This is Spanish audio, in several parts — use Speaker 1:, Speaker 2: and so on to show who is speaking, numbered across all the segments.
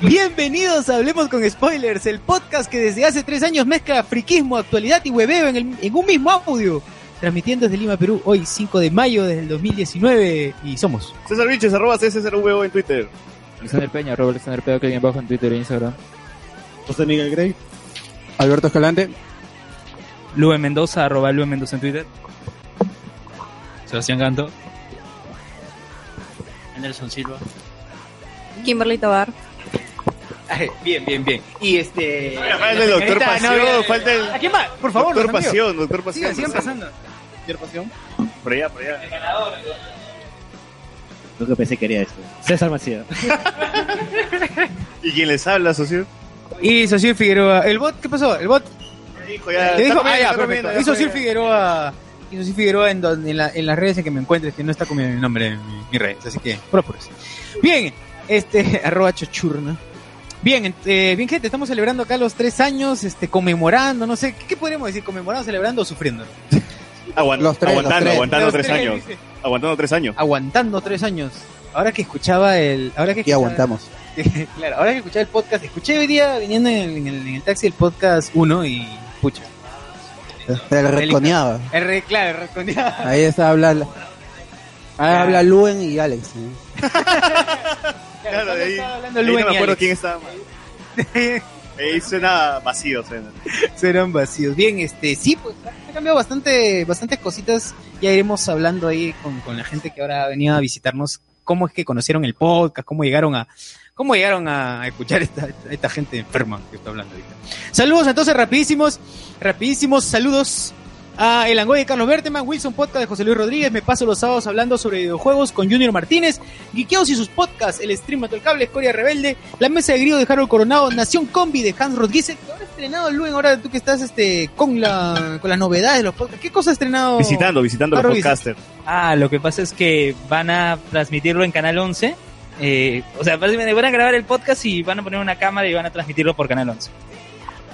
Speaker 1: Bienvenidos a Hablemos con Spoilers, el podcast que desde hace tres años mezcla friquismo, actualidad y hueveo en, el- en un mismo audio. Transmitiendo desde Lima, Perú, hoy 5 de mayo del 2019. Y somos.
Speaker 2: César Vilches, arroba CCRVO en Twitter.
Speaker 3: Alexander Peña, arroba Alexander Peña, que alguien bajo en Twitter e Instagram.
Speaker 2: José Miguel Grey.
Speaker 4: Alberto Escalante.
Speaker 5: Lube Mendoza, arroba Lube Mendoza en Twitter. Sebastián Ganto.
Speaker 6: Anderson Silva.
Speaker 7: Kimberly Tobar.
Speaker 1: Bien, bien, bien. Y este.
Speaker 2: Falta el doctor
Speaker 1: Ahorita,
Speaker 2: Pasión,
Speaker 1: no, ya-
Speaker 2: falta el
Speaker 1: ¿A quién más? Por favor,
Speaker 2: doctor
Speaker 1: los amigos.
Speaker 2: Pasión, doctor Pasión.
Speaker 1: Sigan, sigan
Speaker 2: no sé.
Speaker 1: pasando.
Speaker 2: Por allá, por allá.
Speaker 6: Nunca pensé que haría esto. César Macías.
Speaker 2: ¿Y quién les habla, socio?
Speaker 1: Y Sosir Figueroa. ¿El bot qué pasó? ¿El bot?
Speaker 2: Dijo ya.
Speaker 1: Te dijo,
Speaker 2: está
Speaker 1: ah,
Speaker 2: comiendo,
Speaker 1: ya,
Speaker 2: está
Speaker 1: perfecto.
Speaker 2: comiendo,
Speaker 1: Hizo
Speaker 2: ya
Speaker 1: Sir
Speaker 2: fue.
Speaker 1: Figueroa. Hizo Sir Figueroa en, donde- en, la- en las redes en que me encuentres, que no está con mi nombre en mi- mis redes, así que própuros. Bien, este, arroba chochurna. Bien, ent- eh, bien gente, estamos celebrando acá los tres años, este, conmemorando, no sé, ¿qué, qué podríamos decir? ¿Conmemorando, celebrando o sufriendo?
Speaker 2: Aguant-
Speaker 4: Los tres,
Speaker 2: aguantando,
Speaker 4: los tres.
Speaker 2: aguantando
Speaker 1: Los
Speaker 2: tres años.
Speaker 1: dice.
Speaker 2: Aguantando tres años.
Speaker 1: Aguantando tres años. Ahora que escuchaba el... Ahora que
Speaker 4: Y
Speaker 1: escuchaba-
Speaker 4: aguantamos.
Speaker 1: claro, ahora que escuché el podcast, escuché hoy día viniendo en el, en el- en el taxi el podcast 1 y pucha.
Speaker 4: El reconeaba.
Speaker 1: R, claro, respondía.
Speaker 4: Ahí está habla. Ahí habla Luen y Alex. ¿eh?
Speaker 2: Claro, de ahí.
Speaker 1: Estaba hablando
Speaker 2: ahí
Speaker 1: Luen
Speaker 2: no me
Speaker 1: y
Speaker 2: acuerdo
Speaker 1: Alex.
Speaker 2: quién estaba. man. Ahí suena vacío, suena.
Speaker 1: Serán vacíos. Bien, este, sí, pues ha cambiado bastante, bastantes cositas. Ya iremos hablando ahí con, con la gente que ahora ha venido a visitarnos. Cómo es que conocieron el podcast, cómo llegaron a, cómo llegaron a escuchar esta, esta gente enferma que está hablando ahorita. Saludos entonces, rapidísimos, rapidísimos saludos a El Angoy de Carlos Berteman, Wilson Podcast de José Luis Rodríguez, me paso los sábados hablando sobre videojuegos con Junior Martínez, Guiqueos y sus podcasts, El Stream Ato el Cable, Escoria Rebelde, La Mesa de Grillo de Harold Coronado, Nación Combi de Hans Rodríguez, que ahora ha estrenado Luen, ahora tú que estás este con la con las novedades de los podcasts, ¿qué cosa ha estrenado?
Speaker 2: Visitando, visitando los
Speaker 1: Ahora visita.
Speaker 2: podcasters.
Speaker 5: Ah, lo que pasa es que van a transmitirlo en Canal 11. Eh, o sea, básicamente van a grabar el podcast y van a poner una cámara y van a transmitirlo por Canal 11.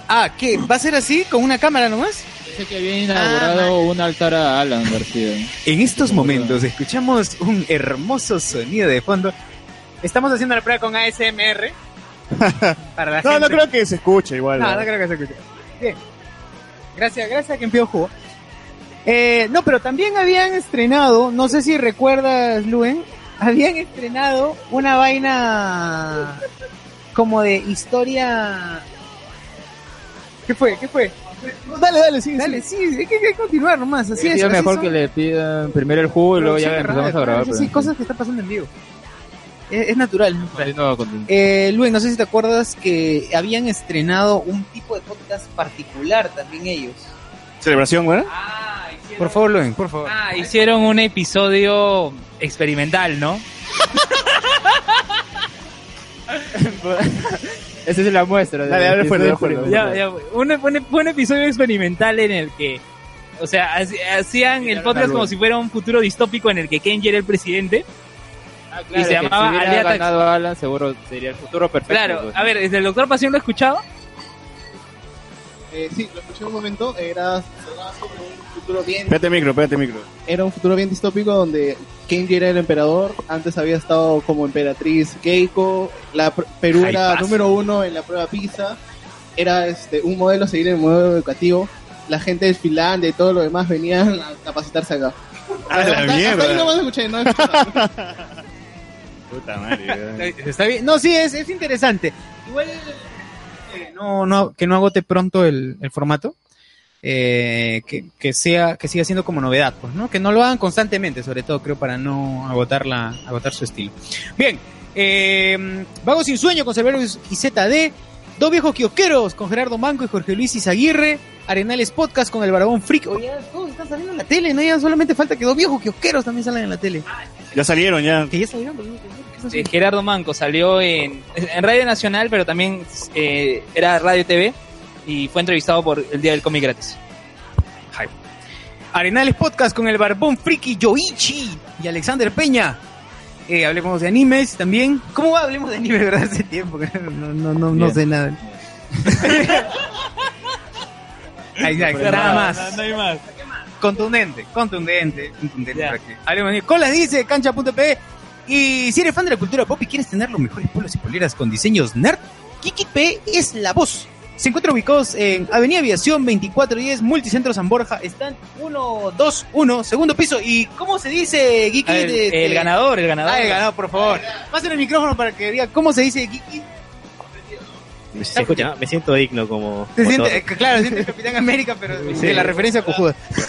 Speaker 1: Ah, ¿qué? ¿Va a ser así? ¿Con una cámara nomás? Ah.
Speaker 3: Dice que había inaugurado
Speaker 5: Ah,
Speaker 3: un altar a Alan García.
Speaker 1: En estos
Speaker 3: Como
Speaker 1: momentos escuchamos un hermoso sonido de fondo. Estamos haciendo la prueba con ASMR. Para la
Speaker 2: No,
Speaker 1: gente.
Speaker 2: no creo que se escuche igual.
Speaker 1: No,
Speaker 2: ¿verdad?
Speaker 1: no creo que se escuche. Bien. Gracias, gracias a quien pidió jugo. Eh, no, pero también habían estrenado, no sé si recuerdas, Luen, habían estrenado una vaina como de historia. ¿Qué fue? ¿Qué fue? Dale, dale, sí, dale, sí, hay que, hay que continuar nomás, así es.
Speaker 3: Sería
Speaker 1: así
Speaker 3: mejor
Speaker 1: son-
Speaker 3: que le pidan primero el jugo y luego ya
Speaker 1: producción
Speaker 3: empezamos
Speaker 1: rara,
Speaker 3: a grabar.
Speaker 1: claro,
Speaker 3: pero-
Speaker 1: Sí, sí, cosas que están pasando en vivo. Es, es natural, es natural.
Speaker 3: Continúa, continúa.
Speaker 1: Eh, Luis, no sé si te acuerdas que habían estrenado un tipo de podcast particular también ellos.
Speaker 2: Celebración, ¿verdad?
Speaker 1: Por favor, Luen, por favor.
Speaker 5: Ah, hicieron un episodio experimental, ¿no?
Speaker 3: Esa es la muestra.
Speaker 2: Dale, dale, fuerte, fuerte.
Speaker 5: Ya, ya, un, un- un episodio experimental en el que, o sea, haci- hacían el podcast como si fuera un futuro distópico en el que Kenji era el presidente.
Speaker 3: Y se llamaba si hubiera
Speaker 5: Aliatax.
Speaker 3: ganado Alan, seguro sería el futuro perfecto.
Speaker 5: Claro,
Speaker 3: pues.
Speaker 5: a ver, ¿desde el doctor Pasión lo he escuchado?
Speaker 8: Eh, sí, lo escuché en un momento, era, era sobre un futuro bien,
Speaker 2: Pégate micro, pégate micro.
Speaker 8: era un futuro bien distópico donde Kenji era el emperador, antes había estado como emperatriz Keiko, la pr- Perú
Speaker 5: Ay,
Speaker 8: era
Speaker 5: pasa.
Speaker 8: número uno en la prueba PISA, era este un modelo a seguir en el modelo educativo, la gente de Finlandia y todo lo demás venían a capacitarse acá.
Speaker 2: A la
Speaker 8: Hasta- hasta ahí
Speaker 2: mierda.
Speaker 8: nomás escuché, no escuché nada.
Speaker 2: Puta madre. ¿verdad?
Speaker 1: Está bien. No, sí, es, es interesante. Igual eh, no, no, que no agote pronto el, el formato. eh, que, que sea que siga siendo como novedad pues no que no lo hagan constantemente sobre todo creo para no agotar la agotar su estilo bien eh, vago sin sueño con Cerbero y ZD dos viejos kiosqueros con Gerardo Manco y Jorge Luis Izaguirre Arenales Podcast con el Barbón Freak oye ya todos están saliendo en la tele no ya solamente falta que dos viejos kiosqueros también salgan en la tele
Speaker 2: Ya salieron, ya.
Speaker 1: que ya salieron pero no- ¿qué estás
Speaker 5: Sí,
Speaker 1: haciendo?
Speaker 5: eh, Gerardo Manco salió en, en Radio Nacional, pero también eh, era Radio TV y fue entrevistado por el Día del Cómic Gratis.
Speaker 1: Arenales Podcast con el Barbón Friki Yoichi y Alexander Peña. Eh, hablemos de animes también. ¿Cómo va? Hablemos de animes, ¿verdad? Hace tiempo que no, no, no, no
Speaker 3: Bien.
Speaker 1: sé nada. Ahí está, nada más.
Speaker 5: hay más.
Speaker 1: Contundente, contundente, contundente.
Speaker 5: Ya.
Speaker 1: para que hablemos de- Colas dice, cancha.pe Y si eres fan de la cultura pop y quieres tener los mejores polos y poleras con diseños nerd, Kiki P es la voz. Se encuentran ubicados en Avenida Aviación 2410, Multicentro San Borja. Están 121, segundo piso. ¿Y cómo se dice, Kiki?
Speaker 5: A ver,
Speaker 1: de- de-
Speaker 5: Ah, el ganador, el ganador.
Speaker 1: Ah, el ganador, por favor. Pasen el micrófono para que diga cómo se dice Kiki.
Speaker 7: Se escucha, me siento digno como.
Speaker 1: Se
Speaker 7: como
Speaker 1: siente, eh, claro, se siente el Capitán América, pero de la referencia cojuda.
Speaker 7: todo.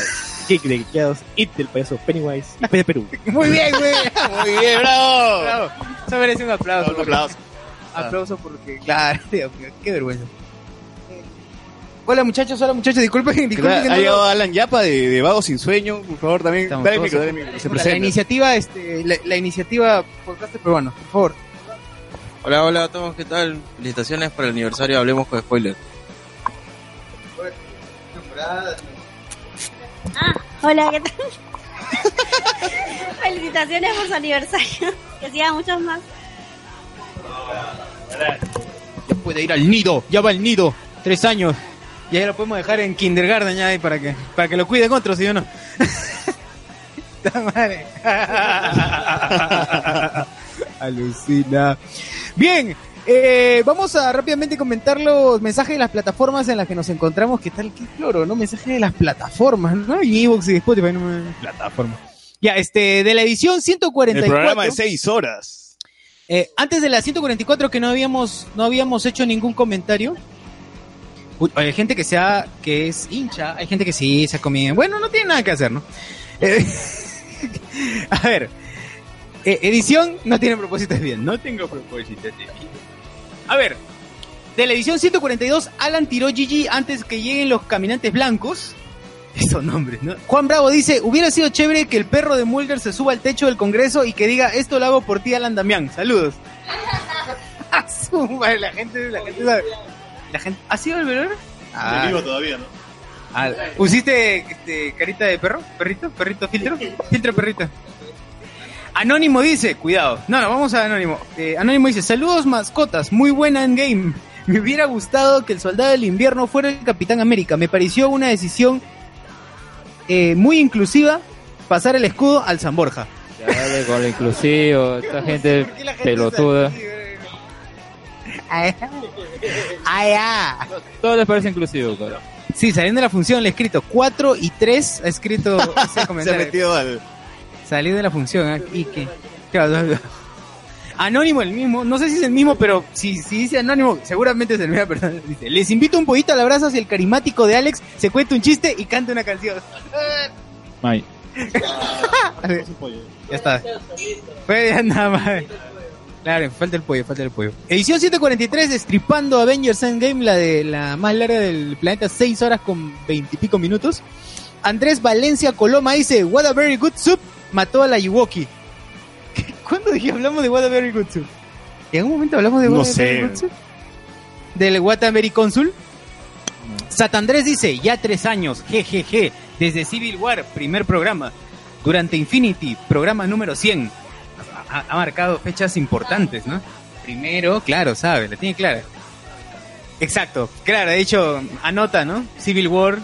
Speaker 7: Kick de Kikiados, It del payaso Pennywise, y Pez de Perú.
Speaker 1: Muy bien, güey.
Speaker 2: Muy bien, bravo.
Speaker 1: Bravo. Eso merece un aplauso.
Speaker 2: Un aplauso.
Speaker 1: Aplauso porque, claro, Dios mío, qué vergüenza. Hola muchachos, hola muchachos, disculpen, disculpen. que
Speaker 2: Ha
Speaker 1: no
Speaker 2: llegado
Speaker 1: lo-
Speaker 2: Alan Yapa de, de Vago Sin Sueño. Por favor, también.
Speaker 1: Estamos
Speaker 2: dale el
Speaker 1: todos
Speaker 2: micro, dale el micro. que Se
Speaker 1: la, la
Speaker 2: presente.
Speaker 1: iniciativa, este, la, la iniciativa podcast peruano, por favor.
Speaker 9: Hola, hola a todos, ¿qué tal? Felicitaciones por el aniversario, hablemos con spoilers.
Speaker 10: Ah, Hola, ¿qué tal? Felicitaciones por su aniversario. Que sigan muchos más.
Speaker 1: Ya puede ir al nido, ya va al nido, tres años. Y ahí lo podemos dejar en kindergarten ya ahí para que, para que lo cuiden otros, si o no. Ta madre. Alucina. Bien, eh, vamos a rápidamente comentar los mensajes de las plataformas en las que nos encontramos. ¿Qué tal? Qué cloro, ¿no? Mensajes de las plataformas, ¿no? Y Evox y Spotify, no Plataforma. Ya, este, de la edición
Speaker 2: El
Speaker 1: 144.
Speaker 2: programa de 6 horas.
Speaker 1: Eh, antes de la 144 que no habíamos no habíamos hecho ningún comentario. Uy, hay gente que sea que es hincha, hay gente que sí se ha comido. Bueno, no tiene nada que hacer, ¿no? Eh, a ver. eh, edición no tiene propósito de bien, no tengo propósito de bien. A ver. De la edición 142 Alan tiró GG antes que lleguen los caminantes blancos. Esos nombres, ¿no? Juan Bravo dice, hubiera sido chévere que el perro de Mulder se suba al techo del Congreso y que diga, esto lo hago por ti, Alan Damián. Saludos. Ah, su madre, la gente, la gente sabe. La gente, ¿Ah, ¿Ha sido el velor?
Speaker 2: En vivo todavía, ¿no?
Speaker 1: Ah, ¿Pusiste este, carita de perro? ¿Perrito? ¿Perrito filtro? Filtro perrito. Anónimo dice, cuidado. No, no, vamos a Anónimo. Eh, Anónimo dice, saludos mascotas, muy buena en game. Me hubiera gustado que el soldado del invierno fuera el Capitán América. Me pareció una decisión eh, muy inclusiva pasar el escudo al San Borja.
Speaker 3: Dale, con lo inclusivo, esta gente pelotuda.
Speaker 1: Ay, ay, ay.
Speaker 3: Todo les parece inclusivo, cara.
Speaker 1: Ah, Sí, saliendo de la función le he escrito 4 y 3, ha escrito ese
Speaker 2: Se ha
Speaker 1: comentario.
Speaker 2: metido al.
Speaker 1: Salir de la función, ¿ah? y que claro, Anónimo el mismo, no sé si es el mismo, pero si, si dice anónimo, seguramente es el mismo persona. Dice, les invito un pollito a la brasa si el carimático de Alex se cuenta un chiste y canta una canción.
Speaker 3: May.
Speaker 1: Ya está. Fue ya nada más. Claro, falta el pollo, falta el pollo. Edición 143, destripando Avengers Endgame, la de la más larga del planeta, 6 horas con 20 y pico minutos. Andrés Valencia Coloma dice, What a very good soup, mató a la Yuwoki. ¿Qué? ¿Cuándo dije hablamos de What a very good soup? ¿En algún momento hablamos de What
Speaker 2: No
Speaker 1: a
Speaker 2: sé.
Speaker 1: very good soup? ¿Del What a very consul? Satandrés dice, ya tres años, jejeje, desde Civil War, primer programa. Durante Infinity, programa número 100. Ha, ha marcado fechas importantes, ¿no? Primero, claro, sabe, la tiene clara. Exacto, claro, de hecho, anota, ¿no? Civil War,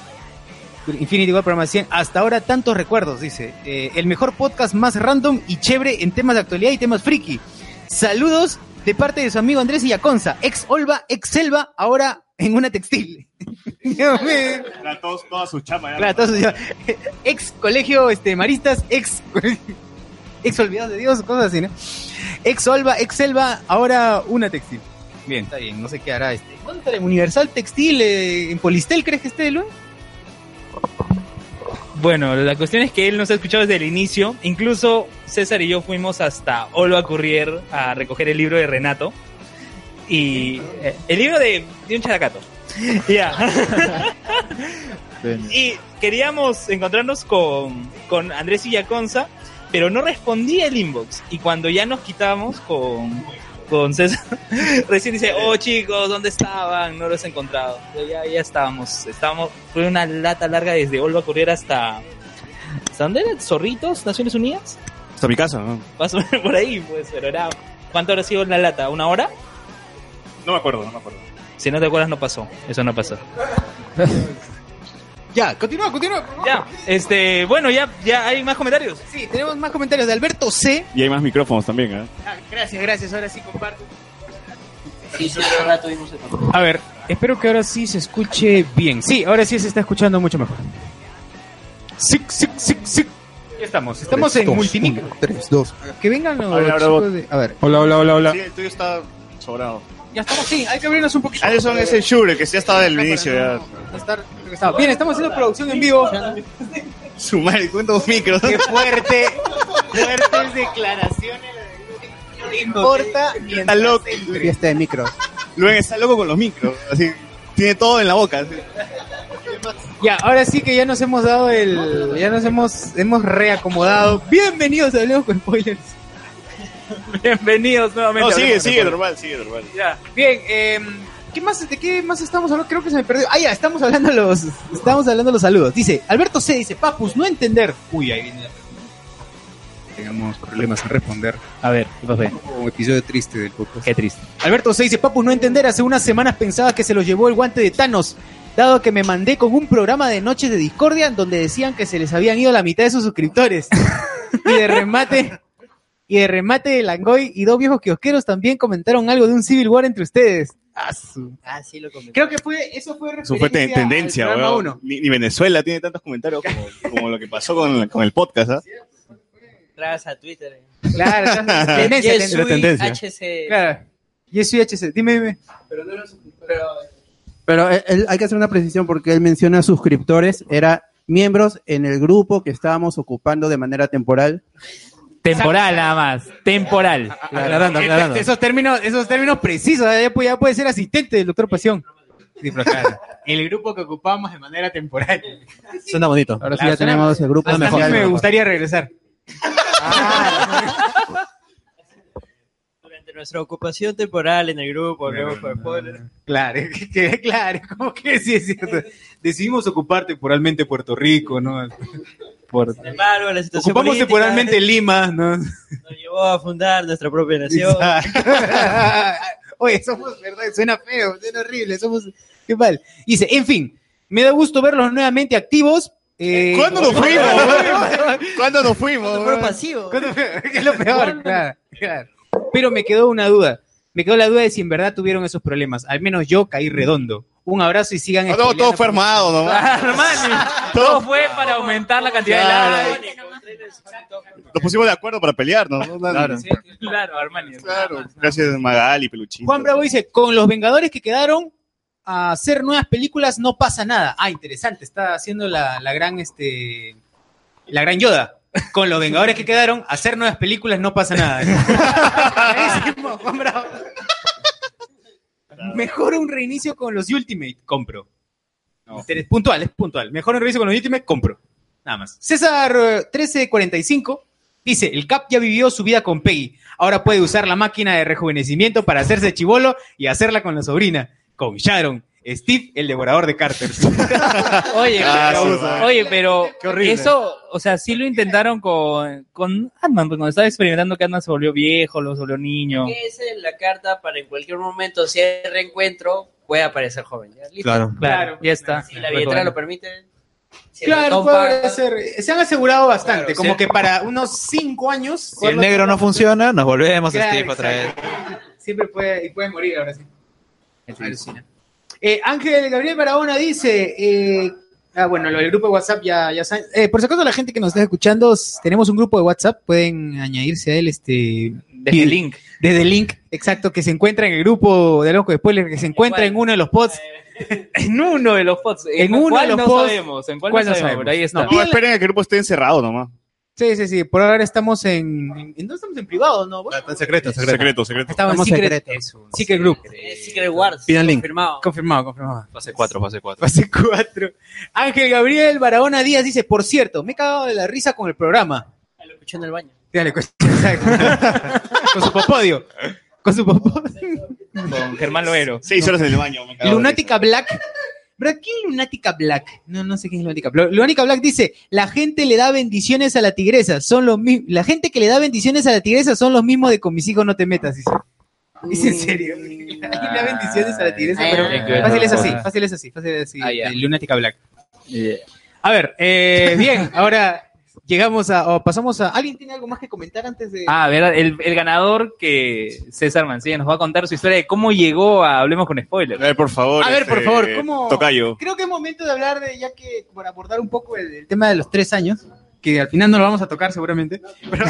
Speaker 1: Infinity War, programa 100. Hasta ahora tantos recuerdos, dice. Eh, el mejor podcast más random y chévere en temas de actualidad y temas friki. Saludos de parte de su amigo Andrés Illaconza, ex Olva, ex Selva, ahora en una textil. Dios mío.
Speaker 2: Era todo- toda su chama. ya.
Speaker 1: Claro, todos sus- ex colegio este, maristas, ex ex olvidados de Dios, cosas así, ¿no? Ex Olva, ex Selva, ahora una textil. Bien, está bien, no sé qué hará este. ¿Cuándo estará en Universal Textil eh, en Polistel crees que esté, Luis?
Speaker 5: Bueno, la cuestión es que él nos ha escuchado desde el inicio. Incluso César y yo fuimos hasta Olva Currier a recoger el libro de Renato. Y eh, el libro de, de un characato. Ya.
Speaker 3: Ven.
Speaker 5: Y queríamos encontrarnos con, con Andrés Villaconza, pero no respondía el inbox. Y cuando ya nos quitamos con, con César, recién dice, oh chicos, ¿dónde estaban? No los he encontrado. Pero ya, ya estábamos, estábamos, fue una lata larga desde Olva Correr hasta... ¿Hasta dónde era? ¿Zorritos? ¿Naciones Unidas?
Speaker 7: Hasta mi casa, ¿no?
Speaker 5: Más o menos por ahí, pues, pero era... ¿Cuánto habrá sido la lata? ¿Una hora?
Speaker 2: No me acuerdo, no me acuerdo.
Speaker 5: Si no te acuerdas, no pasó. Eso no pasó.
Speaker 1: Ya, continúa, continúa.
Speaker 9: Ya, este, bueno, ya, ya hay más comentarios.
Speaker 1: Sí, tenemos más comentarios de Alberto C.
Speaker 11: Y hay más micrófonos también,
Speaker 12: ¿eh?
Speaker 11: ¿ah?
Speaker 1: Ah, gracias, gracias. Ahora sí comparto.
Speaker 6: Sí, sí, pero ahora tuvimos el contacto.
Speaker 1: A ver, espero que ahora sí se escuche bien. Sí, ahora sí se está escuchando mucho mejor. Sí, sí, sí, sí. Ya estamos, estamos en multimicro.
Speaker 13: 3, 2.
Speaker 1: Que vengan los
Speaker 13: Hola,
Speaker 1: chicos
Speaker 13: bravo.
Speaker 1: de- A ver.
Speaker 13: Hola, hola, hola, hola.
Speaker 12: Sí, el tuyo está sobrado.
Speaker 1: Ya estamos, sí, hay que abrirnos un poquito.
Speaker 12: Anderson es el Shure, que ya estaba del inicio. Ya.
Speaker 1: Bien, estamos haciendo producción en vivo.
Speaker 12: Su madre, cuántos micros.
Speaker 1: Qué fuerte, fuertes declaraciones. No importa
Speaker 12: Está loco.
Speaker 13: Fiesta de micro.
Speaker 12: Luen está loco con los micros. Así, tiene todo en la boca. así.
Speaker 1: Ya, ahora sí que ya nos hemos dado el. Ya nos hemos, hemos reacomodado. Bienvenidos a Hablemos con Spoilers.
Speaker 9: Bienvenidos nuevamente.
Speaker 12: No, sigue,
Speaker 9: Hablemos de
Speaker 12: sigue,
Speaker 9: Spoilers.
Speaker 12: normal, sigue, normal.
Speaker 9: Ya.
Speaker 1: Bien, eh, ¿qué más, ¿de qué más estamos hablando? Creo que se me perdió. Ah, ya, estamos hablando los, estamos hablando los saludos. Dice, Alberto C. dice, Papus, no entender. Uy, ahí viene. Tengamos problemas en responder. A ver, ¿qué pasó?
Speaker 2: Como episodio triste del podcast.
Speaker 1: Qué triste. Alberto C. dice, Papus, no entender. Hace unas semanas pensaba que se los llevó el guante de Thanos. Dado que me mandé con un programa de noches de discordia donde decían que se les habían ido la mitad de sus suscriptores. y de remate, y de remate, Langoy y dos viejos kiosqueros también comentaron algo de un Civil War entre ustedes. Ah, su-
Speaker 6: Ah, sí, lo comenté.
Speaker 1: Creo que fue, eso fue
Speaker 12: Eso fue te-
Speaker 1: referencia al
Speaker 12: tendencia,
Speaker 1: programa
Speaker 12: weón.
Speaker 1: uno.
Speaker 12: Ni, ni Venezuela tiene tantos comentarios como, como lo que pasó con, con el podcast, ¿ah?
Speaker 6: Gracias a Twitter. eh.
Speaker 1: Claro, entonces, tendencia,
Speaker 6: Yes,
Speaker 1: tendencia.
Speaker 6: we Tendencia. HC.
Speaker 1: Claro. Yes, we HC. Dime, dime.
Speaker 6: Pero no lo Pero
Speaker 13: Pero eh, él- él- hay que hacer una precisión porque él menciona suscriptores, era miembros en el grupo que estábamos ocupando de manera temporal.
Speaker 5: Temporal nada más. Temporal.
Speaker 1: Eh, Esos términos, esos términos precisos. ¿eh? Ya puede, ya puede ser asistente del doctor Pasión. El grupo que ocupamos de manera temporal.
Speaker 13: Suena bonito. Ahora sí
Speaker 1: Claro,
Speaker 13: ya
Speaker 1: suena-
Speaker 13: tenemos el grupo
Speaker 1: Hasta a mí
Speaker 13: oficial.
Speaker 1: me gustaría regresar.
Speaker 6: durante nuestra ocupación temporal en el grupo, hablemos con spoiler.
Speaker 1: Claro, que quede claro. Como que sí es cierto. Decidimos ocupar temporalmente Puerto Rico, ¿no? Por-
Speaker 6: Sin embargo, la situación
Speaker 1: Ocupamos
Speaker 6: política
Speaker 1: temporalmente Lima, ¿no?
Speaker 6: nos llevó a fundar nuestra propia nación.
Speaker 1: Oye, somos, ¿verdad? Suena feo, suena horrible, somos... Qué mal. Dice, en fin, me da gusto verlos nuevamente activos. Eh,
Speaker 12: ¿Cuándo nos fuimos, weón? ¿Cuándo nos fuimos?
Speaker 1: ¿Cuándo
Speaker 12: weón?
Speaker 1: ¿Cuándo fue? Es lo peor, claro, claro. Pero me quedó una duda. Me quedó la duda de si en verdad tuvieron esos problemas. Al menos yo caí redondo. Un abrazo y sigan...
Speaker 12: Ah,
Speaker 1: pues. Ah,
Speaker 12: No, no, todo fue armado, nomás.
Speaker 5: Todo fue para aumentar la cantidad de likes.
Speaker 12: Nos pusimos de acuerdo para pelearnos. ¿no?
Speaker 5: Claro. Claro, Armani.
Speaker 12: Claro. Gracias, Magali, Peluchín.
Speaker 1: Juan Bravo dice, con los Vengadores que quedaron a hacer nuevas películas no pasa nada. Ah, interesante, está haciendo la, la gran este la gran Yoda. Con los Vengadores que quedaron, a hacer nuevas películas no pasa nada. Buenísimo, Juan Bravo. Mejor un reinicio con los Ultimate, compro. Interes- Puntual, es puntual. Mejor un reinicio con los Ultimate, compro. Nada más. César eh, 1345 dice, el Cap ya vivió su vida con Peggy. Ahora puede usar la máquina de rejuvenecimiento para hacerse chivolo y hacerla con la sobrina, con Sharon. Steve, el devorador de Carter.
Speaker 5: Oye,
Speaker 1: Ah,
Speaker 5: pero,
Speaker 1: su madre.
Speaker 5: oye, pero
Speaker 1: Qué horrible.
Speaker 5: eso, o sea, sí lo intentaron con, con Ant-Man, pues, cuando estaba experimentando que Ant-Man se volvió viejo, lo se volvió niño.
Speaker 6: Que es en la carta para en cualquier momento, si hay reencuentro, puede aparecer joven. ¿ya? Listo.
Speaker 2: Claro.
Speaker 5: Claro, ya está.
Speaker 6: Si la billetera lo permite. si el
Speaker 1: Claro,
Speaker 6: ratón
Speaker 1: puede
Speaker 6: paga.
Speaker 1: ser. Se han asegurado bastante,
Speaker 2: Claro,
Speaker 1: como
Speaker 2: sí.
Speaker 1: que para unos cinco años.
Speaker 2: Si el negro no funciona, nos volvemos a
Speaker 1: Claro,
Speaker 2: Steve otra vez.
Speaker 1: Siempre puede, y puede morir ahora sí. Eh, Ángel Gabriel Barahona dice, eh, ah, bueno, lo del grupo de WhatsApp ya, ya saben. Eh, por si acaso la gente que nos está escuchando, s- tenemos un grupo de WhatsApp, pueden añadirse a él este... Desde
Speaker 5: el link.
Speaker 1: Desde el link, exacto, que se encuentra en el grupo de Loco de Spoiler, que se encuentra en uno de los pods.
Speaker 5: En uno de los pods.
Speaker 1: En uno
Speaker 5: cuál
Speaker 1: de los
Speaker 5: no
Speaker 1: pods.
Speaker 5: sabemos, en cuál,
Speaker 1: ¿Cuál
Speaker 5: no
Speaker 1: no
Speaker 5: sabemos,
Speaker 1: sabemos?
Speaker 5: pero ahí está.
Speaker 1: No, bien-
Speaker 12: Esperen a que el grupo esté encerrado, nomás.
Speaker 1: Sí, sí, sí, por ahora estamos en... en- en- no estamos en privado, ¿no? Bueno,
Speaker 12: Secreto, secreto. Secreto, secreto.
Speaker 1: estamos en Secret, eso, Secret Group.
Speaker 2: Eh,
Speaker 6: Es Secret Wars.
Speaker 1: Pidan link.
Speaker 6: Confirmado.
Speaker 1: Confirmado, confirmado.
Speaker 2: Fase 4, fase 4.
Speaker 1: Fase 4. Ángel Gabriel Barahona Díaz dice, por cierto, me he cagado de la risa con el programa.
Speaker 6: Lo escuché en el baño.
Speaker 1: Dale, cu- exacto. con su popodio. Con su popodio.
Speaker 5: Con Germán Loero.
Speaker 12: Seis horas en el baño. me cago en
Speaker 1: Lunática Black. ¿Verdad? ¿Quién es Lunática Black? No, no sé quién es Lunática Black. Lunática Black dice, la gente le da bendiciones a la tigresa, son los mi- La gente que le da bendiciones a la tigresa son los mismos de con mis hijos no te metas, dice. ¿Es en serio? ¿Alguien le da bendiciones a la tigresa?
Speaker 6: Ay,
Speaker 1: Pero
Speaker 6: ay, ay.
Speaker 1: fácil es así, fácil es así, fácil es así.
Speaker 6: Ah, ya.
Speaker 1: eh, Lunática Black. A ver, eh, bien, ahora llegamos a, o pasamos a... ¿Alguien tiene algo más que comentar antes de...?
Speaker 5: Ah, ¿verdad? El, el ganador que César Mancilla nos va a contar su historia de cómo llegó a Hablemos con Spoiler. A ver,
Speaker 2: por favor. este,
Speaker 1: A ver, por favor, ¿cómo...?
Speaker 2: Tocayo.
Speaker 1: Creo que es momento de hablar de, ya que, por abordar un poco el, el tema de los tres años, que al final no lo vamos a tocar seguramente, pero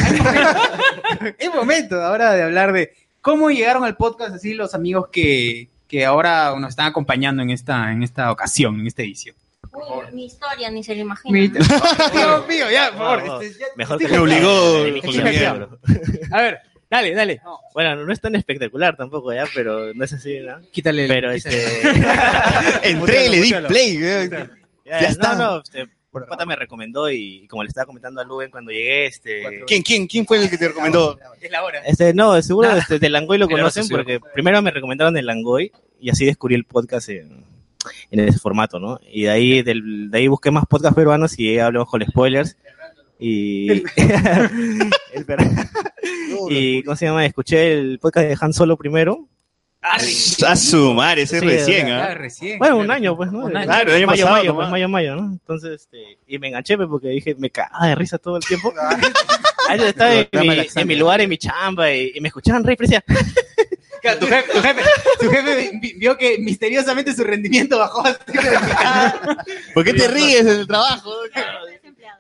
Speaker 1: es momento ahora de hablar de cómo llegaron al podcast así los amigos que, que ahora nos están acompañando en esta, en esta ocasión, en esta edición.
Speaker 14: Uy, mi historia ni se lo imagina.
Speaker 1: Mi- Dios mío, ya, por favor. este, ya-
Speaker 7: Mejor
Speaker 1: estoy
Speaker 7: que
Speaker 1: hypeado.
Speaker 7: obligó
Speaker 1: Estoy
Speaker 7: Julio
Speaker 1: hypeado.
Speaker 7: Miembro.
Speaker 1: A ver, dale, dale.
Speaker 7: Bueno, no es tan espectacular tampoco ya, pero no es así, ¿no?
Speaker 1: Quítale el...
Speaker 7: Pero este...
Speaker 2: Entré y le di play, weón.
Speaker 7: Ya,
Speaker 2: Ya
Speaker 7: no,
Speaker 2: está.
Speaker 7: no, este, un pata me recomendó y, como le estaba comentando a Luben cuando llegué, este...
Speaker 2: ¿Quién, quién, quién fue el que te recomendó?
Speaker 1: Es la hora.
Speaker 7: Este, no, seguro este, del Langoy lo
Speaker 2: Era
Speaker 7: conocen
Speaker 2: socio.
Speaker 7: porque primero me recomendaron el Langoy y así descubrí el podcast en, en ese formato, ¿no? Y de ahí, del, de ahí busqué más podcasts peruanos y llegué a hablamos con spoilers. Y, El per- y ¿cómo se llama? Escuché el podcast de Han Solo primero.
Speaker 2: Ah, A su madre, ese
Speaker 7: Sí,
Speaker 2: recién,
Speaker 7: ¿verdad?
Speaker 2: ¿ah?
Speaker 7: Bueno, un año, pues, ¿no?
Speaker 2: Un año. Claro, el año
Speaker 7: mayo,
Speaker 2: pasado
Speaker 7: mayo,
Speaker 2: nomás.
Speaker 7: pues, mayo, mayo, ¿no? Entonces, este, y me enganché pues, porque dije, me cagaba de risa todo el tiempo. Ahí yo estaba en
Speaker 2: Programa
Speaker 7: mi,
Speaker 2: Alexander.
Speaker 7: en mi lugar, en mi chamba, y, y me escuchaban re, y decía,
Speaker 1: Claro, tu jefe, tu jefe, tu jefe vi- vio que misteriosamente su rendimiento bajó.
Speaker 7: ¿Por qué te ríes
Speaker 1: en el trabajo?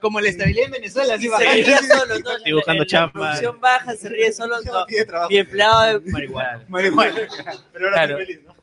Speaker 1: Como la estabilidad en Venezuela, así bajó.
Speaker 6: Se ríe solo, todo.
Speaker 7: Estoy buscando
Speaker 6: La- la
Speaker 7: chamba.
Speaker 6: producción baja, se ríe solo. No, mi empleado de marihuana.
Speaker 1: Pero
Speaker 6: ahora
Speaker 7: Claro.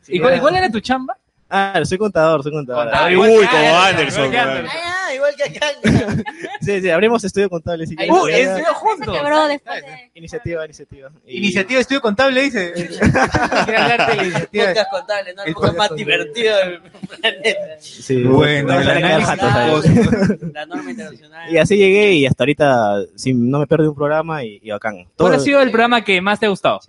Speaker 6: ¿Y cuál- y cuál
Speaker 5: era tu chamba?
Speaker 7: Ah, soy contador, soy contador.
Speaker 6: Contador.
Speaker 7: Ah,
Speaker 6: Uy,
Speaker 7: igual que
Speaker 6: como
Speaker 7: Anderson,
Speaker 6: igual que
Speaker 7: weón.
Speaker 6: Anderson. Ah, igual que acá.
Speaker 7: Sí, sí, abrimos estudio contable. Si
Speaker 6: Uh,
Speaker 7: quieres.
Speaker 6: estudio juntos.
Speaker 14: Quebró después de...
Speaker 7: Iniciativa, iniciativa. Y-
Speaker 1: Iniciativa de Estudio Contable, dice. Quiere hablarte de la iniciativa.
Speaker 6: Podcast contable, ¿no? El podcast más divertido del planeta.
Speaker 7: Sí,
Speaker 1: Bueno,
Speaker 7: la
Speaker 1: el análisis
Speaker 7: jato, ¿sabes?
Speaker 6: La norma internacional.
Speaker 7: Y así llegué y hasta ahorita sí, no me perdí un programa y, y bacán. Todo
Speaker 5: ¿Cuál ha sido el programa que más te ha gustado?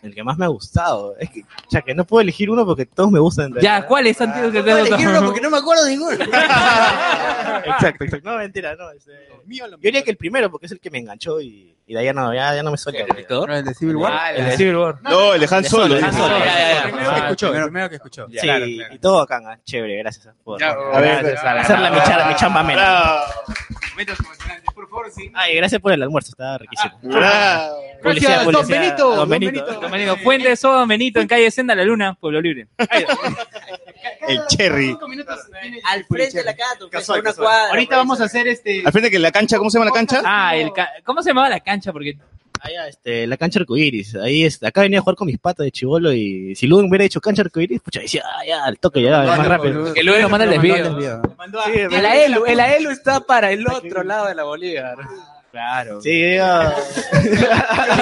Speaker 7: el que más me ha gustado. Es que, ya que no puedo elegir uno porque todos me gustan. Ah, en realidad.
Speaker 5: Ya, ¿cuál es antiguo que te ha
Speaker 6: No, le quiero
Speaker 5: gustado?
Speaker 6: uno porque no me acuerdo de ninguno.
Speaker 7: Exacto, exacto. No, mentira, no. este, Yo diría que el primero porque es el que me enganchó y, y de ahí ya no, ya, ya no me suelta.
Speaker 11: ¿El de Civil War?
Speaker 7: Ah, el de Civil War.
Speaker 2: No, el de Han Solo.
Speaker 7: El de Han Solo,
Speaker 2: Ah,
Speaker 7: ya, ya, ya.
Speaker 2: primero que escuchó,
Speaker 7: primero-
Speaker 1: primero que escuchó.
Speaker 7: Sí,
Speaker 2: Claro,
Speaker 7: y todo acá, ah, chévere, gracias. Por,
Speaker 2: Ya,
Speaker 7: por-
Speaker 2: a ver,
Speaker 1: pues,
Speaker 7: gracias,
Speaker 2: bravo,
Speaker 7: hacer la mi chamba, mi chamba
Speaker 2: bravo.
Speaker 7: menos.
Speaker 1: Momentos emocionantes, por favor, sí.
Speaker 7: Ay, gracias por el almuerzo, estaba
Speaker 2: Ah,
Speaker 7: riquísimo.
Speaker 2: bravo.
Speaker 7: Publicidad,
Speaker 5: Gracias, don
Speaker 7: publicidad,
Speaker 5: Benito,
Speaker 7: don
Speaker 5: don
Speaker 7: Benito.
Speaker 5: Don Benito, Fuente de Soda, Don Benito, en calle Senda, La Luna, Pueblo Libre.
Speaker 2: El cherry.
Speaker 6: Al frente de la casa, tu
Speaker 2: Casual,
Speaker 6: una
Speaker 2: casual.
Speaker 6: cuadra.
Speaker 1: Ahorita vamos a hacer este.
Speaker 2: Al frente que la cancha, ¿cómo se llama la cancha?
Speaker 5: Ah, el ca- ¿cómo se llamaba la cancha? Porque
Speaker 7: Este, la cancha arcoiris. Ahí es, acá venía a jugar con mis patas de chivolo y si Ludwig hubiera hecho cancha arcoiris, pucha, decía, ah, ya, al toque llegaba
Speaker 1: Lo
Speaker 7: más
Speaker 1: mandó,
Speaker 7: rápido.
Speaker 1: boludo.
Speaker 5: que luego nos manda el desvío.
Speaker 1: El
Speaker 6: AELU, el AELU está para el otro lado de la Bolívar.
Speaker 5: Claro.
Speaker 7: Sí, llega-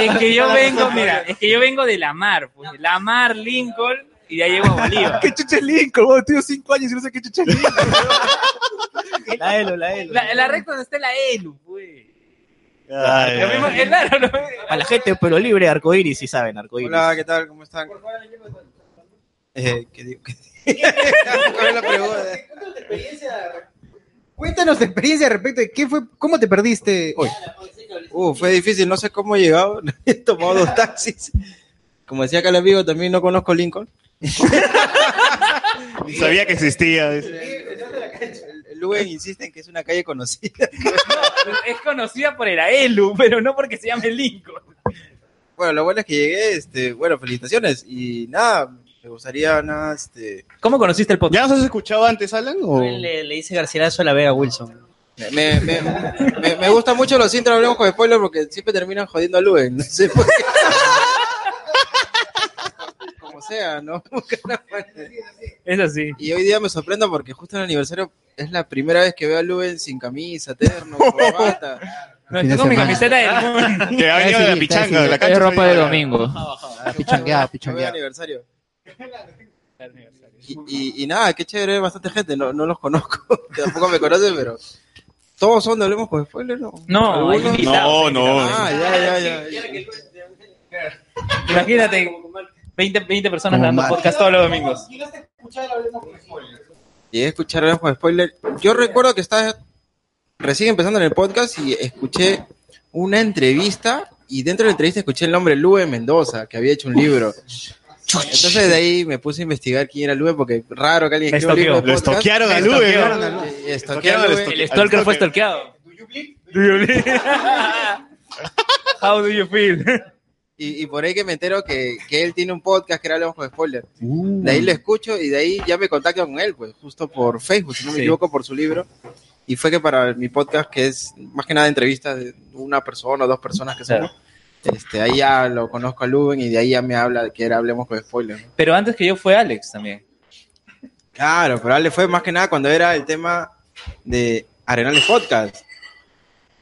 Speaker 5: Es que yo vengo, mira, es que yo vengo de la mar, pues, la mar Lincoln y de ahí llego a
Speaker 12: Ah,
Speaker 5: Bolívar.
Speaker 7: ¿Qué chucha es Lincoln? Vos, tío, cinco años y no sé qué chucha es Lincoln. La Elo, la Elo.
Speaker 5: La, la recta donde está la ELU, güey.
Speaker 7: Ay,
Speaker 5: Lo mismo-
Speaker 7: ay.
Speaker 5: es raro, ¿no?
Speaker 7: Para la gente de pelo libre, arcoiris, sí saben, arcoiris.
Speaker 11: Hola, ¿qué tal? ¿Cómo están? Eh, ¿Qué digo? ¿Cuál es la pregunta?
Speaker 1: Cuéntanos tu experiencia respecto de qué fue, cómo te perdiste hoy.
Speaker 9: Uh, fue difícil, no sé cómo he llegado. He tomado dos taxis. Como decía acá el amigo, también no conozco Lincoln.
Speaker 2: Ni Sabía que existía. dice.
Speaker 9: El Luen insiste en que es una calle conocida.
Speaker 5: Pues Es conocida por el AELU, pero no porque se llame Lincoln.
Speaker 9: Bueno, lo bueno es que llegué, este, bueno, felicitaciones. Y nada, me gustaría nada, este.
Speaker 5: ¿Cómo conociste el podcast?
Speaker 2: ¿Ya nos has escuchado antes, Alan? o?
Speaker 6: Le, le dice Garcilaso a la Vega Wilson.
Speaker 9: Me, me, me, me gustan mucho los intros, hablemos con spoilers porque siempre terminan jodiendo a Luen. No sé por qué. Como sea, ¿no?
Speaker 5: Es así.
Speaker 9: Y hoy día me sorprendo porque justo en el aniversario es la primera vez que veo a Luen sin camisa, terno, corbata.
Speaker 5: No,
Speaker 11: Fin de
Speaker 5: estoy con mi
Speaker 11: semana.
Speaker 5: camiseta del mundo.
Speaker 2: Que ha venido de la pichanga, de la cancha.
Speaker 3: Es ropa
Speaker 2: de
Speaker 3: de
Speaker 2: domingo.
Speaker 3: domingo. Ah,
Speaker 11: Pichangueada,
Speaker 9: Yo veo
Speaker 11: pichangueada.
Speaker 9: aniversario. Y, y- y nada, qué chévere, bastante gente, no, no los conozco, tampoco me conocen, pero todos son de pues. Hablemos con Spoiler, ¿no?
Speaker 5: No, hay
Speaker 9: ¿Alguno?
Speaker 2: No,
Speaker 5: invitados, hay
Speaker 2: no.
Speaker 5: invitados.
Speaker 9: Ah, ya, ya, ya.
Speaker 5: Imagínate, 20, 20 personas
Speaker 11: Como
Speaker 5: dando
Speaker 11: mal.
Speaker 5: Ah. podcast todos los domingos.
Speaker 9: Llegué a escuchar Hablemos con Spoiler. Yo recuerdo que estaba recién empezando en el podcast y escuché una entrevista y dentro de la entrevista escuché el nombre Lube Mendoza, que había hecho un libro. Entonces de ahí me puse a investigar quién era Lube porque raro que alguien
Speaker 15: Lo
Speaker 9: escriba un libro de
Speaker 15: estoqueó.
Speaker 9: podcast.
Speaker 15: Lo estoquearon a Lube.
Speaker 9: Estoquearon a Lube. Y estoquearon a Lube.
Speaker 15: El stalker fue
Speaker 16: stalkeado.
Speaker 9: How do you feel? Y, y por ahí que me entero que, que él tiene un podcast que era Hablamos con Spoiler. De ahí lo escucho y de ahí ya me contacto con él, pues, justo por Facebook, si no me
Speaker 17: Sí.
Speaker 9: equivoco, por su libro. Y fue que para mi podcast, que es más que nada entrevistas de una persona o dos personas que somos, este, ahí ya lo conozco a Luben y de ahí ya me habla de que era Hablemos con Spoiler. ¿no?
Speaker 5: Pero antes que yo fue Alex también.
Speaker 9: Claro, pero Ale fue más que nada cuando era el tema de Arenales Podcast.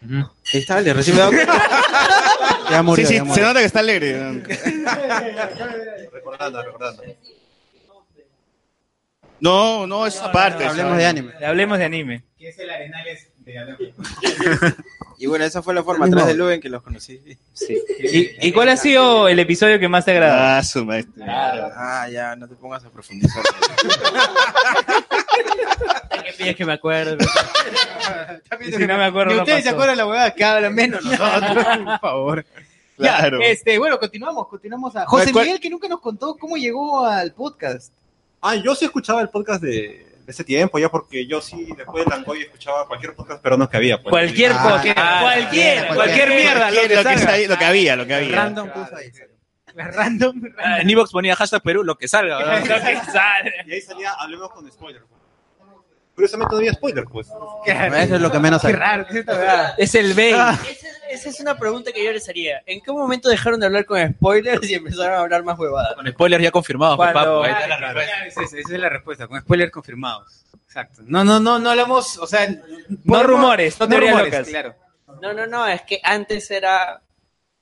Speaker 9: Ahí está, Ale, recién me he dado cuenta. Ya murió,
Speaker 2: Sí, sí,
Speaker 9: ya murió.
Speaker 2: se nota que está alegre.
Speaker 9: recordando, recordando.
Speaker 2: No, no, es aparte.
Speaker 9: hablemos de anime.
Speaker 5: Hablemos de anime.
Speaker 1: Que es el Arenales de
Speaker 9: Y bueno, esa fue la forma
Speaker 5: Mismo.
Speaker 9: atrás de Luben que los conocí.
Speaker 5: Sí. ¿Y, y cuál ha sido el episodio que más te ha agradado?
Speaker 2: Ah, su maestro.
Speaker 9: Ah, ya, no te pongas a profundizar.
Speaker 16: Es que me acuerdo.
Speaker 5: Si no me acuerdo,
Speaker 1: Ni
Speaker 5: no
Speaker 1: ustedes se
Speaker 5: pasó.
Speaker 1: acuerdan la huevada que hablan menos nosotros, por favor. Ya,
Speaker 2: Claro.
Speaker 1: este, bueno, continuamos, continuamos a José
Speaker 11: ¿Cuál-
Speaker 1: Miguel que nunca nos contó cómo llegó al podcast.
Speaker 11: Ah, yo sí escuchaba el podcast de, de ese tiempo, ya porque yo sí, después de Langoy, escuchaba cualquier podcast peruano que había. pues.
Speaker 16: Cualquier
Speaker 11: Ah,
Speaker 16: cualquier,
Speaker 11: ah,
Speaker 16: cualquier,
Speaker 11: cualquiera,
Speaker 16: cualquier mierda. que
Speaker 11: cualquiera, lo que
Speaker 16: salga.
Speaker 11: está ahí, lo que había, lo que había.
Speaker 1: Random puso ahí. Random.
Speaker 12: Ah, En Evox ponía hashtag Perú, lo que salga. ¿verdad?
Speaker 11: Y ahí salía, hablemos con spoiler. pues. Curiosamente no había spoiler, pues.
Speaker 4: Eso es lo que menos hay.
Speaker 6: Es el B. Esa es una pregunta que yo les haría. ¿En qué momento dejaron de hablar con spoilers y empezaron a hablar más huevadas?
Speaker 12: Con spoilers ya confirmados, pues,
Speaker 1: Cuando- Ah,
Speaker 12: papu, ahí está la
Speaker 1: Claro,
Speaker 12: respuesta.
Speaker 1: claro, es esa, esa es la respuesta, con spoilers confirmados. Exacto. No, no, no, no hablamos, o sea, ponemos-
Speaker 5: rumores, no teorías
Speaker 1: rumores,
Speaker 5: locas.
Speaker 1: Claro.
Speaker 6: No, no, no, es que antes era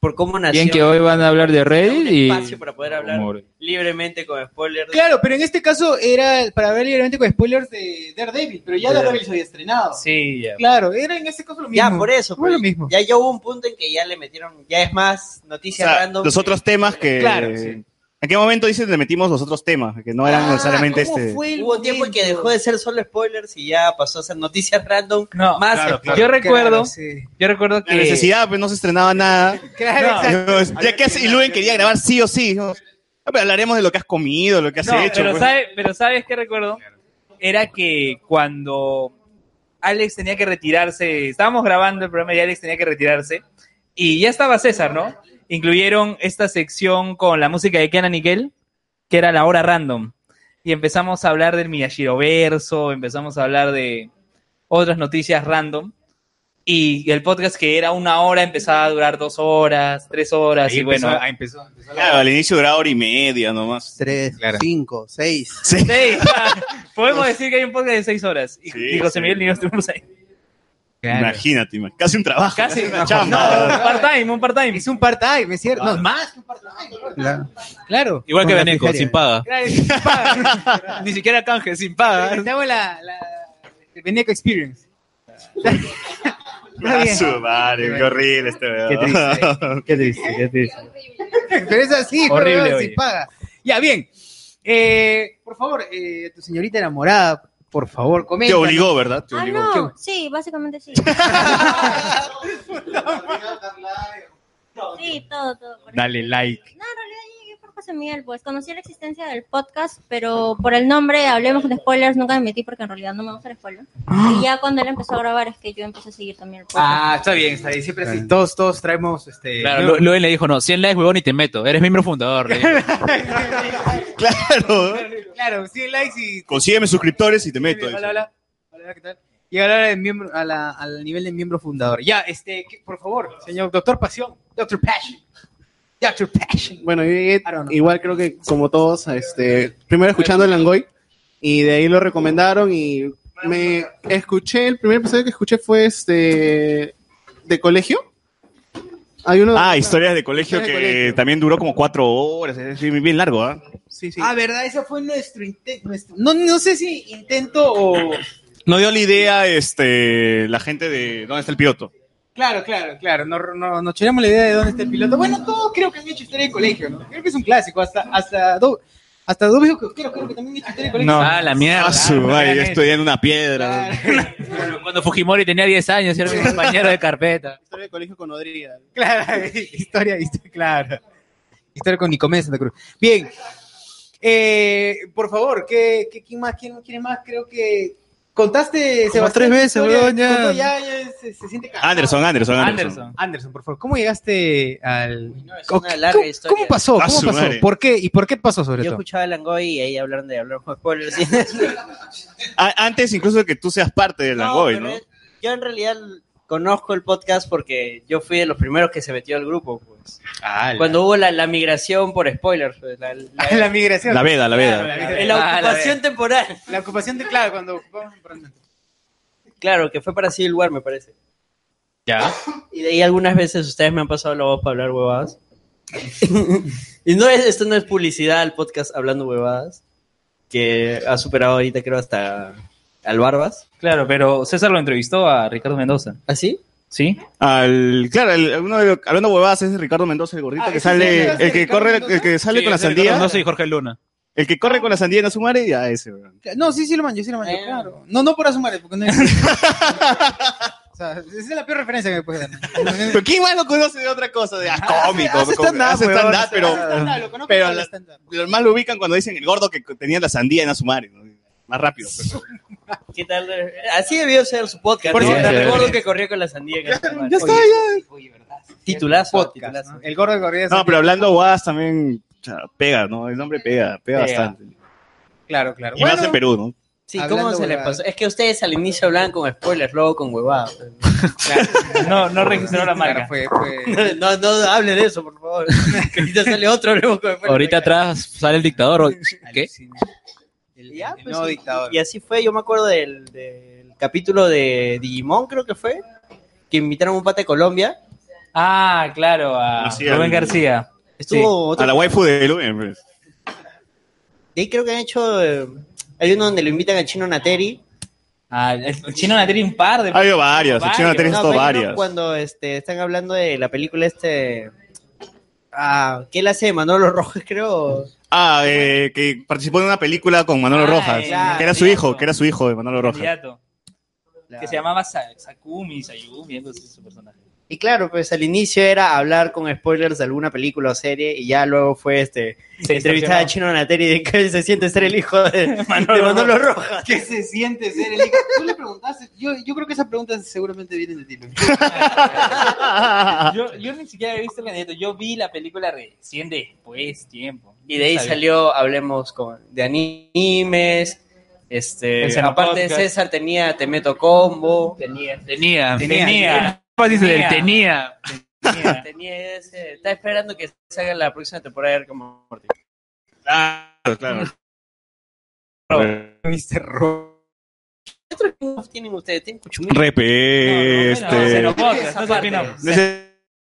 Speaker 6: por cómo nació.
Speaker 3: Bien que hoy van a hablar de Reddit y...
Speaker 6: espacio para poder hablar
Speaker 3: Rumores.
Speaker 6: libremente con spoilers.
Speaker 1: Claro, pero en este caso era para hablar libremente con spoilers de Daredevil, pero ya
Speaker 6: De-
Speaker 1: Daredevil se había estrenado.
Speaker 5: Sí, ya.
Speaker 1: Claro, era en ese caso lo mismo.
Speaker 6: Ya, por eso.
Speaker 1: Fue lo
Speaker 6: pues,
Speaker 1: mismo.
Speaker 6: Ya, ya hubo un punto en que ya le metieron, ya es más noticias
Speaker 2: O sea,
Speaker 6: random.
Speaker 2: los otros temas que.
Speaker 6: Claro, sí. Ah,
Speaker 2: ¿En qué momento dices le metimos los otros temas? Que no eran necesariamente este.
Speaker 6: Hubo un tiempo en que dejó de ser solo spoilers y ya pasó a ser noticias random.
Speaker 5: No,
Speaker 6: más
Speaker 2: claro,
Speaker 6: spoilers.
Speaker 2: claro. Yo recuerdo-
Speaker 5: Recuerdo- Yo recuerdo
Speaker 2: La
Speaker 5: que.
Speaker 2: necesidad, pues no se estrenaba nada.
Speaker 5: Claro,
Speaker 2: No, ya que hace- y Luen quería grabar sí o sí. ¿no? Ah, Pero hablaremos de lo que has comido, lo que has
Speaker 5: No,
Speaker 2: hecho.
Speaker 5: pero,
Speaker 2: pues.
Speaker 5: sabe- pero ¿sabes qué recuerdo? Era que cuando Alex tenía que retirarse, estábamos grabando el programa y Alex tenía que retirarse, y ya estaba César, ¿no? Incluyeron esta sección con la música de Kenan Nickel, que era la hora random. Y empezamos a hablar del Miyashiro verso, empezamos a hablar de otras noticias random. Y el podcast que era una hora empezaba a durar dos horas, tres horas,
Speaker 2: Ahí
Speaker 5: y
Speaker 2: empezó-
Speaker 5: bueno.
Speaker 2: ahí Claro, al inicio duraba hora y media nomás.
Speaker 4: Tres, cinco, seis.
Speaker 5: Sí, podemos decir que hay un podcast de seis horas. Y, y José
Speaker 2: sí.
Speaker 5: Miguel y yo estuvimos ahí.
Speaker 2: Imagínate, ima- casi un trabajo.
Speaker 5: Casi.
Speaker 2: una
Speaker 5: No,
Speaker 2: chamba.
Speaker 5: un part-time, un part-time.
Speaker 1: Ah.
Speaker 5: Ah.
Speaker 1: Es un part-time, es cierto. No, más que un part-time. Claro.
Speaker 12: Igual que
Speaker 1: Con la
Speaker 12: Beneco,
Speaker 1: frigeria.
Speaker 12: sin paga.
Speaker 1: Claro, sin paga.
Speaker 12: Ni siquiera canje, sin paga.
Speaker 1: Te hago la, la el Beneco Experience.
Speaker 2: Ah, su madre, qué horrible este weón.
Speaker 1: Qué triste,
Speaker 5: qué triste, qué triste.
Speaker 1: Pero es así,
Speaker 2: Horrible,
Speaker 1: pero
Speaker 2: oye.
Speaker 1: sin paga. Ya, bien. Eh, por favor, eh, tu señorita enamorada, por favor, comenta.
Speaker 2: Te obligó, ¿verdad? Te
Speaker 14: Ah,
Speaker 2: obligó.
Speaker 14: no. Sí, básicamente sí. sí, todo, todo.
Speaker 1: Dale like.
Speaker 14: No, en realidad yo llegué por José Miguel, pues conocí la existencia del podcast, pero por el nombre, hablemos de spoilers, nunca me metí porque en realidad no me gusta el spoiler. Y ya cuando él empezó a grabar es que yo empecé a seguir también el podcast.
Speaker 1: Ah, está bien, está bien. Siempre así. Todos, todos traemos este.
Speaker 12: Claro, Lu- Luen le dijo, no, 100 likes, huevón, y te meto. Eres miembro fundador. le dijo.
Speaker 2: Claro.
Speaker 1: Claro, 100 likes y.
Speaker 2: Consígueme suscriptores y te meto.
Speaker 1: Hola, hola. Hola, ¿qué tal? Y ahora de miembro, a la, al nivel de miembro fundador. Ya, este, que- por favor, señor doctor Pasión, doctor Passion. Doctor Passion.
Speaker 8: Bueno, yo llegué, igual creo que como todos, este, primero escuchando el Langoy y de ahí lo recomendaron y me escuché, el primer episodio que escuché fue este de colegio. Hay uno
Speaker 2: Ah, historias de colegio que
Speaker 8: Historias de colegio.
Speaker 2: también duró como cuatro horas. Es decir, bien largo, ¿ah?
Speaker 1: Ah, verdad, ese fue nuestro intento. No, no sé si intento o.
Speaker 2: No dio la idea este, la gente de dónde está el piloto.
Speaker 1: Claro, claro, claro. No, no, nos tiramos la idea de dónde está el piloto. Bueno, todos creo que han hecho historia de colegio, ¿no? Creo que es un clásico. Hasta, hasta, do, hasta Dubio, creo, creo que también han hecho historia de colegio.
Speaker 12: Ah, la mierda.
Speaker 2: Ah, su madre, yo estoy en una piedra.
Speaker 12: Cuando Fujimori tenía 10 años, era mi compañero de carpeta.
Speaker 8: de colegio con Odría.
Speaker 1: Claro, historia, historia, claro. Historia con Nicomés Santa Cruz. Bien. Eh, por favor, ¿qué, qué, quién más? ¿Quién quiere más? Creo que contaste,
Speaker 13: Como tres veces,
Speaker 1: historia,
Speaker 13: weón, ya.
Speaker 1: contó ya, ya se, se siente cansado.
Speaker 2: Anderson, Anderson, Anderson.
Speaker 1: Anderson. Anderson, por favor, ¿cómo llegaste al...?
Speaker 6: una
Speaker 1: ¿Cómo-
Speaker 6: larga
Speaker 1: ¿cómo,
Speaker 6: historia.
Speaker 1: ¿Cómo pasó?
Speaker 6: A
Speaker 1: ¿Cómo
Speaker 6: su
Speaker 1: pasó?
Speaker 6: madre.
Speaker 1: ¿Por qué? ¿Y por qué pasó sobre
Speaker 6: Yo
Speaker 1: todo?
Speaker 6: escuchaba a Langoy y ahí hablaron de hablar con spoilers.
Speaker 2: A- antes incluso de que tú seas parte del Langoy, ¿no?
Speaker 6: yo en realidad conozco el podcast porque yo fui de los primeros que se metió al grupo. Pues.
Speaker 2: Ah,
Speaker 6: Cuando hubo la, la migración por spoilers. pues, la, la-
Speaker 1: La migración.
Speaker 2: La veda, la veda.
Speaker 1: Claro,
Speaker 6: En la
Speaker 1: Ah,
Speaker 6: ocupación
Speaker 1: veda.
Speaker 6: temporal.
Speaker 1: La ocupación de, claro, cuando ocupamos
Speaker 6: Claro, que fue para Civil War, me parece.
Speaker 5: Ya.
Speaker 6: Y de ahí algunas veces ustedes me han pasado la voz para hablar huevadas. y no es, esto no es publicidad al podcast Hablando Huevadas, que ha superado ahorita creo hasta al Barbas.
Speaker 5: Claro, pero César lo entrevistó a Ricardo Mendoza.
Speaker 6: ¿Ah, sí?
Speaker 5: Sí.
Speaker 2: Al, claro, el- uno de los- hablando huevadas es Ricardo Mendoza, el
Speaker 1: Ah,
Speaker 2: gordito que sale, el que corre, el que sale con la sandía.
Speaker 5: No soy Jorge Luna.
Speaker 2: El que corre con la sandía en Azumare, ya ese, weón.
Speaker 1: No, sí, sí lo manjo, sí lo manjo,
Speaker 6: Eh.
Speaker 1: claro. No, no por asumar, porque no O sea, esa es la peor referencia que me puedes dar.
Speaker 2: Pero ¿quién más lo conoce de otra cosa? De, ah, cómico.
Speaker 1: Hace
Speaker 2: como-
Speaker 1: stand-up,
Speaker 2: hace
Speaker 1: weón,
Speaker 2: stand-up,
Speaker 1: hace
Speaker 2: pero,
Speaker 1: stand-up, lo conozco
Speaker 2: pero
Speaker 1: por el
Speaker 2: la- lo más lo ubican cuando dicen el gordo que tenía la sandía en Azumare. ¿no? Más rápido. pues. pero-
Speaker 6: ¿Qué tal? Así debió ser su podcast.
Speaker 2: Por
Speaker 6: ¿no?
Speaker 2: cierto.
Speaker 6: El gordo que corría con la sandía. Ya,
Speaker 2: ya está, ya.
Speaker 6: Titulazo, titulazo.
Speaker 1: El gordo que corría.
Speaker 2: No, pero hablando huevadas también o sea, pega, ¿no? El nombre pega, pega,
Speaker 6: Pega.
Speaker 2: bastante.
Speaker 1: Claro, claro.
Speaker 2: Y más en Perú, ¿no?
Speaker 6: Sí, ¿cómo
Speaker 1: Hablando
Speaker 6: se le
Speaker 1: huevadas.
Speaker 6: pasó? Es que ustedes al inicio hablaban con spoilers, luego con huevadas.
Speaker 5: No, no registró la marca.
Speaker 6: No, no hablen de eso, por favor. Que ahorita sale otro, luego con spoilers.
Speaker 18: Ahorita atrás sale el dictador. ¿Qué?
Speaker 6: Ya, pues,
Speaker 1: nuevo
Speaker 6: y-
Speaker 1: dictador.
Speaker 6: Y así fue, yo me acuerdo del, del capítulo de Digimon, creo que fue, que invitaron a un pata de Colombia.
Speaker 5: Ah, claro, a
Speaker 2: Sí,
Speaker 5: Rubén
Speaker 2: al-
Speaker 5: García.
Speaker 6: Estuvo otro-
Speaker 2: A la waifu de Lumen. pues.
Speaker 6: De ahí creo que han hecho. eh, hay uno donde lo invitan al chino Nateri.
Speaker 5: Ah, el chino Nateri un par de.
Speaker 2: Ha habido varias, el chino Nateri ha
Speaker 6: No,
Speaker 2: estado
Speaker 6: pero hay uno
Speaker 2: varias.
Speaker 6: Cuando este, están hablando de la película este. Ah, ¿qué él hace de Manolo Rojas, creo?
Speaker 2: Ah, eh, que participó en una película con
Speaker 1: Ah,
Speaker 2: Manolo Rojas,
Speaker 5: claro,
Speaker 2: que era su hijo, que era su hijo de Manolo Rojas.
Speaker 5: Candidato. Que se llamaba Sa- Sakumi, Sayumi, algo así su personaje.
Speaker 6: Y claro, pues al inicio era hablar con spoilers de alguna película o serie y ya luego fue este
Speaker 5: Se
Speaker 6: entrevistar a Chino Nateri de que él se siente ser el hijo de Manolo, de Manolo Rojas.
Speaker 1: ¿Qué se siente ser el hijo? Tú le preguntaste. Yo, yo creo que esa pregunta seguramente viene de ti. Luis.
Speaker 5: yo, yo ni siquiera he visto el candidato. Yo vi la película recién después, tiempo.
Speaker 6: Y de ahí
Speaker 5: Está bien.
Speaker 6: salió, hablemos con, de animes. Este,
Speaker 5: Ese
Speaker 6: aparte
Speaker 5: podcast.
Speaker 6: César tenía Te Meto Combo. Tenía.
Speaker 5: Tenía,
Speaker 6: Tenía.
Speaker 5: tenía. Pues
Speaker 18: Énfasis del
Speaker 5: tenía.
Speaker 6: tenía ese- está esperando que salga la próxima temporada de Rick and Morty.
Speaker 2: Claro, claro.
Speaker 1: Mr. Rojo.
Speaker 6: ¿Qué otros spin-off tienen ustedes? ¿Tienen Cuchumil?
Speaker 2: Repe,
Speaker 6: No, no, no,
Speaker 2: este.
Speaker 6: no, no,
Speaker 5: Podcast, no es opinamos.
Speaker 2: No sé-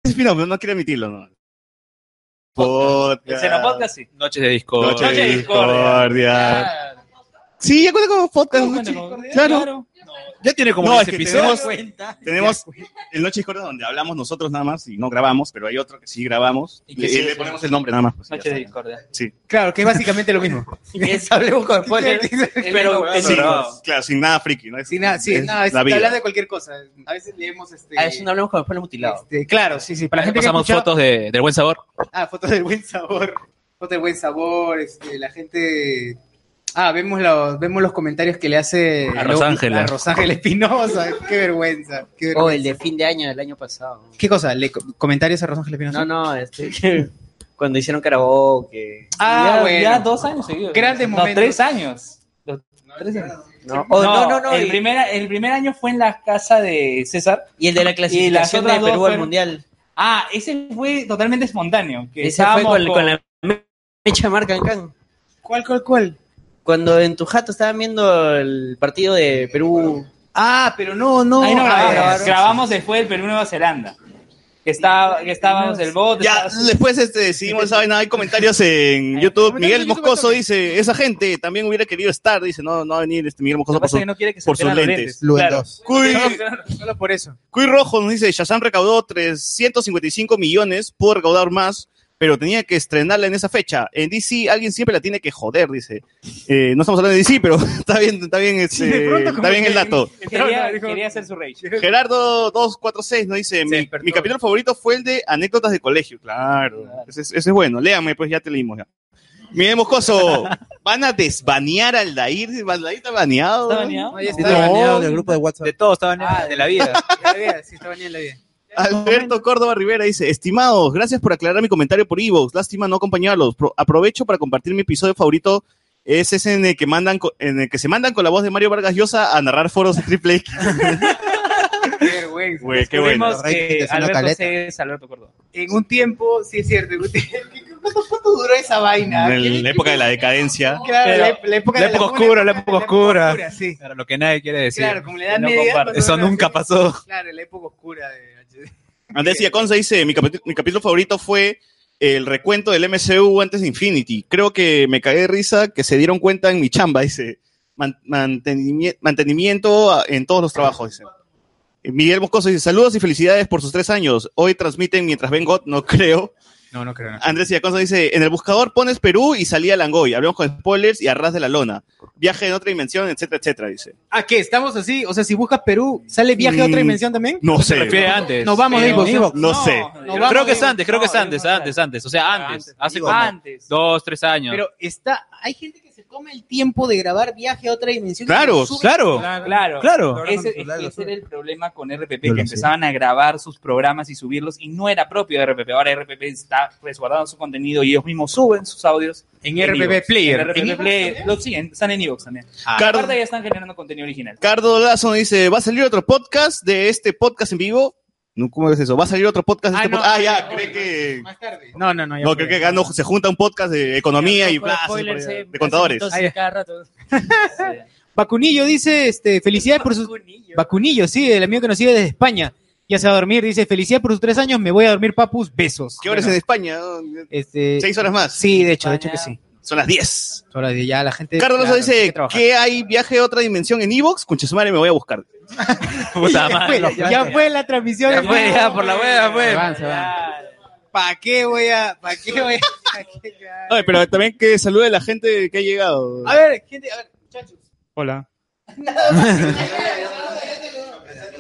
Speaker 2: es spin-off, no quiero admitirlo, ¿no? Podcast.
Speaker 5: El Xenopodcast sí.
Speaker 18: Noches de Discord.
Speaker 2: Noche
Speaker 5: Noche
Speaker 2: de
Speaker 5: de
Speaker 2: discordia. Sí, ya cuenta como podcast. Noche de Discordia, Claro.
Speaker 18: Ya tiene como
Speaker 2: No,
Speaker 18: 10
Speaker 2: es que
Speaker 18: episodios.
Speaker 6: Cuenta.
Speaker 2: Tenemos el Noche de Discordia donde hablamos nosotros nada más y no grabamos, pero hay otro que sí grabamos y,
Speaker 5: Y que sí,
Speaker 2: y le
Speaker 5: sí.
Speaker 2: ponemos el nombre nada más. pues,
Speaker 5: Noche
Speaker 2: ya
Speaker 5: de
Speaker 2: está.
Speaker 5: discordia.
Speaker 2: Sí.
Speaker 1: Claro, que es básicamente lo mismo.
Speaker 6: Es, hablemos con spoilers. pero
Speaker 2: Sí,
Speaker 6: sin-
Speaker 2: claro, sin nada friki, ¿no? Es-
Speaker 1: Sí, nada, sí,
Speaker 2: es
Speaker 1: nada, es
Speaker 2: la vida.
Speaker 1: hablar de cualquier cosa. A veces leemos este.
Speaker 6: Ah, es un hablemos con spoilers mutilado.
Speaker 1: este, claro, sí, sí. Para la gente que
Speaker 18: Pasamos
Speaker 1: escucha-
Speaker 18: fotos de, del buen sabor.
Speaker 1: Ah, fotos del buen sabor. Fotos del buen sabor. Este, la gente. Ah, vemos los, vemos los comentarios que le hace
Speaker 18: A Rosángela.
Speaker 1: a Rosángela Espinosa. Qué vergüenza. Qué,
Speaker 6: O
Speaker 1: vergüenza.
Speaker 6: Oh, el de fin de año del año pasado.
Speaker 1: ¿Qué cosa? ¿Le co- ¿Comentarios a Rosángela Espinosa?
Speaker 6: No, no, este, que- cuando hicieron karaoke.
Speaker 1: Ah,
Speaker 5: ya,
Speaker 1: bueno.
Speaker 5: ya dos años seguidos.
Speaker 1: Grandes
Speaker 5: no,
Speaker 1: momentos.
Speaker 5: tres años. Los- tres años.
Speaker 6: No, oh, no, no, no,
Speaker 5: El,
Speaker 6: y-
Speaker 5: primer, el primer año fue en la casa de César.
Speaker 6: Y el de la clasificación
Speaker 5: las otras
Speaker 6: de
Speaker 5: dos
Speaker 6: Perú al
Speaker 5: fueron-
Speaker 6: mundial.
Speaker 5: Ah, ese fue totalmente espontáneo. Que
Speaker 6: Ese fue
Speaker 5: estábamos
Speaker 6: con, con la mecha marca en Can.
Speaker 1: ¿Cuál, cuál, cuál?
Speaker 6: Cuando en tu jato estaban viendo el partido de Perú.
Speaker 1: Ah, pero no, no.
Speaker 5: Ahí no
Speaker 1: Ah,
Speaker 5: grabamos.
Speaker 1: grabaron.
Speaker 5: grabamos después del Perú-Nueva Zelanda. Que, estaba, que estábamos el bote.
Speaker 2: Ya,
Speaker 5: estábamos-
Speaker 2: después este, decidimos, ¿saben? Hay comentarios en YouTube. Miguel Moscoso dice, esa gente también hubiera querido estar. Dice, no, no va a venir este Miguel Moscoso por,
Speaker 5: pasa
Speaker 2: su-
Speaker 5: es que no quiere que se
Speaker 2: por sus
Speaker 5: enteran los
Speaker 2: lentes.
Speaker 5: lentes. Claro.
Speaker 2: Cuy,
Speaker 1: Solo por eso.
Speaker 2: Cuy Rojo nos dice, Shazam recaudó 355 millones, pudo recaudar más, pero tenía que estrenarla en esa fecha. En DC alguien siempre la tiene que joder, dice. Eh, no estamos hablando de DC, pero está bien, está bien, este,
Speaker 5: Sí, de pronto como
Speaker 2: está bien el
Speaker 5: que-
Speaker 2: dato.
Speaker 5: Quería, quería hacer su rage.
Speaker 2: Gerardo246 nos dice, mi, mi capítulo favorito fue el de anécdotas de colegio. Claro, ese, es- ese es bueno. Léame, pues ya te leímos. Ya. Miren, Moscoso, ¿van a desbanear al Dair? ¿Aldair está baneado?
Speaker 1: ¿Está baneado? Ah,
Speaker 2: No,
Speaker 1: Oye, está baneado del
Speaker 13: grupo de WhatsApp.
Speaker 2: De todo, está baneado.
Speaker 1: de la vida. La vida, sí, está bañada en la vida.
Speaker 2: Alberto Córdoba Rivera dice, estimados, gracias por aclarar mi comentario por Evox, lástima no acompañarlos, Pro- aprovecho para compartir mi episodio favorito, es ese en el que mandan, co- en el que se mandan con la voz de Mario Vargas Llosa a narrar foros de Triple X. Güey, qué bueno.
Speaker 5: Descubrimos que Alberto C es Alberto Córdoba.
Speaker 1: En un tiempo, sí es cierto, en un tiempo- ¿cuánto, cuánto duró esa vaina?
Speaker 2: En la época de la decadencia.
Speaker 1: Claro, la, ep- la época de la
Speaker 18: oscura, la época oscura.
Speaker 1: oscura, sí.
Speaker 18: Claro, lo que nadie quiere decir.
Speaker 1: Claro, como la edad
Speaker 18: Que no
Speaker 1: media,
Speaker 18: comparte.
Speaker 1: más o
Speaker 18: Eso
Speaker 1: menos
Speaker 18: nunca
Speaker 1: así.
Speaker 18: pasó.
Speaker 1: Claro, la época oscura de HD.
Speaker 2: Andrés Iaconza dice, mi, capi- mi capítulo favorito fue el recuento del MCU antes de Infinity. Creo que me cagué de risa que se dieron cuenta en mi chamba, dice. "Man- mantenimie- mantenimiento a- en todos los trabajos, dice. Miguel Moscoso dice, saludos y felicidades por sus tres años. Hoy transmiten mientras ven God, no creo.
Speaker 1: No, no creo. no.
Speaker 2: Andrés Iaconza dice, en el buscador pones Perú y salía Langoy. Hablamos con spoilers y arras de la lona. Viaje en otra dimensión, etcétera, etcétera, dice.
Speaker 1: ¿A qué? ¿Estamos así? O sea, si buscas Perú, ¿sale viaje a otra
Speaker 2: Mm,
Speaker 1: dimensión también?
Speaker 2: No sé.
Speaker 1: Nos vamos de
Speaker 18: Pero-
Speaker 1: Xbox, ¿no?
Speaker 18: No sé.
Speaker 1: vamos
Speaker 18: creo que
Speaker 1: de
Speaker 18: es antes, creo que es antes, antes, antes. O sea, antes. Hace
Speaker 1: digo,
Speaker 18: como
Speaker 1: antes.
Speaker 18: dos, tres años.
Speaker 1: Pero está, hay gente que se come el tiempo de grabar viaje a otra dimensión.
Speaker 18: Claro,
Speaker 1: y lo sube.
Speaker 18: claro.
Speaker 5: Claro,
Speaker 18: Claro.
Speaker 5: Ese, es que ese era el problema con RPP, que empezaban a grabar sus programas y subirlos y no era propio de RPP. Ahora RPP está resguardando su contenido y ellos mismos suben sus audios
Speaker 1: En RPP
Speaker 5: iVoox.
Speaker 1: Player.
Speaker 5: En
Speaker 1: ¿En
Speaker 5: RPP
Speaker 1: iVoox
Speaker 5: Player. Lo siguen, están en Evox también.
Speaker 2: Ah.
Speaker 5: Aparte
Speaker 2: Cardo-
Speaker 5: ya están generando contenido original.
Speaker 2: Cardo Lazo dice, ¿va a salir otro podcast de este podcast en vivo? No, ¿Cómo es eso? ¿Va a salir otro podcast de este podcast? Ah, ya, cree que...
Speaker 1: No, no, no. ya
Speaker 2: No,
Speaker 1: fue.
Speaker 2: creo que acá Ah, no, se junta un podcast de economía y bla,
Speaker 5: spoilers,
Speaker 2: de
Speaker 5: eh,
Speaker 2: contadores.
Speaker 5: entonces,
Speaker 1: Ah, ya.
Speaker 5: cada rato.
Speaker 1: Vacunillo dice, este, felicidades por sus... Vacunillo. sí, el amigo que nos sigue desde España. Ya se va a dormir, dice, felicidades por sus tres años, me voy a dormir, papus, besos.
Speaker 2: ¿Qué horas en España?
Speaker 1: Este,
Speaker 2: ¿Seis horas más?
Speaker 1: Sí, de hecho, de hecho que sí.
Speaker 2: Son las diez.
Speaker 1: Ahora ya la gente...
Speaker 2: Cardo Lazo
Speaker 1: Este, claro, tiene
Speaker 2: dice,
Speaker 1: que trabajar.
Speaker 2: ¿qué hay viaje a otra dimensión en Evox? Concha su madre, me voy a buscar.
Speaker 1: Ya fue, ya, fue la transmisión.
Speaker 2: Ya fue, ya, por la
Speaker 1: wea,
Speaker 2: hueva pues. fue.
Speaker 1: Se van, se van. ¿Para qué voy a...? ¿Para qué voy a...?
Speaker 2: Ay, pero también que salude a la gente que ha llegado.
Speaker 1: A ver, gente, a ver, muchachos.
Speaker 2: Hola.
Speaker 19: ¿Qué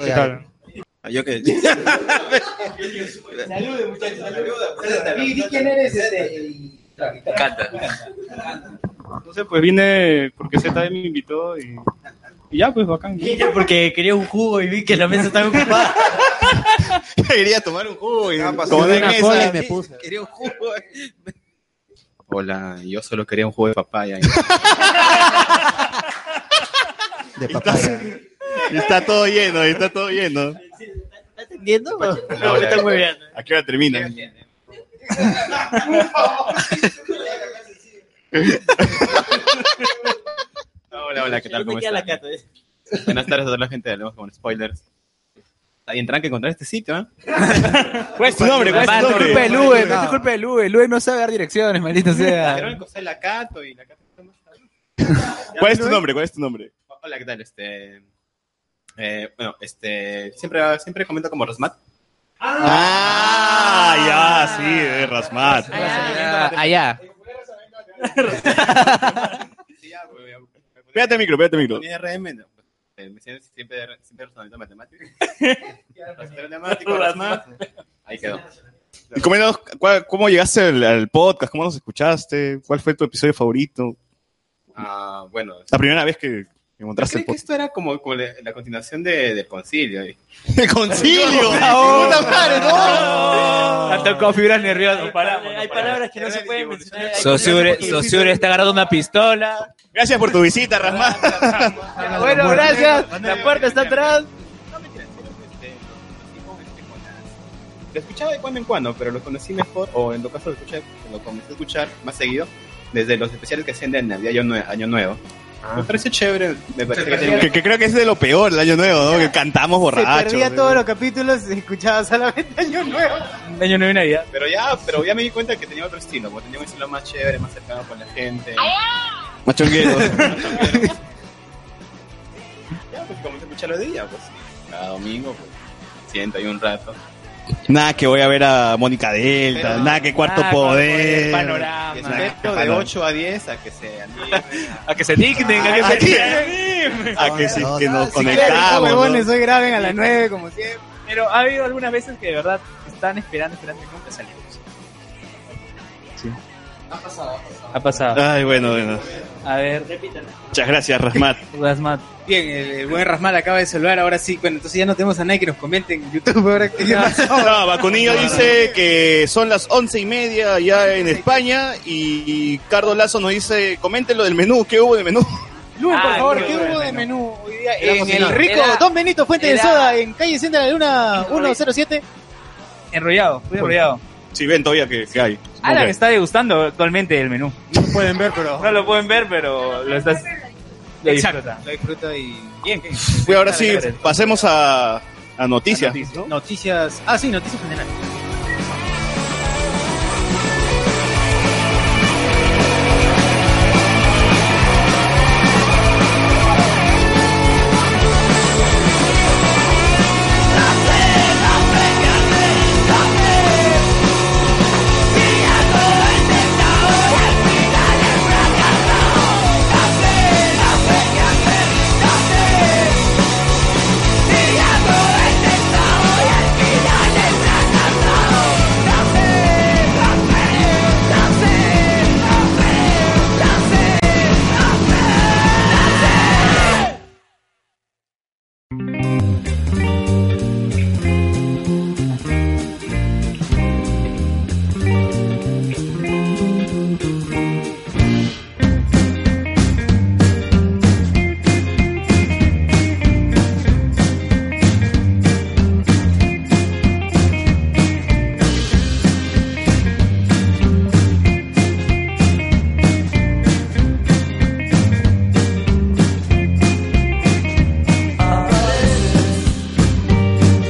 Speaker 19: tal?
Speaker 20: Ah,
Speaker 19: Yo que...
Speaker 1: Saludos, muchachos, saludos. ¿Y quién eres? Este?
Speaker 20: No sé, pues vine porque ZM me invitó y, y ya, pues bacán.
Speaker 6: Porque quería un jugo y vi que la mesa estaba ocupada.
Speaker 2: Quería tomar un jugo y
Speaker 19: Tomé una cola y
Speaker 2: me
Speaker 19: puse.
Speaker 1: Quería un jugo. eh.
Speaker 19: Hola, yo solo quería un juego de papaya.
Speaker 13: de
Speaker 2: papaya. Y está todo lleno, y está todo lleno.
Speaker 6: ¿Estás entendiendo? No,
Speaker 2: Ahora,
Speaker 6: está muy bien.
Speaker 2: ¿A qué hora termina?
Speaker 19: hola, hola, ¿qué tal?
Speaker 6: ¿Dónde queda
Speaker 19: ¿Cómo
Speaker 6: la
Speaker 19: están?
Speaker 6: cata? eh?
Speaker 19: Buenas tardes a toda la gente de Hablemos con Spoilers. Ahí entran que encontrar este sitio, ¿eh?
Speaker 18: ¿Cuál
Speaker 19: es tu nombre? ¿Cuál es tu nombre?
Speaker 18: culpa del Uber, pues no es
Speaker 19: No.
Speaker 18: culpa del Uber. El Uber no sabe dar direcciones, maldita sea.
Speaker 19: Verónica, soy la Cato y la Cato está más tarde.
Speaker 2: ¿Cuál es tu nombre? ¿Cuál es tu nombre?
Speaker 19: Hola, ¿qué tal? Este... eh, bueno, este... Siempre, siempre comento como Rasmat.
Speaker 2: Ah, ya, sí, de Rasmat. Ah,
Speaker 18: Allá.
Speaker 2: Pégate el micro, pégate el micro.
Speaker 19: Mi RM, no, pues, eh, me siento siempre, siempre razonamiento matemático. Matemático, Rasmat. Ahí quedó.
Speaker 2: Y coméntanos, ¿cuál- ¿cómo llegaste al, al podcast? ¿Cómo nos escuchaste? ¿Cuál fue tu episodio favorito?
Speaker 19: Ah, bueno,
Speaker 2: La primera vez que encontraste el
Speaker 19: creí que
Speaker 2: podcast.
Speaker 19: esto era como, como la, la continuación de, del concilio. ahí.
Speaker 2: ¡De concilio! Ah.
Speaker 19: ¡Puta
Speaker 2: madre,
Speaker 19: no!
Speaker 18: Ha tocado fibras nerviosas.
Speaker 6: Hay palabras que no se pueden mencionar.
Speaker 18: Sosure, Sosure está agarrando una pistola.
Speaker 2: Gracias por tu visita, Rasmat.
Speaker 18: Bueno, gracias.
Speaker 19: La puerta está atrás. Lo escuchaba de cuando en cuando, pero lo conocí mejor, o en todo caso lo, escuché, lo comencé a escuchar más seguido, desde los especiales que hacían de Navidad y Año Nue- Año Nuevo.
Speaker 2: Ah.
Speaker 19: Me pareció chévere, me parece que tenía-
Speaker 2: Que, que creo que es de lo peor, el año nuevo, ¿no? Que cantamos borrachos.
Speaker 1: Perdía todos los capítulos, escuchaba solamente Año Nuevo.
Speaker 18: Año Nuevo y Navidad.
Speaker 19: Pero ya, pero ya me di cuenta que tenía otro estilo, porque tenía un estilo más chévere, más cercano con la gente.
Speaker 2: Machonguero.
Speaker 19: Ya, pues comencé a escucharlo de día, pues. Cada domingo, pues, siento ahí un rato.
Speaker 2: Nada que voy a ver a Mónica Delta,
Speaker 19: Pero-
Speaker 2: nada que Ah, Cuarto Poder.
Speaker 19: Y
Speaker 2: Nada que
Speaker 19: espero de
Speaker 2: Panorama.
Speaker 19: 8 a 10 a que se anime.
Speaker 18: A que se dignen, a que
Speaker 2: Ah,
Speaker 18: se
Speaker 2: aquí.
Speaker 18: dignen.
Speaker 2: A que sí, que nos
Speaker 1: Claro,
Speaker 2: conectamos. ¿no?
Speaker 1: huevones, hoy graben a las 9 como siempre.
Speaker 5: Pero ha habido algunas veces que de verdad están esperando, esperando y nunca salimos.
Speaker 6: Ha pasado, ha pasado.
Speaker 9: Ha pasado.
Speaker 2: Ay, bueno, bueno.
Speaker 9: A ver.
Speaker 2: Muchas gracias, Rasmat.
Speaker 9: Rasmat.
Speaker 1: Bien, el, el buen Rasmal acaba de saludar, ahora sí. Bueno, entonces ya no tenemos a nadie que nos comente en YouTube. Ahora que ya pasó.
Speaker 2: No, Vacunillo dice que son las once y media ya en España y Cardo Lazo nos dice, comenten lo del menú, ¿qué hubo de menú?
Speaker 1: Luis, por
Speaker 2: Ah,
Speaker 1: favor,
Speaker 2: qué
Speaker 1: ¿qué
Speaker 2: bueno
Speaker 1: hubo de menú hoy día
Speaker 2: Era
Speaker 1: en el
Speaker 2: cocinado.
Speaker 1: rico
Speaker 2: Era-
Speaker 1: Don Benito Fuente de
Speaker 2: era-
Speaker 1: Soda en calle Cienda de la Luna 107?
Speaker 9: Enrollado, muy enrollado.
Speaker 2: Sí, ven todavía que, que hay.
Speaker 9: Alan
Speaker 2: Ok.
Speaker 9: está degustando actualmente el menú. No lo pueden ver, pero. No lo pueden ver, pero lo estás. Lo disfruta.
Speaker 1: Lo disfruta y. Bien, bien.
Speaker 2: Y ahora sí, pasemos a, a noticias.
Speaker 1: Noticias. Ah, sí, noticias generales.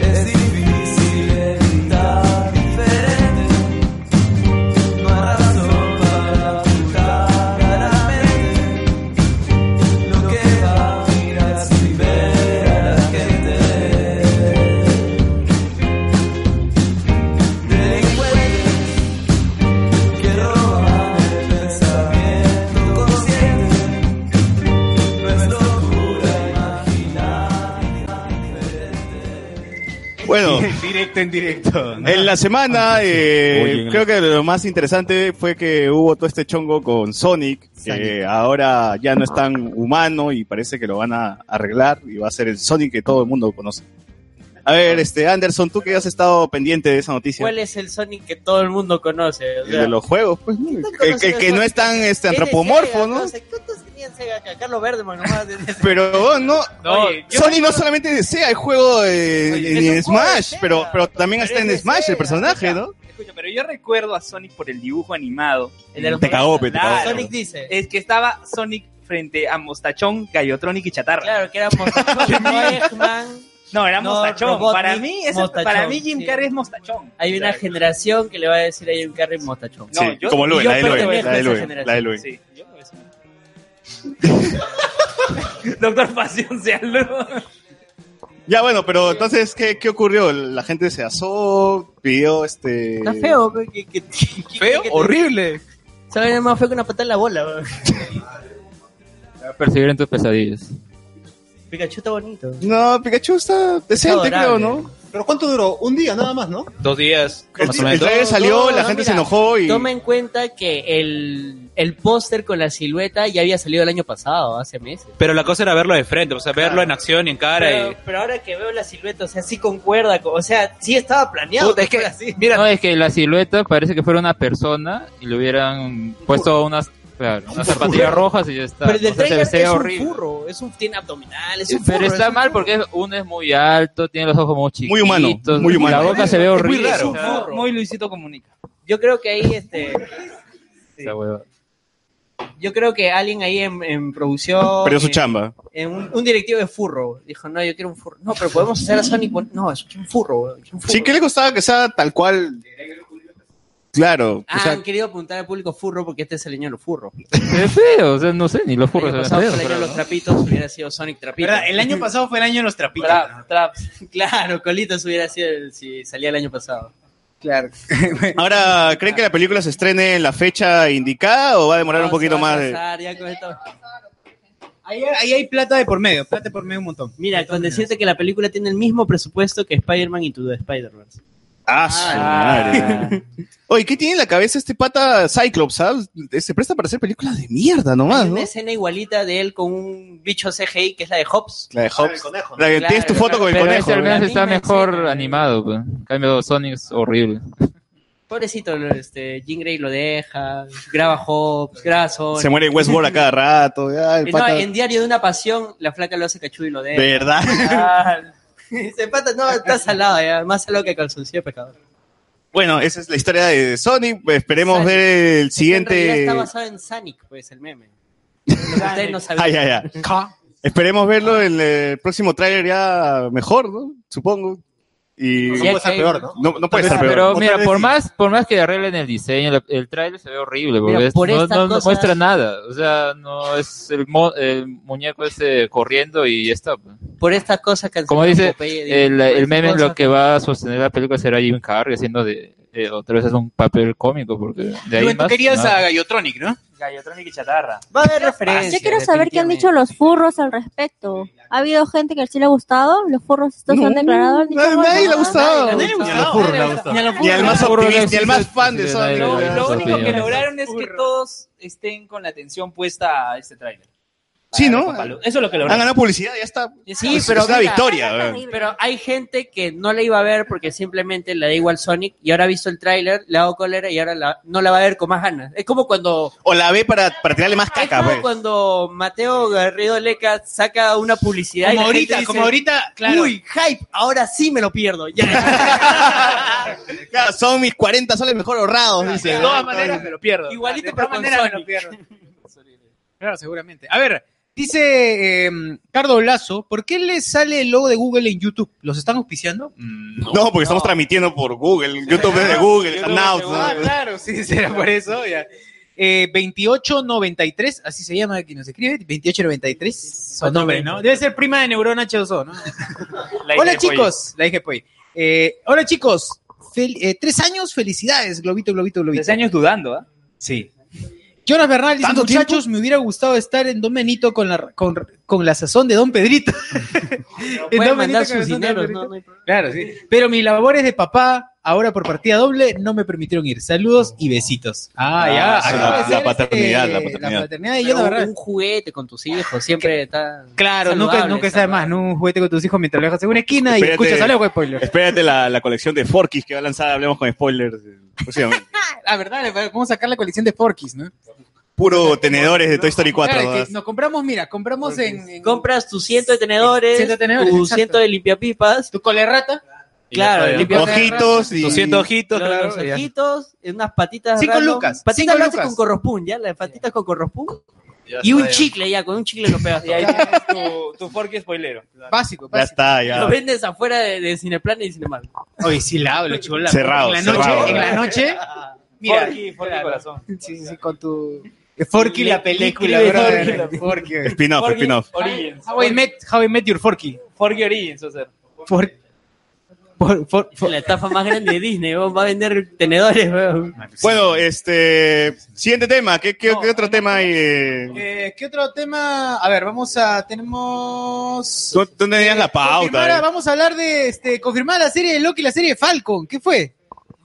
Speaker 21: Es difícil evitar diferente, no hay razón para ocultar claramente lo que va a mirar sin ver a la gente. Delincuentes que roban el pensamiento consciente, no es locura imaginar.
Speaker 2: Bueno.
Speaker 19: directo en directo. ¿no?
Speaker 2: En la semana, eh,
Speaker 19: Ah, Oye, en la-
Speaker 2: creo que lo más interesante fue que hubo todo este chongo con Sonic, que ahora ya no es tan humano y parece que lo van a arreglar y va a ser el Sonic que todo el mundo conoce. A ver, este Anderson, tú que has estado pendiente de esa noticia,
Speaker 6: ¿Cuál es el Sonic que todo el mundo conoce? O
Speaker 2: El
Speaker 6: sea,
Speaker 2: de los juegos, pues, ¿no? que, que- que no es tan este,
Speaker 6: ¿qué de
Speaker 2: antropomorfo,
Speaker 6: Sega?
Speaker 2: ¿no?
Speaker 6: O sea, ¿Cuántos tenían Sega acá? Carlos Verdemont nomás. de- de-
Speaker 2: Pero oh, no,
Speaker 6: Oye, yo-
Speaker 2: Sonic no solamente desea el juego eh, en
Speaker 6: es un juego de
Speaker 2: Smash, pero, pero también está en Smash el personaje, ¿no?
Speaker 9: Escucha, pero yo recuerdo a Sonic por el dibujo animado.
Speaker 2: Te cagó, pe, te cagó.
Speaker 9: Sonic dice. Es que estaba Sonic frente a Mostachón, Gallotronic y Chatarra. Claro,
Speaker 6: que era Mostachón, no Eggman.
Speaker 9: No, era
Speaker 6: No,
Speaker 9: Mostachón.
Speaker 6: Robotnik,
Speaker 9: para, mí, ese-
Speaker 6: Mostachón,
Speaker 9: para mí Jim
Speaker 6: sí.
Speaker 9: Carrey es Mostachón.
Speaker 6: Hay una generación que le va a decir a Jim Carrey mostachón.
Speaker 2: Sí,
Speaker 6: yo-
Speaker 2: como Luen,
Speaker 6: yo
Speaker 2: la de Luen,
Speaker 6: pertenezco
Speaker 2: la
Speaker 6: a
Speaker 2: de
Speaker 6: esa
Speaker 2: Luen,
Speaker 6: generación.
Speaker 2: la de Luen.
Speaker 9: Sí, yo no es- Doctor Pasión se aló.
Speaker 2: Ya bueno, pero entonces ¿qué, qué ocurrió? La gente se asó, pidió este
Speaker 6: Está feo, pe, que- que-
Speaker 2: feo, horrible.
Speaker 6: Saben más feo que una patada en la bola. weón.
Speaker 3: Perseguir en tus pesadillas.
Speaker 6: Pikachu está bonito.
Speaker 2: No, Pikachu está decente,
Speaker 6: Está
Speaker 2: creo,
Speaker 6: adorable.
Speaker 2: ¿no?
Speaker 19: Pero ¿cuánto duró? Un día nada más, ¿no?
Speaker 9: Dos días.
Speaker 2: más o menos. el trailer salió, la gente se enojó y-
Speaker 6: Toma en cuenta que el, el póster con la silueta ya había salido el año pasado, hace meses.
Speaker 5: Pero la cosa era verlo de frente, o sea, verlo en acción y en cara.
Speaker 6: Pero,
Speaker 5: y...
Speaker 6: pero ahora que veo la silueta, o sea, sí concuerda, con- o sea, sí estaba planeado.
Speaker 5: Puta, es que-
Speaker 6: fuera así.
Speaker 3: No, es que la silueta parece que fuera una persona y le hubieran puesto unas, claro, unas zapatillas rojas y ya está.
Speaker 6: Pero el del
Speaker 3: O sea, se
Speaker 6: trailer
Speaker 3: ve
Speaker 6: es
Speaker 3: horrible.
Speaker 6: un furro, es un, tiene abdominal, es
Speaker 3: Eh,
Speaker 6: un furro.
Speaker 3: Pero está mal porque uno es muy alto, tiene los ojos muy chiquitos.
Speaker 2: Muy humano, muy humano.
Speaker 3: La boca se ve
Speaker 2: Es muy
Speaker 3: horrible.
Speaker 2: raro.
Speaker 3: o sea,
Speaker 9: Muy Luisito Comunica.
Speaker 6: Yo creo que ahí, este,
Speaker 3: esa hueva.
Speaker 6: yo creo que alguien ahí en, en producción...
Speaker 2: Perdió su
Speaker 6: en-
Speaker 2: chamba.
Speaker 6: en un, un directivo de furro. Dijo, no, yo quiero un furro. No, pero podemos hacer a Sonic... bon- No, es un furro, weón, es un furro.
Speaker 2: Sí, ¿qué le costaba que sea tal cual? Claro, o
Speaker 6: Ah,
Speaker 2: sea,
Speaker 6: han querido apuntar al público furro porque este es el año de los furros.
Speaker 3: Se ve feo, o sea, no sé, ni los furros se
Speaker 6: El
Speaker 3: ven
Speaker 6: año pasado fue el
Speaker 3: feos.
Speaker 6: año de los trapitos, hubiera sido Sonic Trapito.
Speaker 1: ¿Verdad? El año pasado fue el año de los trapitos.
Speaker 6: Claro, Colitas hubiera sido el- si salía el año pasado.
Speaker 1: Claro.
Speaker 2: ahora ¿creen que la película se estrene en la fecha indicada o va a demorar un poquito más? de-
Speaker 1: Ahí, ahí hay plata de por medio, plata de por medio un montón.
Speaker 6: Mira, con decirte que la película tiene el mismo presupuesto que Spider-Man y tu Spider-Verse.
Speaker 2: Ah, su madre.
Speaker 6: Ah.
Speaker 2: Oye, ¿qué tiene en la cabeza este pata Cyclops? ah? Se presta para hacer películas de mierda nomás,
Speaker 6: Hay
Speaker 2: ¿no?
Speaker 6: una escena igualita de él con un bicho CGI que es la de Hobbs.
Speaker 2: La de Hobbs. La que tienes tu foto con el
Speaker 3: Pero
Speaker 2: conejo.
Speaker 3: ese al menos
Speaker 2: ¿verdad?
Speaker 3: está mejor animado. pues. En cambio, Sonic es horrible.
Speaker 6: Pobrecito, lo- este, Jean Grey lo deja, graba Hobbs, graba Sonic.
Speaker 2: Se muere en Westworld a cada rato. ya, el
Speaker 6: Eh,
Speaker 2: pata-
Speaker 6: No, en Diario de una Pasión, la flaca lo hace cachú y lo deja.
Speaker 2: ¿Verdad?
Speaker 6: Ah, Ese pata, no, está salado ya, más salado que calzoncillo de pecador.
Speaker 2: Bueno, esa es la historia de Sonic. Esperemos
Speaker 6: Sonic.
Speaker 2: ver el
Speaker 6: En realidad
Speaker 2: siguiente.
Speaker 6: está basado en Sonic, pues, el meme. Lo que ustedes no sabían.
Speaker 2: Ah, ya, ya. Esperemos verlo en el próximo tráiler ya mejor, ¿no? Supongo. Y
Speaker 3: No puede estar peor, ¿no?
Speaker 2: No, no puede
Speaker 3: Pero,
Speaker 2: estar peor.
Speaker 3: mira, por más, por más que arreglen el diseño, la- el trailer se ve horrible. porque
Speaker 2: Mira,
Speaker 3: es-
Speaker 2: por
Speaker 3: no,
Speaker 2: estas
Speaker 3: no- no
Speaker 2: cosas-
Speaker 3: muestra nada. O sea, no es el, mo- el muñeco ese corriendo y ya está. pues.
Speaker 6: Por estas cosas que
Speaker 3: Como dice, el, el meme
Speaker 6: es
Speaker 3: lo que va a sostener la película será Jim Carrey haciendo de, de otra vez un papel cómico. Porque de ahí
Speaker 5: Rubén, tú
Speaker 3: más,
Speaker 5: querías
Speaker 3: nada.
Speaker 5: a Ah, Gallotronic, ¿no? Gallotronic y chatarra.
Speaker 6: Va a haber
Speaker 14: Yo quiero saber qué han dicho los furros al respecto. ¿Ha habido gente que sí le ha gustado? ¿Los furros estos se han declarado? ¿Han dicho algo?
Speaker 2: Nadie le ha gustado.
Speaker 14: Nadie
Speaker 2: Ni
Speaker 14: le ha
Speaker 1: Ah,
Speaker 2: al furro le ha gustado. Ni al más optimista, ni al más fan de Sonic.
Speaker 5: Lo,
Speaker 2: le ha
Speaker 5: lo
Speaker 2: gustado.
Speaker 5: único que lograron es que todos estén con la atención puesta a este tráiler.
Speaker 2: Sí, ¿no?
Speaker 5: Eso es lo que lograron.
Speaker 2: Han ganado publicidad, ya está.
Speaker 6: Sí,
Speaker 2: Es-
Speaker 6: pero
Speaker 2: es una
Speaker 6: mira,
Speaker 2: victoria. eh.
Speaker 6: Pero hay gente que no la iba a ver porque simplemente le da igual Sonic y ahora ha visto el tráiler, le ha dado cólera y ahora la- no la va a ver con más ganas. Es como cuando
Speaker 2: O la ve para, para tirarle más caca,
Speaker 6: como
Speaker 2: pues.
Speaker 6: cuando Mateo Garrido Leca saca una publicidad y
Speaker 2: Como
Speaker 6: la gente
Speaker 2: ahorita,
Speaker 6: dice,
Speaker 2: como ahorita, claro.
Speaker 6: Uy, hype, ahora sí me lo pierdo. Ya.
Speaker 2: Claro, son mis 40 soles mejor ahorrados, dice.
Speaker 5: De todas maneras me lo pierdo.
Speaker 6: Igualito,
Speaker 5: de
Speaker 6: pero
Speaker 5: todas
Speaker 6: con
Speaker 5: maneras me
Speaker 6: Sonic.
Speaker 5: lo pierdo.
Speaker 1: Claro, seguramente. A ver, dice eh, Cardo Lazo, ¿por qué le sale el logo de Google en YouTube? ¿Los están auspiciando? Mm.
Speaker 2: No, porque estamos transmitiendo por Google. YouTube es de Google, Hangouts, ¿no?
Speaker 1: Ah, claro, sí, será por eso. Ya. Eh, 2893, así se llama quien nos escribe, 2893, su nombre, ¿no? Debe ser prima de Neurona Cheuso, ¿no?
Speaker 5: La hija
Speaker 1: hola
Speaker 5: de Pollo.
Speaker 1: chicos, la pues. dije Pollo. Eh, hola chicos, Fel- eh, tres años, felicidades, Globito, Globito, Globito. Tres
Speaker 5: años dudando, ¿ah?
Speaker 1: Sí. Jonas Bernal dice, muchachos, me hubiera gustado estar en Don Benito con la, con, con la sazón de Don Pedrito. En
Speaker 6: Pueden mandar
Speaker 1: Don Benito con la
Speaker 6: sus
Speaker 1: sazón de
Speaker 6: dineros,
Speaker 1: Don
Speaker 6: no,
Speaker 1: Pedrito.
Speaker 6: no hay problema.
Speaker 1: Claro, sí. Pero mis labores de papá, ahora por partida doble, no me permitieron ir. Saludos y besitos. Ah, ya.
Speaker 2: Ah,
Speaker 1: acaba de
Speaker 2: la- la
Speaker 1: ser,
Speaker 2: paternidad, la
Speaker 1: este,
Speaker 2: paternidad.
Speaker 1: paternidad de Jonas
Speaker 6: Pero
Speaker 1: Bernal.
Speaker 6: un juguete con tus hijos siempre está
Speaker 1: Claro, nunca,
Speaker 6: saludable,
Speaker 1: nunca está de más, ¿no? Un juguete con tus hijos mientras lo dejas en una esquina y
Speaker 2: Espérate.
Speaker 1: escuchas algo de spoiler.
Speaker 2: Espérate la, la colección de Forkis que va a lanzar, hablemos con spoilers. eh, próximamente.
Speaker 1: Ah, verdad, vamos a sacar la colección de Forkis, ¿no?
Speaker 2: Puro tenedores de Toy Story 4.
Speaker 1: Claro,
Speaker 2: ¿no?
Speaker 1: que nos compramos, mira, compramos en, en-
Speaker 6: Compras tu ciento de tenedores,
Speaker 1: Ciento de tenedores,
Speaker 6: tu
Speaker 1: exacto.
Speaker 6: ciento de limpiapipas,
Speaker 1: tu colerrata.
Speaker 6: Claro, limpiapipas.
Speaker 2: Ojitos y-
Speaker 5: 200 ojitos,
Speaker 6: Los-
Speaker 5: claro,
Speaker 6: los
Speaker 5: ya.
Speaker 6: ojitos, unas patitas.
Speaker 1: Cinco
Speaker 6: random.
Speaker 1: lucas,
Speaker 6: Patitas
Speaker 1: cinco
Speaker 6: lo haces
Speaker 1: lucas.
Speaker 6: con corrospun, ya, las patitas con corrospun.
Speaker 5: Ya
Speaker 6: Y un
Speaker 5: está, ya.
Speaker 6: chicle, ya, con un chicle lo pegas.
Speaker 5: Y ahí tienes tu, tu forky spoilero.
Speaker 1: Básico,
Speaker 2: Ya está,
Speaker 6: Lo
Speaker 2: ya.
Speaker 6: vendes afuera de, de Cineplan y Cinemal.
Speaker 1: Oye, sí la hablo, chola.
Speaker 2: Cerrado,
Speaker 1: En la noche,
Speaker 2: cerrado.
Speaker 1: en la noche, mira.
Speaker 5: Forky, forky corazón.
Speaker 1: Sí, sí, con tu... Forky
Speaker 5: Le-
Speaker 1: la película,
Speaker 5: le-
Speaker 1: brother.
Speaker 5: Forky.
Speaker 1: Forky.
Speaker 2: Spin-off,
Speaker 5: Forky
Speaker 2: spin-off.
Speaker 5: Origins.
Speaker 1: How I met, how I met your Forky.
Speaker 5: Forky Origins, o sea.
Speaker 1: For- por- por- por-
Speaker 6: La estafa más grande de Disney, weón, va a vender tenedores, weón.
Speaker 2: Bueno, este. Siguiente tema. ¿Qué, qué- qué otro tema hay? eh?
Speaker 1: Eh, ¿Qué otro tema? A ver, vamos a. Tenemos.
Speaker 2: Tú, tú tenías la pauta.
Speaker 1: Confirmar-
Speaker 2: eh.
Speaker 1: vamos a hablar de este, confirmar la serie de Loki y la serie de Falcon. ¿Qué fue?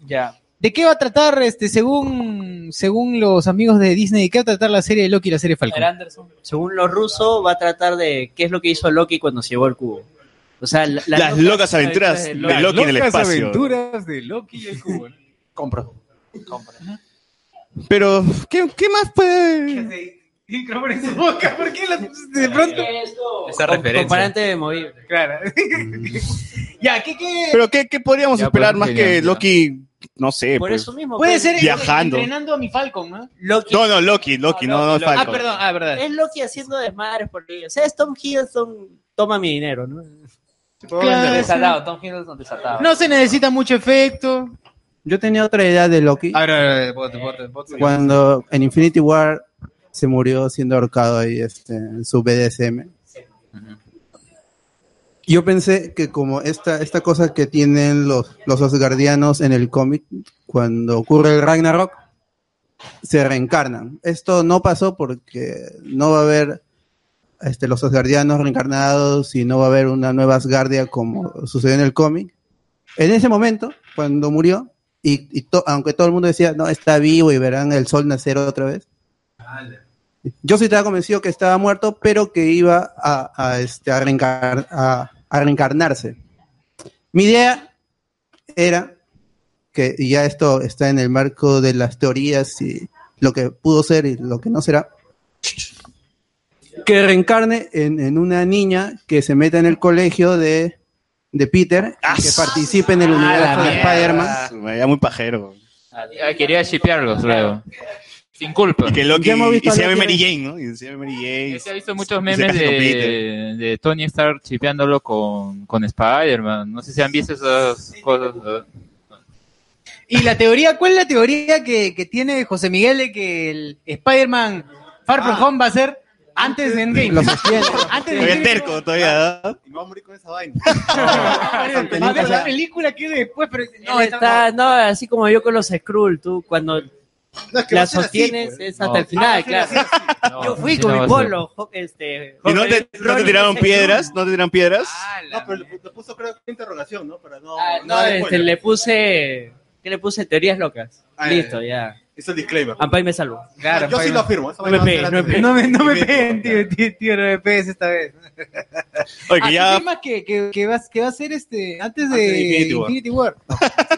Speaker 5: Ya.
Speaker 1: ¿De qué va a tratar, este, según, según los amigos de Disney, de qué va a tratar la serie de Loki y la serie de Falcon?
Speaker 5: Anderson.
Speaker 6: Según los rusos, va a tratar de qué es lo que hizo Loki cuando se llevó el cubo. O sea, la- la-
Speaker 2: Las locas aventuras de Loki, en el espacio.
Speaker 1: de Loki y el cubo. Compro.
Speaker 2: Pero, ¿qué, qué más puede.?
Speaker 1: Micrófono en su boca, ¿por qué la- de pronto?
Speaker 6: Esa referencia. Comparante de movible.
Speaker 1: Claro.
Speaker 2: Mm.
Speaker 1: ya, ¿qué, qué?
Speaker 2: ¿Pero qué, qué podríamos
Speaker 1: Ya,
Speaker 2: esperar
Speaker 1: pues,
Speaker 2: más
Speaker 1: genial,
Speaker 2: que
Speaker 1: ya.
Speaker 2: Loki? No sé.
Speaker 1: Por
Speaker 2: pues.
Speaker 1: eso mismo. Puede ser el-
Speaker 2: Viajando.
Speaker 1: entrenando a mi Falcon, ¿no?
Speaker 6: Loki.
Speaker 2: No, no, Loki, Loki, no, no, Falcon.
Speaker 1: Ah, perdón, ah, verdad.
Speaker 6: Es Loki haciendo desmadres por ahí. O sea, es Tom Hiddleston toma mi dinero, ¿no?
Speaker 1: Claro,
Speaker 5: Desatado, Tom Hiddleston desatado.
Speaker 1: No se necesita mucho efecto.
Speaker 13: Yo tenía otra idea de Loki.
Speaker 1: A ver, a ver, bote, bote, bote.
Speaker 13: Cuando en Infinity War se murió siendo ahorcado ahí este, en su BDSM. Yo pensé que como esta, esta cosa que tienen los, los Asgardianos en el cómic, cuando ocurre el Ragnarok, se reencarnan. Esto no pasó porque no va a haber este, los Asgardianos reencarnados y no va a haber una nueva Asgardia como sucedió en el cómic. En ese momento, cuando murió, y, y to- aunque todo el mundo decía, no, está vivo y verán el sol nacer otra vez, yo sí estaba convencido que estaba muerto, pero que iba a, a, este, a reencar- a- a reencarnarse. Mi idea era que y ya esto está en el marco de las teorías y lo que pudo ser y lo que no será, que reencarne en, en una niña que se meta en el colegio de, de Peter,
Speaker 2: Ah,
Speaker 13: y que participe en el universo de Spider-Man.
Speaker 2: Me veía muy pajero.
Speaker 3: Ah, Quería shipearlos luego. Sin culpa.
Speaker 2: Y que
Speaker 3: Ya
Speaker 2: Loki
Speaker 3: hemos visto
Speaker 2: y se
Speaker 3: a
Speaker 2: llame
Speaker 3: Loki
Speaker 2: Mary
Speaker 3: en-
Speaker 2: Jane, ¿no? Y se llame Mary Jane.
Speaker 3: Se ha visto muchos
Speaker 2: Y se
Speaker 3: memes
Speaker 2: case con Peter.
Speaker 3: de, de Tony Stark chipeándolo con, con Spider-Man. No sé si han visto esas cosas. ¿eh?
Speaker 1: Y la teoría, ¿cuál es la teoría que, que tiene José Miguel de que el Spider-Man Far From Home va a ser antes de Endgame?
Speaker 2: Ah. Lo
Speaker 1: sostiene. antes de
Speaker 2: Todavía
Speaker 1: Endgame.
Speaker 2: terco, todavía. ¿no?
Speaker 1: No, morir con esa vaina. a ver, la película que después, pero
Speaker 6: No, está, no, así como yo con los Skrull, tú cuando
Speaker 1: que va a
Speaker 6: la
Speaker 1: ser así,
Speaker 6: sostienes
Speaker 1: pues.
Speaker 6: es hasta
Speaker 1: No.
Speaker 6: el final,
Speaker 1: Ah,
Speaker 6: claro.
Speaker 1: sí,
Speaker 6: yo fui
Speaker 2: sí,
Speaker 6: con
Speaker 2: no va
Speaker 6: mi
Speaker 2: a ser.
Speaker 6: polo, jo- este.
Speaker 2: ¿Y no te, no te tiraron piedras? ¿No te tiraron piedras?
Speaker 11: No, pero le, le puso creo que una interrogación, ¿no? Para no.
Speaker 6: No, este, le puse, ¿qué le puse? Teorías locas. Listo, ya.
Speaker 11: Es el disclaimer.
Speaker 6: Ampay me salvó.
Speaker 11: Claro, Yo sí Ampay- lo afirmo, esa
Speaker 1: No me
Speaker 11: vaina va a
Speaker 1: peguen,
Speaker 11: ser
Speaker 1: no me
Speaker 11: antes de-
Speaker 1: peguen. No me, no me
Speaker 11: de-
Speaker 1: peguen, tío, tío, tío, no me pegues esta vez. Ah,
Speaker 2: Oye,
Speaker 1: que
Speaker 2: ya-
Speaker 1: tema que, que, que, vas- que va a ser este, antes de,
Speaker 2: Antes de Infinity
Speaker 1: Infinity
Speaker 2: War.
Speaker 1: War.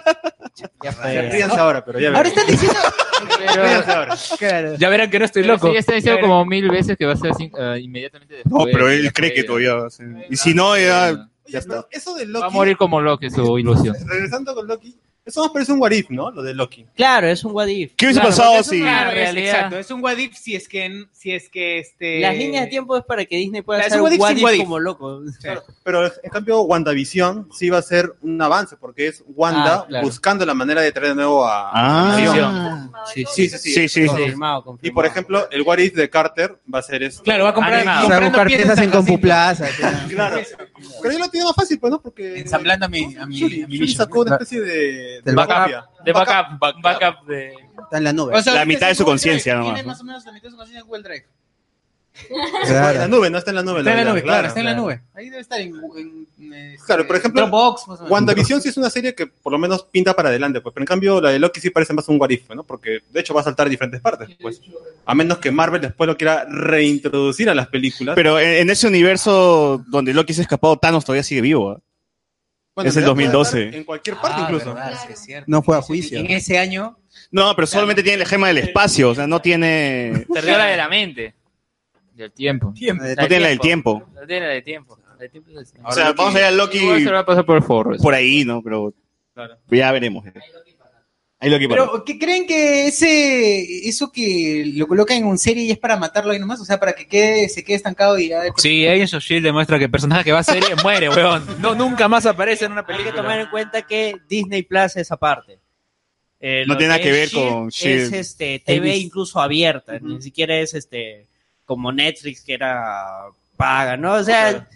Speaker 11: Se ríanse ahora, pero ya
Speaker 1: Ahora
Speaker 11: verán.
Speaker 1: están diciendo...
Speaker 11: Ríanse ahora.
Speaker 1: Claro.
Speaker 3: Ya verán que no estoy
Speaker 1: loco.
Speaker 3: Sí, está diciendo
Speaker 1: Ya verán.
Speaker 3: como mil veces que va a ser sin- ah, inmediatamente después.
Speaker 2: No, pero él
Speaker 3: después.
Speaker 2: cree que todavía va a ser. Y si no, ya, ya está.
Speaker 11: Eso de
Speaker 3: Va a
Speaker 11: Loki.
Speaker 3: morir como Loki su ilusión.
Speaker 11: Regresando con Loki. Eso nos parece un what if, ¿no? Lo de Loki.
Speaker 6: Claro, es un Wadif.
Speaker 11: ¿Qué hubiese pasado si-
Speaker 1: Claro,
Speaker 6: La
Speaker 1: es-
Speaker 6: realidad.
Speaker 1: exacto, es un Wadip si es que si es que este
Speaker 6: Las líneas de tiempo es para que Disney pueda
Speaker 1: Es
Speaker 6: hacer
Speaker 1: un what
Speaker 6: un
Speaker 1: if
Speaker 6: What
Speaker 1: sin
Speaker 6: if
Speaker 1: what if.
Speaker 6: como loco.
Speaker 11: Pero en cambio, WandaVision sí va a ser un avance, porque es Wanda
Speaker 6: Ah, claro.
Speaker 11: buscando la manera de traer de nuevo a.
Speaker 2: Ah.
Speaker 11: a Vision.
Speaker 6: Sí,
Speaker 11: sí, sí.
Speaker 2: Sí, sí.
Speaker 6: Confirmado,
Speaker 11: Y por ejemplo, el What If de Carter va a ser este. esto.
Speaker 1: Claro, va a
Speaker 2: Ah,
Speaker 1: comprar- Animado.
Speaker 13: O sea, buscar piezas en Compuplaza.
Speaker 11: Claro. Pero yo lo tenía más fácil, pues, ¿no? Porque.
Speaker 1: Ensamblando a mi. A mi,
Speaker 11: Shuri sacó una especie de.
Speaker 13: Del
Speaker 11: copia.
Speaker 13: backup.
Speaker 3: De backup, back- backup de...
Speaker 13: Está en la nube.
Speaker 2: la mitad de su conciencia nomás.
Speaker 1: Tiene más o menos la mitad de su conciencia en Google Drive.
Speaker 11: Está en la nube, no está en la nube.
Speaker 1: Está en la nube,
Speaker 11: verdad,
Speaker 1: claro, está en la nube. Ahí debe estar en. en, eh,
Speaker 11: Claro, por ejemplo,
Speaker 1: Dropbox, más o menos.
Speaker 11: WandaVision sí es una serie que por lo menos pinta para adelante, pues, pero en cambio la de Loki sí parece más un what if, ¿no? Porque de hecho va a saltar diferentes partes, pues. A menos que Marvel después lo quiera reintroducir a las películas.
Speaker 2: Pero
Speaker 12: eh,
Speaker 2: en en ese universo donde Loki se ha escapado, Thanos todavía sigue vivo. ¿ah?
Speaker 11: Bueno,
Speaker 2: es el
Speaker 11: en realidad puede
Speaker 2: 2012.
Speaker 11: estar En cualquier parte
Speaker 1: Ah,
Speaker 11: incluso.
Speaker 1: verdad, sí, es cierto.
Speaker 13: No fue a juicio.
Speaker 1: En ese año.
Speaker 2: No, pero solamente tiene la gema del espacio, o sea, no tiene...
Speaker 3: Perdió la de la mente. Del tiempo.
Speaker 2: No tiene la del tiempo.
Speaker 3: No tiene la del tiempo. La del tiempo es-
Speaker 2: O sea, vamos a ver a Loki
Speaker 3: Igual se lo va a pasar por el forro.
Speaker 2: por ahí, ¿no? Pero ya veremos. Hay Loki para...
Speaker 1: Pero, ¿qué creen que ese eso que lo colocan en un serie y es para matarlo ahí nomás? O sea, para que quede, se quede estancado y ya.
Speaker 18: Sí, Agents of Shield E demuestra que el personaje que va a ser muere, weón. No, nunca más aparece en una
Speaker 6: Hay que
Speaker 18: película.
Speaker 6: tomar en cuenta que Disney Plus es aparte. Eh,
Speaker 2: No
Speaker 6: lo
Speaker 2: tiene nada que ver
Speaker 6: es Shield
Speaker 2: con
Speaker 6: Es
Speaker 2: Shield.
Speaker 6: este, TV
Speaker 2: Elvis.
Speaker 6: incluso abierta, ni siquiera es este como Netflix que era paga, ¿no? O sea,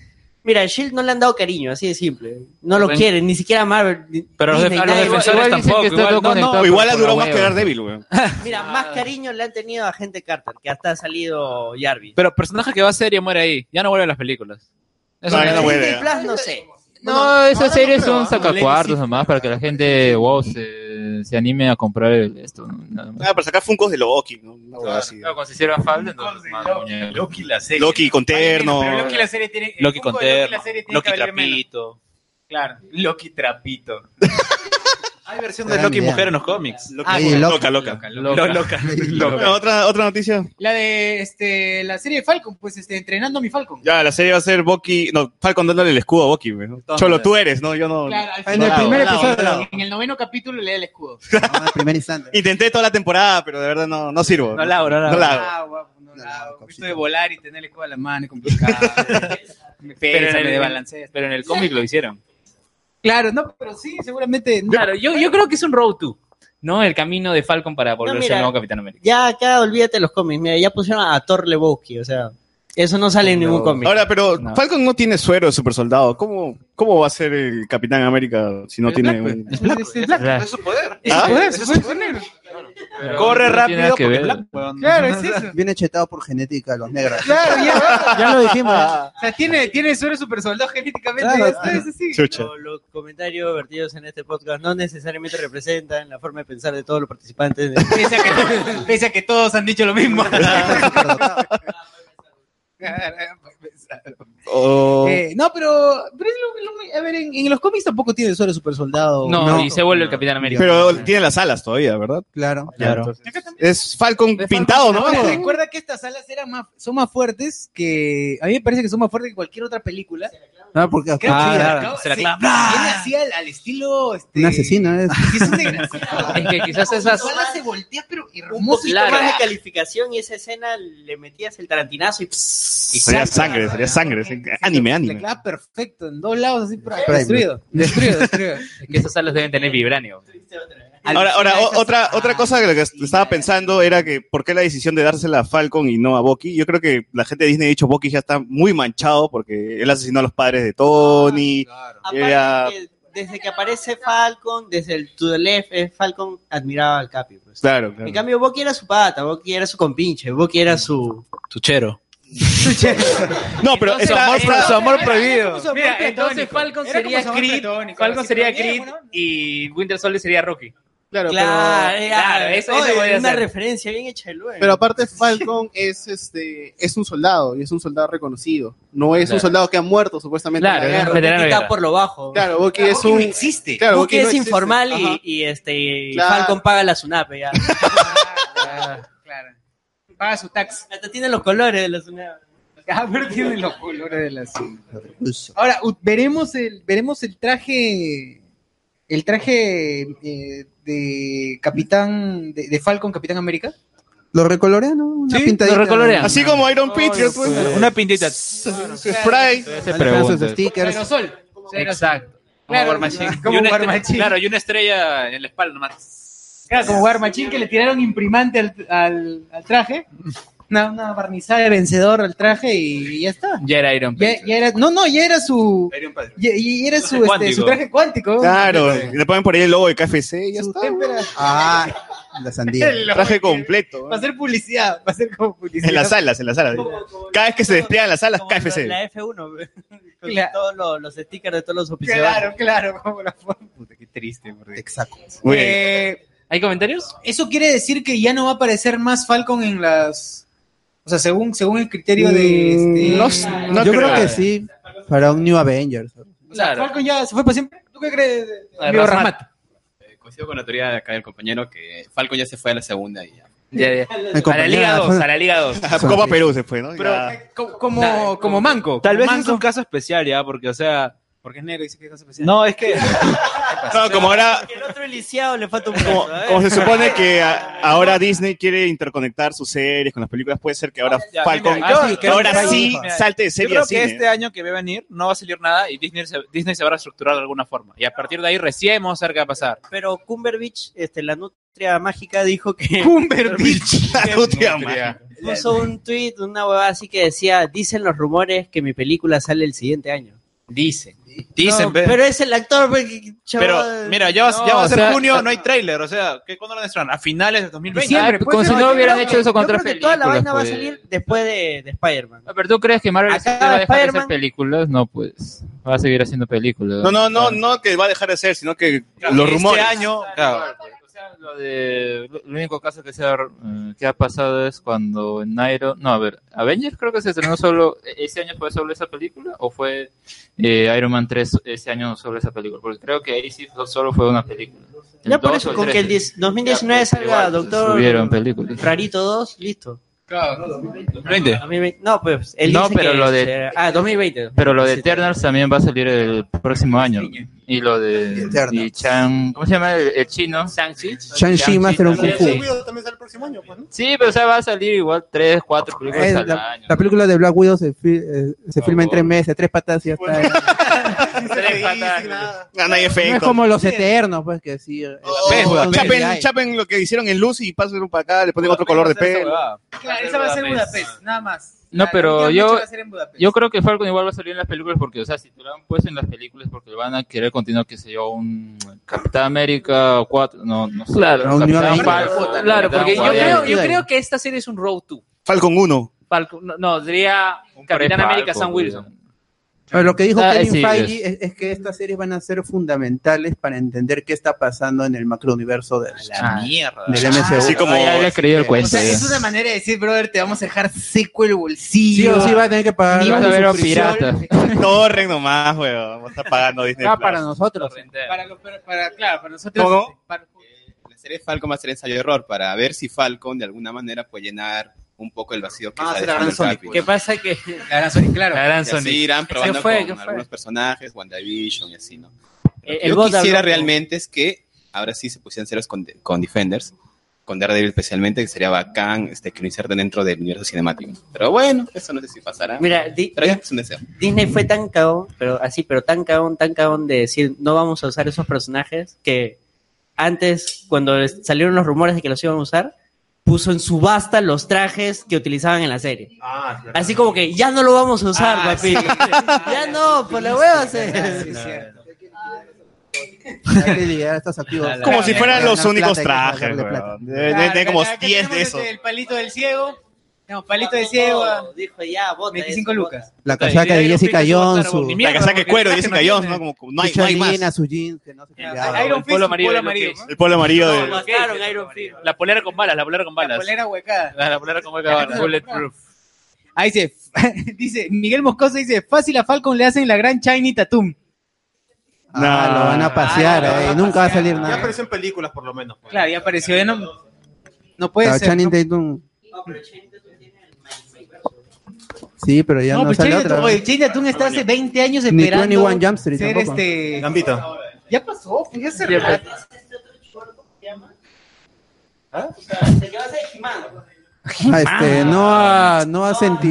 Speaker 6: mira, Shield no le han dado cariño, así de simple. No lo
Speaker 3: Bueno.
Speaker 6: quieren, ni siquiera Marvel. ni-
Speaker 18: Pero los
Speaker 6: Disney,
Speaker 18: def- a los
Speaker 6: nadie.
Speaker 18: defensores
Speaker 6: Igual- igual dicen
Speaker 18: tampoco.
Speaker 6: que está
Speaker 18: Igual, no, Ah.
Speaker 6: todo
Speaker 18: no,
Speaker 6: conectado por-
Speaker 2: Igual ha
Speaker 6: por
Speaker 2: durado
Speaker 6: la
Speaker 2: más que
Speaker 6: hueva.
Speaker 2: Dar Débil, weón.
Speaker 6: Mira, más cariño le han tenido a gente Carter, que hasta ha salido Jarvis.
Speaker 18: Pero el personaje que va a serie muere ahí. Ya no vuelve a las películas.
Speaker 2: No, ya no
Speaker 6: Disney
Speaker 2: vuelve, ¿eh?
Speaker 6: Plus, no sé.
Speaker 3: No, esa serie es un
Speaker 6: sacacuartos
Speaker 3: sacacuartos nomás para que la gente, wow, se, se anime a comprar el- esto. ¿no? Nada más.
Speaker 2: Ah, para sacar Funkos de Loki, ¿no? Una huevada así.
Speaker 3: Claro, cuando se hicieron falda, entonces, más muñeco.
Speaker 19: Loki la serie.
Speaker 2: Loki con terno.
Speaker 19: Pero Loki la serie
Speaker 1: eh,
Speaker 19: tiene. el
Speaker 18: Loki
Speaker 19: Funko
Speaker 18: con
Speaker 19: de
Speaker 18: terno,
Speaker 19: la serie tiene
Speaker 18: Loki
Speaker 19: que valer menos.
Speaker 18: trapito.
Speaker 19: Claro. Loki trapito.
Speaker 18: Hay versión
Speaker 19: de Loki mujer en
Speaker 18: los cómics.
Speaker 2: Loca,
Speaker 1: Ah, sí,
Speaker 2: loca, loca.
Speaker 18: Loca. Loca.
Speaker 2: Bueno, otra, otra noticia.
Speaker 1: La de este, la serie de Falcon, pues este, entrenando a mi Falcon.
Speaker 2: Ya, la serie va a ser Bucky. No, Falcon dándole el escudo a Bucky. güey, ¿no?
Speaker 11: todas
Speaker 2: Cholo,
Speaker 11: maneras.
Speaker 2: tú eres, ¿no? Yo no.
Speaker 1: Claro, al
Speaker 2: En
Speaker 1: final.
Speaker 2: el primer
Speaker 1: Al
Speaker 2: episodio.
Speaker 1: final, En el noveno capítulo le da el escudo.
Speaker 13: al primer instante.
Speaker 2: Intenté toda la temporada, pero de verdad no, no sirvo.
Speaker 18: No la hago, no la hago.
Speaker 2: hago.
Speaker 1: Ah, guapo, no, la- Esto de volar y tener el escudo a la mano es complicado. me
Speaker 18: Pero
Speaker 1: pesa,
Speaker 18: en el-
Speaker 1: me desbalancea.
Speaker 18: Pero en el cómic lo hicieron.
Speaker 1: Claro, no, pero sí, seguramente.
Speaker 18: Claro, yo, yo creo que es un road to. ¿No? El camino de Falcon para volverse
Speaker 6: mira.
Speaker 18: el nuevo Capitán América.
Speaker 6: Ya acá olvídate los cómics, mira, ya pusieron a Thor Lebowski, o sea, eso no sale en ningún cómic.
Speaker 2: Ahora, pero
Speaker 6: No.
Speaker 2: Falcon no tiene suero de super soldado. ¿Cómo, ¿Cómo va a ser el Capitán América si no tiene un.
Speaker 1: Es blanco, es blanco.
Speaker 2: ¿Ah?
Speaker 1: Pues, Es su poder, su poder negro.
Speaker 2: Corre rápido
Speaker 13: que
Speaker 2: porque
Speaker 13: ver.
Speaker 2: es blanco, weón.
Speaker 1: Claro, es eso.
Speaker 13: Viene chetado por genética, los negros.
Speaker 1: Claro, ya,
Speaker 13: Ya lo dijimos.
Speaker 1: O sea, tiene, tiene suero super soldado genéticamente.
Speaker 13: Claro,
Speaker 1: ya está, Oh, es así.
Speaker 6: Lo- Los comentarios vertidos en este podcast no necesariamente representan la forma de pensar de todos los participantes.
Speaker 1: Pese a que, pese a que todos han dicho lo mismo. Eh, no, pero, pero es lo- lo- a ver, en, en los cómics tampoco tiene suero super soldado.
Speaker 3: No, y se vuelve el Capitán América.
Speaker 2: Pero tiene las alas todavía, ¿verdad?
Speaker 13: Claro.
Speaker 2: claro. Es Falcon pintado, ¿no?
Speaker 1: Ahora, recuerda que estas alas eran más, son más fuertes que. A mí me parece que son más fuertes que cualquier otra película.
Speaker 13: No, porque
Speaker 1: Creo que se la clava-
Speaker 13: se la
Speaker 1: sí,
Speaker 13: clava.
Speaker 1: Viene así al, al estilo. Este,
Speaker 13: Una asesina es.
Speaker 3: Es que quizás esas-
Speaker 1: Su ala se voltea, pero
Speaker 6: Un
Speaker 1: hermoso.
Speaker 6: poquito más de calificación y esa escena le metías el tarantinazo y...
Speaker 2: Y sería sangre, sería sangre. sí, Anime, anime.
Speaker 1: clava perfecto, en dos lados así, pero destruido. Destruido, destruido.
Speaker 3: Es que esas alas deben tener vibranio.
Speaker 2: Ahora, ahora o- otra, otra cosa que lo que estaba pensando era que por qué la decisión de dársela a Falcon y no a Bucky. Yo creo que la gente de Disney ha dicho Bucky ya está muy manchado porque él asesinó a los padres de Tony.
Speaker 18: Ah,
Speaker 2: era-
Speaker 6: Aparte que desde que aparece Falcon, desde el To the Left, eh, Falcon admiraba al Capi. pues.
Speaker 2: Claro,
Speaker 6: En
Speaker 2: claro.
Speaker 6: cambio, Bucky era su pata, Bucky era su compinche, Bucky era su...
Speaker 18: Tuchero.
Speaker 2: No, pero
Speaker 18: Entonces,
Speaker 2: está-
Speaker 18: amor
Speaker 2: está-
Speaker 18: pro- su amor prohibido.
Speaker 3: Mira, entonces Falcon
Speaker 1: Era
Speaker 3: sería
Speaker 1: como su amor
Speaker 3: Creed,
Speaker 1: platónico,
Speaker 3: Falcon
Speaker 1: así,
Speaker 3: sería
Speaker 1: pero bien,
Speaker 3: Creed y Winter Soldier sería Rocky.
Speaker 8: Claro,
Speaker 6: Claro,
Speaker 8: pero-
Speaker 6: era-
Speaker 3: Claro, eso-
Speaker 6: oye,
Speaker 3: eso podría
Speaker 6: una
Speaker 3: ser.
Speaker 6: referencia bien hecha de luego.
Speaker 8: Pero aparte Falcon es este es un soldado y es un soldado reconocido. No es un
Speaker 6: Claro.
Speaker 8: soldado que ha muerto supuestamente. en la
Speaker 6: Claro,
Speaker 8: guerra.
Speaker 6: veterano de Está guerra. por lo bajo.
Speaker 8: Claro, Bucky
Speaker 6: Claro,
Speaker 8: es
Speaker 6: Bucky
Speaker 8: un
Speaker 6: no existe.
Speaker 8: Claro,
Speaker 6: Bucky
Speaker 8: Bucky
Speaker 6: es
Speaker 8: no existe.
Speaker 6: informal y-
Speaker 8: Ajá.
Speaker 6: y, este y
Speaker 8: Claro.
Speaker 6: Falcon paga la SUNAPE ya.
Speaker 1: Ah, Claro. Paga su tax.
Speaker 6: Hasta tiene los colores de la SUNAPE.
Speaker 1: Ah, pero tiene los colores de la SUNAPE. Ahora, u- veremos el, veremos el traje. El traje eh, de Capitán. De, de Falcon, Capitán América.
Speaker 13: Lo recolorean, ¿no? Una pintadita.
Speaker 2: Así como Iron Pitcher. pues.
Speaker 18: Una pintita.
Speaker 2: Spray.
Speaker 13: sus stickers.
Speaker 1: Aerosol.
Speaker 3: Exacto.
Speaker 1: Claro,
Speaker 3: War Machine.
Speaker 1: como
Speaker 3: Y una
Speaker 1: War
Speaker 3: estre-
Speaker 1: Machine.
Speaker 3: Claro, y una estrella en la espalda nomás.
Speaker 1: Claro, como War Machine que le tiraron imprimante al, al, al traje. Una, una barnizada de vencedor al traje y ya está.
Speaker 3: Ya era Iron
Speaker 1: Ya, ya era, no, no, ya era su. Ya, ya era su, este, su traje cuántico.
Speaker 2: Claro, le ponen por ahí el logo de KFC y ya está.
Speaker 13: Ah, la sandía.
Speaker 2: El traje completo. ¿eh?
Speaker 1: Va a ser publicidad, va a ser como publicidad.
Speaker 2: En las alas, en las alas. Cada vez que se despliegan las alas, KFC.
Speaker 6: La F1, con
Speaker 1: Claro.
Speaker 6: todos los, los stickers de todos los oficiales.
Speaker 1: Claro, claro, como la forma. Puta, qué triste. Exacto.
Speaker 6: Eh,
Speaker 2: Muy bien.
Speaker 1: Eh, ¿Hay comentarios? Eso quiere decir que ya no va a aparecer más Falcon en las. O sea, según, según el criterio de.
Speaker 2: Mm,
Speaker 1: este-
Speaker 13: Mm, No s- Yo creo que sí. Para un New Avengers.
Speaker 1: O sea, Falcon ya se fue para siempre. ¿Tú qué crees?
Speaker 20: Ah,
Speaker 1: amigo
Speaker 20: Razmat.
Speaker 1: Razmat?
Speaker 20: Eh, coincido con la teoría de acá del compañero que Falcon ya se fue a la segunda y ya.
Speaker 3: A la Liga 2, a la Liga 2.
Speaker 2: Copa Perú se fue, ¿no?
Speaker 1: Pero, co- como, como manco.
Speaker 18: Tal vez
Speaker 1: como
Speaker 18: es
Speaker 1: manco.
Speaker 18: un caso especial ya, porque, o sea...
Speaker 1: Porque es negro y dice que es especial.
Speaker 18: No, es que...
Speaker 2: No, como ahora,
Speaker 6: El otro lisiado le falta un
Speaker 2: como,
Speaker 6: brazo, ¿eh?
Speaker 2: como se supone que a- ahora Disney quiere interconectar sus series con las películas, puede ser que ahora
Speaker 18: Ya,
Speaker 2: Falcon,
Speaker 18: mira, yo-
Speaker 2: que ahora
Speaker 18: Ah, creo-
Speaker 2: sí
Speaker 18: mira,
Speaker 2: salte de serie
Speaker 18: Yo
Speaker 2: a
Speaker 18: creo que
Speaker 2: cine.
Speaker 18: este año que va a venir no va a salir nada y Disney se, Disney se va a reestructurar de alguna forma. Y a partir de ahí recién vamos a ver qué va a pasar.
Speaker 6: Pero Cumberbatch, este, la nutria mágica, dijo que...
Speaker 2: Cumberbatch, la nutria mágica.
Speaker 6: Puso un tweet, una huevada así que decía, dicen los rumores que mi película sale el siguiente año.
Speaker 3: Dicen.
Speaker 18: Dicen,
Speaker 6: No,
Speaker 18: pe.
Speaker 6: pero es el actor, pe, que-
Speaker 18: Pero
Speaker 6: chaval.
Speaker 18: mira, ya va,
Speaker 6: No,
Speaker 18: ya va
Speaker 6: o
Speaker 18: a ser
Speaker 6: sea,
Speaker 18: junio, no hay tráiler, o sea, ¿qué, ¿cuándo lo estrenan? A finales de 2020.
Speaker 3: Diciembre, Ah, pues, como si pero no yo hubieran creo- hecho eso con
Speaker 6: Yo
Speaker 3: otras
Speaker 6: creo que toda la
Speaker 3: películas,
Speaker 6: vaina va a
Speaker 3: pues.
Speaker 6: salir después de, de Spider-Man.
Speaker 3: Pero tú crees que Marvel
Speaker 6: Acá
Speaker 3: va a dejar de hacer
Speaker 6: Spider-Man.
Speaker 3: películas, no pues. Va a seguir haciendo películas.
Speaker 2: No, no, no, no que va a dejar de ser, sino que los
Speaker 3: este
Speaker 2: rumores.
Speaker 3: año, claro. Lo, de- lo- el único caso que, se ha, eh, que ha pasado es cuando en Iron... No, a ver, Avengers creo que se estrenó solo... ¿Ese año fue solo esa película? ¿O fue eh, Iron Man 3 ese año solo esa película? Porque creo que ahí sí solo fue una película. El
Speaker 6: Ya por
Speaker 3: dos o
Speaker 6: eso,
Speaker 3: el
Speaker 6: con
Speaker 3: tres.
Speaker 6: que el 10 2019 salga Doctor
Speaker 3: Subieron películas.
Speaker 6: Rarito 2, listo. A mí me- No, pues, él
Speaker 3: No,
Speaker 6: dice
Speaker 3: pero
Speaker 6: que
Speaker 3: lo de-
Speaker 6: será- Ah, 2020.
Speaker 3: Pero lo de Eternals también va a salir el próximo año. Y lo de... Y Chan... ¿Cómo se llama el, el chino? Shang-Chi.
Speaker 13: Shang-Chi, Master of Kung Fu.
Speaker 3: Sí. Sí, pero o sea, va a salir igual tres, cuatro películas
Speaker 13: Eh,
Speaker 3: al
Speaker 13: la,
Speaker 3: año.
Speaker 13: la película de Black Widow se, fi- eh, se filma en tres meses, tres patas y ya está.
Speaker 2: Ah, Gana
Speaker 4: No
Speaker 2: IFE.
Speaker 4: es como los eternos, pues que sí. eh,
Speaker 2: Ves,
Speaker 4: son de
Speaker 2: Oh, chapen,
Speaker 4: CGI.
Speaker 2: chapen lo que hicieron en luz y pásenlo para acá, le ponen otro color de pelo.
Speaker 1: Claro, esa va a ser Budapest, nada más.
Speaker 3: No,
Speaker 1: La-
Speaker 3: pero
Speaker 1: la
Speaker 3: yo,
Speaker 1: va a ser en Budapest.
Speaker 3: yo creo que Falcon igual va a salir en las películas porque, o sea, si te lo han puesto en las películas porque van a querer continuar, qué sé yo, un Capitán América 4, no, no sé.
Speaker 2: Claro,
Speaker 3: Capitán
Speaker 2: Unión Americana.
Speaker 3: Falcon,
Speaker 2: Puta,
Speaker 12: Claro,
Speaker 3: Capitán
Speaker 12: porque yo
Speaker 3: Guardián.
Speaker 12: creo, yo creo que esta serie es un road to.
Speaker 2: Falcon 1.
Speaker 12: Falcon- no, no, diría Capitán
Speaker 3: pre-Falcon,
Speaker 12: América Sam Wilson.
Speaker 4: Pero lo que dijo
Speaker 3: Ah,
Speaker 4: Kevin
Speaker 3: sí,
Speaker 4: Feige es, es que estas series van a ser fundamentales para entender qué está pasando en el macrouniverso del,
Speaker 2: Ah,
Speaker 1: La mierda.
Speaker 4: del MCU.
Speaker 3: Así como- Ah, ya le creí el cuento,
Speaker 1: O sea,
Speaker 4: ya.
Speaker 1: es una manera de decir, brother, te vamos a dejar seco el
Speaker 4: Sí,
Speaker 1: bolsillo.
Speaker 4: o sí va a tener que pagar.
Speaker 1: Ni
Speaker 4: la
Speaker 1: vas a ver a
Speaker 4: suscripción.
Speaker 1: piratas.
Speaker 2: Torren nomás, weón. Vamos a estar pagando Disney.
Speaker 4: Ah,
Speaker 2: Plus.
Speaker 4: para nosotros.
Speaker 1: Para, los- para- para- claro, para nosotros.
Speaker 19: ¿Cómo?
Speaker 1: para-
Speaker 19: La serie de Falcon va a ser ensayo-error para ver si Falcon de alguna manera puede llenar un poco el vacío que
Speaker 1: Ah,
Speaker 19: está
Speaker 1: será
Speaker 19: dejando
Speaker 1: gran
Speaker 19: el
Speaker 1: Sonic,
Speaker 19: Capi.
Speaker 12: ¿Qué pasa que
Speaker 1: La gran Sonic, claro.
Speaker 19: Y así irán probando
Speaker 12: ¿Qué fue?
Speaker 19: con
Speaker 12: ¿Qué fue?
Speaker 19: algunos personajes, WandaVision y así, ¿no?
Speaker 12: Eh,
Speaker 19: Lo que
Speaker 12: el
Speaker 19: yo
Speaker 12: God
Speaker 19: quisiera
Speaker 12: habló con-
Speaker 19: realmente es que ahora sí se pusieran ceros con, con Defenders, con Daredevil especialmente, que sería bacán este, que lo inserten dentro del universo cinemático. Pero bueno, eso no sé si pasará.
Speaker 6: Mira, di-
Speaker 19: Pero ya es un deseo.
Speaker 6: Disney fue tan cagón, pero así, pero tan cagón, tan cagón de decir no vamos a usar esos personajes que antes, cuando les salieron los rumores de que los iban a usar, puso en subasta los trajes que utilizaban en la serie. Así como que ya no lo vamos a usar,
Speaker 3: Ah,
Speaker 6: papi. ya no, por la hueva se.
Speaker 4: Hay que llegar a estos activos.
Speaker 2: Como si fueran
Speaker 4: Ganar
Speaker 2: los
Speaker 4: plata,
Speaker 2: únicos
Speaker 4: hay que pagarle
Speaker 2: trajes,
Speaker 4: plata.
Speaker 2: weón. Deben deben tener como
Speaker 1: Claro, acá
Speaker 2: 10 de
Speaker 1: tenemos
Speaker 2: esos.
Speaker 1: este, El palito del ciego. No, palito del ciego. a
Speaker 6: Dijo ya, bota.
Speaker 1: 25 lucas.
Speaker 4: La casaca de Jessica Jones. su-
Speaker 2: La casaca de cuero, dicen que Jones, ¿no? Como como- no hay, no hay
Speaker 4: Su
Speaker 2: más.
Speaker 4: chalina, su jeans, que no se cuidaba.
Speaker 1: Iron Fist,
Speaker 12: polo
Speaker 1: su
Speaker 12: amarillo
Speaker 1: polo
Speaker 12: de
Speaker 1: amarillo.
Speaker 12: Luke Cage.
Speaker 2: El polo amarillo
Speaker 12: No,
Speaker 2: de.
Speaker 12: más caro que Iron Fist. La polera con balas, la polera con balas. La
Speaker 1: Polera huecada.
Speaker 12: la polera con balas. Bulletproof.
Speaker 1: Ahí dice, dice, Miguel Moscoso dice, fácil a Falcon le hacen la gran Shiny Tatum.
Speaker 4: Ah, lo van a pasear, eh, nunca va a salir
Speaker 11: Ya
Speaker 4: nada.
Speaker 11: apareció en películas, por lo menos. pues.
Speaker 1: Claro, ya apareció, ya no, no puede
Speaker 4: Claro,
Speaker 1: ser.
Speaker 4: Channing
Speaker 1: ¿no?
Speaker 4: Tatum. Sí, pero ya
Speaker 1: No,
Speaker 4: no,
Speaker 1: pues
Speaker 4: sale
Speaker 1: Channing
Speaker 4: otra.
Speaker 1: Tatum, oye, Channing Tatum está hace 20 años
Speaker 4: Ni
Speaker 1: esperando
Speaker 4: 21 Jump Street
Speaker 1: ser
Speaker 4: tampoco.
Speaker 1: este...
Speaker 11: Gambito.
Speaker 1: Ya pasó, fíjese.
Speaker 6: Ya
Speaker 1: rato.
Speaker 4: Ah, este, no a, no a senti,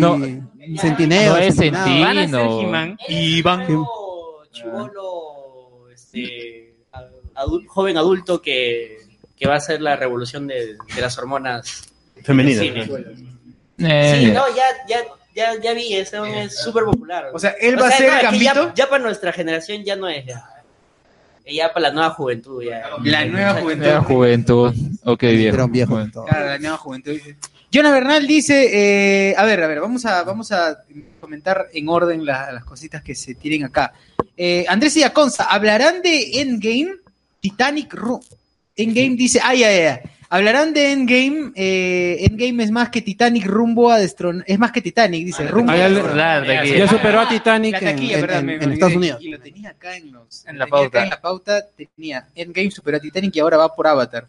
Speaker 4: Centineo.
Speaker 3: No es
Speaker 4: Sentinado.
Speaker 3: Senti, Van a ser no. He-Man.
Speaker 6: Iván.
Speaker 1: Ah.
Speaker 6: Chivolo, este, adu- joven adulto que, que va a ser la revolución de, de las hormonas
Speaker 2: Femenina.
Speaker 6: Sí.
Speaker 3: Eh,
Speaker 6: Sí, no, ya, ya, ya, ya vi, ese hombre es súper popular.
Speaker 1: O sea, él va a ser
Speaker 6: no, es que
Speaker 1: Gambito.
Speaker 6: Ya, ya para nuestra generación ya no es. Ya, Ya para la nueva juventud. Ya.
Speaker 1: La nueva juventud.
Speaker 3: Era juventud. Ok, viejo.
Speaker 1: Claro, la nueva juventud. Jonas Bernal dice, eh, a ver, a ver, vamos a, vamos a comentar en orden la- las cositas que se tienen acá. Eh, Andrés y Aconza, ¿hablarán de Endgame? Titanic Ru- Endgame dice, ay, ay, ay. Hablarán de Endgame, eh, Endgame es más que Titanic rumbo a destronar, es más que Titanic, dice, rumbo
Speaker 3: Ah, ya
Speaker 1: a
Speaker 3: le-
Speaker 1: destronar.
Speaker 3: la taquilla.
Speaker 4: Ya superó a Titanic
Speaker 1: La
Speaker 4: en,
Speaker 1: taquilla,
Speaker 4: en-
Speaker 1: perdón,
Speaker 4: en-
Speaker 1: me-
Speaker 4: en
Speaker 1: me olvidé.
Speaker 4: Estados Unidos.
Speaker 1: Y lo tenía acá en los...
Speaker 3: En la
Speaker 1: tenía acá
Speaker 3: pauta.
Speaker 1: en la pauta tenía Endgame superó a Titanic y ahora va por Avatar.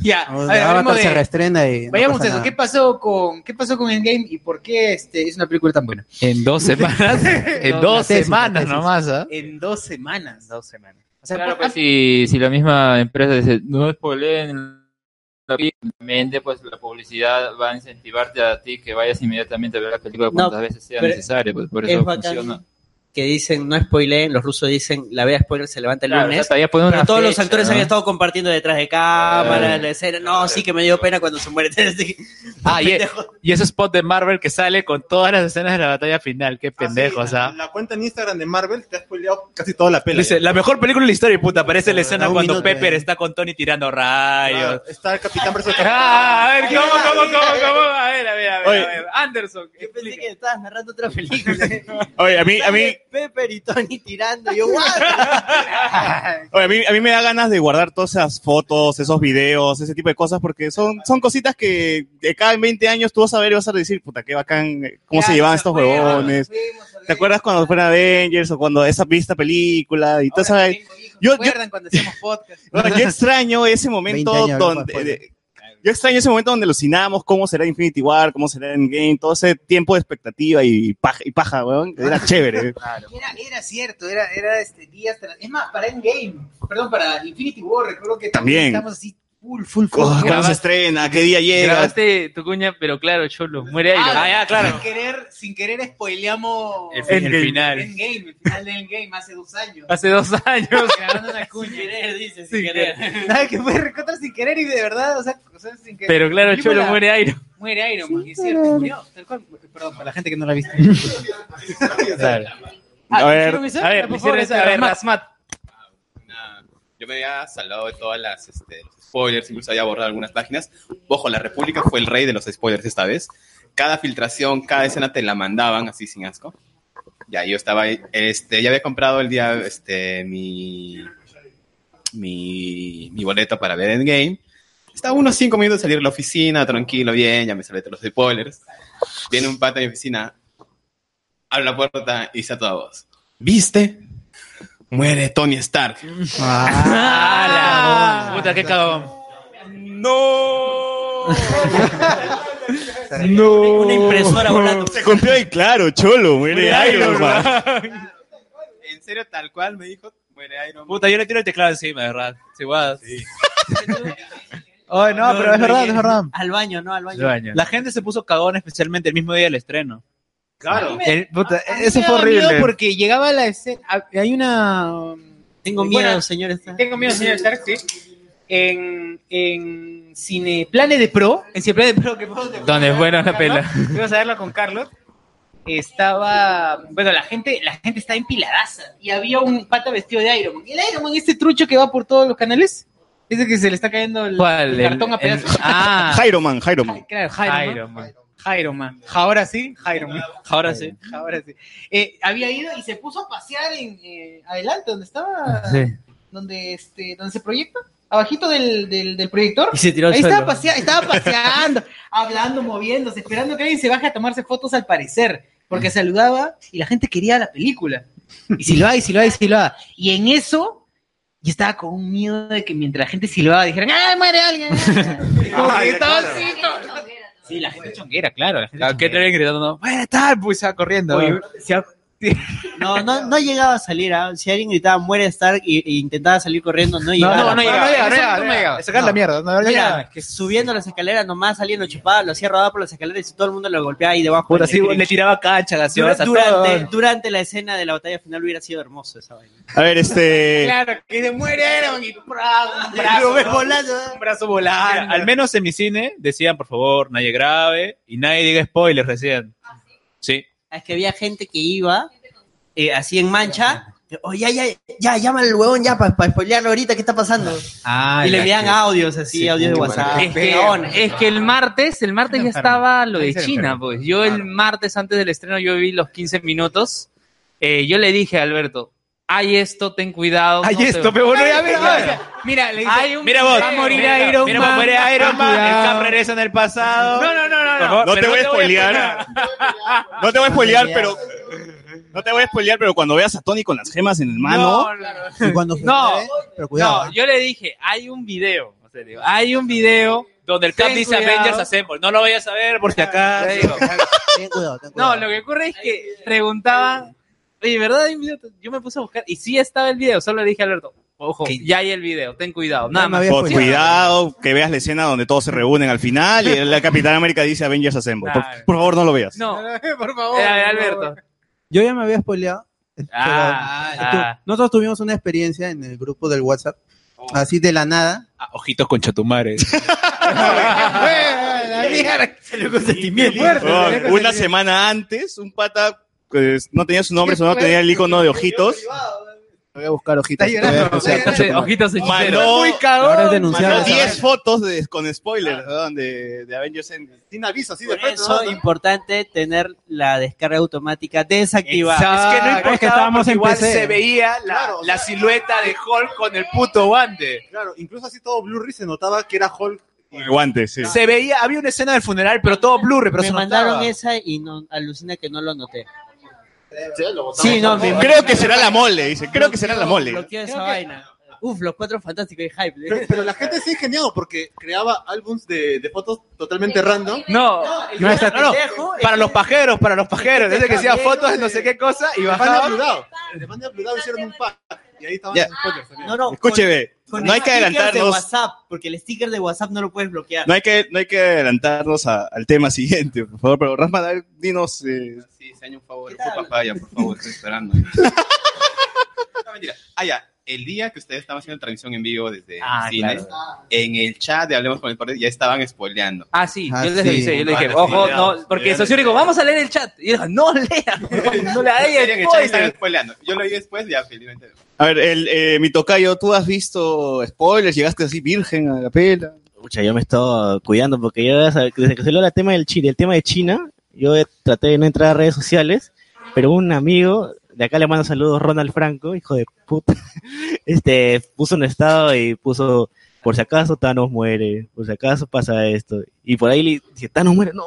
Speaker 1: ya, a ver,
Speaker 4: Ahora
Speaker 1: hablemos
Speaker 4: se
Speaker 1: de-
Speaker 4: reestrena y. no
Speaker 1: Vayamos a
Speaker 4: pasa
Speaker 1: eso.
Speaker 4: nada.
Speaker 1: ¿Qué pasó con qué pasó con Endgame y por qué este es una película tan buena?
Speaker 3: En dos semanas. En
Speaker 1: No,
Speaker 3: dos
Speaker 1: tesis,
Speaker 3: semanas
Speaker 1: tesis.
Speaker 3: nomás, ¿ah?
Speaker 1: En dos semanas. Dos semanas. O sea, ah,
Speaker 3: Claro,
Speaker 1: por-
Speaker 3: pues si, si la misma empresa dice, no spoileen la mente, pues la publicidad va a incentivarte a ti que vayas inmediatamente a ver la película cuantas
Speaker 6: No,
Speaker 3: veces sea
Speaker 6: pero
Speaker 3: necesario, pues por
Speaker 6: es
Speaker 3: eso
Speaker 6: bacán.
Speaker 3: funciona.
Speaker 6: Que dicen, no spoileen, los rusos dicen, la vea spoiler se levanta el
Speaker 3: Claro, o
Speaker 6: lunes.
Speaker 3: sea, todavía ponen
Speaker 6: pero
Speaker 3: una
Speaker 6: todos los
Speaker 3: fecha,
Speaker 6: actores
Speaker 3: ¿no?
Speaker 6: habían estado compartiendo detrás de cámara,
Speaker 3: Claro.
Speaker 6: la escena. No, sí que me dio pena cuando se muere.
Speaker 12: Ah, y, y ese spot de Marvel que sale con todas las escenas de la batalla final. Qué pendejo, o sea.
Speaker 11: La cuenta en Instagram de Marvel te ha spoileado casi toda la pela.
Speaker 12: Dice,
Speaker 11: ya.
Speaker 12: la mejor película de la historia, y puta. Aparece la escena
Speaker 11: un
Speaker 12: cuando
Speaker 11: minuto,
Speaker 12: Pepper
Speaker 11: eh.
Speaker 12: está con Tony tirando rayos.
Speaker 11: Está el Capitán versus
Speaker 12: Ah, a ver, ¿cómo, cómo, cómo, cómo? A ver, a ver, a ver.
Speaker 2: Oye.
Speaker 12: a ver. Anderson.
Speaker 6: Yo pensé que estabas narrando otra película.
Speaker 2: Oye, a mí, a mí,
Speaker 6: Pepper y Tony tirando. Yo, ¿what?
Speaker 2: Oye, a, mí, a mí me da ganas de guardar todas esas fotos, esos videos, ese tipo de cosas, porque son, son cositas que de cada 20 años tú vas a ver y vas a decir, puta, qué bacán, eh, cómo se llevaban estos huevones. ¿Te acuerdas cuando fueron Avengers o cuando esa vista película? Y todo esa- yo, yo,
Speaker 1: ¿Recuerdan cuando hacíamos podcast?
Speaker 2: ahora, yo extraño ese
Speaker 4: 20
Speaker 2: momento
Speaker 4: años,
Speaker 2: donde...
Speaker 4: después,
Speaker 2: de- yo extraño ese momento donde alucinamos cómo será Infinity War, cómo será Endgame, todo ese tiempo de expectativa y paja, y paja weón. Era chévere.
Speaker 1: Era, era cierto, era, era este día Es más, para Endgame, perdón, para Infinity War, recuerdo que
Speaker 2: También.
Speaker 1: estábamos así Full, full, full.
Speaker 2: ¿Cuándo Oh, se
Speaker 1: Grabaste-
Speaker 2: estrena? ¿Qué día llega?
Speaker 5: Grabaste tu cuña, pero claro, Cholo, muere ahí.
Speaker 1: Ah,
Speaker 5: ya,
Speaker 1: Sin querer, sin querer spoileamos
Speaker 5: El fin- el Endgame. final.
Speaker 1: Endgame, el final de Endgame hace dos años.
Speaker 5: Hace dos años.
Speaker 1: Grabando una cuña. Sin querer, ¿eh? dice,
Speaker 5: sin querer.
Speaker 1: que fue recontra sin querer y de verdad, o sea, o sea, sin querer.
Speaker 5: Pero claro,
Speaker 1: Película-
Speaker 5: Cholo, muere Iron.
Speaker 1: Muere Iron Man, es cierto. Murió, tal cual. Perdón, para la gente que no la ha visto.
Speaker 2: A ver,
Speaker 1: a ver,
Speaker 2: por favor,
Speaker 1: Ah, hicieron esa-
Speaker 2: a ver,
Speaker 1: Razmat.
Speaker 19: Yo me había salvado de todas las este, los spoilers, incluso había borrado algunas páginas. Ojo, la República fue el rey de los spoilers esta vez. Cada filtración, cada escena te la mandaban así sin asco. Ya yo estaba, ahí, este, ya había comprado el día, este, mi, mi, mi boleto para ver Endgame. Estaba unos cinco minutos de salir de la oficina, tranquilo, bien, ya me salí de los spoilers. Viene un pato a mi oficina, abre la puerta y dice a toda voz, ¿viste? Muere Tony Stark.
Speaker 5: Ah. ¡Hala! Puta, qué cagón.
Speaker 2: ¡No! ¡No! Una
Speaker 21: impresora volando.
Speaker 2: Se golpeó ahí, claro, Cholo, muere
Speaker 21: Muere
Speaker 2: Iron
Speaker 21: Iron
Speaker 2: Man.
Speaker 19: En serio, tal cual me dijo, muere Iron Man.
Speaker 5: Puta, yo le tiro el teclado encima, de verdad. Se guadas.
Speaker 1: Oye, no, pero es verdad, es verdad.
Speaker 6: Al baño, ¿no? Al baño.
Speaker 12: La gente se puso cagón especialmente el mismo día del estreno.
Speaker 1: Claro.
Speaker 12: El- puta,
Speaker 1: A mí
Speaker 12: eso
Speaker 1: me
Speaker 12: fue
Speaker 1: daba miedo
Speaker 12: horrible.
Speaker 1: porque llegaba la escena. a- Hay una.
Speaker 6: Tengo miedo, señor
Speaker 1: Tengo miedo, señor Stark, sí. En, en Cineplane de Pro, en Cineplane de Pro, que fue donde
Speaker 5: Donde es buena la pela.
Speaker 1: Vamos a verla con Carlos. Estaba, bueno, la gente, la gente estaba empiladaza y había un pata vestido de Iron Man. El Iron Man, este trucho que va por todos los canales, ese que se le está cayendo el, el cartón a pedazos.
Speaker 2: Ah. Iron Man, Iron Man.
Speaker 1: Claro, Jairo,
Speaker 2: Iron
Speaker 1: Man. Jairo Man. Ahora sí, Jairo Man.
Speaker 2: Ahora sí.
Speaker 1: Ahora sí. Eh, había ido y se puso a pasear en eh, adelante, donde estaba,
Speaker 2: Sí.
Speaker 1: donde este, donde se proyecta, abajito del, del, del proyector.
Speaker 6: Y se tiró al
Speaker 1: Ahí estaba,
Speaker 6: suelo.
Speaker 1: pasea- estaba paseando, hablando, moviéndose, esperando que alguien se baje a tomarse fotos al parecer, porque saludaba y la gente quería la película. Y silbaba, y silbaba, y silbaba. Y en eso, yo estaba con un miedo de que mientras la gente silbaba, dijeran, ¡ay, muere alguien! Y como que estaba así. Sí, la gente chonguera, claro. La gente
Speaker 5: ¿Qué te ven gritando? No,
Speaker 1: Bueno, tal, pues se va corriendo.
Speaker 6: Oye, No, no, no llegaba a salir. ¿ah? Si alguien gritaba muere Stark y, e intentaba salir corriendo, no llegaba.
Speaker 1: no, no llegaba, no llegaba, no llegaba, no llegaba. Sacar la mierda, no, no
Speaker 6: Mira,
Speaker 1: llegaba.
Speaker 6: que subiendo las escaleras nomás, saliendo chupado, lo hacía rodar por las escaleras y todo el mundo lo golpeaba ahí debajo.
Speaker 12: Puta,
Speaker 6: del
Speaker 12: sí,
Speaker 6: screen.
Speaker 12: le tiraba cacha,
Speaker 6: Dura-
Speaker 12: gaseosa,
Speaker 6: durante,
Speaker 12: todo.
Speaker 6: durante la escena de la batalla final hubiera sido hermoso esa vaina.
Speaker 2: A ver, este.
Speaker 1: Claro, que se muere Iron Man y bravo, un
Speaker 6: Lo ves
Speaker 1: ¿no?
Speaker 6: volando.
Speaker 1: Un brazo volando.
Speaker 12: Mira, al menos en mi cine decían, por favor, nadie grabe y nadie diga spoilers recién. Sí.
Speaker 6: Es que había gente que iba eh, así en mancha. Oye, ya, ya, ya, llama al huevón ya para spoilearlo ahorita, ¿qué está pasando? y le veían audios así, audios de WhatsApp.
Speaker 5: Es que, es que el martes, el martes ya estaba lo de China, pues. Yo el martes antes del estreno, yo vi los 15 minutos. Eh, yo le dije a Alberto, hay esto, ten cuidado.
Speaker 12: Hay
Speaker 5: no te-
Speaker 12: esto, pero bueno, ya, mira,
Speaker 5: Claro.
Speaker 12: mira.
Speaker 1: Mira, le dice,
Speaker 5: Hay un-
Speaker 12: Mira vos,
Speaker 5: va a morir
Speaker 12: mira,
Speaker 5: Iron
Speaker 12: mira,
Speaker 5: Man.
Speaker 12: muere Iron Man,
Speaker 1: Eh,
Speaker 12: el Cap regresa en el pasado.
Speaker 5: No, no, no, no,
Speaker 12: Por
Speaker 5: no.
Speaker 12: favor,
Speaker 2: No
Speaker 12: pero
Speaker 2: te voy a spoilear. No te voy a spoilear, pero. No te voy a spoilear, pero cuando veas a Tony con las gemas en el mano.
Speaker 4: Y cuando se
Speaker 5: No,
Speaker 4: muere, pero cuidado.
Speaker 5: No, yo le dije, hay un video. o sea, le digo, hay un video donde el Cap
Speaker 12: Ten
Speaker 5: dice
Speaker 12: cuidado.
Speaker 5: Avengers Assemble. No lo vayas a ver por si acá.
Speaker 4: Ten cuidado, ten
Speaker 5: No, lo que ocurre es que preguntaba, oye, ¿verdad hay un video? Yo me puse a buscar y sí estaba el video, solo le dije a Alberto, ojo, ya hay el video, ten cuidado, nada más.
Speaker 2: Por
Speaker 5: Sí,
Speaker 2: Oh, cuidado, que veas la escena donde todos se reúnen al final y la Capitán América dice Avengers Assemble. Por, por favor, no lo veas.
Speaker 5: No,
Speaker 1: por favor.
Speaker 5: Alberto.
Speaker 4: Yo ya me había spoileado. eh, pero-
Speaker 5: Ah,
Speaker 4: tú-
Speaker 5: ah.
Speaker 4: Nosotros tuvimos una experiencia en el grupo del WhatsApp, así de la nada.
Speaker 12: Ojitos con chatumares.
Speaker 2: Oh, una semana antes, un pata pues, no tenía su nombre, solo no tenía el icono de ojitos.
Speaker 4: Voy a buscar ojitos.
Speaker 8: este
Speaker 5: Ojitos
Speaker 2: Mandó,
Speaker 4: Ahora es denunciado.
Speaker 2: mandó 10 fotos de- con spoilers ¿no? de, de Avengers Endgame. Sin aviso, así de
Speaker 6: Por
Speaker 2: frente.
Speaker 6: eso es importante tener la descarga automática desactivada.
Speaker 12: Exacto. Es que no importaba Porque estábamos porque en igual PC. se
Speaker 5: veía la, silueta de Hulk con el puto guante.
Speaker 11: Claro, incluso así todo Blu-ray se notaba que era Hulk.
Speaker 2: Guantes, sí.
Speaker 12: Se veía, había una escena del funeral, pero todo blurry, pero
Speaker 6: me
Speaker 12: se
Speaker 6: mandaron
Speaker 12: notaba.
Speaker 6: esa y no, alucina que no lo noté.
Speaker 2: botamos.
Speaker 6: Sí, no, me-
Speaker 2: Creo que será la mole, dice, creo que será la mole.
Speaker 6: Bloqueó esa
Speaker 11: Creo que-
Speaker 6: vaina. Uf, los cuatro fantásticos y hype.
Speaker 11: Pero, pero la gente se ingeniado porque creaba álbums de, de fotos totalmente random.
Speaker 12: No, no, está- no, no. Para los pajeros, para los pajeros. Desde que hacía fotos de no sé qué cosa y
Speaker 11: Le mandan
Speaker 12: bajaba.
Speaker 11: bludado. Le mandan bludado, hicieron un pack. Y ahí estaban
Speaker 2: Ya.
Speaker 11: los spoilers también.
Speaker 6: No, no.
Speaker 2: Escúcheme,
Speaker 6: Con
Speaker 2: No hay que
Speaker 6: stickers De
Speaker 2: adelantarnos.
Speaker 6: WhatsApp, porque el sticker de WhatsApp no lo puedes bloquear.
Speaker 2: No hay que, no hay que adelantarnos a- al tema siguiente, por favor. Pero Rasma, a ver, dinos. eh,
Speaker 4: Sí, señor, un favor. Fue papaya, por favor, estoy esperando. no, mentira. Ah, ya. El día que ustedes estaban haciendo transmisión en vivo desde
Speaker 5: Ah,
Speaker 4: el cine,
Speaker 5: claro.
Speaker 4: en el chat de Hablemos con el Poder ya estaban spoileando.
Speaker 5: Ah, sí,
Speaker 4: Ah,
Speaker 5: yo les
Speaker 4: sí.
Speaker 5: avisé, yo les dije,
Speaker 4: Ah,
Speaker 5: ojo,
Speaker 4: sí,
Speaker 5: no,
Speaker 4: ya,
Speaker 5: porque
Speaker 4: ya,
Speaker 5: el socio dijo, vamos a leer el chat. Y él dijo, no lea, no le
Speaker 4: Sería
Speaker 5: hagas
Speaker 4: que el chat estaban
Speaker 5: spoiler.
Speaker 4: spoileando. Yo lo vi después, ya felizmente.
Speaker 2: A ver, el, eh, mi tocayo, ¿tú has visto spoilers? ¿Llegaste así virgen a la pela?
Speaker 7: Pucha, yo me estaba cuidando porque yo ya sabes, desde que salió el tema del Chile, el tema de China, yo traté de no entrar a redes sociales, pero un amigo, de acá le mando saludos, Ronald Franco, hijo de puta, este, puso un estado y puso, por si acaso Thanos muere, por si acaso pasa esto, y por ahí le dije, Thanos muere, no,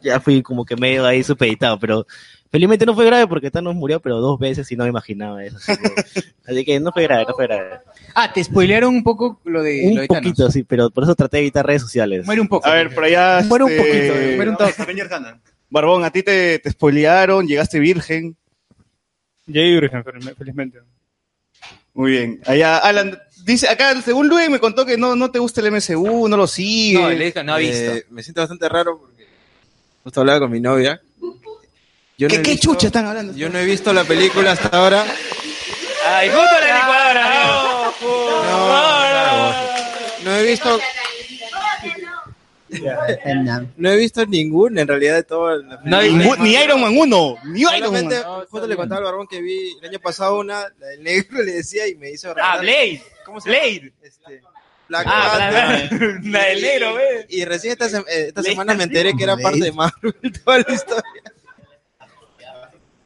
Speaker 7: ya fui como que medio ahí supeditado, pero felizmente no fue grave porque Thanos murió, pero dos veces y no me imaginaba eso, así que, así que no fue grave, no fue grave.
Speaker 1: Ah, te spoilearon un poco lo de, lo
Speaker 7: Un
Speaker 1: de Thanos.
Speaker 7: poquito, sí, pero por eso traté de evitar redes sociales.
Speaker 1: Muere un poco.
Speaker 2: A ver, por allá.
Speaker 1: Muere un
Speaker 2: este,
Speaker 1: poquito, muere un toque.
Speaker 2: Barbón, ¿a ti te, te spoilearon? ¿Llegaste virgen?
Speaker 20: Llegué virgen, fel- felizmente.
Speaker 2: Muy bien. Allá, Alan, dice, acá, según Luis me contó que no, no te gusta el MCU, no lo sigue. Eh,
Speaker 22: No, le dijo, no ha visto. Eh, me siento bastante raro porque justo hablaba con mi novia. Yo
Speaker 2: ¿Qué,
Speaker 22: he
Speaker 2: qué
Speaker 22: visto-
Speaker 2: chucha están hablando?
Speaker 22: Yo no he visto la película hasta ahora.
Speaker 5: Ay, justo la licuadora,
Speaker 1: ¿eh?
Speaker 5: no.
Speaker 22: No he visto. No he visto ninguna, en realidad, de todo. la
Speaker 2: No hay-
Speaker 22: película.
Speaker 2: Ni Iron Man 1, ni Iron Man.
Speaker 22: Solamente,
Speaker 2: No, está
Speaker 22: Justo le
Speaker 2: bien.
Speaker 22: contaba al barbón que vi el año pasado una, la del negro le decía y me hizo.
Speaker 5: Ah,
Speaker 22: recordar-
Speaker 5: Blade.
Speaker 22: ¿Cómo se Este,
Speaker 5: Blade.
Speaker 22: Black
Speaker 5: Ah,
Speaker 22: Panther.
Speaker 5: Black- la del negro, ¿ves?
Speaker 22: Y recién esta, sem- eh, esta semana me enteré que era parte de Marvel toda la historia.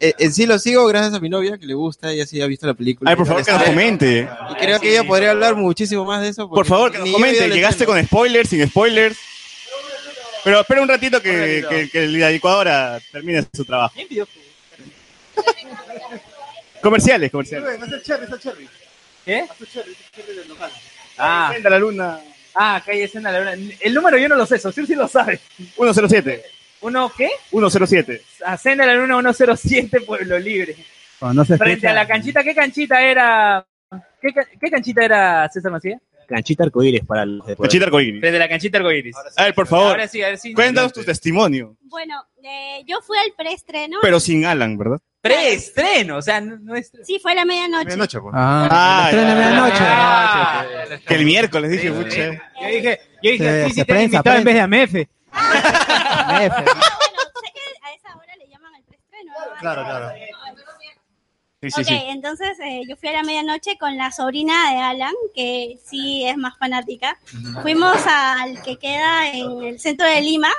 Speaker 22: Eh, En sí lo sigo gracias a mi novia que le gusta, ella sí ha visto la película.
Speaker 2: Ay, por favor, que nos comente.
Speaker 22: Y creo que ella podría hablar muchísimo más de eso.
Speaker 2: Por favor, que nos comente. ¿Llegaste con spoilers, sin spoilers? Pero espera un ratito que, que- que la licuadora termine su trabajo. Comerciales, comerciales.
Speaker 5: ¿Qué?
Speaker 2: Ah. la luna.
Speaker 5: Ah, calle Senda la luna. El número yo no lo sé, socio sí lo sabe.
Speaker 2: 107.
Speaker 5: ¿Uno qué?
Speaker 2: 107.
Speaker 5: A Senda la luna 107, Pueblo Libre.
Speaker 13: Cuando no se
Speaker 5: Frente a
Speaker 13: escucha,
Speaker 5: la canchita, ¿qué canchita era? ¿Qué, ca- qué canchita era César Macías?
Speaker 7: Canchita arcoíris para los de
Speaker 2: Canchita arcoíris.
Speaker 5: Frente a la canchita Pues, arcoíris.
Speaker 2: A ver, por favor.
Speaker 5: Ahora sí, a ver si.
Speaker 2: Cuéntanos tu testimonio,
Speaker 10: Bueno, eh, yo fui al preestreno.
Speaker 2: pero sin Alan, ¿verdad?
Speaker 5: Preestreno, o sea, no, no es.
Speaker 10: Sí, fue a la medianoche.
Speaker 2: Medianoche, pues.
Speaker 5: Ah,
Speaker 2: Ah,
Speaker 5: tres de la medianoche. Ah,
Speaker 2: Que el miércoles dije, pucha.
Speaker 1: Yo dije, yo dije,
Speaker 2: Se-
Speaker 1: aquí sí
Speaker 2: se
Speaker 1: te han
Speaker 2: prensa,
Speaker 1: invitado en
Speaker 2: prensa.
Speaker 1: vez de a Mefe.
Speaker 10: Claro,
Speaker 21: claro.
Speaker 2: Sí,
Speaker 10: ok, entonces eh, yo fui a la medianoche con la sobrina de Alan, que sí es más fanática. Fuimos al que queda en el centro de Lima,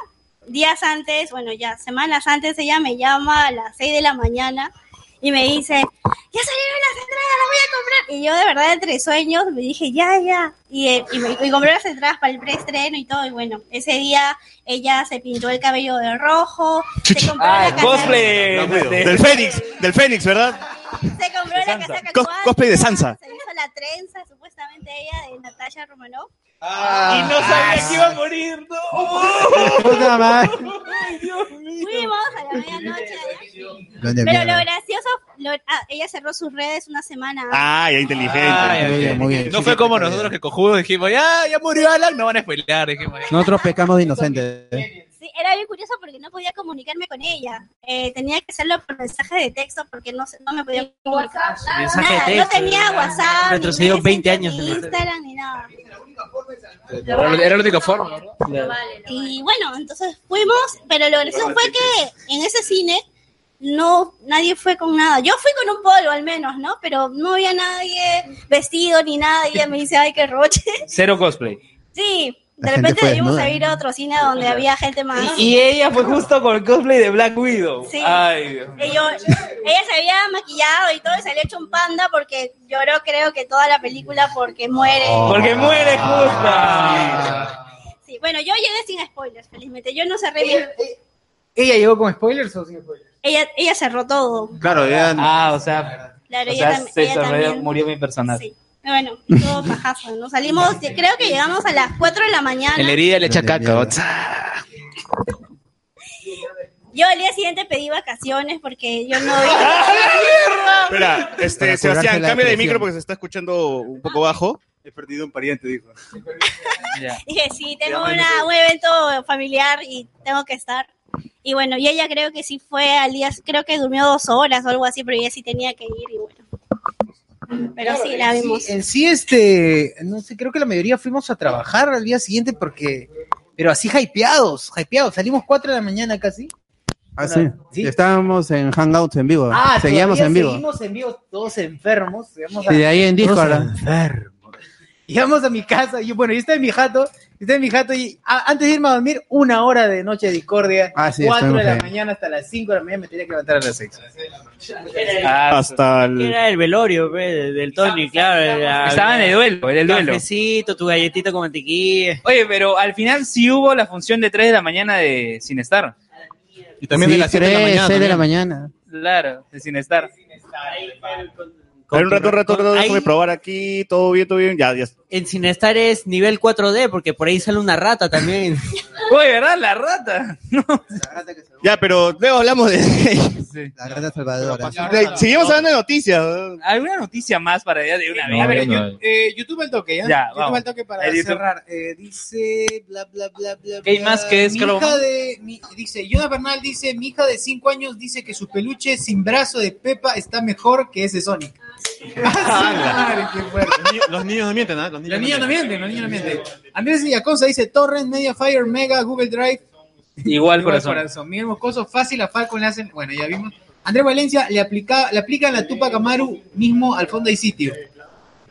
Speaker 10: días antes, bueno, ya semanas antes, ella me llama a las 6 de la mañana y me dice, ya salieron las entradas, las voy a comprar. Y yo de verdad entre sueños me dije, ya, ya. Y, eh, y me, y compré las entradas para el preestreno y todo. Y bueno, ese día ella se pintó el cabello de rojo, se compró
Speaker 5: Ah,
Speaker 10: la casaca-
Speaker 2: Cosplay del Fénix, del Fénix, ¿verdad?
Speaker 10: se compró la casaca
Speaker 2: Cos-
Speaker 10: actual,
Speaker 2: cosplay de Sansa.
Speaker 10: se hizo la trenza, supuestamente ella, de Natasha Romanoff.
Speaker 5: Y no sabía que iba a morir, no.
Speaker 10: Puta madre.
Speaker 5: Ay, Dios mío.
Speaker 10: Fuimos a la medianoche.
Speaker 2: Doña
Speaker 10: Pero lo
Speaker 2: mierda.
Speaker 10: gracioso, lo- ah, ella cerró sus redes una semana. antes.
Speaker 2: Ah, ya inteligente.
Speaker 5: No fue como nosotros que cojudos dijimos, ya, ya murió Alan, no van a spoilear. Dijimos,
Speaker 13: Nosotros pecamos de inocentes.
Speaker 4: ¿eh?
Speaker 10: Sí, era bien curioso porque no podía comunicarme con ella. Eh, tenía que hacerlo por mensaje de texto porque no, se- no me podía comunicar.
Speaker 6: Mensaje
Speaker 10: Nada,
Speaker 6: de
Speaker 10: no
Speaker 6: texto.
Speaker 10: tenía WhatsApp,
Speaker 6: Retrocedió
Speaker 10: ni
Speaker 6: 20 años.
Speaker 10: ni Instagram, ni nada.
Speaker 5: Era la única forma, ¿verdad?
Speaker 10: Y bueno, entonces fuimos, pero lo gracioso fue que en ese cine no nadie fue con nada. Yo fui con un polo al menos, ¿no? Pero no había nadie vestido ni nada. Y ella me dice, ay, qué roche.
Speaker 5: Cero cosplay.
Speaker 10: Sí,
Speaker 5: La
Speaker 10: de
Speaker 5: gente
Speaker 10: repente
Speaker 5: fue
Speaker 10: debimos
Speaker 5: desnuda,
Speaker 10: a ir a otro cine donde había gente más.
Speaker 5: Y ella fue justo con el cosplay de Black Widow.
Speaker 10: Sí.
Speaker 5: Ay, Dios mío.
Speaker 10: Y yo- ella se había maquillado y todo y salió hecho un panda porque lloró creo que toda la película porque muere.
Speaker 4: Oh.
Speaker 5: Porque muere justa.
Speaker 10: Sí, bueno, yo llegué sin spoilers, felizmente. Yo no cerré bien.
Speaker 1: ¿Ella llegó con spoilers o sin spoilers?
Speaker 10: Ella, ella cerró todo.
Speaker 5: Claro, ya. Ah, o sea,
Speaker 10: Claro,
Speaker 5: o
Speaker 10: ella,
Speaker 5: sea
Speaker 10: tam-
Speaker 5: se
Speaker 10: ella
Speaker 5: sorprendió,
Speaker 10: también.
Speaker 5: murió mi personaje.
Speaker 10: Sí. Bueno, todo pajazo. Nos salimos, creo que llegamos a las 4 de la mañana.
Speaker 5: En la herida le echa caca.
Speaker 10: Yo al día siguiente pedí vacaciones porque yo no...
Speaker 2: Espera, este,
Speaker 4: Para
Speaker 2: Sebastián,
Speaker 4: curarse la
Speaker 2: este, cambia de
Speaker 4: depresión.
Speaker 2: micro porque se está escuchando un poco bajo.
Speaker 19: He perdido un pariente, dijo.
Speaker 10: Dije, sí, tengo
Speaker 19: Ya,
Speaker 10: una,
Speaker 19: bueno.
Speaker 10: un evento familiar y tengo que estar. Y bueno, y ella creo que sí fue al día, creo que durmió dos horas o algo así, pero ella sí tenía que ir y bueno. Pero sí, la
Speaker 1: En sí- eh,
Speaker 10: vimos.
Speaker 1: En sí, este, no sé, creo que la mayoría fuimos a trabajar al día siguiente porque, pero así hypeados, hypeados. Salimos 4 de la mañana casi.
Speaker 4: Ah, sí. Estábamos en Hangouts en vivo.
Speaker 1: Ah,
Speaker 4: Seguíamos
Speaker 1: todavía
Speaker 4: en vivo.
Speaker 1: Seguimos en vivo, todos enfermos. Llegamos
Speaker 4: Y de ahí en
Speaker 1: todos
Speaker 4: Discord.
Speaker 1: en- Llegamos a mi casa, y bueno, yo estaba en mi jato, yo estaba en mi jato y a- antes de irme a dormir, una hora de noche de discordia.
Speaker 4: Ah, sí,
Speaker 1: 4 de la
Speaker 4: estuvimos ahí.
Speaker 1: mañana hasta las 5 de la mañana me tenía que levantar a las 6.
Speaker 5: Ah,
Speaker 2: Hasta el...
Speaker 6: Ah, Era el velorio pe, de- del Tony, claro. era-
Speaker 5: Estaba en el duelo, era el duelo.
Speaker 6: Cafecito, tu galletita con mantequilla.
Speaker 5: Oye, pero al final sí hubo la función de 3 de la mañana de Sinestar.
Speaker 9: Y
Speaker 4: Sí, tres, seis de la mañana.
Speaker 5: Claro, de Sinestar.
Speaker 2: A ver, un rato, un rato, un rato, déjame probar aquí, todo bien, todo bien, ya, ya.
Speaker 6: En Sinestar es nivel 4D, porque por ahí sale una rata también.
Speaker 5: Oye, ¿verdad? La rata.
Speaker 2: Ya, pero luego hablamos de...
Speaker 4: La rata salvadora.
Speaker 2: Le- Seguimos hablando de noticias.
Speaker 5: ¿Alguna noticia más para allá de una vez?
Speaker 1: a ver, yo- eh, YouTube al toque, ¿ya?
Speaker 5: Ya,
Speaker 1: YouTube
Speaker 5: vamos.
Speaker 1: al toque para
Speaker 5: El YouTube.
Speaker 1: cerrar. Eh, dice bla bla bla bla.
Speaker 5: ¿Qué hay
Speaker 1: bla.
Speaker 5: más que es
Speaker 1: mi
Speaker 5: Carlos?
Speaker 1: hija de, mi- dice, Yona Bernal dice, mi hija de 5 años dice que su peluche sin brazo de Pepa está mejor que ese Sonic.
Speaker 11: Ah,
Speaker 12: Ah,
Speaker 9: ¡Hala!
Speaker 1: Qué fuerte.
Speaker 9: Los niños- Los niños no mienten, ¿ah? Los
Speaker 1: Los niños no mienten, los niños no mienten. Andrés Villaconza dice, Torrent, Mediafire, Mega, Google Drive.
Speaker 5: Igual, corazón.
Speaker 1: Miguel Moscoso, fácil, a Falcon le hacen, bueno, ya vimos. Andrés Valencia le aplica, le aplican la Tupac Amaru mismo al fondo y sitio.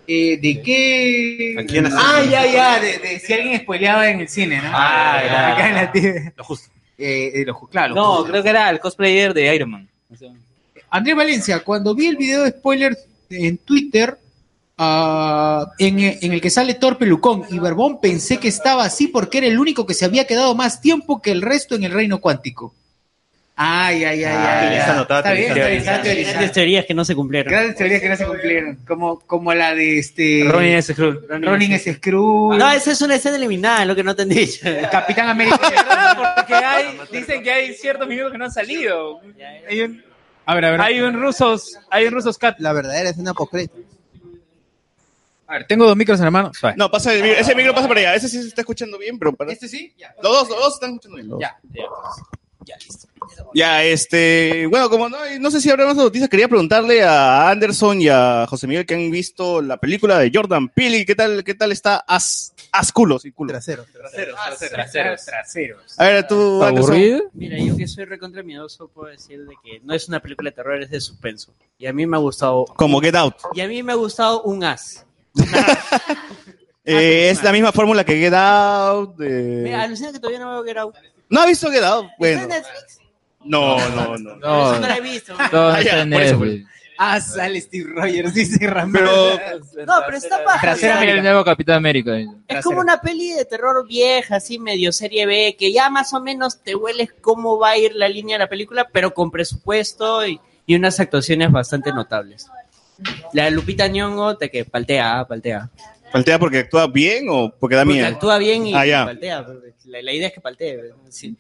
Speaker 1: Eh, ¿De qué?
Speaker 19: ¿A quién hace?
Speaker 1: ah, ya, ya, de, de si alguien spoileaba en el cine, ¿no?
Speaker 5: Ah, ya.
Speaker 1: Acá en la tele.
Speaker 5: Lo justo.
Speaker 1: lo claro, lo
Speaker 5: no,
Speaker 1: justo.
Speaker 5: creo que era el cosplayer de Iron Man.
Speaker 1: Andrés Valencia, cuando vi el video de spoilers en Twitter, ah, en, en el que sale Thor Pelucón y Barbón, pensé que estaba así porque era el único que se había quedado más tiempo que el resto en el reino cuántico. Ay, ay, ay,
Speaker 6: Ah,
Speaker 1: ay. ay.
Speaker 6: teorizando, estaba
Speaker 1: Está bien,
Speaker 6: teorizando.
Speaker 1: está bien, está
Speaker 6: Grandes
Speaker 1: bien.
Speaker 6: teorías que no se cumplieron.
Speaker 1: Grandes teorías que no se cumplieron, como, como la de este...
Speaker 6: Ronin S. Skrull.
Speaker 1: Ronin S. Skrull.
Speaker 6: No, esa es una escena eliminada, lo que no te han dicho.
Speaker 1: Capitán América.
Speaker 5: Porque hay, dicen que hay ciertos minutos que no han salido. Hay un,
Speaker 4: A ver, a ver.
Speaker 5: hay un rusos, hay un rusos cat.
Speaker 4: La verdadera escena post-crédito.
Speaker 1: A ver, tengo dos micros en la mano. Suave.
Speaker 2: No, pasa el micro, ese micro pasa para allá, ese sí se está escuchando bien, pero para...
Speaker 1: ¿Este sí? Ya.
Speaker 2: Los dos, los dos están escuchando bien.
Speaker 1: Ya.
Speaker 2: Ya, este, bueno, como no, hay- no sé si habrá más noticias, quería preguntarle a Anderson y a José Miguel que han visto la película de Jordan Peele, ¿qué tal, qué tal está As, As culo, sin culo?
Speaker 1: Traseros,
Speaker 5: Ah, traseros.
Speaker 1: traseros.
Speaker 2: A ver, tú, Anderson.
Speaker 6: Mira, yo que soy recontra miedoso puedo decir de que no es una película de terror, es de suspenso. Y a mí me ha gustado. Ah,
Speaker 2: Como Get Out.
Speaker 6: Y a mí me ha gustado un as.
Speaker 2: Eh, es la misma fórmula que Get Out. eh.
Speaker 6: Mira, alucina que todavía no veo Get Out.
Speaker 2: ¿No ha visto Get Out?
Speaker 6: ¿Está en
Speaker 2: Bueno,
Speaker 6: Netflix?
Speaker 2: no, no, no.
Speaker 6: No, no la he visto.
Speaker 2: No, Ah, está ya, en por eso, Netflix.
Speaker 1: Ah, sale Steve Rogers, dice Ramón.
Speaker 6: No, pero está baja.
Speaker 1: Trasera
Speaker 6: ya.
Speaker 1: América.
Speaker 3: El nuevo Capitán América.
Speaker 6: Es como una peli de terror vieja, así medio serie B, que ya más o menos te hueles cómo va a ir la línea de la película, pero con presupuesto y, y unas actuaciones bastante notables. La de Lupita Nyong'o te que paltea, ah, paltea.
Speaker 2: ¿Faltea porque actúa bien o porque da
Speaker 6: Porque
Speaker 2: miedo?
Speaker 6: actúa bien y
Speaker 2: Ah, ya.
Speaker 6: paltea. La, la idea es que paltee. sí.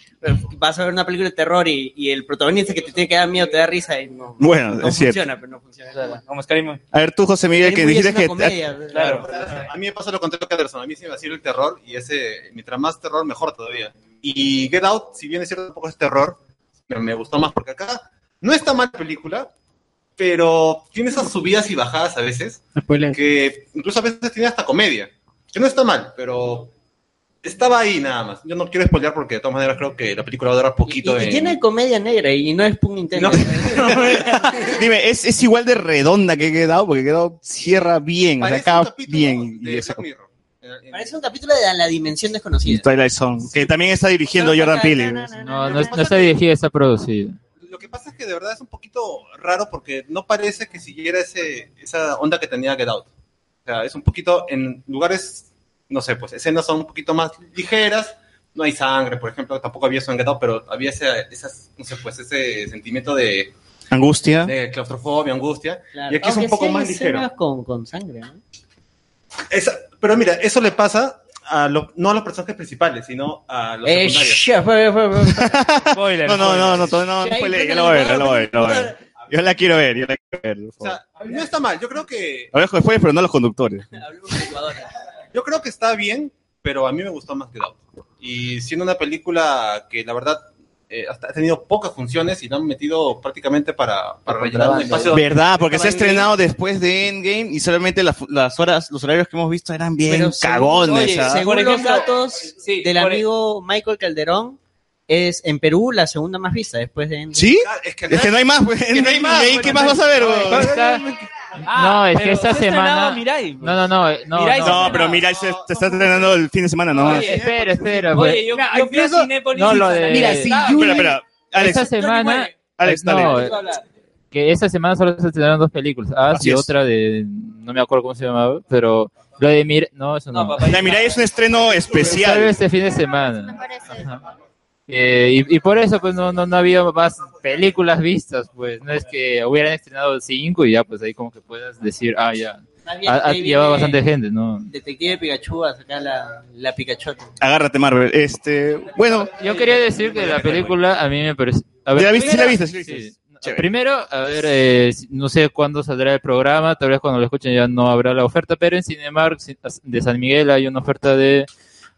Speaker 6: Vas a ver una película de terror y, y el protagonista que te tiene que dar miedo te da risa y no,
Speaker 2: Bueno,
Speaker 6: no
Speaker 2: es cierto.
Speaker 6: funciona, pero no funciona.
Speaker 5: Como Scary Movie.
Speaker 2: A ver, tú, José Miguel, que
Speaker 6: Scary Movie
Speaker 2: dijiste
Speaker 6: es una
Speaker 2: que...
Speaker 6: comedia, claro.
Speaker 11: A mí me pasa lo contrario que Anderson. A mí sí me vacila el terror y ese, mientras más terror, mejor todavía. Y Get Out, si bien es cierto, tampoco es terror, pero me gustó más porque acá no está mal la película, pero tiene esas subidas y bajadas a veces, que incluso a veces tiene hasta comedia, que no está mal, pero estaba ahí nada más. Yo no quiero spoilear porque de todas maneras creo que la película va a durar
Speaker 6: Y,
Speaker 11: poquito.
Speaker 6: y
Speaker 11: en-
Speaker 6: tiene comedia negra y no es Pun Nintendo.
Speaker 2: Dime, ¿es, es igual de redonda que Get Out, porque Get Out cierra bien, o sea, acaba bien. Y eso.
Speaker 6: Parece un capítulo de la dimensión desconocida.
Speaker 2: Y Twilight Zone, que también está dirigiendo Jordan Peele. No,
Speaker 3: No, es- no está dirigida, está producida.
Speaker 11: pasa es que de verdad es un poquito raro porque no parece que siguiera ese, esa onda que tenía Get Out. O sea, es un poquito en lugares, no sé, pues escenas son un poquito más ligeras. No hay sangre, por ejemplo, tampoco había eso en Get Out, pero había ese, esas, no sé, pues ese sentimiento de,
Speaker 2: Angustia.
Speaker 11: de claustrofobia, angustia.
Speaker 6: Claro.
Speaker 11: Y aquí es
Speaker 6: Aunque
Speaker 11: un poco
Speaker 6: sí hay
Speaker 11: más ligero.
Speaker 6: escenas Con, con sangre, ¿no?
Speaker 11: Esa- pero mira, eso le pasa a lo- no a los personajes principales, sino a los
Speaker 6: Eh,
Speaker 11: secundarios.
Speaker 6: shh, fue- fue- fue-
Speaker 2: No, no, no, no, no, no,
Speaker 6: Sí, hay
Speaker 2: spoiler,
Speaker 6: un
Speaker 2: ya lo voy a ver, ya lo voy a ver, ya lo voy a ver. Yo la quiero ver, yo la quiero ver. por
Speaker 11: O
Speaker 2: favor.
Speaker 11: sea, no está mal. Yo creo que.
Speaker 2: Lo dejo después, pero no a los conductores.
Speaker 11: Yo creo que está bien, pero a mí me gustó más que Doubt. Y siendo una película que la verdad eh, hasta ha tenido pocas funciones y la han metido prácticamente para, para rellenar un espacio.
Speaker 2: Verdad, porque se ha
Speaker 11: Estaba en-
Speaker 2: estrenado después de Endgame y solamente las, las horas, los horarios que hemos visto eran bien cagones.
Speaker 6: Oye,
Speaker 2: ¿ah?
Speaker 6: según los datos del
Speaker 3: e-
Speaker 6: amigo Michael Calderón, es en Perú la segunda más vista después de.
Speaker 2: ¿Sí?
Speaker 11: Es que
Speaker 2: no, hay más. pues. ¿Y ahí qué más vas a ver? weón?
Speaker 3: no, es que
Speaker 2: pero
Speaker 3: esta
Speaker 2: se ha
Speaker 3: semana.
Speaker 2: estrenado
Speaker 3: No, no, no. eh, No,
Speaker 2: No, pero Mirai se, te está estrenando el fin de semana, ¿no?
Speaker 3: Oye, espera, espera. pues.
Speaker 2: Oye, yo-
Speaker 3: Mira,
Speaker 2: yo
Speaker 3: empiezo- No, lo de.
Speaker 2: Mira, si
Speaker 3: Ah,
Speaker 2: Yuri- Espera, espera. Alex.
Speaker 3: esta
Speaker 2: Johnny
Speaker 3: semana.
Speaker 2: muere. Alex, dale.
Speaker 3: no, eh, que esta semana solo se estrenaron dos películas. Ah,
Speaker 2: Así
Speaker 3: sí,
Speaker 2: es.
Speaker 3: otra de. No me acuerdo cómo se llamaba, pero. Lo de Mir. No, eso no.
Speaker 2: La Mirai es un estreno
Speaker 3: Sale
Speaker 2: especial.
Speaker 3: este fin de semana. Eh, y, y por eso pues no, no, no ha habido más películas vistas, pues no es que hubieran estrenado cinco y ya pues ahí como que puedas decir, ah, ya,
Speaker 6: Más bien,
Speaker 3: ha, ha
Speaker 6: ahí viene-
Speaker 3: llevado bastante gente, ¿no?
Speaker 6: Detective Pikachu a sacar la, la Pikachu.
Speaker 2: Agárrate, Marvel. Este, bueno,
Speaker 3: Yo quería decir que la película a mí me parece... a ver,
Speaker 2: ¿Ya la viste? ¿Sí la viste? ¿Sí la
Speaker 3: sí.
Speaker 2: viste?
Speaker 3: Primero, a ver, eh, si- no sé cuándo saldrá el programa, tal vez cuando lo escuchen ya no habrá la oferta, pero en Cinemark si- de San Miguel hay una oferta de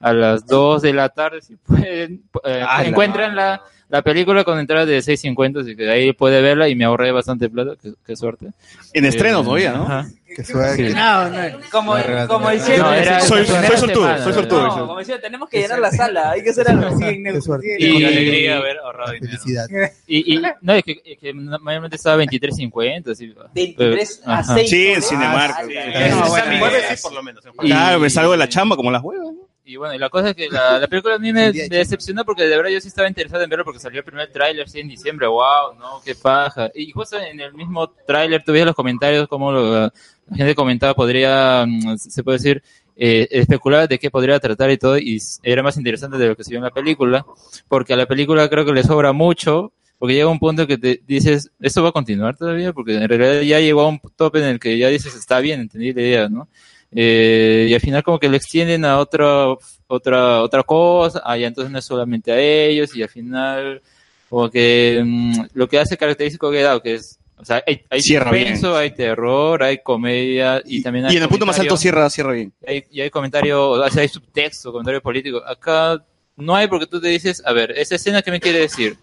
Speaker 3: a las 2 de la tarde, si pueden, eh,
Speaker 5: Ah, la
Speaker 3: encuentran la, la película con entrada de 6.50, así que ahí puede verla y me ahorré bastante plata, qué, qué suerte. Eh,
Speaker 2: En estreno todavía, ¿no?
Speaker 3: Qué
Speaker 2: suerte.
Speaker 5: No, no. Como, como decía,
Speaker 3: No, era
Speaker 2: soy, soy
Speaker 3: esta primera
Speaker 2: sortudo,
Speaker 3: semana,
Speaker 2: soy
Speaker 3: ¿verdad?
Speaker 2: sortudo.
Speaker 5: no, como decía, tenemos que llenar la sala, hay que hacer algo así en neutro.
Speaker 3: Y-
Speaker 5: Con alegría, a ver, ahorrado dinero.
Speaker 13: Felicidad.
Speaker 3: Y, y- no, es que, es que mayormente estaba 23.50. Así, pues.
Speaker 5: 23
Speaker 2: a
Speaker 3: Ajá.
Speaker 2: seis, Sí, en ¿no? Cinemark. Ah, sí. Ah, bueno,
Speaker 3: San
Speaker 2: jueves
Speaker 3: Miguel.
Speaker 2: sí, por lo menos. Claro, me salgo de la chamba como las huevas.
Speaker 3: Y bueno, y la cosa es que la, la película a mí me, me decepcionó porque de verdad yo sí estaba interesado en verlo porque salió el primer tráiler sí, en diciembre. ¡Wow! ¿No? ¡Qué paja! Y justo en el mismo tráiler tuve los comentarios como lo- la gente comentaba, podría, mm, se puede decir, eh, especular de qué podría tratar y todo. Y s- era más interesante de lo que se vio en la película porque a la película creo que le sobra mucho. Porque llega un punto que te dices, ¿esto va a continuar todavía? Porque en realidad ya llegó a un tope en el que ya dices, está bien, entendí la idea, ¿no? Eh, y al final como que le extienden a otra otra otra cosa, ah, ya entonces no es solamente a ellos, y al final como que mm, lo que hace característico que dado, que es, o sea, hay, hay
Speaker 2: Cierra bien.
Speaker 3: suspenso, hay terror, hay comedia, y, también hay
Speaker 2: Y en el punto más
Speaker 3: comentario-
Speaker 2: alto cierra, cierra bien.
Speaker 3: y hay, y hay comentario, o sea, hay subtexto, comentario político. Acá no hay porque tú te dices, a ver, esa escena que me quiere decir.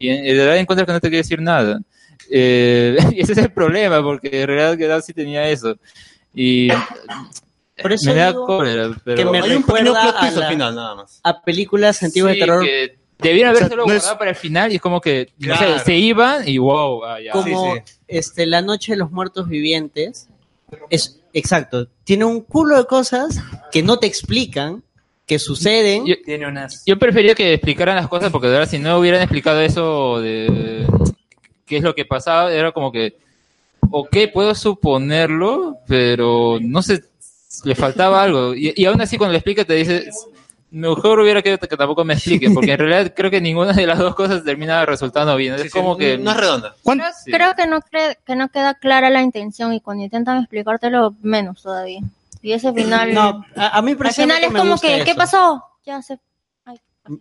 Speaker 3: Y en, en realidad encuentras que no te quiere decir nada. Eh, y ese es el problema, porque en realidad Gedal sí tenía eso. Y
Speaker 6: Por eso
Speaker 3: me da
Speaker 6: digo
Speaker 3: cólera, pero
Speaker 6: que me recuerda a, la- a películas antiguas
Speaker 3: Sí,
Speaker 6: de terror.
Speaker 3: que debieron
Speaker 6: O sea,
Speaker 3: habérselo
Speaker 6: no es-
Speaker 3: guardado para el final y es como que no sé,
Speaker 6: Claro.
Speaker 3: se iban y wow, ah, ya.
Speaker 6: como este La Noche de los Muertos Vivientes. Es, exacto. Tiene un culo de cosas que no te explican, que suceden.
Speaker 5: Tiene unas.
Speaker 3: Yo prefería que explicaran las cosas porque de verdad si no hubieran explicado eso de qué es lo que pasaba, era como que, ok, puedo suponerlo, pero no sé, le faltaba algo. Y, y aún así cuando le explica te dice, mejor hubiera querido que tampoco me expliquen, porque en realidad creo que ninguna de las dos cosas termina resultando bien. Es como que...
Speaker 11: no es redonda.
Speaker 14: Creo, creo que, no cre- que no queda clara la intención y cuando intentan explicártelo, menos todavía. Y ese final.
Speaker 6: No, a, a mí
Speaker 14: al final
Speaker 6: precisamente
Speaker 14: es
Speaker 6: me
Speaker 14: como
Speaker 6: gusta
Speaker 14: que, ¿qué
Speaker 6: eso.
Speaker 14: pasó? Ya se.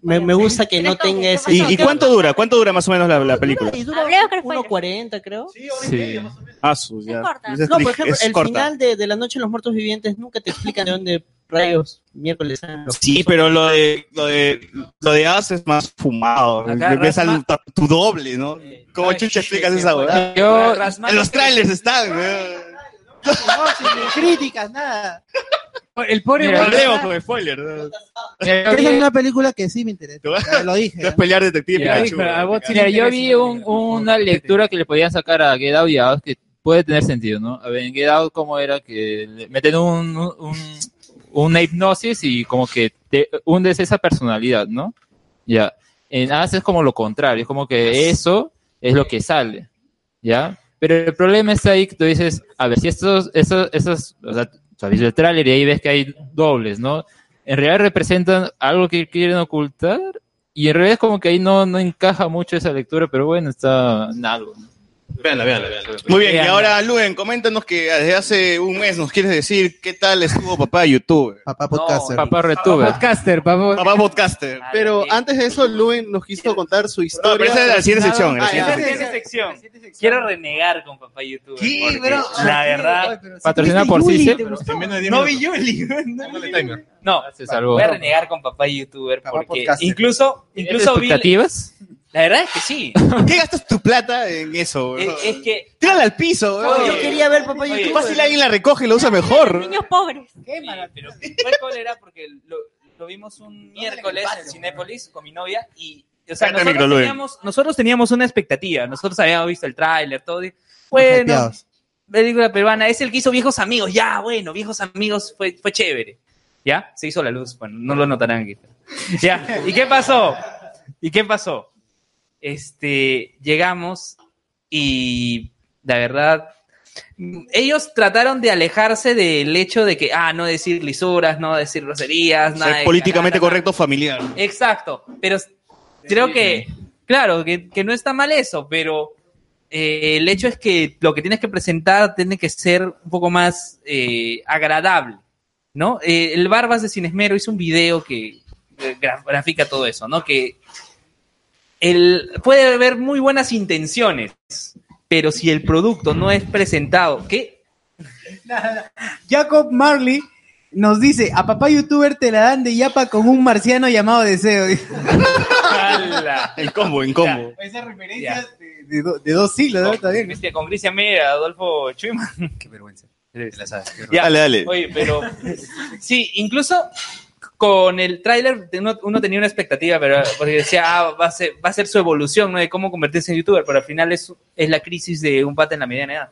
Speaker 6: Me, me gusta que no tenga ese.
Speaker 2: ¿Y, y cuánto dura? ¿Cuánto dura más o menos la, la película?
Speaker 6: Hablemos que 1.40, creo.
Speaker 2: Sí. Ah, su, ya. Es
Speaker 6: No, por ejemplo,
Speaker 2: es
Speaker 6: el
Speaker 2: corta.
Speaker 6: final de, de La Noche de los Muertos Vivientes nunca te explican de dónde rayos miércoles salen los-
Speaker 2: Sí, pero lo de, lo de, lo de As es más fumado.
Speaker 6: Acá
Speaker 2: Ves al-
Speaker 6: Rasma-
Speaker 2: tu- tu doble, ¿no? ¿Cómo chucha explicas esa weá?
Speaker 3: Yo-
Speaker 2: En los trailers están, weón.
Speaker 13: críticas, nada.
Speaker 5: El
Speaker 13: pobre
Speaker 2: Mira,
Speaker 13: weón.
Speaker 2: hablemos con spoiler. ¿no? Eh,
Speaker 13: Esa es una película que sí me interesa. ya Lo dije.
Speaker 2: Es pelear detective
Speaker 3: Ya.
Speaker 2: Pikachu.
Speaker 3: Mira,
Speaker 2: weón.
Speaker 3: yo vi un- una lectura que le podían sacar a Get Out y a Us que puede tener sentido, ¿no? A ver, en Get Out, ¿cómo era? Que le meten un, un, una hipnosis y como que te hundes esa personalidad, ¿no? Ya. En Us es como lo contrario, es como que eso es lo que sale, ¿ya? Pero el problema está ahí que tú dices, a ver, si estos, estos, estos, o sea, tú has visto el tráiler y ahí ves que hay dobles, ¿no? En realidad representan algo que quieren ocultar y en realidad es como que ahí no, no encaja mucho esa lectura, pero bueno, está en algo. ¿no?
Speaker 11: Véanla, véanla, véanla.
Speaker 2: Muy bien, y ahora, Luen, coméntanos que desde hace un mes nos quieres decir qué tal estuvo papá YouTube.
Speaker 13: Papá podcaster.
Speaker 2: papá retuber.
Speaker 1: Podcaster, papá.
Speaker 2: Papá podcaster.
Speaker 8: Pero antes de eso, Luen nos quiso contar su historia.
Speaker 2: pero esa es la siguiente sección,
Speaker 8: Ah,
Speaker 2: la siguiente
Speaker 8: ya.
Speaker 2: sección.
Speaker 5: sección. Quiero renegar con papá YouTube. porque
Speaker 21: bro?
Speaker 5: La
Speaker 21: Ay,
Speaker 5: verdad,
Speaker 21: pero si
Speaker 3: Patrocinada por
Speaker 5: Yuli,
Speaker 3: Cicel.
Speaker 5: ¿te
Speaker 3: pero
Speaker 5: gustó?
Speaker 3: también hay diez
Speaker 5: No vi
Speaker 3: minutos.
Speaker 5: Yuli. No, se
Speaker 3: salvó.
Speaker 5: Voy a renegar con papá youtuber porque
Speaker 2: podcaster.
Speaker 5: incluso, incluso vi.
Speaker 18: expectativas?
Speaker 5: La verdad es que sí.
Speaker 2: ¿Qué gastas tu plata en eso?
Speaker 5: Es, es que
Speaker 2: Tírala al piso.
Speaker 5: Oye,
Speaker 2: bro.
Speaker 5: yo quería ver papá
Speaker 2: Oye,
Speaker 5: youtuber.
Speaker 2: Fácil alguien la recoge y la usa mejor.
Speaker 5: niños pobres. Qué mala, pero fue cólera porque lo, lo vimos un miércoles en Cinépolis con mi novia y o sea,
Speaker 18: Cállate el micro,
Speaker 5: nosotros,
Speaker 18: Luis.
Speaker 5: teníamos, nosotros teníamos una expectativa, nosotros habíamos visto el tráiler, todo. y, bueno,
Speaker 13: Hypeados.
Speaker 5: película peruana, es el que hizo Viejos Amigos, ya, bueno, Viejos Amigos fue, fue chévere. ¿Ya? Se hizo la luz, bueno, no lo notarán quizá. ¿Ya? ¿Y qué pasó? ¿Y qué pasó? Este, llegamos y la verdad, ellos trataron de alejarse del hecho de que, ah, no decir lisuras, no decir groserías, nada.
Speaker 2: Ser
Speaker 5: de
Speaker 2: políticamente
Speaker 5: cagada,
Speaker 2: correcto familiar.
Speaker 5: nada. Exacto, pero creo que, claro, que, que no está mal eso, pero eh, el hecho es que lo que tienes que presentar tiene que ser un poco más eh, agradable, ¿no? Eh, el Barbas de Cinesmero hizo un video que eh, gra- grafica todo eso, ¿no? Que el, puede haber muy buenas intenciones, pero si el producto no es presentado, ¿qué?
Speaker 1: Jacob Marley nos dice, a papá youtuber te la dan de yapa con un marciano llamado Deseo.
Speaker 2: En combo, en combo.
Speaker 1: Esas referencias De, do- de dos siglos, ¿no? Está bien.
Speaker 5: Este, con Cristian Mera, Adolfo Chuyman. Qué vergüenza. Ya.
Speaker 2: Dale, dale.
Speaker 5: Oye, pero sí, incluso con el tráiler uno, uno tenía una expectativa, pero porque decía, ah, va a ser, va a ser su evolución, ¿no? De cómo convertirse en youtuber, pero al final es, es la crisis de un pata en la mediana edad.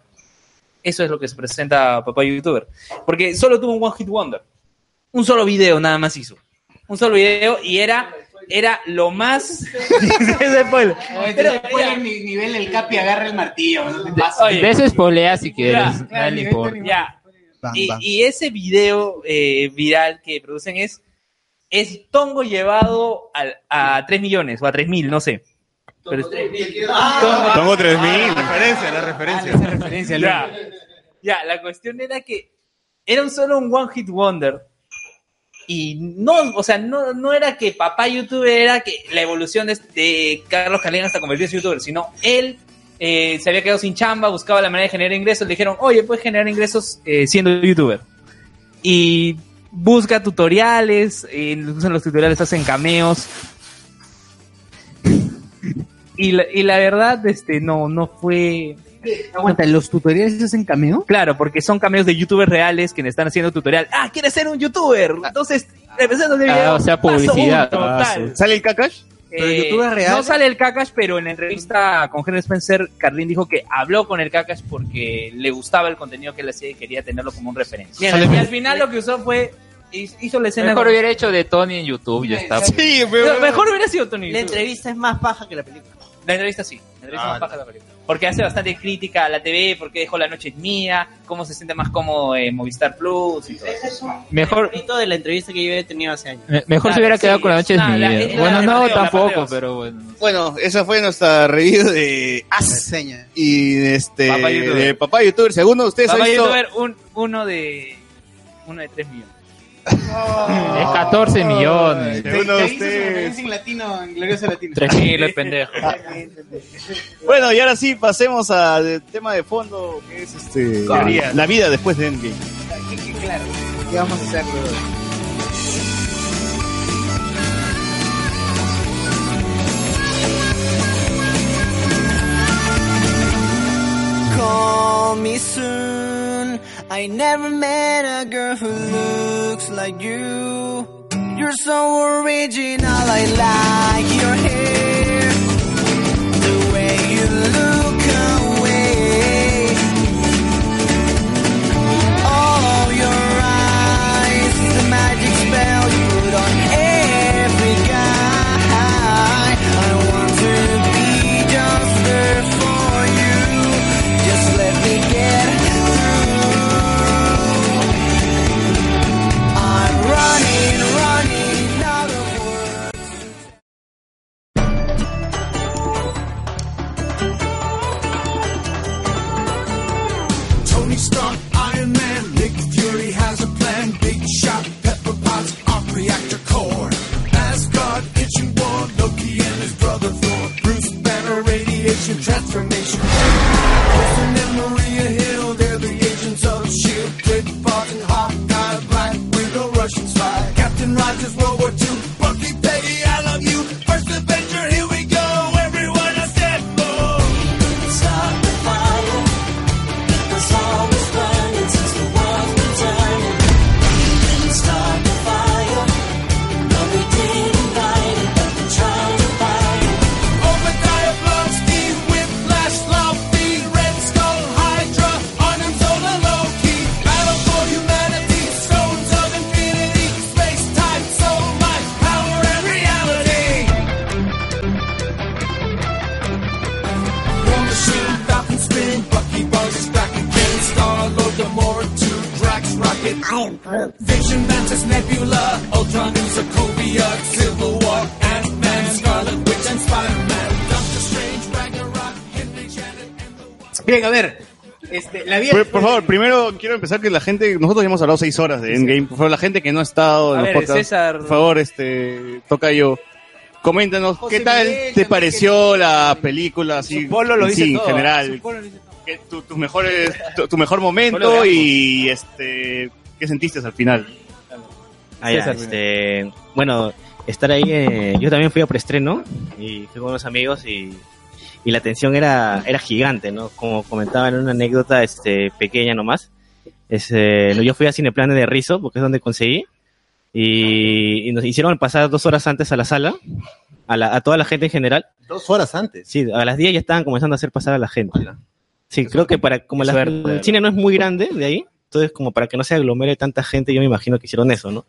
Speaker 5: Eso es lo que se presenta papá youtuber, porque solo tuvo un one hit wonder. Un solo video nada más hizo. Un solo video y era era lo más Ese spoiler. Pero era-
Speaker 1: nivel el Capi agarra el martillo.
Speaker 5: Oye.
Speaker 18: De
Speaker 3: pues,
Speaker 18: eso espolea si quieres.
Speaker 5: Ya,
Speaker 18: Nadie le importa.
Speaker 5: ya.
Speaker 18: Bam,
Speaker 5: Y,
Speaker 18: bam.
Speaker 5: y ese video eh, viral que producen es, es Tongo llevado al- a 3 millones o a 3 mil, no sé. Pero-
Speaker 2: Tongo 3000.
Speaker 5: Ah,
Speaker 22: la referencia.
Speaker 1: esa referencia,
Speaker 5: ya, ya, la cuestión era que era un solo un one hit wonder. Y no, o sea, no, no era que papá youtuber era que la evolución de, de Carlos Calena hasta convertirse en youtuber, sino él eh, se había quedado sin chamba, buscaba la manera de generar ingresos. Le dijeron, oye, puedes generar ingresos eh, siendo youtuber. Y busca tutoriales, eh, incluso en los tutoriales hacen cameos. Y la, y la verdad, este, no, no fue...
Speaker 1: Aguanta, ¿los tutoriales hacen cameo?
Speaker 5: Claro, porque son cameos de youtubers reales que le están haciendo tutorial. Ah, ¿quieres ser un youtuber?
Speaker 1: Ah.
Speaker 5: Entonces, empezando el video.
Speaker 18: Ah, o sea,
Speaker 5: paso
Speaker 18: publicidad.
Speaker 5: uno,
Speaker 18: Ah,
Speaker 5: tal.
Speaker 18: sí.
Speaker 2: ¿Sale el cacash?
Speaker 5: Eh, No sale el Kakash, pero en la entrevista con Henry Spencer, Carlín dijo que habló con el Kakash porque le gustaba el contenido que él hacía y quería tenerlo como un referencia. Y
Speaker 18: Sale-
Speaker 5: al final lo que usó fue. Hizo la escena.
Speaker 18: Mejor
Speaker 5: con-
Speaker 18: hubiera hecho de Tony en YouTube, ya está.
Speaker 2: Sí,
Speaker 5: Pero mejor hubiera sido Tony.
Speaker 6: La entrevista es más paja que la película.
Speaker 5: La entrevista sí. La entrevista
Speaker 6: Ah,
Speaker 5: más paja de la película. Porque hace bastante crítica a la TV, porque dejó La Noche es Mía, cómo se siente más cómodo en Movistar Plus y todo eso.
Speaker 6: Mejor. de la entrevista que yo he tenido hace años.
Speaker 18: Me- Mejor se hubiera quedado con la noche de mi
Speaker 6: la-
Speaker 18: vida.
Speaker 6: es la-
Speaker 18: Bueno,
Speaker 6: la
Speaker 18: no,
Speaker 6: Mateos, la
Speaker 18: tampoco,
Speaker 6: Mateos.
Speaker 18: pero bueno.
Speaker 2: Bueno, esa fue nuestra review de As y de este
Speaker 5: Papá Youtuber.
Speaker 2: de Papá Youtuber. Segundo, ustedes
Speaker 5: Papá
Speaker 2: han visto
Speaker 5: youtuber, un, uno de. Uno de tres millones.
Speaker 18: Es 14 millones.
Speaker 2: Segundo,
Speaker 1: Te hizo su
Speaker 2: ustedes.
Speaker 1: referencia en latino, en glorioso latino.
Speaker 18: 3 mil, el pendejo.
Speaker 1: Ah.
Speaker 2: Bueno, y ahora sí pasemos al tema de fondo que es este
Speaker 1: Teorías.
Speaker 2: la vida después de Endgame.
Speaker 1: Claro, ¿qué vamos a hacer, bro?
Speaker 21: Call me soon. I never met a girl who looks like you. You're so original, I like your hair. The way you look away. All your eyes, the magic spell you put on every guy. I want to be just there for you. Just let me get through. I'm running, running out of is World War II. Bucky, Peggy, I love you. First Avenger, here we go. Everyone I stand for. Stop the fire. That's always burning since the world's been turning. Start the fire. No, we didn't light it, but we tried to fight it. Obadiah Blonsky, Whiplash, Lumpy, Red Skull, Hydra, on him, Zola, Loki. Battle for humanity, stones of infinity, space, time, soul, life, power, and reality. War Machine, Falcon, Spin, Bucky, Barnes is back again. Star-Lord, Gamora, 2, Drax, Rocket. I am Groot. Vision, Mantis, Nebula, Ultron, and Sokovia, Civil War, Ant-Man, Scarlet Witch, and Spider-Man. Doctor Strange, Ragnarok, Henry Janet,
Speaker 1: Bien, a ver. Este, la vida
Speaker 2: Por, por favor, primero quiero empezar que la gente, nosotros ya hemos hablado seis horas de Endgame, por favor, la gente que no ha estado en
Speaker 5: A
Speaker 2: los
Speaker 5: ver,
Speaker 2: podcasts,
Speaker 5: César.
Speaker 2: por favor, este, toca yo. Coméntanos,
Speaker 5: José
Speaker 2: ¿qué tal
Speaker 5: Miguel,
Speaker 2: te pareció la película así?
Speaker 5: polo lo
Speaker 2: en
Speaker 5: dice
Speaker 2: sí, en
Speaker 5: todo, su
Speaker 2: general. ¿Qué- tu, tus mejores- tu- tu mejor momento y este, ¿qué sentiste al final?
Speaker 7: Ah, ya,
Speaker 2: César,
Speaker 7: este, bueno, estar ahí, eh, yo también fui a preestreno y fui con unos amigos y, y la tensión era, era gigante, ¿no? Como comentaba en una anécdota este, pequeña nomás, es, eh, yo fui a Cineplan de Rizo porque es donde conseguí y, y nos hicieron pasar dos horas antes a la sala, a, la- a toda la gente en general.
Speaker 22: Dos horas antes.
Speaker 7: Sí, a las 10 ya estaban comenzando a hacer pasar a la gente. Sí, creo que para como
Speaker 6: Qué
Speaker 7: la,
Speaker 6: suerte,
Speaker 7: el cine no es muy grande de ahí, entonces como para que no se aglomere tanta gente, yo me imagino que hicieron eso, ¿no?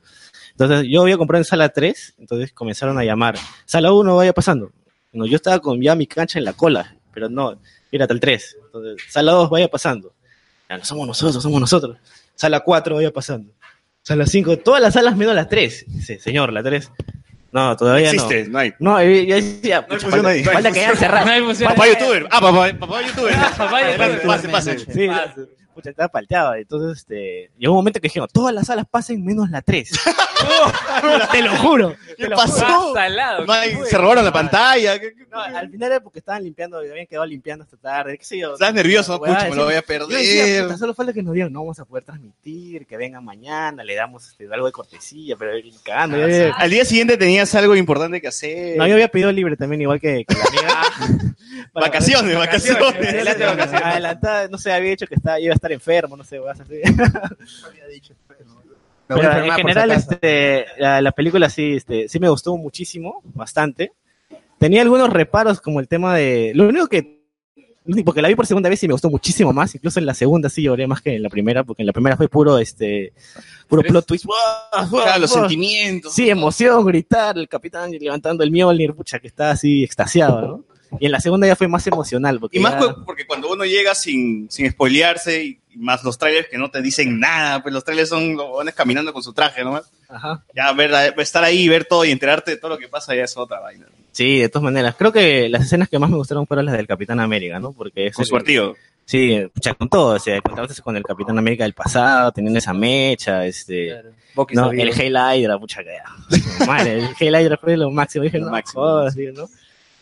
Speaker 7: Entonces yo había comprado en sala 3, entonces comenzaron a llamar, sala 1 vaya pasando. No, yo estaba con ya mi cancha en la cola, pero no, era hasta el 3. Entonces, sala 2 vaya pasando. Ya, no somos nosotros, somos nosotros. Sala 4 vaya pasando. Sala 5, todas las salas menos las 3. Sí, señor, la 3. No, todavía no.
Speaker 2: Existe, no hay.
Speaker 7: No, yo yo decía, pucha,
Speaker 2: funciona
Speaker 7: falta,
Speaker 2: ahí.
Speaker 7: falta
Speaker 2: No hay funciona.
Speaker 7: que hayan cerrado.
Speaker 2: No hay funciona. Papá youtuber. Ah, papá- papá youtuber. Papá youtuber. Pase, pase.
Speaker 7: Sí, pucha, estaba palteado. Entonces, este, llegó un momento que dijeron, todas las salas pasen menos la 3. te lo juro.
Speaker 2: ¿Qué
Speaker 7: te lo
Speaker 2: pasó?
Speaker 7: juro.
Speaker 2: No hay- se robaron la pantalla. ¿qué- qué-
Speaker 7: No, al final era porque estaban limpiando, habían quedado limpiando hasta tarde, qué sé yo.
Speaker 2: Estás nervioso,
Speaker 7: Huevada,
Speaker 2: pucha, me lo
Speaker 7: sí.
Speaker 2: voy a
Speaker 7: Yo decía,
Speaker 2: perder.
Speaker 7: puta, solo falta que nos digan, no vamos a poder transmitir, que vengan mañana, le damos este, algo de cortesía, pero
Speaker 6: Ah,
Speaker 7: cagando. yo- yo-
Speaker 2: Eh, Al día siguiente tenías algo importante que hacer.
Speaker 7: No, yo había pedido libre también, igual que, que la amiga. Para-
Speaker 2: Vacaciones, vacaciones. Adelante, vacaciones.
Speaker 7: Adelantada, no sé, había dicho que estaba, iba a estar enfermo, no sé, weas así.
Speaker 13: Me voy a
Speaker 7: Pero en
Speaker 13: enfermar, por si
Speaker 7: general,
Speaker 13: acaso.
Speaker 7: este, la, la película sí, este, sí me gustó muchísimo, bastante. Tenía algunos reparos como el tema de... Lo único que... Porque la vi por segunda vez y me gustó muchísimo más. Incluso en la segunda sí lloré más que en la primera, porque en la primera fue puro, este, puro plot twist. ¡Buah, buah,
Speaker 2: Claro, los
Speaker 7: buah!
Speaker 2: sentimientos.
Speaker 7: Sí, emoción, gritar, el capitán levantando el Mjolnir, pucha, que está así extasiado, ¿no? Y en la segunda ya fue más emocional. Porque
Speaker 2: Y más
Speaker 7: ya-
Speaker 2: cu- porque cuando uno llega sin, sin spoilearse, y más los trailers que no te dicen nada, pues los trailers son los vagones caminando con su traje nomás.
Speaker 7: Ajá.
Speaker 2: Ya ver, estar ahí, ver todo y enterarte de todo lo que pasa ya es otra vaina.
Speaker 7: Sí, de todas maneras. Creo que las escenas que más me gustaron fueron las del Capitán América, ¿no? Porque es
Speaker 2: Con
Speaker 7: el-
Speaker 2: su artigo.
Speaker 7: Sí, pucha, con todo. O sea, encontrarse con el Capitán América del pasado, teniendo esa mecha, este. No,
Speaker 6: sabido.
Speaker 7: el Hail Hydra, pucha, que ya. Madre, el Hail Hydra fue lo máximo. Dije, no, jodas, digo, ¿no?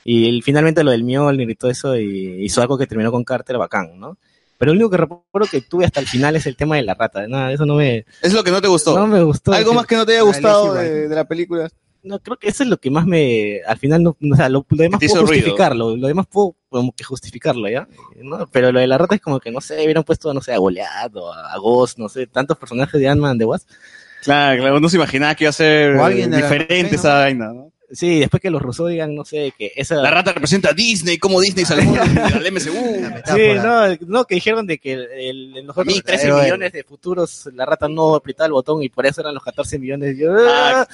Speaker 7: Y el- finalmente lo del Mjolnir y todo eso, y hizo algo que terminó con Carter bacán, ¿no? Pero lo único que recuerdo que tuve hasta el final es el tema de la rata. Nada, eso no me.
Speaker 2: Es lo que no te gustó.
Speaker 7: No me gustó. Eh,
Speaker 22: ¿Algo
Speaker 7: Dije,
Speaker 22: más que no te haya
Speaker 7: "Ah,
Speaker 22: gustado
Speaker 7: elegí mal".
Speaker 22: de, de la película?
Speaker 7: No, creo que eso es lo que más me. Al final, no, o sea, lo, lo demás
Speaker 22: Te
Speaker 7: puedo
Speaker 22: hizo ruido.
Speaker 7: justificarlo. Lo demás puedo como que justificarlo, ¿ya? ¿No? Pero lo de la rata es como que, no sé, hubieran puesto, no sé, a Goliath o a Ghost, no sé, tantos personajes de Ant-Man, de Wasp.
Speaker 2: Claro, claro, uno se imaginaba que iba a ser
Speaker 7: O alguien de la-
Speaker 2: diferente esa vaina, ¿no?
Speaker 7: Sí, después que los rusos digan, no sé, que esa.
Speaker 2: La rata representa a Disney, como Disney salió al MCU.
Speaker 7: Sí, no, no, que dijeron de que el, el- en los otros 13
Speaker 2: pero-
Speaker 7: millones de futuros la rata no apretaba el botón y por eso eran los 14 millones. Yo,
Speaker 2: ah,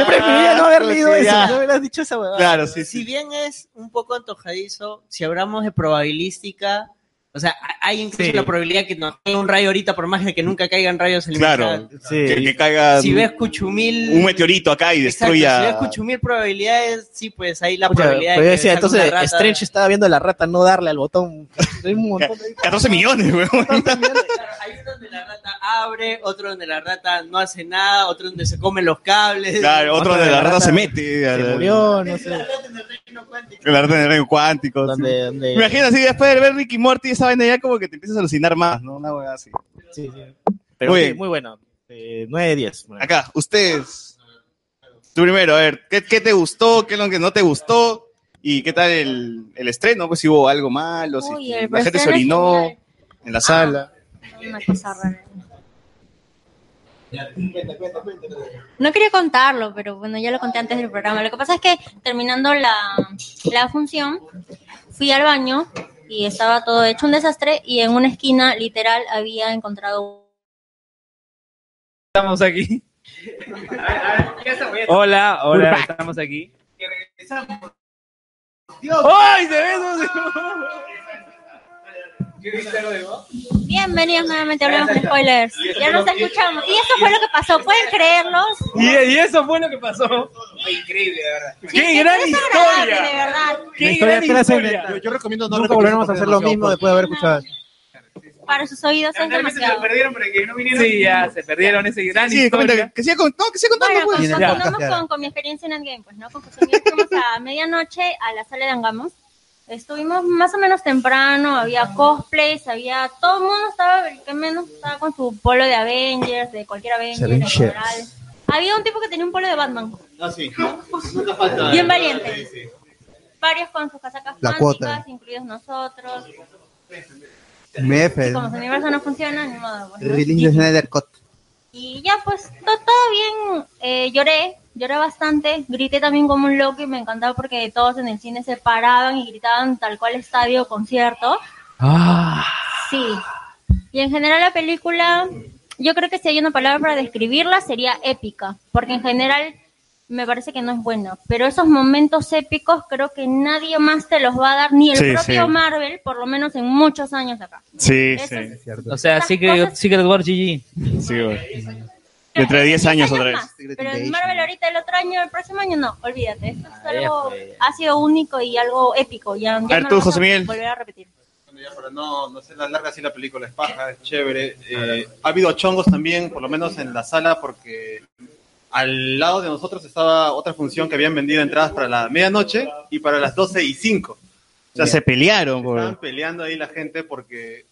Speaker 7: yo preferiría no haber leído
Speaker 6: Sí,
Speaker 7: eso,
Speaker 6: ya.
Speaker 7: no hubieras dicho esa huevada.
Speaker 6: Si bien es un poco antojadizo, si hablamos de probabilística, o sea, ha- hay incluso
Speaker 7: Sí.
Speaker 6: la probabilidad que nos caiga un rayo ahorita, por más de que nunca caigan rayos en
Speaker 2: Claro, que, que caiga
Speaker 6: Si ves Cuchumil.
Speaker 2: un meteorito acá y
Speaker 6: Exacto,
Speaker 2: destruya.
Speaker 6: Si ves Cuchumil probabilidades, sí, pues ahí la
Speaker 7: Pucha,
Speaker 6: probabilidad
Speaker 7: pero
Speaker 6: de
Speaker 7: yo
Speaker 6: que
Speaker 7: decía,
Speaker 6: salga una
Speaker 7: entonces
Speaker 6: rata-
Speaker 2: ah.
Speaker 7: Strange estaba viendo a la rata no darle al botón. Hay un montón de-
Speaker 2: 14 millones, weón.
Speaker 6: abre, otro donde la rata no hace nada, otro donde se comen los cables.
Speaker 2: Claro, otro de la rata se mete. al-
Speaker 7: murió, no sé.
Speaker 2: El arte del reino cuántico. sí. Me imagino así, después de ver Ricky Morty, esa vaina ya como que te empiezas a alucinar más, ¿no? Una hueá así.
Speaker 7: Pero
Speaker 2: Muy
Speaker 7: sí,
Speaker 2: bien.
Speaker 7: muy bueno. Eh, 9 de 10.
Speaker 2: Acá, ustedes. Tú primero, a ver, ¿qué, qué te gustó? ¿Qué es lo que no te gustó? ¿Y qué tal el, el estreno? Pues si hubo algo malo, si
Speaker 14: Uy, el
Speaker 2: la gente se
Speaker 14: estreno es
Speaker 2: orinó
Speaker 14: genial. Ah.
Speaker 2: en la sala.
Speaker 14: Una cosa rara. No quería contarlo, pero bueno, ya lo conté antes del programa. Lo que pasa es que terminando la, la función, fui al baño y estaba todo hecho un desastre y en una esquina literal había encontrado...
Speaker 5: Estamos aquí. Hola, hola, estamos aquí.
Speaker 21: ¡Ay,
Speaker 5: se ve!
Speaker 14: Bienvenidos nuevamente a Hablemos con Spoilers. Ya nos escuchamos. Y eso fue lo que pasó, ¿pueden creerlos?
Speaker 5: Y, y eso fue lo que pasó.
Speaker 21: Increíble, de verdad.
Speaker 5: ¡Qué gran historia!
Speaker 14: De verdad.
Speaker 5: ¡Qué gran historia!
Speaker 22: Yo, yo recomiendo no
Speaker 13: Nunca
Speaker 22: repetir
Speaker 13: volveremos a
Speaker 22: porque
Speaker 13: hacer lo
Speaker 22: demasiado
Speaker 13: mismo después de haber escuchado.
Speaker 14: Para sus oídos es demasiado.
Speaker 5: Sí, ya, se perdieron ese gran
Speaker 2: Sí, comenta,
Speaker 5: historia.
Speaker 2: que siga con- no, que siga contando,
Speaker 14: Bueno,
Speaker 2: pues.
Speaker 14: con- continuamos con, con mi experiencia en Endgame, pues, ¿no? Con Consumidor fuimos a medianoche a la sala de Angamos. Estuvimos más o menos temprano, había cosplays, había... Todo el mundo estaba, el que menos estaba con su polo de Avengers, de cualquier Avengers. en
Speaker 21: Avengers.
Speaker 14: general. Había un tipo que tenía un polo de Batman,
Speaker 21: No, sí.
Speaker 14: bien valiente. Varios con sus casacas
Speaker 13: La
Speaker 14: fantásticas,
Speaker 13: cuota.
Speaker 14: incluidos nosotros. Y
Speaker 13: Mefe.
Speaker 14: como su universo no funciona, ni modo, pues, ¿no?
Speaker 13: Release de Snyder Cut.
Speaker 14: Y ya, pues, to- todo bien. Eh, lloré, lloré bastante. Grité también como un loco y me encantaba porque todos en el cine se paraban y gritaban tal cual estadio, concierto.
Speaker 18: Ah.
Speaker 14: Sí. Y en general la película, yo creo que si hay una palabra para describirla sería épica, porque en general me parece que no es buena. Pero esos momentos épicos creo que nadie más te los va a dar, ni el
Speaker 5: Sí,
Speaker 14: propio
Speaker 5: sí.
Speaker 14: Marvel, por lo menos en muchos años acá.
Speaker 2: Sí,
Speaker 14: Eso
Speaker 2: sí.
Speaker 5: O sea, Secret, Secret War GG.
Speaker 2: Sí, güey. Dentro de 10 años otra vez.
Speaker 14: Pero en Marvel ahorita el otro año, el próximo año no, olvídate. Esto es
Speaker 2: Ah, ya
Speaker 14: algo, ha sido único y algo épico. Ya, ya
Speaker 2: ver,
Speaker 14: no
Speaker 2: tú,
Speaker 14: lo vamos
Speaker 2: José
Speaker 14: a
Speaker 2: Miguel.
Speaker 14: Volver a repetir.
Speaker 11: Ya, pero no, no se la larga así la película, es paja, es chévere. Eh, ha habido chongos también, por lo menos en la sala, porque al lado de nosotros estaba otra función que habían vendido entradas para la medianoche y para las 12 y 5.
Speaker 2: O sea, se pelearon, güey.
Speaker 11: Estaban peleando ahí la gente porque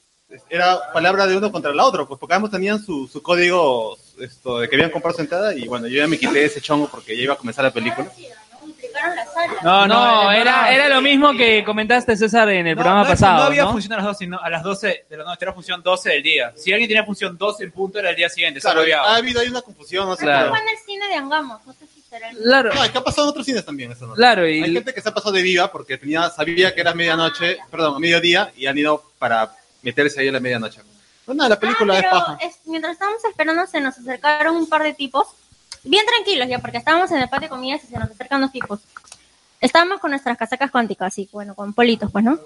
Speaker 11: era palabra de uno contra la otra, pues porque ambos tenían su, su código esto, de que habían comprado su entrada y bueno, yo ya me quité ese chongo porque ya iba a comenzar la película.
Speaker 5: No, no,
Speaker 18: No,
Speaker 5: era,
Speaker 18: no.
Speaker 5: era lo mismo que comentaste, César, en el
Speaker 18: No,
Speaker 5: programa
Speaker 18: no,
Speaker 5: pasado.
Speaker 18: no había
Speaker 5: funcionado
Speaker 18: función a las 12, a las 12 de la noche, era función 12 del día. Si alguien tenía función 12 en punto, era el día siguiente.
Speaker 11: Claro, ha habido ahí una confusión, no sé,
Speaker 18: Claro.
Speaker 11: pero-
Speaker 14: Fue en el cine de Angamos, no sé si será el
Speaker 11: No,
Speaker 19: Ah,
Speaker 11: acá ha pasado en otros cines también. Eso no.
Speaker 5: Claro, y-
Speaker 11: Hay gente que se ha pasado de viva porque tenía, sabía que era medianoche, perdón, a mediodía, y han ido para meterse ahí a la medianoche. Pero nada, la película es
Speaker 14: Ah, Pero
Speaker 11: paja.
Speaker 14: es- mientras estábamos esperando se nos acercaron un par de tipos, bien tranquilos ya, porque estábamos en el patio de comidas y se nos acercan dos tipos. Estábamos con nuestras casacas cuánticas, y bueno, con politos, pues, ¿no?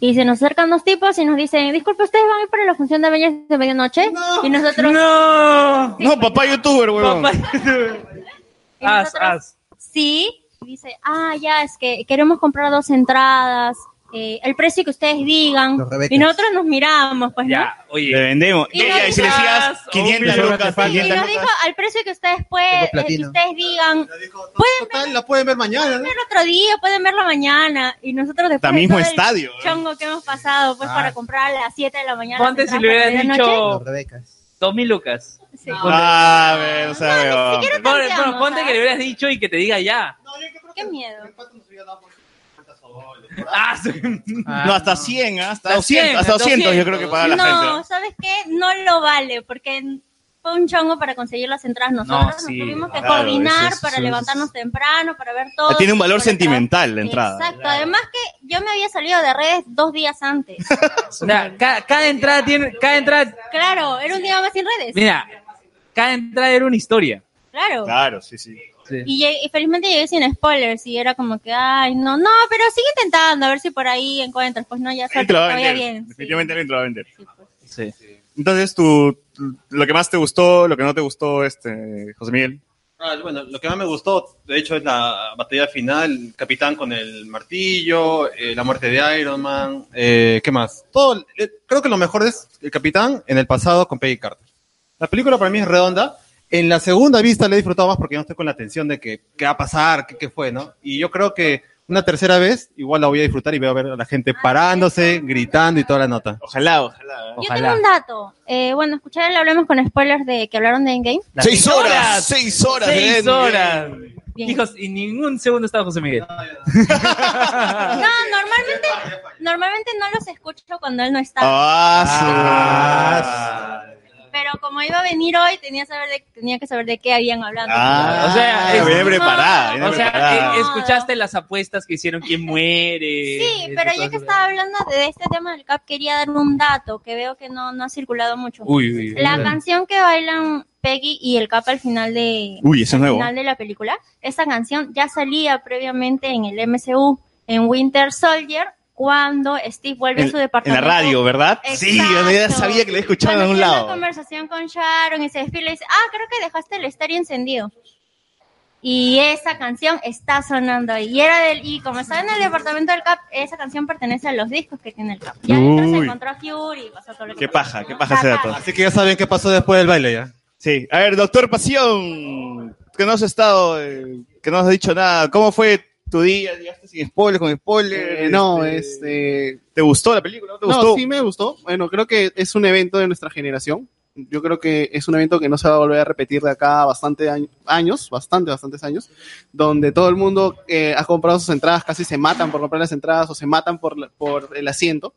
Speaker 14: Y se nos acercan dos tipos y nos dicen, disculpe, ¿ustedes van a ir para la función de Avengers de medianoche? y nosotros...
Speaker 2: No, no, papá youtuber, güey.
Speaker 14: Y nosotros, Sí. Y dice, ah, ya, es que queremos comprar dos entradas, eh, el precio que ustedes digan.
Speaker 2: Los Rebecas.
Speaker 14: Y nosotros nos miramos, pues, ¿no?
Speaker 5: Ya, oye.
Speaker 2: Le vendemos.
Speaker 14: Y no
Speaker 2: Y si le sigas
Speaker 5: digas,
Speaker 2: 500
Speaker 5: un millón
Speaker 2: lucas,
Speaker 5: te falta.
Speaker 14: Y nos
Speaker 2: 500
Speaker 14: dijo
Speaker 2: lucas.
Speaker 14: al precio que ustedes pueden, que
Speaker 2: platino.
Speaker 14: ustedes digan.
Speaker 11: Pueden verla, pueden ver mañana.
Speaker 14: Pueden ver otro día, pueden verlo mañana. Y nosotros
Speaker 2: Está
Speaker 14: después de
Speaker 2: mismo
Speaker 14: todo el
Speaker 2: estadio, ¿eh?
Speaker 14: chongo que hemos pasado, pues
Speaker 5: Ah.
Speaker 14: para comprar a las 7 de la mañana.
Speaker 5: Ponte
Speaker 14: las
Speaker 5: si le
Speaker 14: entradas
Speaker 5: hubieras
Speaker 14: para la
Speaker 5: dicho
Speaker 14: noche.
Speaker 5: 2000 lucas.
Speaker 14: Sí.
Speaker 2: Ah, ver, o sea, huevón.
Speaker 5: Ponte, bueno, ponte
Speaker 14: ¿ah?
Speaker 5: que le hubieras dicho y que te diga ya.
Speaker 14: Qué miedo.
Speaker 5: Ah, sí.
Speaker 2: No, hasta 100, ¿eh? hasta
Speaker 5: Hasta
Speaker 2: 200, hasta
Speaker 5: 200,
Speaker 2: 200 yo creo que paga la gente.
Speaker 14: No, ¿sabes qué? No lo vale, porque fue un chongo para conseguir las entradas. Nosotros
Speaker 2: No,
Speaker 14: nos
Speaker 2: sí,
Speaker 14: tuvimos que
Speaker 2: claro,
Speaker 14: coordinar
Speaker 2: eso es-
Speaker 14: para
Speaker 2: eso es-
Speaker 14: levantarnos temprano, para ver todo.
Speaker 2: Tiene un valor sentimental la entrada.
Speaker 14: Exacto, además que yo me había salido de redes dos días antes.
Speaker 5: O sea, cada, cada entrada tiene. Cada entrada,
Speaker 14: Claro, era un día más sin redes.
Speaker 5: mira, cada entrada era una historia.
Speaker 14: Claro.
Speaker 2: sí, sí.
Speaker 14: Y, llegué- y felizmente llegué sin spoilers y era como que, ay, no, no, pero sigue intentando a ver si por ahí encuentras. Pues no, ya
Speaker 2: Él te lo va a
Speaker 14: sabía
Speaker 2: vender.
Speaker 14: bien.
Speaker 2: Definitivamente alguien te lo va a vender. Entonces, tú, lo que más te gustó, lo que no te gustó, este, José Miguel.
Speaker 11: Ah, bueno, lo que más me gustó, de hecho, es la batalla final, el Capitán con el martillo, eh, la muerte de Iron Man, eh, ¿qué más? Todo, eh, creo que lo mejor es el Capitán en el pasado con Peggy Carter. La película para mí es redonda. En la segunda vista la he disfrutado más porque no estoy con la tensión de que, qué va a pasar, qué, qué fue, ¿no? Y yo creo que una tercera vez igual la voy a disfrutar y voy a ver a la
Speaker 6: Ah,
Speaker 11: gente parándose, gritando y toda la nota.
Speaker 2: Ojalá, ojalá.
Speaker 14: Yo tengo un dato. Eh, bueno, escuché, hablamos con spoilers de que hablaron de Endgame.
Speaker 2: Seis horas, seis horas.
Speaker 5: Seis
Speaker 2: Endgame.
Speaker 5: horas.
Speaker 18: Hijos, y ningún segundo estaba José Miguel.
Speaker 14: No, normalmente, normalmente no los escucho cuando él no está.
Speaker 2: Ah,
Speaker 14: Pero como iba a venir hoy, tenía, saber de- tenía que saber de qué habían hablado.
Speaker 2: Ah,
Speaker 18: o sea, es-
Speaker 2: viene preparada, viene
Speaker 18: O sea,
Speaker 2: preparada.
Speaker 18: eh, escuchaste las apuestas que hicieron quién muere.
Speaker 14: Sí, pero ya que estaba hablando de este tema del cap, quería dar un dato que veo que no, no ha circulado mucho.
Speaker 2: Uy, uy, uy.
Speaker 14: La canción que bailan Peggy y el cap al final de,
Speaker 2: Uy, eso es nuevo.
Speaker 14: final de la película, esta canción ya salía previamente en el MCU, en Winter Soldier, cuando Steve vuelve a
Speaker 2: En,
Speaker 14: su
Speaker 2: en
Speaker 14: departamento.
Speaker 2: la radio, ¿verdad? Sí, yo ya sabía que lo he escuchado en
Speaker 14: Cuando
Speaker 2: algún
Speaker 14: tiene
Speaker 2: lado.
Speaker 14: una conversación con Sharon y se despide y le dice, ah, creo que dejaste el estéreo encendido. Y esa canción está sonando ahí. Y era del, y como estaba en el departamento del CAP, esa canción pertenece a los discos que tiene el CAP. Y adentro se
Speaker 2: Uy.
Speaker 14: encontró a Fury y pasó todo lo que
Speaker 2: Qué paja, qué paja ese dato.
Speaker 22: Así que ya saben qué pasó después del baile ya.
Speaker 2: Sí, a ver, doctor Pasión, que no has estado, eh, que no has dicho nada. ¿Cómo fue tu día? ¿Llegaste sin spoiler, con spoiler?
Speaker 8: Eh, no,
Speaker 2: este... ¿Te gustó la película? ¿No te
Speaker 8: No,
Speaker 2: gustó?
Speaker 8: sí me gustó. Bueno, creo que es un evento de nuestra generación. Yo creo que es un evento que no se va a volver a repetir de acá a bastante año- años, bastante, bastantes años, donde todo el mundo eh, ha comprado sus entradas, casi se matan por comprar las entradas o se matan por, la- por el asiento.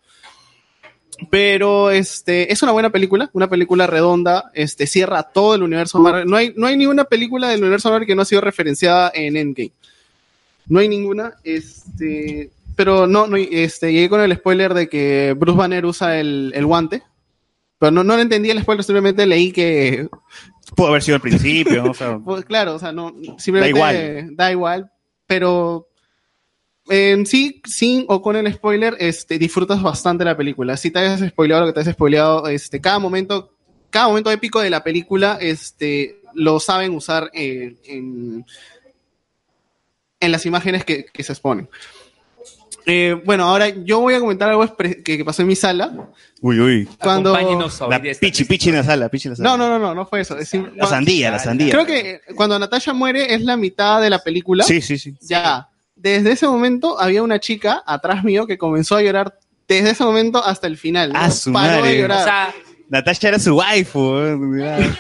Speaker 8: Pero este, es una buena película, una película redonda, este, cierra todo el universo Marvel. No hay, no hay ninguna película del universo Marvel que no ha sido referenciada en Endgame. No hay ninguna, este, pero no, no, este, llegué con el spoiler de que Bruce Banner usa el, el guante, pero no, no le entendí el spoiler, simplemente leí que,
Speaker 2: Pudo haber sido al principio, ¿no? O sea,
Speaker 8: pues, claro, o sea, no, simplemente
Speaker 2: Da igual.
Speaker 8: da igual, pero en sí, sin o con el spoiler, este, disfrutas bastante la película. Si te has spoileado lo que te has spoileado, este, cada momento, cada momento épico de la película, este, lo saben usar en, en, en las imágenes que, que se exponen. Eh, bueno, ahora yo voy a comentar algo expre- que, que pasó en mi sala.
Speaker 2: Uy, uy.
Speaker 8: Cuando- Acompáñenos
Speaker 2: La pichi, pichi en la sala, pichi en la sala.
Speaker 8: No, no, no, no, no fue eso. Es sim-
Speaker 2: La sandía, la sandía.
Speaker 8: Creo que cuando Natasha muere es la mitad de la película.
Speaker 2: Sí, sí, sí.
Speaker 8: Ya. Desde ese momento había una chica atrás mío que comenzó a llorar desde ese momento hasta el final.
Speaker 2: Ah,
Speaker 8: No
Speaker 2: su
Speaker 8: paró
Speaker 2: madre.
Speaker 8: de llorar.
Speaker 2: O sea, Natasha era su waifu. ¿eh?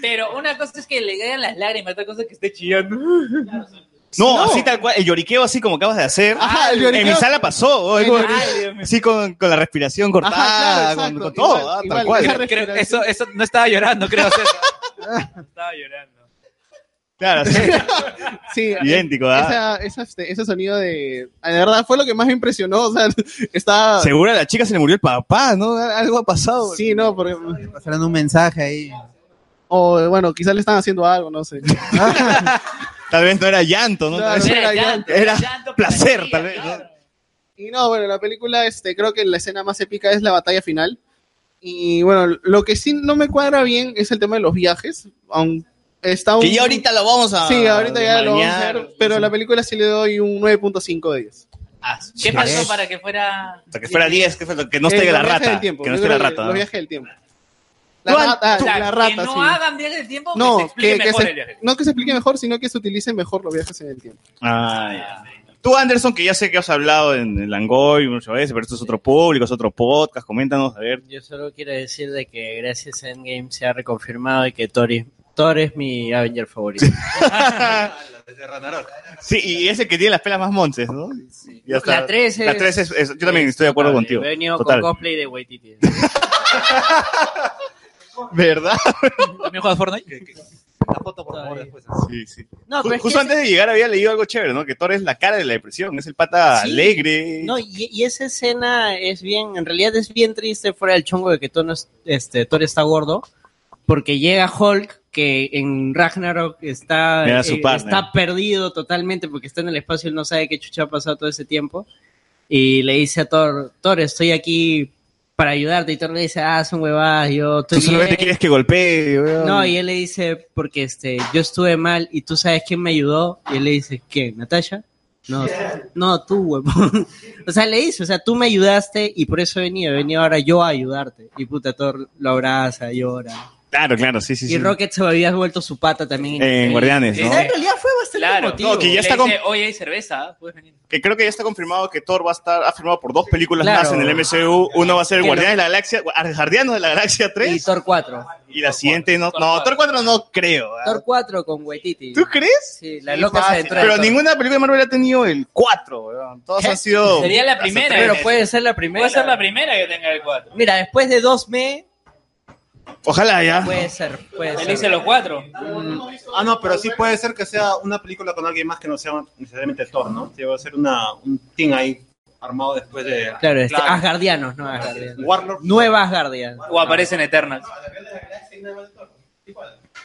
Speaker 18: Pero una cosa es que le caigan las lágrimas, otra cosa es que esté chillando.
Speaker 2: No, así tal cual, el lloriqueo así como acabas de hacer.
Speaker 18: Ajá, el
Speaker 2: en
Speaker 18: lloriqueo.
Speaker 2: mi sala pasó. oh,
Speaker 18: Ay,
Speaker 2: como-
Speaker 18: Dios
Speaker 2: sí, con, con la respiración cortada,
Speaker 18: Ajá, claro,
Speaker 2: con,
Speaker 18: exacto,
Speaker 2: con todo,
Speaker 18: igual,
Speaker 2: ah,
Speaker 18: igual,
Speaker 2: tal cual.
Speaker 18: esa Creo- eso, eso no estaba llorando, creo.
Speaker 8: Estaba llorando.
Speaker 2: Claro, sí.
Speaker 8: Sí,
Speaker 2: Idéntico,
Speaker 8: eh,
Speaker 2: ¿ah?
Speaker 8: esa- esa- este, ese sonido de. De verdad, fue lo que más me impresionó. O sea, estaba.
Speaker 2: Seguro a la chica se le murió el papá, Ah, ¿no? Algo ha pasado.
Speaker 8: Sí, no, porque.
Speaker 13: Pasaron un mensaje ahí.
Speaker 8: O bueno, quizás le están haciendo algo, no sé.
Speaker 2: Tal vez no era llanto, ¿no?
Speaker 8: Claro,
Speaker 2: Tal vez
Speaker 8: no era llanto,
Speaker 2: era
Speaker 8: era llanto,
Speaker 2: placer, tal vez.
Speaker 8: Y no, bueno, la película, este, creo que la escena más épica es la batalla final. Y bueno, lo que sí no me cuadra bien es el tema de los viajes. Aun está un-
Speaker 2: Que ya ahorita lo vamos a-
Speaker 8: Sí, ahorita ya lo vamos a
Speaker 2: mañar.
Speaker 8: hacer, Pero la película sí le doy un 9.5 de 10.
Speaker 18: ¿Qué pasó para que fuera.?
Speaker 2: Ah, O sea, que fuera 10, que, fue lo- que no esté
Speaker 8: Eh,
Speaker 2: la
Speaker 8: los viajes
Speaker 2: rata.
Speaker 8: del tiempo,
Speaker 2: que no
Speaker 8: yo
Speaker 2: esté la
Speaker 8: creo que
Speaker 2: rata.
Speaker 8: Los
Speaker 2: ¿no?
Speaker 8: viajes del tiempo. La rata, la, rata,
Speaker 18: que no
Speaker 8: sí.
Speaker 18: hagan bien el tiempo, que se
Speaker 8: No,
Speaker 18: explique
Speaker 8: que, que
Speaker 18: mejor
Speaker 8: se-
Speaker 18: el viaje.
Speaker 8: no que se explique mejor, sino que se utilicen mejor los viajes en el tiempo.
Speaker 2: Ah, ya. Tú, Anderson, que ya sé que has hablado en el Langoy muchas veces, pero esto es otro público, es otro podcast, coméntanos, a ver.
Speaker 6: Yo solo quiero decir de que gracias a Endgame se ha reconfirmado y que Thor, Thor es mi Avenger favorito.
Speaker 2: Sí, y es el que tiene las pelas más montes, ¿no? Ya está.
Speaker 6: La 3 es...
Speaker 2: La 3 es, es- Yo también
Speaker 6: es
Speaker 2: estoy de acuerdo
Speaker 6: notable.
Speaker 2: contigo.
Speaker 6: He venido
Speaker 2: Total.
Speaker 6: con cosplay de Waititi.
Speaker 2: ¿Verdad?
Speaker 18: ¿También juegas Fortnite?
Speaker 2: Sí, sí.
Speaker 6: No,
Speaker 2: Ju-
Speaker 6: pero es
Speaker 2: Justo
Speaker 6: que
Speaker 2: antes de llegar había leído algo chévere, ¿no? Que Thor es la cara de la depresión, es el pata
Speaker 6: Sí.
Speaker 2: alegre.
Speaker 6: No, y, y esa escena es bien, en realidad es bien triste fuera del chongo de que Thor, no es- este, Thor está gordo, porque llega Hulk, que en Ragnarok
Speaker 2: Era
Speaker 6: está, eh,
Speaker 2: su partner.
Speaker 6: está perdido totalmente porque está en el espacio, él no sabe qué chucha ha pasado todo ese tiempo, y le dice a Thor, Thor, estoy aquí para ayudarte, y Thor le dice, ah, son huevadas, yo estoy
Speaker 2: Tú solamente
Speaker 6: bien".
Speaker 2: quieres que golpee. weón.
Speaker 6: No, y él le dice, porque este, yo estuve mal y tú sabes quién me ayudó. Y él le dice, ¿qué? ¿Natasha? No, no, tú, huevón. O sea, le dice, o sea, tú me ayudaste y por eso he venido, he venido ahora yo a ayudarte. Y puta, Thor lo abraza, llora.
Speaker 2: Claro, claro, sí, sí.
Speaker 6: Y
Speaker 2: sí.
Speaker 6: Rocket se había vuelto su pata también.
Speaker 2: En Guardianes, ¿no?
Speaker 6: En realidad fue bastante
Speaker 2: Claro.
Speaker 6: emotivo.
Speaker 2: No, que ya está
Speaker 6: Le dice,
Speaker 5: Eh,
Speaker 2: con-
Speaker 6: Oye, hay cerveza, puedes venir.
Speaker 2: Que creo que ya está confirmado que Thor va a estar, ha firmado por dos películas
Speaker 6: Claro.
Speaker 2: más en el MCU. Uno va a ser
Speaker 6: Que
Speaker 2: Guardianes
Speaker 6: lo-
Speaker 2: de la Galaxia, Guar- Guardianes de la Galaxia 3. Y
Speaker 6: Thor 4.
Speaker 2: Y la siguiente no. no, Thor 4 no creo. ah.
Speaker 6: Thor 4 con Waititi.
Speaker 2: ¿Tú crees?
Speaker 6: Sí, la
Speaker 2: Sí,
Speaker 6: loca se
Speaker 2: fácil.
Speaker 6: adentró.
Speaker 2: Pero ninguna película de Marvel ha tenido el 4, weón. Todas han sido.
Speaker 6: Sería la
Speaker 2: las
Speaker 6: primera.
Speaker 2: atreves.
Speaker 6: Pero puede ser la primera.
Speaker 2: Puede ser
Speaker 6: la
Speaker 5: primera que tenga el 4.
Speaker 6: Mira, después de 2 me.
Speaker 2: Ojalá ya.
Speaker 6: Puede ser, puede ser.
Speaker 5: Felices los cuatro.
Speaker 11: Ah, no, pero sí puede ser que sea una película con alguien más que no sea necesariamente Thor, ¿no? Sí, va a ser una, un team ahí armado después de.
Speaker 6: Claro, este, Asgardianos, no Asgardianos.
Speaker 11: Warlord.
Speaker 6: Nueva Asgardianos.
Speaker 5: O aparecen Eternals.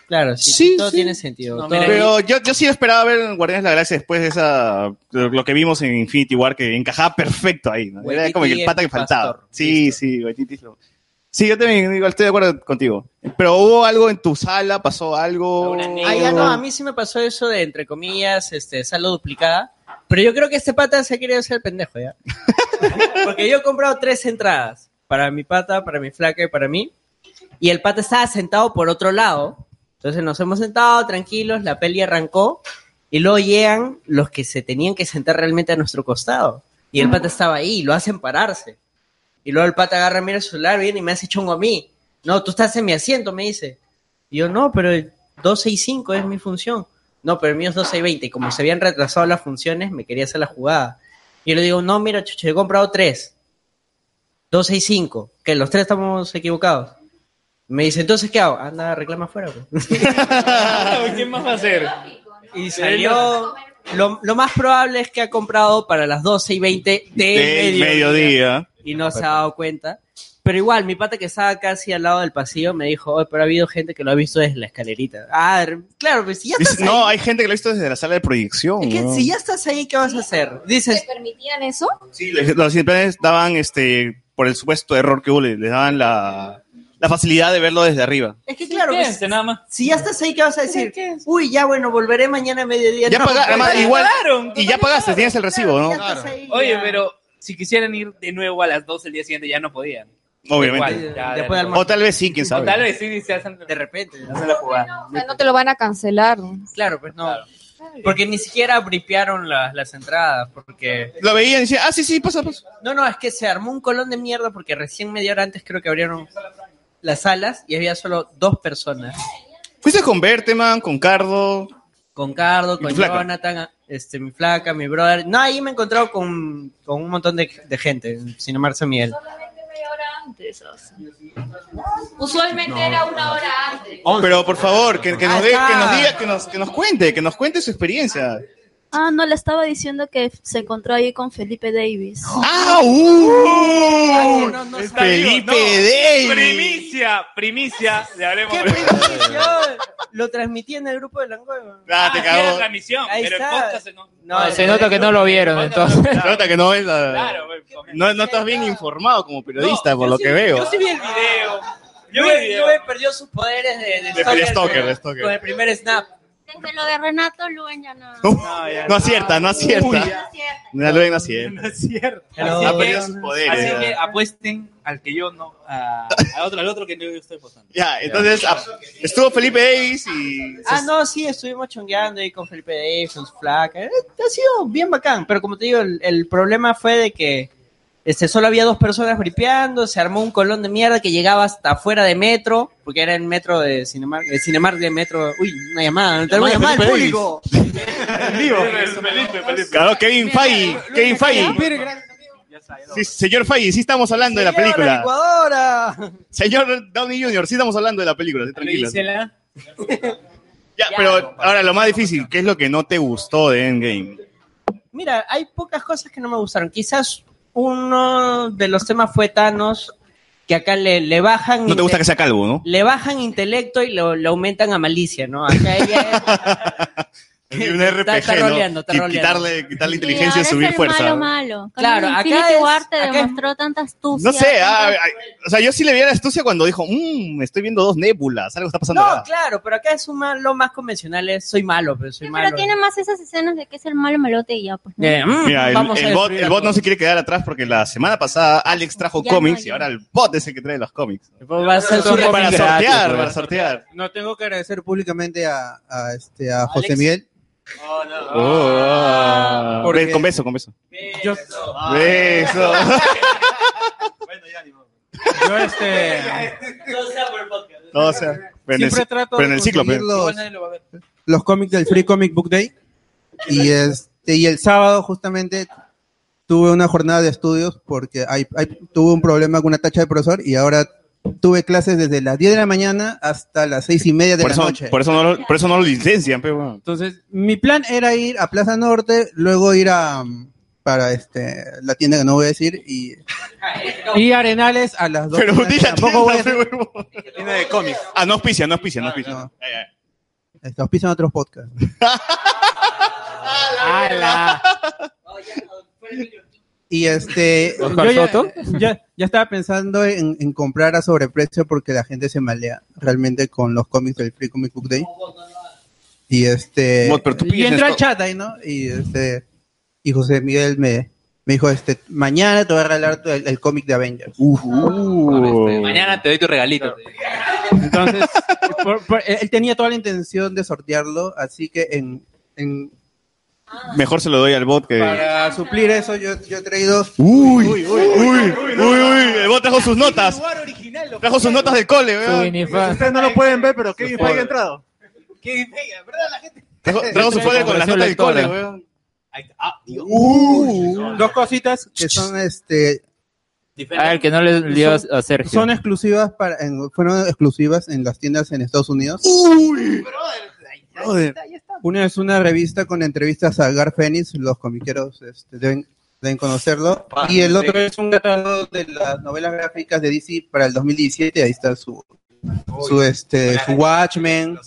Speaker 6: Claro, sí,
Speaker 2: Sí,
Speaker 6: todo
Speaker 2: sí.
Speaker 6: tiene sentido. todo-
Speaker 2: Pero yo, yo sí esperaba ver Guardianes de la Galaxia después de esa lo, lo que vimos en Infinity War que encajaba perfecto ahí. ¿no? Era
Speaker 6: Waititi
Speaker 2: como que el
Speaker 6: es
Speaker 2: pata que faltaba.
Speaker 6: pastor.
Speaker 2: Sí, sí, Waititi es lo- Sí, yo también igual estoy de acuerdo contigo. Pero hubo algo en tu sala, pasó algo.
Speaker 6: Ah, ya no, a mí sí me pasó eso de, entre comillas, este, saldo duplicada. Pero yo creo que este pata se ha querido hacer pendejo ya. Porque yo he comprado tres entradas. Para mi pata, para mi flaca y para mí. Y el pata estaba sentado por otro lado. Entonces nos hemos sentado tranquilos, la peli arrancó. Y luego llegan los que se tenían que sentar realmente a nuestro costado. Y el pata estaba ahí, y lo hacen pararse. Y luego el pata agarra, mira el celular, viene y me hace chongo a mí. No, tú estás en mi asiento, me dice. Y yo, no, pero el 12 y 5 es mi función. No, pero el mío es 12 y 20. Y como se habían retrasado las funciones, me quería hacer la jugada. Y yo le digo, no, mira, chucho, he comprado tres. 12 y 5. Que los tres estamos equivocados. Me dice, entonces, ¿qué hago? Anda, reclama afuera. pues.
Speaker 5: ¿Quién más va a hacer?
Speaker 6: Y salió... Lo, lo más probable es que ha comprado para las 12 y 20 del
Speaker 2: Del
Speaker 6: mediodía
Speaker 2: mediodía.
Speaker 6: y no se ha dado cuenta. Pero igual, mi pata que estaba casi al lado del pasillo me dijo, "Oye, pero ha habido gente que lo ha visto desde la escalerita. Ah, de re- claro, pues si ya estás
Speaker 2: Dice, no,
Speaker 6: ahí,
Speaker 2: hay gente que lo ha visto desde la sala de proyección.
Speaker 6: ¿qué-
Speaker 2: ¿no?
Speaker 6: si ya estás ahí, ¿qué vas a hacer? Dices,
Speaker 23: ¿Te permitían eso?
Speaker 2: Sí, les- los planes daban, este, por el supuesto error que hubo, les les daban la, la facilidad de verlo desde arriba.
Speaker 6: es que claro, pues,
Speaker 5: Quédense nada más.
Speaker 6: si ya estás ahí, ¿qué vas a decir? Uy, ya bueno, volveré mañana a mediodía.
Speaker 2: Ya
Speaker 6: No, pues,
Speaker 2: paga-
Speaker 6: pero-
Speaker 2: además, igual, y ya pagaste, tienes el recibo, ¿no?
Speaker 5: Oye, pero si quisieran ir de nuevo a las 12 el día siguiente, ya no podían.
Speaker 2: Obviamente.
Speaker 5: Igual, ya,
Speaker 2: Después
Speaker 5: ya,
Speaker 2: del- o tal vez sí, quién sabe.
Speaker 5: Tal vez sí se hacen de
Speaker 6: repente.
Speaker 5: Hacen la jugada.
Speaker 23: O sea, no te lo van a cancelar.
Speaker 6: Claro, pues no. Porque ni siquiera bripearon las, las entradas, porque...
Speaker 2: Lo veían y decían, ah, sí, sí, pasa, pasa.
Speaker 6: No, no, es que se armó un colón de mierda porque recién media hora antes creo que abrieron las salas y había solo dos personas.
Speaker 2: Fuiste con Berteman, con Cardo.
Speaker 6: Con Cardo,
Speaker 2: Y
Speaker 6: con
Speaker 2: tu flaca.
Speaker 6: Jonathan, este, mi flaca, mi brother. No, ahí me he encontrado con, con un montón de, de gente, sin amar San Miguel.
Speaker 21: Usualmente era una hora antes.
Speaker 2: Pero por favor, que, que nos
Speaker 21: Ah,
Speaker 2: dé-
Speaker 21: está.
Speaker 2: que nos diga, que nos, que nos cuente, que nos cuente su experiencia.
Speaker 10: Ah, no, le estaba diciendo que se encontró ahí con Felipe Davis.
Speaker 2: ¡Ah,
Speaker 10: uh!
Speaker 2: Felipe
Speaker 5: Day.
Speaker 2: Davis.
Speaker 5: Primicia, primicia. Le hablemos.
Speaker 6: Lo transmití en el grupo de Langoy.
Speaker 2: Ah, te
Speaker 5: Era la
Speaker 2: cagó.
Speaker 5: transmisión,
Speaker 6: Ahí
Speaker 5: pero el
Speaker 6: está.
Speaker 5: podcast no.
Speaker 6: No,
Speaker 5: se nota que no
Speaker 6: lo
Speaker 5: vieron,
Speaker 2: entonces. Nota que no es la-
Speaker 5: Claro,
Speaker 2: no, no estás bien informado como periodista, por lo que veo.
Speaker 6: Yo sí vi el video.
Speaker 5: Yo
Speaker 6: Yo
Speaker 5: vi el video.
Speaker 6: perdió sus poderes de, de
Speaker 2: De Felipe Stalker, de Stalker.
Speaker 6: Con el primer snap.
Speaker 21: Desde lo de Renato Luen ya no.
Speaker 2: No acierta, no acierta. No, Luen no acierta.
Speaker 5: No es cierto.
Speaker 2: Pero-
Speaker 5: así
Speaker 2: Ha
Speaker 5: que,
Speaker 2: perdido sus poderes,
Speaker 5: así
Speaker 2: ya.
Speaker 5: que apuesten al que yo no, a- al otro, al otro que no estoy apostando.
Speaker 2: Ya, entonces ah, estuvo Felipe Davis y.
Speaker 6: Ah, no, sí, estuvimos chongueando ahí con Felipe Davis, con su flaca. Eh, Ha sido bien bacán, pero como te digo, el, el problema fue de que este, solo había dos personas gripeando, se armó un colón de mierda que llegaba hasta afuera de metro, porque era el metro de Cinemark, el Cinemark de metro. Uy, una llamada, tenemos llamada
Speaker 2: Llamada de
Speaker 6: al
Speaker 2: Felipe
Speaker 6: público.
Speaker 2: En vivo. Claro, Kevin Feige, Kevin Feige. Sí, señor Feige, sí estamos hablando de la película. Señor Downey Jr., sí estamos hablando de la película, sí, tranquilo. Ya, pero ahora lo más difícil, ¿qué es lo que no te gustó de Endgame?
Speaker 6: Mira, hay pocas cosas que no me gustaron. Quizás uno de los temas fue Thanos, que acá le, le bajan.
Speaker 2: No te gusta
Speaker 6: inte-
Speaker 2: que sea calvo, ¿no?
Speaker 6: Le bajan intelecto y lo, lo aumentan a malicia, ¿no? Acá ella es-
Speaker 2: Un
Speaker 5: Está-
Speaker 2: RPG,
Speaker 5: está
Speaker 2: ¿no?
Speaker 5: roleando, está
Speaker 2: Qui-
Speaker 5: roleando.
Speaker 2: Quitarle, quitarle inteligencia y
Speaker 14: ahora es
Speaker 2: subir
Speaker 14: el
Speaker 2: fuerza.
Speaker 14: Malo, malo.
Speaker 5: Claro,
Speaker 14: Claro,
Speaker 5: acá
Speaker 14: Infinity
Speaker 5: es-
Speaker 14: War te demostró tanta astucia.
Speaker 2: No sé, ah,
Speaker 14: tanta-
Speaker 2: ay, o sea, yo sí le vi la astucia cuando dijo, mmm, estoy viendo dos nébulas, algo está pasando
Speaker 5: No,
Speaker 2: acá.
Speaker 5: claro, pero acá es un malo más convencional, es soy malo, pero soy malo.
Speaker 14: Pero tiene más esas escenas de que es el malo melote y ya, pues. ¿no?
Speaker 2: Mira, el,
Speaker 5: Eh, mm, vamos a
Speaker 2: el bot,
Speaker 5: destruir a
Speaker 2: el bot no
Speaker 5: todos.
Speaker 2: se quiere quedar atrás porque la semana pasada Alex trajo
Speaker 14: Ya
Speaker 2: cómics
Speaker 14: no,
Speaker 2: y
Speaker 14: ya
Speaker 2: ahora el bot es el que trae los cómics.
Speaker 5: Va a
Speaker 2: Para
Speaker 5: ser su
Speaker 2: sortear,
Speaker 5: gratis,
Speaker 2: para sortear.
Speaker 4: No, tengo que agradecer públicamente a, a, este, a
Speaker 24: Alex.
Speaker 4: José Miguel.
Speaker 2: Oh, ah. Ve- Con beso, con beso.
Speaker 4: Yo-
Speaker 2: Beso.
Speaker 4: Ah, Yo este...
Speaker 2: No, o sea, pero en el,
Speaker 4: Siempre trato
Speaker 2: pero en
Speaker 4: de
Speaker 2: el ciclo, pero-
Speaker 4: conseguirlos. Igual nadie lo va a ver. los cómics del Free Comic Book Day. Y, este, y el sábado justamente tuve una jornada de estudios porque hay- hay- tuve un problema con una tacha de profesor y ahora tuve clases desde las 10 de la mañana hasta las 6 y media de
Speaker 2: por
Speaker 4: la
Speaker 2: eso,
Speaker 4: noche.
Speaker 2: por eso no lo, por eso no lo licencian, pero bueno.
Speaker 4: Entonces, mi plan era ir a Plaza Norte, luego ir a mm, para este la tienda que no voy a decir y, y Arenales a las 2.
Speaker 2: Pero di la
Speaker 4: tampoco voy a
Speaker 2: tienda,
Speaker 4: decir,
Speaker 2: Tiene de cómics. Ah, no auspicia, no auspicia, no auspicia. Ay, ay.
Speaker 4: este, auspician otros podcasts. Y este.
Speaker 2: ¿Oscar
Speaker 4: yo ya,
Speaker 2: Soto?
Speaker 4: Ya, ya estaba pensando en, en comprar a sobreprecio porque la gente se malea realmente con los cómics del Free Comic Book Day. Y este.
Speaker 2: Mot, pero tú
Speaker 4: y
Speaker 2: pides
Speaker 4: entró al
Speaker 2: esto.
Speaker 4: chat ahí, ¿no? Y este. Y José Miguel me, me dijo: este, Mañana te voy a regalar tu- el, el cómic de Avengers.
Speaker 11: Uh.
Speaker 3: Mañana te doy tu regalito.
Speaker 4: Entonces, por- por- él él tenía toda la intención de sortearlo, así que en. en-
Speaker 2: Mejor se lo doy al bot que.
Speaker 4: para suplir eso, yo, yo he traído.
Speaker 2: Uy, uy, uy, uy, uy, el bot trajo sus notas. Trajo sus notas del cole,
Speaker 11: Ah,
Speaker 2: weón.
Speaker 6: Ustedes no lo pueden ver, pero Kevin Feige ha entrado.
Speaker 2: Trajo, trajo su folder con las notas del
Speaker 11: eh.
Speaker 2: cole, weón. Ah,
Speaker 4: Dos cositas que son este
Speaker 12: Ah, el que no le dio
Speaker 4: Son-
Speaker 12: a Sergio.
Speaker 4: Son exclusivas para, en- fueron exclusivas en las tiendas en Estados Unidos. Brother. Una es una revista con entrevistas a Gar Fenix, los comiqueros este, deben, deben conocerlo. Y el otro es un catálogo de las novelas gráficas de DC para el 2017. Ahí está su, su, este, su Watchmen.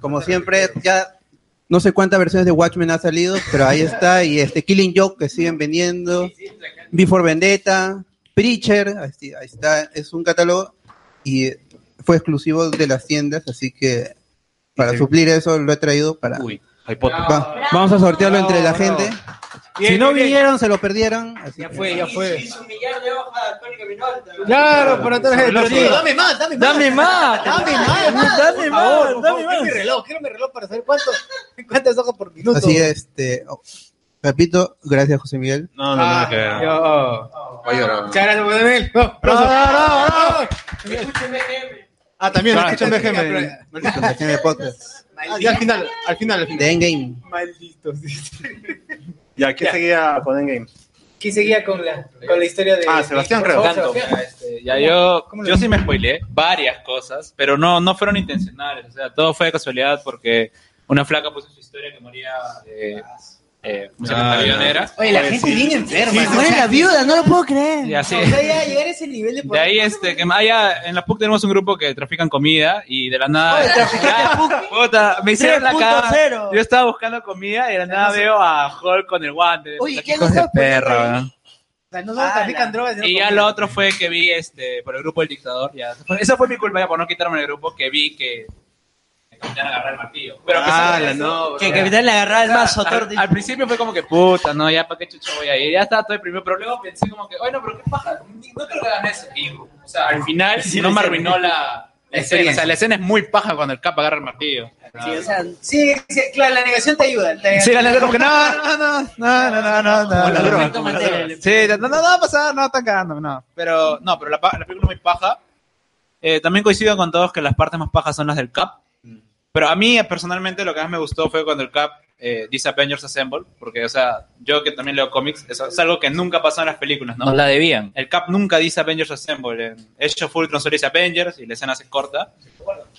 Speaker 4: Como siempre, ya no sé cuántas versiones de Watchmen ha salido, pero ahí está. Y este Killing Joke que siguen vendiendo. Before Vendetta, Preacher, ahí, ahí está, es un catálogo y fue exclusivo de las tiendas, así que para suplir eso lo he traído para... Va- vamos a sortearlo entre la gente. si no vinieron, se lo perdieron. así que-
Speaker 5: ah,
Speaker 6: Claro, para toda la gente.
Speaker 4: Pero dame
Speaker 6: más, dame
Speaker 4: más.
Speaker 6: Dame más, dame más. Dame más, dame más. mi reloj, quiero mi reloj para saber cuánto, cuántas hojas por minuto.
Speaker 4: Así este, oh, repito, gracias José Miguel.
Speaker 9: No, no,
Speaker 4: Ah,
Speaker 9: nada que ver. Voy a llorar.
Speaker 6: Muchas gracias, José Miguel. No, aplauso. Ah, también,
Speaker 4: Ah,
Speaker 6: escuchen
Speaker 4: escuchen
Speaker 6: BGM.
Speaker 4: Dejen el podcast.
Speaker 6: Ah, ya al final, al final, al final.
Speaker 4: De Endgame.
Speaker 6: Malditos.
Speaker 9: Ya, ¿qué seguía con Endgame?
Speaker 1: ¿Quién seguía con la, con la historia de.
Speaker 9: Ah, Sebastián,
Speaker 1: de-
Speaker 9: creo.
Speaker 1: Por favor,
Speaker 9: Tanto.
Speaker 1: Sebastián. este,
Speaker 12: Ya yo, yo sí me spoileé varias cosas, pero no, no fueron intencionales. O sea, todo fue de casualidad porque una flaca puso su historia que moría de. Eh, ¿Cómo se llama?
Speaker 9: Ah, ya.
Speaker 12: Leonera.
Speaker 1: Oye, la gente es bien enferma. ¿no?
Speaker 5: viuda, no lo puedo creer.
Speaker 12: Y así.
Speaker 1: O sea, ya llegar a ese nivel de.
Speaker 12: De ahí, este, que más allá, en la PUC tenemos un grupo que trafican comida y de la nada. Ya, puta, me hicieron la cara.
Speaker 3: 3.0.
Speaker 12: Yo estaba buscando comida y de la nada veo a Hulk con el guante.
Speaker 1: Oye, ¿qué
Speaker 12: Hijos
Speaker 1: no
Speaker 12: de
Speaker 1: sabes
Speaker 12: perra,
Speaker 1: poner ahí?
Speaker 12: ¿verdad?
Speaker 1: O sea, no solo trafican drogas. sino
Speaker 12: Y Ah, ya
Speaker 1: comida.
Speaker 12: lo otro fue que vi este por el grupo del dictador. Ya. Esa fue- Esa fue mi culpa ya por no quitarme el grupo que vi que me querían agarrar el martillo. Pero a pesar de
Speaker 5: Ah,
Speaker 12: eso,
Speaker 5: no,
Speaker 12: o
Speaker 5: que
Speaker 12: sea,
Speaker 5: Capitán le agarraba el
Speaker 12: o sea,
Speaker 5: mazo,
Speaker 12: al-
Speaker 5: Thor.
Speaker 12: Al, principio fue como que puta, no, ya para qué chucho voy a ir. Ya estaba todo deprimido, pero luego pensé como que, bueno, pero qué paja, no creo que hagan eso. Y, o sea, al final
Speaker 3: Sí,
Speaker 12: no
Speaker 3: lo
Speaker 12: me
Speaker 3: hicieron.
Speaker 12: arruinó la, la escena. O sea, la escena es muy paja cuando el cap agarra el martillo.
Speaker 1: Sí, o sea, sí, sí, claro, la negación te ayuda. te-
Speaker 12: Sí, la negación como que no, no, no, no, no, no, no, no.
Speaker 1: Como la droga,
Speaker 12: Sí,
Speaker 1: como la droga.
Speaker 12: no, no, no va a pasar, no, están cagando, no. Pero, no, pero la, pa- la película es muy paja. Eh, también coincido con todos que las partes más pajas son las del Cap. Pero a mí, eh, personalmente, lo que más me gustó fue cuando el Cap eh, dice Avengers Assemble, porque, o sea, yo que también leo cómics, eso es algo que nunca pasó en las películas, ¿no?
Speaker 3: Nos la debían.
Speaker 12: El Cap nunca dice Avengers Assemble. En hecho full solo dice Avengers y la escena se corta.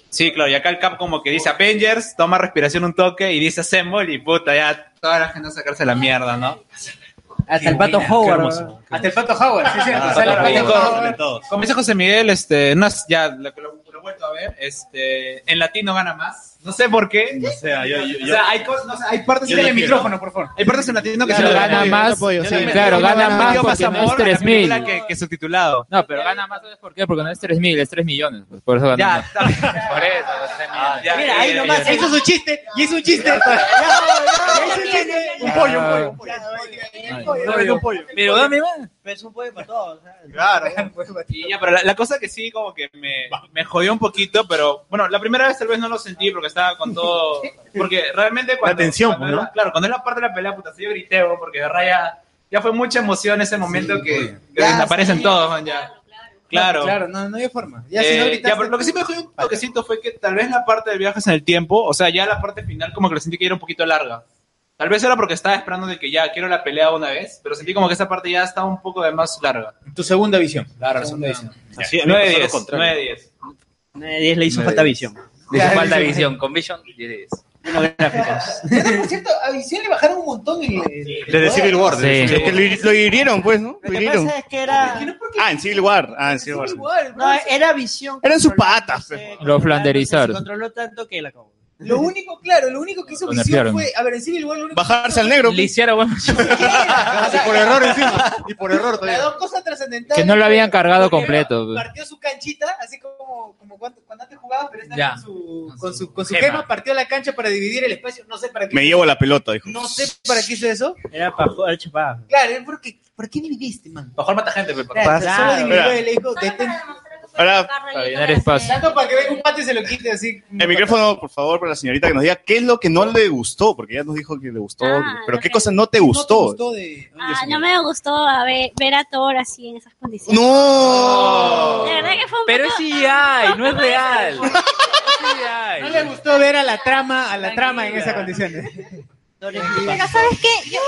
Speaker 12: Sí, claro, y acá el Cap como que dice Avengers, toma respiración un toque y dice Assemble y puta, ya toda la gente a sacarse la mierda, ¿no?
Speaker 5: Hasta el
Speaker 12: Qué
Speaker 5: pato
Speaker 12: buena, qué
Speaker 5: Howard.
Speaker 12: hermoso.
Speaker 1: Hasta el pato Howard. Sí, sí,
Speaker 12: Ah,
Speaker 1: o sea,
Speaker 12: Pato
Speaker 1: la-
Speaker 12: Howard. Como dice José Miguel, este, no es- ya lo, lo- lo he vuelto a ver, este, en latino gana más. No sé por qué. O sea,
Speaker 11: yo- yo-
Speaker 12: o sea, hay, cos- no sé, hay partes
Speaker 11: Yo
Speaker 12: en el
Speaker 11: difiero.
Speaker 12: micrófono, por
Speaker 1: Eh,
Speaker 12: favor. Hay partes en latino que
Speaker 11: Claro,
Speaker 12: se lo
Speaker 11: gana
Speaker 12: ganan.
Speaker 11: más, pues,
Speaker 12: Yo le
Speaker 11: sí,
Speaker 12: metí
Speaker 11: claro,
Speaker 12: más
Speaker 11: gana
Speaker 12: amor
Speaker 11: más porque
Speaker 12: a
Speaker 11: no
Speaker 12: la
Speaker 11: es 3.000.
Speaker 12: película Que, que subtitulado.
Speaker 3: No, pero gana más, ¿sabes por qué? Porque no es 3.000, es 3 millones. pues, por eso gana
Speaker 12: Ya,
Speaker 3: más.
Speaker 12: está. Por eso,
Speaker 3: ya,
Speaker 12: Mira,
Speaker 3: ya,
Speaker 1: Eh,
Speaker 12: ahí
Speaker 3: ya,
Speaker 12: nomás.
Speaker 3: ya.
Speaker 12: Eso es un chiste.
Speaker 1: Y es un chiste.
Speaker 12: Un pollo, un pollo.
Speaker 5: pollo. Pero dame más.
Speaker 12: Es un pollo para todos. Claro, y ya, pero la, la cosa que sí, como que me, me jodió un poquito, pero bueno, la primera vez tal vez no lo sentí porque estaba con todo. Porque realmente cuando.
Speaker 11: tensión, ¿no?
Speaker 12: cuando es la- pues, claro, cuando es la parte de la pelea, puta, sí yo griteo porque de verdad ya, ya fue mucha emoción ese momento que, que desaparecen todos, man, ya. Claro.
Speaker 1: pues.
Speaker 12: Eh,
Speaker 1: Claro, no, no hay forma.
Speaker 12: Ya,
Speaker 1: Ya, si no gritaste-
Speaker 12: ya, pero lo que sí me jodió un toquecito fue que tal vez la parte de viajes en el tiempo, o sea, ya la parte final como que lo sentí que era un poquito larga. Tal vez era porque estaba esperando de que ya quiero la pelea una vez, pero sentí como que esa parte ya estaba un poco de más larga.
Speaker 1: Tu segunda visión. Claro,
Speaker 12: segunda visión.
Speaker 1: Así, a mí me pasó lo
Speaker 12: 9-10.
Speaker 1: contrario.
Speaker 12: 9-10.
Speaker 25: 10 le hizo falta visión.
Speaker 5: Le hizo falta visión.
Speaker 12: Con Vision, 10.
Speaker 1: Por cierto, a Visión le bajaron un montón el.
Speaker 2: Desde Civil War.
Speaker 25: Sí.
Speaker 2: desde Civil War. Es que lo, lo hirieron, pues, ¿no? Lo hirieron.
Speaker 25: es que era.
Speaker 2: Ah, en Civil War. Ah, en Civil War.
Speaker 25: No, era visión.
Speaker 2: Eran sus patas. pe.
Speaker 3: Lo flanderizaron.
Speaker 25: Controló tanto que la acabó.
Speaker 1: Lo único, claro, lo único que hizo
Speaker 3: Lo
Speaker 1: Visión
Speaker 3: nerfearon.
Speaker 1: fue. A ver, en Civil War lo único.
Speaker 2: Bajarse al negro.
Speaker 1: Y
Speaker 2: por error encima.
Speaker 1: Y por error todavía. Las dos cosas
Speaker 3: Que
Speaker 1: trascendentales.
Speaker 3: no lo habían
Speaker 1: fue-
Speaker 3: cargado
Speaker 1: porque
Speaker 3: completo. pues.
Speaker 1: Partió su canchita, así como, como cuando, cuando antes jugaba, pero esta
Speaker 3: Ya.
Speaker 1: con su, con su, con su gema. partió la cancha para dividir el espacio. No sé para qué.
Speaker 2: Me llevo la pelota, dijo.
Speaker 1: No sé para qué hizo eso.
Speaker 25: Era para jugar chupada.
Speaker 1: Claro, es porque. ¿Por qué dividiste, man?
Speaker 12: Mejor mata gente, pero
Speaker 1: Claro, solo dividió y le dijo, detén.
Speaker 2: Ahora,
Speaker 1: Para llenar espacio. Tanto para que venga un pato y se lo quite así.
Speaker 2: el micrófono, por favor, para la señorita que nos diga qué es lo que no le gustó, porque ella nos dijo que le gustó. pero qué cosa no te gustó.
Speaker 10: Ah, no me gustó a ver, ver a Thor así en esas condiciones.
Speaker 2: ¡No!
Speaker 10: De verdad que fue un
Speaker 5: Pero
Speaker 10: poco-
Speaker 5: es CGI, no es real.
Speaker 1: No le gustó ver a la trama, a la trama en esas condiciones.
Speaker 14: Pero sabes qué, yo...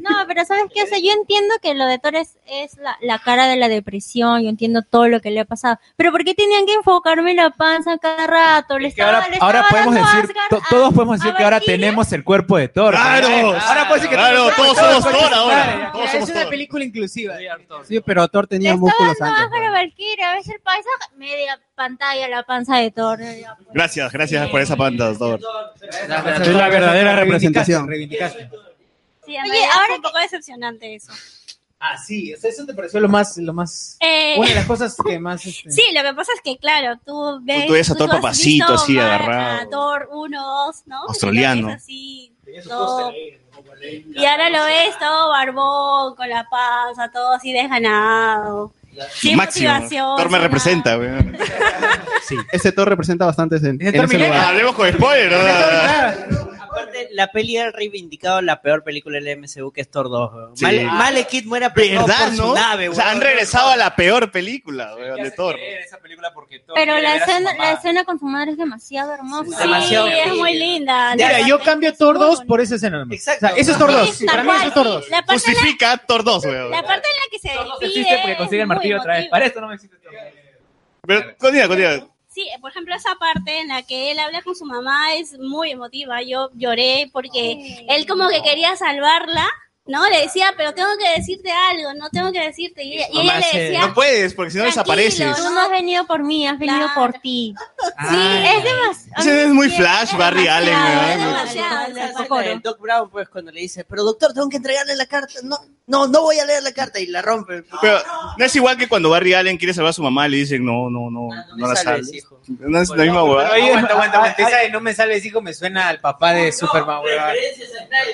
Speaker 14: No, pero sabes qué, o sea, yo entiendo que lo de Torres es la, la cara de la depresión, yo entiendo todo lo que le ha pasado, pero ¿por qué tenían que enfocarme en la panza cada rato? Le
Speaker 12: que ahora-
Speaker 14: estaba- le
Speaker 12: ahora
Speaker 14: estaba
Speaker 12: podemos
Speaker 14: dando
Speaker 12: decir,
Speaker 14: Asgard
Speaker 12: to-
Speaker 14: a-
Speaker 12: todos podemos decir
Speaker 14: a
Speaker 12: que ahora
Speaker 14: Valkyria.
Speaker 12: tenemos el cuerpo de Thor.
Speaker 2: Claro,
Speaker 12: ahora puede ser que
Speaker 2: claro, todos somos Thor ahora.
Speaker 1: Mira,
Speaker 2: Todos
Speaker 1: es
Speaker 2: somos
Speaker 1: una
Speaker 2: Thor.
Speaker 1: película inclusiva.
Speaker 13: Sí, pero Thor tenía músculos
Speaker 14: No,
Speaker 13: antes.
Speaker 14: baja la Valkyria, ves el paisaje, media pantalla la panza de Thor. media-
Speaker 2: Gracias, gracias por esa panta, Thor.
Speaker 1: Es la verdadera representación. Reivindicaste.
Speaker 10: Sí, en realidad
Speaker 14: ahora
Speaker 10: fue un poco decepcionante eso.
Speaker 1: Ah, sí, o sea, eso te pareció lo más, lo más.
Speaker 10: Eh,
Speaker 1: Una de las cosas que más. este,
Speaker 10: Sí, lo que pasa es que, claro, tú ves.
Speaker 2: Tú ves a Thor
Speaker 10: has
Speaker 2: papacito
Speaker 10: visto
Speaker 2: así,
Speaker 10: mal
Speaker 2: agarrado.
Speaker 10: A Thor 1, 2, ¿no?
Speaker 2: Australiano.
Speaker 10: Y lo ves así, todo- Y ahora lo ves todo barbón, con la panza, todo así desganado. Sin
Speaker 2: Máximo.
Speaker 10: motivación.
Speaker 2: Thor me
Speaker 10: sin
Speaker 2: representa, weón.
Speaker 8: Ese Thor representa bastantes en, en ese lugar.
Speaker 2: Hablemos con spoiler, ¿no?
Speaker 25: Aparte, la peli ha reivindicado la peor película del MCU que es Thor 2. weón.
Speaker 2: Sí. Ah.
Speaker 25: Mal, Malekith muere aplastado
Speaker 2: ¿Verdad,
Speaker 25: por su
Speaker 2: no?
Speaker 25: nave,
Speaker 2: O sea,
Speaker 25: weón.
Speaker 2: han regresado a la peor película weón, de Thor.
Speaker 14: Pero la
Speaker 2: Era su
Speaker 14: escena,
Speaker 2: mamá.
Speaker 14: la escena con su madre es demasiado hermosa.
Speaker 10: Sí,
Speaker 1: Demasiado
Speaker 10: es muy
Speaker 1: bella.
Speaker 10: linda.
Speaker 1: Mira,
Speaker 10: La-
Speaker 1: yo cambio Thor 2 por esa escena. Nomás. Exacto. O sea, eso es Thor 2.
Speaker 10: Sí,
Speaker 1: Para
Speaker 10: tal
Speaker 1: mí eso es
Speaker 10: cual,
Speaker 1: Thor
Speaker 10: sí.
Speaker 1: 2.
Speaker 10: La parte en la-
Speaker 2: Justifica Thor 2, weón.
Speaker 10: La parte en la que se
Speaker 12: existe
Speaker 10: despide.
Speaker 12: porque consigue el
Speaker 10: es
Speaker 12: martillo
Speaker 10: muy
Speaker 12: otra vez.
Speaker 10: emotiva.
Speaker 12: Para esto no me existe.
Speaker 2: Pero, continúa, continúa.
Speaker 10: Sí, por ejemplo, esa parte en la que él habla con su mamá es muy emotiva. Yo lloré porque él como que quería salvarla, ¿no? Le decía, pero tengo que decirte algo, no tengo que decirte. Y, ella- y ella le decía,
Speaker 2: No puedes, porque si no desapareces.
Speaker 14: Tú no has venido por mí, has venido por ti. Sí,
Speaker 12: Ah.
Speaker 14: es demasiado.
Speaker 2: Ese es muy flash, Barry Allen, weón.
Speaker 14: demasiado,
Speaker 25: La escena
Speaker 14: socorro.
Speaker 25: del Doc Brown, pues, cuando le dice, pero doctor, tengo que entregarle la carta. No, no, no voy a leer la carta. Y la rompe. pues.
Speaker 2: Pero no es igual que cuando Barry Allen quiere salvar a su mamá, le dicen, no, no, no, no la
Speaker 25: salves,
Speaker 2: salves. No es la misma huevada.
Speaker 1: Oye, aguanta, aguanta, aguanta. Esa de no me salves, hijo, me suena al papá de Superman, weón.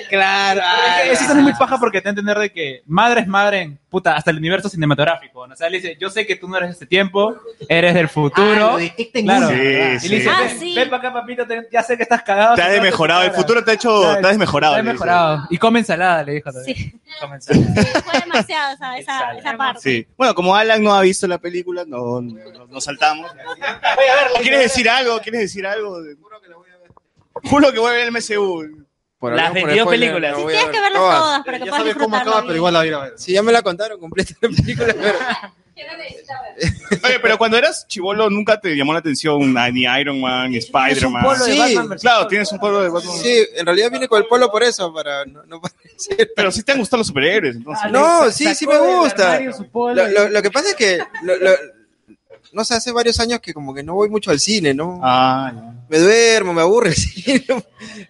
Speaker 1: Claro.
Speaker 12: Ah,
Speaker 1: ay,
Speaker 12: Eso es muy paja porque te da a entender de que madre es madre en puta, hasta el universo cinematográfico. ¿no? O sea, le dice, yo sé que tú no eres de este tiempo, eres del futuro.
Speaker 1: Ah, lo detecta en
Speaker 12: Claro.
Speaker 1: uno.
Speaker 2: Sí,
Speaker 12: Y le dice,
Speaker 1: sí.
Speaker 12: ven,
Speaker 1: Ah, sí.
Speaker 12: ven para acá, papito, te- ya sé que estás cagado.
Speaker 2: Te ha desmejorado, el futuro te ha hecho, te ha desmejorado.
Speaker 12: Te ha
Speaker 2: le dice.
Speaker 12: mejorado. Y come ensalada, le dijo también.
Speaker 10: sí,
Speaker 12: Come ensalada.
Speaker 10: fue demasiado esa, esa, esa parte.
Speaker 2: Sí. Bueno, como Alan no ha visto la película, no, no- nos saltamos. ¿Quieres decir algo? ¿Quieres decir algo? Juro que voy a ver el MCU.
Speaker 5: Por Las hablar por 22 spoiler, películas.
Speaker 14: Sí, tienes que verlas
Speaker 2: Todas.
Speaker 14: todas para que puedas disfrutarlo bien.
Speaker 2: la voy a ir a ver.
Speaker 22: Sí, ya me la contaron completa la película, pero...
Speaker 2: Oye, pero cuando eras chivolo nunca te llamó la atención ah, ni Iron Man, ni Spider-Man.
Speaker 22: polo de Sí. Batman
Speaker 2: claro, tienes un polo de Batman.
Speaker 22: Sí, en realidad vine con el polo por eso, para... No, no para decir-
Speaker 2: Pero sí te han gustado los
Speaker 9: Ah,
Speaker 2: superhéroes, entonces.
Speaker 22: No, sí, sí me gusta. Lo, lo- lo que pasa es que lo, lo-
Speaker 9: no sé, hace varios años que como que no voy mucho al cine, ¿no? Me duermo, me aburre el cine.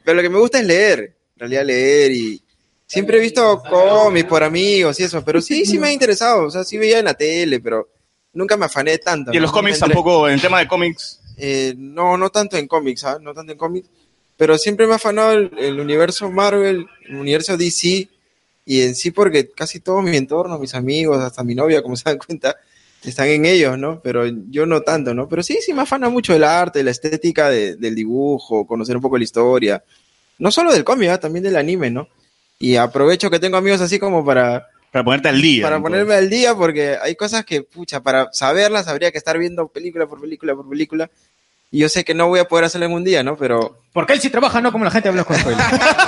Speaker 9: Pero lo que me gusta es leer, en realidad leer y siempre he visto cómics por amigos y eso, pero sí, sí me ha interesado, o sea, sí veía en la tele, pero nunca me afané tanto.
Speaker 2: Y en
Speaker 9: ¿no?
Speaker 2: los cómics
Speaker 9: Me entré-
Speaker 2: tampoco, en el tema de cómics.
Speaker 9: eh, no, no tanto en cómics, ¿ah? No tanto en cómics, pero siempre me ha afanado el, el universo Marvel, el universo DC, y en sí porque casi todo mi entorno, mis amigos, hasta mi novia, como se dan cuenta, están en ellos, ¿no? Pero yo no tanto, ¿no? Pero sí, sí me afana mucho el arte, la estética de- del dibujo, conocer un poco la historia, no solo del cómic, ¿ah? también del anime, ¿no? Y aprovecho que tengo amigos así como para...
Speaker 2: Para ponerte al día.
Speaker 9: Para
Speaker 2: entonces.
Speaker 9: ponerme al día, porque hay cosas que, pucha, para saberlas habría que estar viendo película por película por película. Y yo sé que no voy a poder hacerlo en un día, ¿no? Pero.
Speaker 1: Porque él sí trabaja, no como la gente habla con spoilers.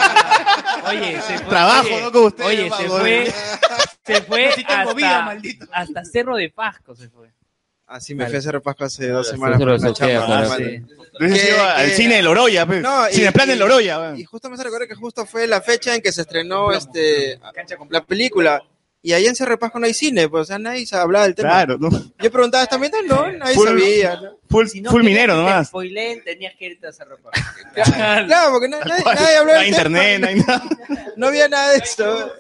Speaker 18: Oye, se fue.
Speaker 1: Trabajo,
Speaker 18: oye,
Speaker 1: ¿no? Como ustedes,
Speaker 18: Oye, se
Speaker 1: vago,
Speaker 18: fue. Se fue
Speaker 1: Necesito
Speaker 18: hasta,
Speaker 1: vida,
Speaker 18: hasta Cerro de Pasco. Se fue.
Speaker 9: Así me fui a hacer Pascua hace dos
Speaker 18: sí,
Speaker 9: semanas.
Speaker 18: se lo
Speaker 9: por una
Speaker 18: saqué,
Speaker 9: chamba,
Speaker 18: pero
Speaker 9: mano.
Speaker 18: sí.
Speaker 9: Que-
Speaker 2: Hubiese ido al
Speaker 9: que-
Speaker 2: cine de Loroya, pe. Cineplan de Loroya, weón.
Speaker 9: Y justo me hace recordar que justo fue la fecha en que se estrenó este, la película. Y ahí en Cerro de Pasco no hay cine, pues, o sea, nadie se hablaba del tema.
Speaker 2: Claro, ¿no?
Speaker 9: Yo preguntaba, ¿está bien? No, nadie
Speaker 2: Full-
Speaker 9: sabía. ¿no? pues,
Speaker 2: Full, full minero nomás.
Speaker 25: Spoilen, tenías que irte a Cerro Pasco.
Speaker 9: Claro, porque na- nadie, nadie habló
Speaker 2: No
Speaker 9: del
Speaker 2: hay
Speaker 9: tema.
Speaker 2: internet, no hay nada.
Speaker 9: No había nada de eso.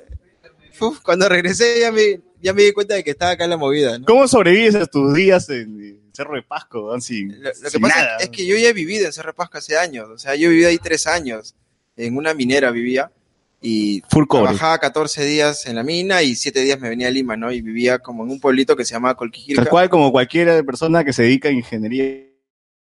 Speaker 9: Uf, cuando regresé ya me, ya me di cuenta de que estaba acá en la movida. ¿no?
Speaker 2: ¿Cómo sobrevives a tus días en eh, Cerro de Pasco, weón, sin,
Speaker 9: Lo, lo que
Speaker 2: sin
Speaker 9: pasa
Speaker 2: nada?
Speaker 9: es que yo ya he vivido en Cerro de Pasco hace años. O sea, yo viví ahí tres años. En una minera vivía y
Speaker 2: Full cobre.
Speaker 9: trabajaba 14 días en la mina y 7 días me venía a Lima, ¿no? Y vivía como en un pueblito que se llamaba Colquijirca.
Speaker 2: Tal cual como cualquier persona que se dedica a ingeniería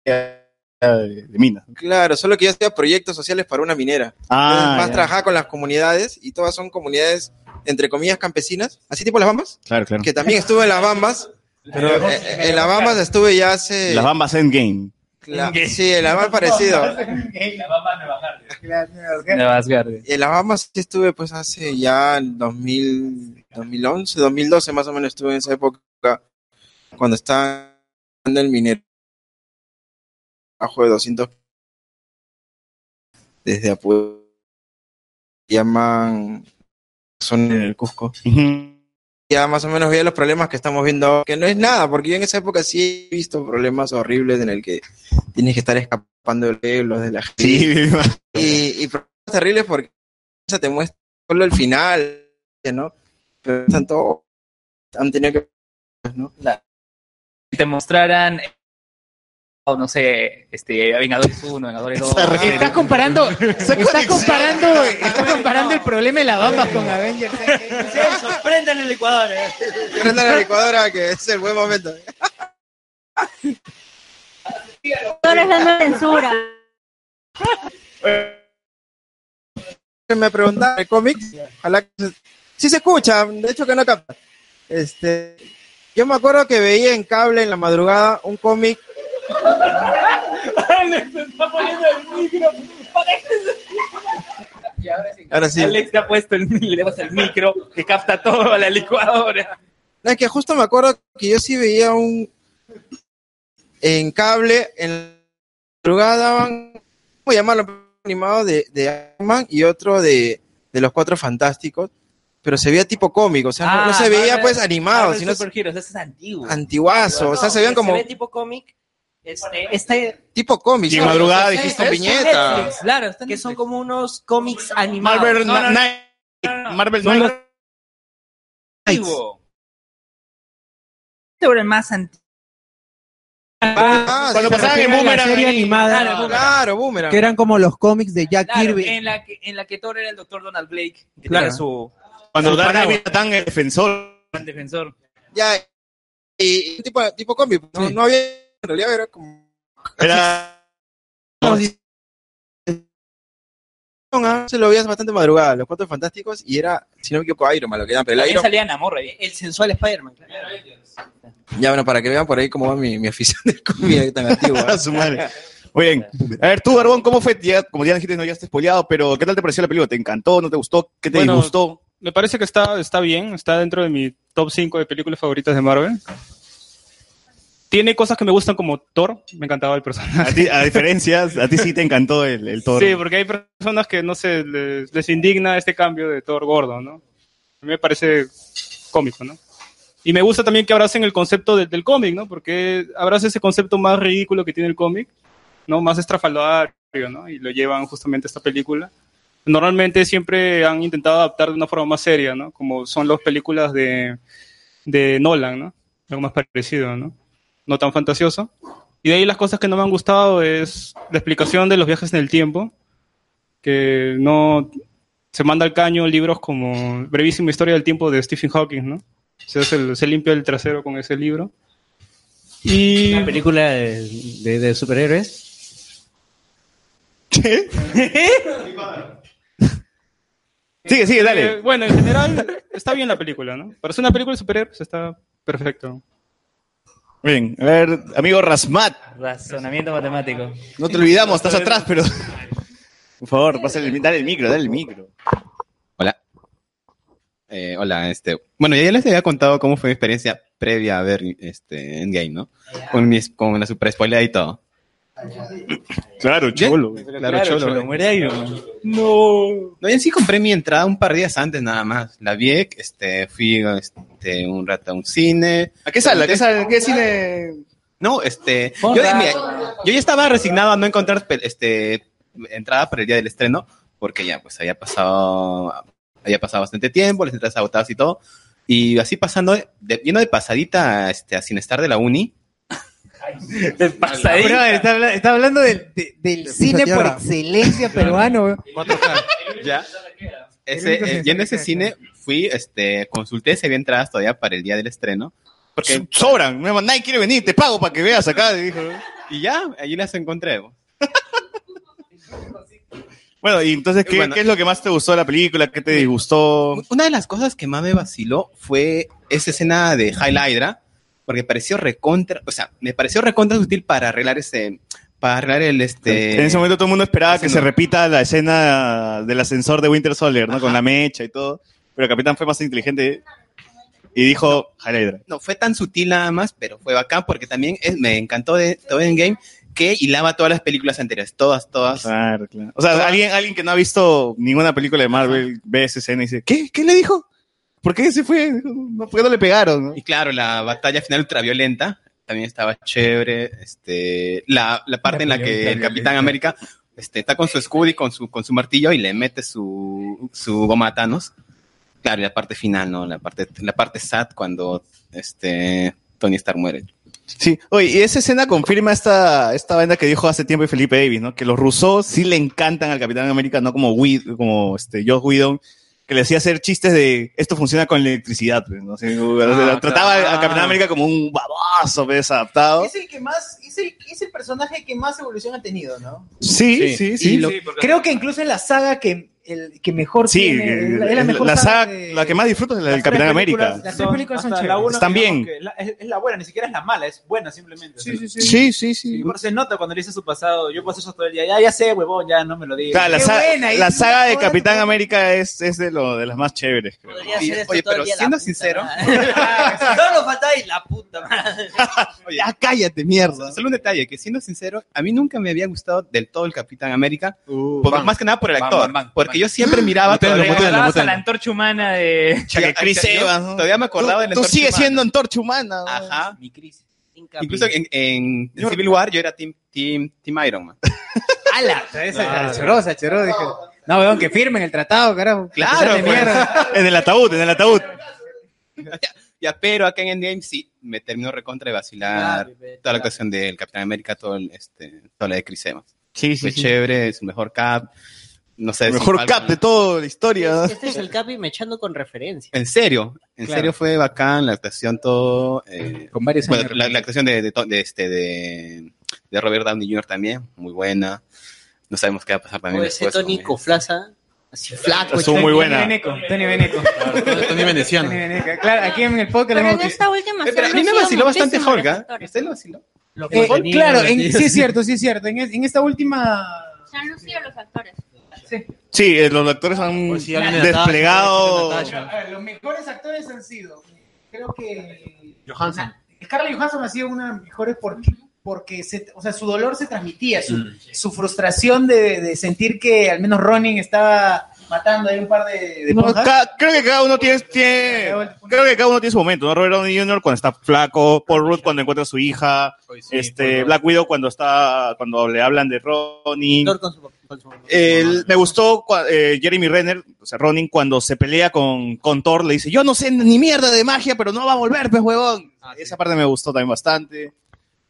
Speaker 2: eh, de minas.
Speaker 9: Claro, solo que yo hacía proyectos sociales para una minera.
Speaker 2: Ah,
Speaker 9: Entonces, más
Speaker 2: ya.
Speaker 9: trabajaba con las comunidades y todas son comunidades, entre comillas, campesinas. Así tipo las Bambas.
Speaker 2: Claro, claro.
Speaker 9: Que también estuve en las Bambas. Pero
Speaker 2: Las
Speaker 9: eh, eh, en las Bambas estuve ya hace...
Speaker 2: Las Bambas Endgame.
Speaker 9: La- sí, en las Bambas parecido.
Speaker 18: De Basgarde.
Speaker 9: En las Bahamas sí estuve pues hace ya 2000, 2011, 2012 más o menos estuve en esa época cuando estaba en el minero bajo de 200 desde Apu llaman son en el Cusco ya más o menos veía los problemas que estamos viendo ahora, que no es nada porque yo en esa época sí he visto problemas horribles en el que tienes que estar escapando de los pueblos, de la gente y, y problemas terribles porque esa te muestra solo el final no pero tanto han tenido que ¿no?
Speaker 18: Si te mostraran, o no sé, este, Vengadores 1, Vengadores 2.
Speaker 1: Está comparando, está comparando, está comparando el problema de las bambas con Avengers.
Speaker 25: Sorprendan el Ecuador.
Speaker 9: Prendan la licuadora ah, que es el buen momento
Speaker 14: Actores dando censura.
Speaker 9: que me preguntaron de cómics, ojalá que se- sí se escucha, de hecho que no capta. Este, yo me acuerdo que veía en cable en la madrugada un cómic
Speaker 21: Alex está poniendo el micro.
Speaker 9: Ahora sí.
Speaker 18: Alex le ha puesto el, le ha puesto el micro que capta todo a la licuadora.
Speaker 9: No, es que justo me acuerdo que yo sí veía un. En cable, en la madrugada daban. ¿Cómo llamarlo? Animado de, de Iron Man y otro de, de los Cuatro Fantásticos. Pero se veía tipo cómico, o sea, no- no,
Speaker 18: Ah,
Speaker 9: se veía pues animado, sino
Speaker 25: Super Heroes, ese es antiguo.
Speaker 9: antiguazo. o sea, se veían
Speaker 25: No,
Speaker 9: como
Speaker 25: ve tipo cómic. Este, este,
Speaker 9: tipo cómic.
Speaker 25: Sí,
Speaker 9: ¿no?
Speaker 25: madrugada
Speaker 9: Sí,
Speaker 25: dijiste.
Speaker 9: Con viñeta.
Speaker 25: Netflix, claro, está en que son como unos cómics animados.
Speaker 2: Marvel
Speaker 25: No, no, no.
Speaker 2: Knight. Marvel
Speaker 25: Son
Speaker 2: Knight.
Speaker 25: los-
Speaker 18: Antiguo. Este era el más antiguo.
Speaker 4: Ah,
Speaker 9: Cuando
Speaker 18: pasaban en Boomerang,
Speaker 22: serie
Speaker 18: ahí.
Speaker 22: animada.
Speaker 18: Claro, Boomerang.
Speaker 9: Claro, Boomerang.
Speaker 22: Que eran como los cómics de Jack
Speaker 18: Claro,
Speaker 22: Kirby.
Speaker 18: en la que, en la que Thor era el doctor Donald Blake, que
Speaker 2: Claro.
Speaker 18: era su
Speaker 2: Cuando
Speaker 18: su
Speaker 2: Daredevil
Speaker 18: paraguas,
Speaker 2: era tan el defensor.
Speaker 18: el defensor.
Speaker 9: Ya, y, y este tipo, tipo cómic. No, no había, en realidad era como.
Speaker 2: Era.
Speaker 9: Se lo veías bastante madrugada, los cuatro fantásticos, y era, si no me equivoco, Iron Man, lo que llaman, pero el
Speaker 25: También
Speaker 9: Iron
Speaker 25: salía Namor
Speaker 18: eh,
Speaker 25: ahí. El sensual Spider-Man.
Speaker 9: Ya, bueno, para que vean por ahí cómo va mi, mi afición de comida tan antigua.
Speaker 2: A su madre. Muy bien. A ver, tú, Barbón, ¿cómo fue? Ya, como ya dijiste, no, ya estás spoileado, pero ¿qué tal te pareció la película? ¿Te encantó? ¿No te gustó? ¿Qué te
Speaker 20: Bueno,
Speaker 2: disgustó?
Speaker 20: Me parece que está, está bien, está dentro de mi top 5 de películas favoritas de Marvel. Tiene cosas que me gustan como Thor, me encantaba el
Speaker 2: A,
Speaker 20: personaje.
Speaker 2: ti, a diferencia, a ti sí te encantó el, el toro.
Speaker 20: Sí, porque hay personas que no se les, les indigna este cambio de Thor gordo, ¿no? A mí me parece cómico, ¿no? Y me gusta también que abracen el concepto de- del cómic, ¿no? Porque abraza ese concepto más ridículo que tiene el cómic, ¿no? Más estrafalario, ¿no? Y lo llevan justamente a esta película. Normalmente siempre han intentado adaptar de una forma más seria, ¿no? Como son las películas de, de Nolan, ¿no? Algo más parecido, ¿no? No tan fantasioso. Y de ahí las cosas que no me han gustado es la explicación de los viajes en el tiempo, que no se manda al caño libros como Brevísima Historia del Tiempo de Stephen Hawking, ¿no? Se, hace- se limpia el trasero con ese libro. Y...
Speaker 25: ¿Una película de, de- de superhéroes?
Speaker 2: Sigue, sigue, dale.
Speaker 20: Eh, bueno, en general está bien la película, ¿no? Para ser una película de superhéroes está perfecto.
Speaker 2: Bien, a ver, amigo Rasmat.
Speaker 18: Razonamiento matemático.
Speaker 2: No te olvidamos, estás atrás, pero. Por favor, pásale el, mi- dale el micro, dale el micro.
Speaker 19: Eh, hola, este. Bueno, ya les había contado cómo fue mi experiencia previa a ver este Endgame, ¿no?
Speaker 5: Ah,
Speaker 19: Con, mi, con la super spoiler y todo.
Speaker 2: Claro,
Speaker 19: cholo. Claro, cholo. eh. No, yo en sí compré mi entrada un par de días antes nada más. La vi, este, fui este, un rato a un cine.
Speaker 2: ¿A qué sala? ¿A qué sala? ¿A qué cine?
Speaker 19: No, este, yo,
Speaker 2: Hola.
Speaker 19: mira, yo ya estaba resignado a no encontrar pe- este, entrada para el día del estreno, porque ya pues había pasado, había pasado bastante tiempo, las entradas agotadas y todo. Y así pasando, de, yendo de pasadita este, a Sinestar de la Uni.
Speaker 18: De pasadita.
Speaker 1: Bro, está, habla- está hablando del, de- del cine por
Speaker 19: tierra.
Speaker 1: excelencia peruano.
Speaker 19: ya. Ese, eh, yo en ese cine fui, este, consulté si había entradas todavía para el día del estreno. Porque
Speaker 2: sobran, me nadie quiere venir, te pago para que veas acá, dijo.
Speaker 19: Y ya, allí las encontré.
Speaker 2: Bueno, y entonces, ¿qué,
Speaker 19: Bueno.
Speaker 2: qué es lo que más te gustó de la película? ¿Qué te disgustó?
Speaker 19: Una de las cosas que más me vaciló fue esa escena de High Hydra, porque pareció recontra, o sea, me pareció recontra útil para arreglar ese, para arreglar el este.
Speaker 2: En ese momento todo el mundo esperaba que
Speaker 19: ese
Speaker 2: se
Speaker 19: no.
Speaker 2: repita la escena del ascensor de Winter Soldier, ¿no? Con la mecha y todo. Pero el capitán fue más inteligente y dijo, Hal Hydra.
Speaker 19: No fue tan sutil nada más, pero fue bacán porque también es- me encantó de todo Endgame que hilaba todas las películas anteriores, todas, todas.
Speaker 2: Claro, claro. O sea, alguien, alguien que no ha visto ninguna película de Marvel ve esa escena y dice, ¿qué? ¿Qué le dijo? ¿Por qué se fue? No, ¿Por qué no le pegaron? no?"
Speaker 19: Y claro, la batalla final ultraviolenta también estaba chévere. Este, la, la parte en la que el Capitán América este, está con su escudo y con su, con su martillo y le mete su, su goma a Thanos. Claro, y la parte final, ¿no? La parte, la parte sad cuando este, Tony Stark muere.
Speaker 2: Sí, oye, y esa escena confirma esta, esta banda que dijo hace tiempo Felipe Davis, ¿no? Que los rusos sí le encantan al Capitán América, no como, Wid- como este, Josh Whedon, que le hacía hacer chistes de esto funciona con electricidad, pues, ¿no? Así, trataba
Speaker 12: Ah, claro.
Speaker 2: al Capitán América como un baboso, pues, adaptado.
Speaker 1: el que más, es el, es el personaje que más evolución ha tenido, ¿no?
Speaker 2: Sí, sí, sí.
Speaker 1: Y lo- creo que incluso es la saga que, el, que mejor
Speaker 2: Sí,
Speaker 1: tiene, es la, es la mejor
Speaker 2: la,
Speaker 1: saga
Speaker 2: saga- la que más disfruto es la del Capitán América.
Speaker 1: las tres películas son
Speaker 12: hasta la
Speaker 1: chéveres.
Speaker 12: uno,
Speaker 2: Están
Speaker 12: digamos,
Speaker 2: bien.
Speaker 12: que la- es, es la buena, ni siquiera es la mala, es buena simplemente. Sí, sí,
Speaker 2: Sí, sí, sí.
Speaker 12: Por se nota cuando le dice su pasado, yo pasé eso todo el día, ya, ya sé, huevón, ya no me lo digas.
Speaker 2: Claro, la, sa- la saga de Capitán América es, es de, lo, de las más chéveres. creo.
Speaker 19: Oye, pero siendo sincero,
Speaker 25: Solo nos faltaba y la puta madre.
Speaker 19: ya cállate, mierda. Solo un detalle, que siendo sincero, a mí nunca me había gustado del todo el Capitán América, por-
Speaker 2: Uh, bang.
Speaker 19: más que nada por el
Speaker 2: Bang,
Speaker 19: actor,
Speaker 2: bang, bang,
Speaker 19: porque yo siempre miraba...
Speaker 2: Mutéalo,
Speaker 19: todavía-
Speaker 2: mutéalo,
Speaker 18: Vamos a la antorcha humana de
Speaker 19: Chaca- yo Todavía me acordaba de la
Speaker 2: Tú
Speaker 19: antorcha
Speaker 2: sigues
Speaker 19: humana.
Speaker 2: siendo antorcha humana.
Speaker 19: Ajá. Incluso en, en Civil War yo era Team, team, team Iron Man.
Speaker 1: ¡Hala! Esa
Speaker 19: Ah.
Speaker 1: chorosa, chorosa. Dije, no, weón, que firmen el tratado, carajo.
Speaker 19: Claro,
Speaker 1: De
Speaker 19: pues.
Speaker 1: mierda.
Speaker 2: En el ataúd, en el ataúd.
Speaker 19: Ya, pero acá en Endgame sí me terminó recontra de vacilar toda la actuación del Capitán América, todo el, este, toda la de Chris Evans.
Speaker 2: Sí, sí,
Speaker 19: Fue
Speaker 2: sí.
Speaker 19: chévere, su mejor cap. No sé.
Speaker 2: El
Speaker 19: si
Speaker 2: mejor
Speaker 19: falta-
Speaker 2: cap de toda la historia.
Speaker 25: Este es el Capi me echando con referencia.
Speaker 19: En serio, en
Speaker 25: Claro.
Speaker 19: serio fue bacán la actuación todo.
Speaker 1: Con varios
Speaker 19: años. eh, La, la actuación de, de to- de este, de, de Robert Downey Jr. también, muy buena. No sabemos qué va a pasar también
Speaker 25: O ese
Speaker 19: después. con
Speaker 25: Tony Coflaza, así flaco.
Speaker 19: Estuvo muy buena.
Speaker 25: Tony
Speaker 1: Beneco, Tony Beneco.
Speaker 19: Tony Veneciano.
Speaker 1: Tony Beneco. Claro, aquí en el podcast
Speaker 14: Pero
Speaker 1: lo
Speaker 14: en
Speaker 1: hemos
Speaker 14: esta última
Speaker 1: Eh, pero a
Speaker 14: se han
Speaker 1: mí me
Speaker 14: lucido
Speaker 1: vaciló bastante
Speaker 14: muchísimo
Speaker 1: Hulk,
Speaker 14: los
Speaker 1: ¿ah?
Speaker 14: actores.
Speaker 19: ¿Usted lo vaciló?
Speaker 1: Eh, claro, en-
Speaker 2: tío.
Speaker 1: sí es cierto, sí es cierto. En, es- en esta última.
Speaker 14: Se han lucido los actores.
Speaker 2: Sí, eh, los actores han
Speaker 18: Pues
Speaker 1: ya viene
Speaker 2: desplegado.
Speaker 1: A ver, los mejores actores han sido. Creo que.
Speaker 11: Johansson.
Speaker 1: Scarlett Johansson ha sido una de las mejores porque, porque se- o sea, su dolor se transmitía, su, su frustración de, de sentir que al menos Ronin estaba matando ahí un par de, de
Speaker 2: No,
Speaker 1: monjas.
Speaker 2: ca- creo que cada uno tiene, tiene- creo que cada uno tiene su momento, ¿no? Robert Downey Jr. cuando está flaco, Paul Rudd cuando encuentra a su hija,
Speaker 19: Pues
Speaker 2: este Black Widow cuando está cuando le hablan de Ronnie. El- me gustó cua- eh, Jeremy Renner, o sea, Ronin cuando se pelea con, con Thor le dice, "Yo no sé ni mierda de magia, pero no va a volver, pues huevón."
Speaker 6: Ah,
Speaker 2: Esa parte me gustó también bastante.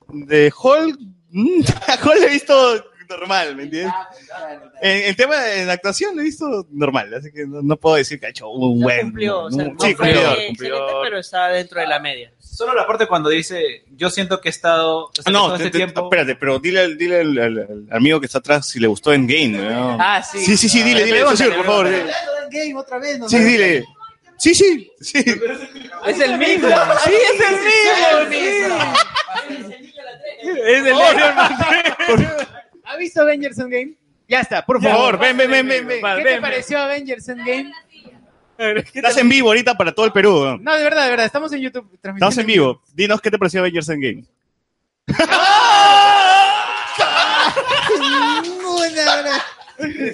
Speaker 2: De Hulk, mm, a Hulk le he visto normal, ¿me entiendes? En el tema de en actuación lo he visto normal, así que no, no puedo decir que ha hecho un buen.
Speaker 6: Cumplió, o sea,
Speaker 2: un-
Speaker 6: no
Speaker 2: sí,
Speaker 6: fue
Speaker 2: cumplidor,
Speaker 6: excelente,
Speaker 2: cumplidor.
Speaker 6: pero está dentro de la media.
Speaker 12: Solo la parte cuando dice, yo siento que he estado...
Speaker 2: Ah,
Speaker 12: no,
Speaker 2: no, te- te- espérate, pero dile, al- dile al, al- al amigo que está atrás si le gustó Endgame. ¿no?
Speaker 1: Ah, sí.
Speaker 2: Sí, sí, sí, dile, dile,
Speaker 1: Pregúntale,
Speaker 2: Sir, por favor.
Speaker 1: pregúntale.
Speaker 2: dile.
Speaker 1: Endgame otra vez, ¿no?
Speaker 2: Sí, dile. Sí, sí, sí.
Speaker 5: Es el mismo.
Speaker 1: Sí, es el mismo,
Speaker 5: Es el
Speaker 1: ¿Ha visto Avengers Endgame? Ya está, por
Speaker 2: Ya,
Speaker 1: favor.
Speaker 2: por favor, ven, ven, ven, ven, ven.
Speaker 1: ¿Qué
Speaker 2: Ven,
Speaker 1: te
Speaker 2: ven.
Speaker 1: pareció Avengers Endgame?
Speaker 2: Estás en vivo ahorita para todo el Perú. ¿no?
Speaker 1: No, de verdad, de verdad, estamos en YouTube. transmitiendo
Speaker 2: Estamos en vivo. Dinos qué te pareció Avengers Endgame.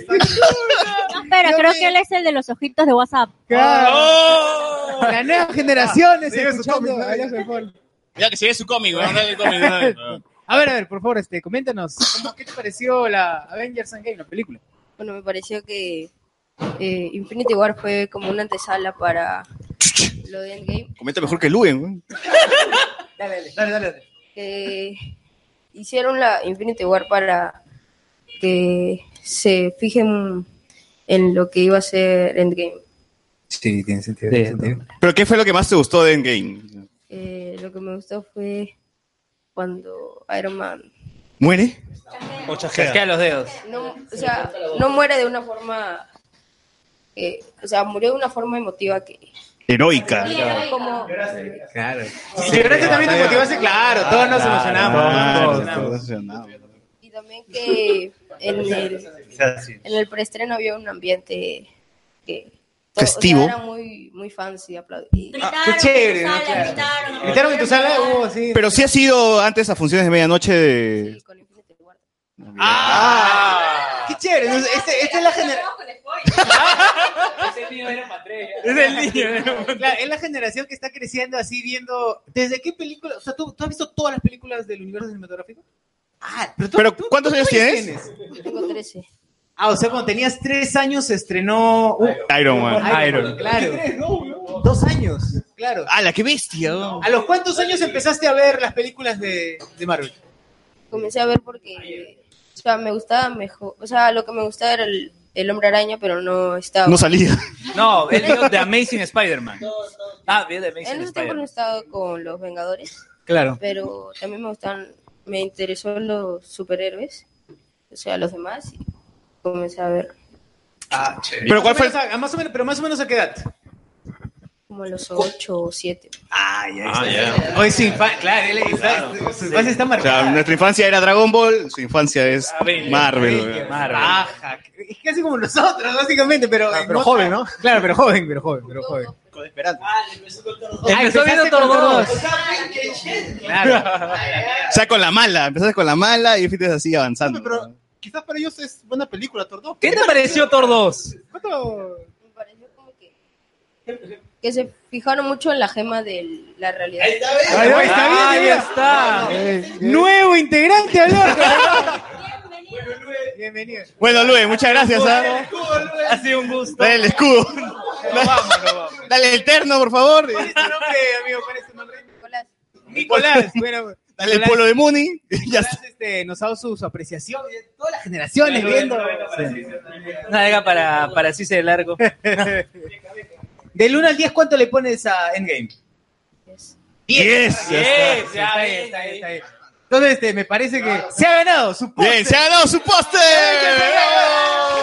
Speaker 14: No, pero
Speaker 1: Yo
Speaker 14: creo
Speaker 1: me-
Speaker 14: que él es el de los ojitos de WhatsApp.
Speaker 1: Claro. La nueva generación es escuchando
Speaker 2: cómic,
Speaker 1: a Joseph Paul.
Speaker 2: Ya que sigue su cómic, weón, dale el cómic, dale.
Speaker 1: A ver, a ver, por favor, este, coméntanos, ¿cómo- ¿qué te pareció la Avengers Endgame, la película?
Speaker 18: Bueno, me pareció que eh, Infinity War fue como una antesala para lo de Endgame.
Speaker 2: Comenta mejor que Luen.
Speaker 18: Dale,
Speaker 1: dale, dale.
Speaker 18: Que hicieron la Infinity War para que se fijen en lo que iba a ser Endgame.
Speaker 1: Sí, tiene sentido.
Speaker 2: Pero ¿qué fue lo que más te gustó de Endgame?
Speaker 18: Eh, lo que me gustó fue cuando Iron Man
Speaker 2: ¿Muere?
Speaker 6: O
Speaker 2: chasquea.
Speaker 6: Chasquea
Speaker 5: los dedos.
Speaker 18: no, o sea, no muere de una forma, eh, o sea, murió de una forma emotiva que
Speaker 2: Heroica.
Speaker 18: como
Speaker 1: Claro. Si lloraste este también te motivaste, claro, todos nos emocionamos.
Speaker 2: Claro,
Speaker 1: todos nos
Speaker 2: todos
Speaker 1: emocionamos.
Speaker 18: que en el, en el preestreno había un ambiente que to- o sea,
Speaker 1: Festivo.
Speaker 18: era muy, muy fancy, aplaudí.
Speaker 1: Ah, Qué chévere, ¿no? Claro. ¿Gritaron en tu sala? Hubo, sí.
Speaker 2: Pero sí ha sido antes a funciones de medianoche de...
Speaker 1: Ah. Qué chévere. ¿no? Este, esta es la generación.
Speaker 5: Ese niño era Matreya.
Speaker 1: Es el niño. Claro, es la generación que está creciendo así viendo. ¿Desde qué película? O sea, ¿tú, tú has visto todas las películas del universo cinematográfico? Ah, pero, tú-
Speaker 2: ¿Pero
Speaker 1: tú-
Speaker 2: cuántos
Speaker 1: ¿tú
Speaker 2: años tienes?
Speaker 18: Tengo 13.
Speaker 1: Ah, o sea, cuando tenías tres años se estrenó. uh,
Speaker 2: Iron Man. Iron.
Speaker 1: Claro. Dos años. Claro.
Speaker 2: ¡Ah, la qué bestia!
Speaker 1: ¿A los cuántos años empezaste a ver las películas de, de Marvel?
Speaker 18: Comencé a ver porque, o sea, me gustaba mejor, o sea, lo que me gustaba era el, el hombre araña, pero no estaba.
Speaker 2: No salía.
Speaker 5: No, él vio The Amazing Spider-Man. Ah, vio The
Speaker 18: En
Speaker 5: Amazing
Speaker 18: ese tiempo no
Speaker 5: Spider-Man.
Speaker 18: estaba con los Vengadores.
Speaker 1: Claro.
Speaker 18: Pero también me gustan, me interesó los superhéroes, o sea, los demás, y comencé a ver
Speaker 1: Ah, chévere.
Speaker 18: Pero ¿cuál
Speaker 1: Más o
Speaker 18: fue-
Speaker 1: menos a- a más o menos, pero más o menos a qué edad?
Speaker 18: como los ocho o siete.
Speaker 1: Ah, ya. Hoy sí, fa- claro, él está, su infancia está
Speaker 2: O sea,
Speaker 1: marcada.
Speaker 2: nuestra infancia era Dragon Ball, su infancia es Marvel. weón.
Speaker 1: Avengers, Baja. Es casi como nosotros, básicamente, Ah, pero.
Speaker 18: pero
Speaker 1: joven, ¿no? Claro, pero joven, pero joven, pero joven. Con esperanza. Ah,
Speaker 5: Empezó
Speaker 1: empezaste
Speaker 5: viendo Thor
Speaker 1: con Thor
Speaker 5: 2.
Speaker 1: dos.
Speaker 14: Ah,
Speaker 2: Claro. O sea, con la mala, empezaste con la mala y fuiste así avanzando.
Speaker 26: Pero quizás para ellos es buena película, Tordo.
Speaker 5: ¿Qué te pareció Thor 2?
Speaker 18: Que se fijaron mucho en la gema de la realidad.
Speaker 1: Ahí va, está bien,
Speaker 5: Ahí
Speaker 1: mira.
Speaker 5: está.
Speaker 1: Nuevo integrante al orco. Bienvenido.
Speaker 2: Bueno, Luis, muchas gracias. ¿ah?
Speaker 5: Ha sido un gusto.
Speaker 2: Dale el escudo. Dale el terno, por favor.
Speaker 1: nombre, amigo? ¿Cuál es tu nombre? Nicolás. Nicolás, bueno.
Speaker 2: Dale el
Speaker 1: Nicolás,
Speaker 2: polo de Muni. Ya
Speaker 1: Nicolás, este, nos ha dado su, su apreciación de todas las generaciones viendo.
Speaker 5: Navega para, para así de largo.
Speaker 1: Del 1 al 10, ¿cuánto le pones a Endgame? 10. 10.
Speaker 5: ya está.
Speaker 1: ya está, bien, está bien, está bien. Entonces, este, me parece que se ha ganado su póster.
Speaker 2: Bien, se ha ganado su póster.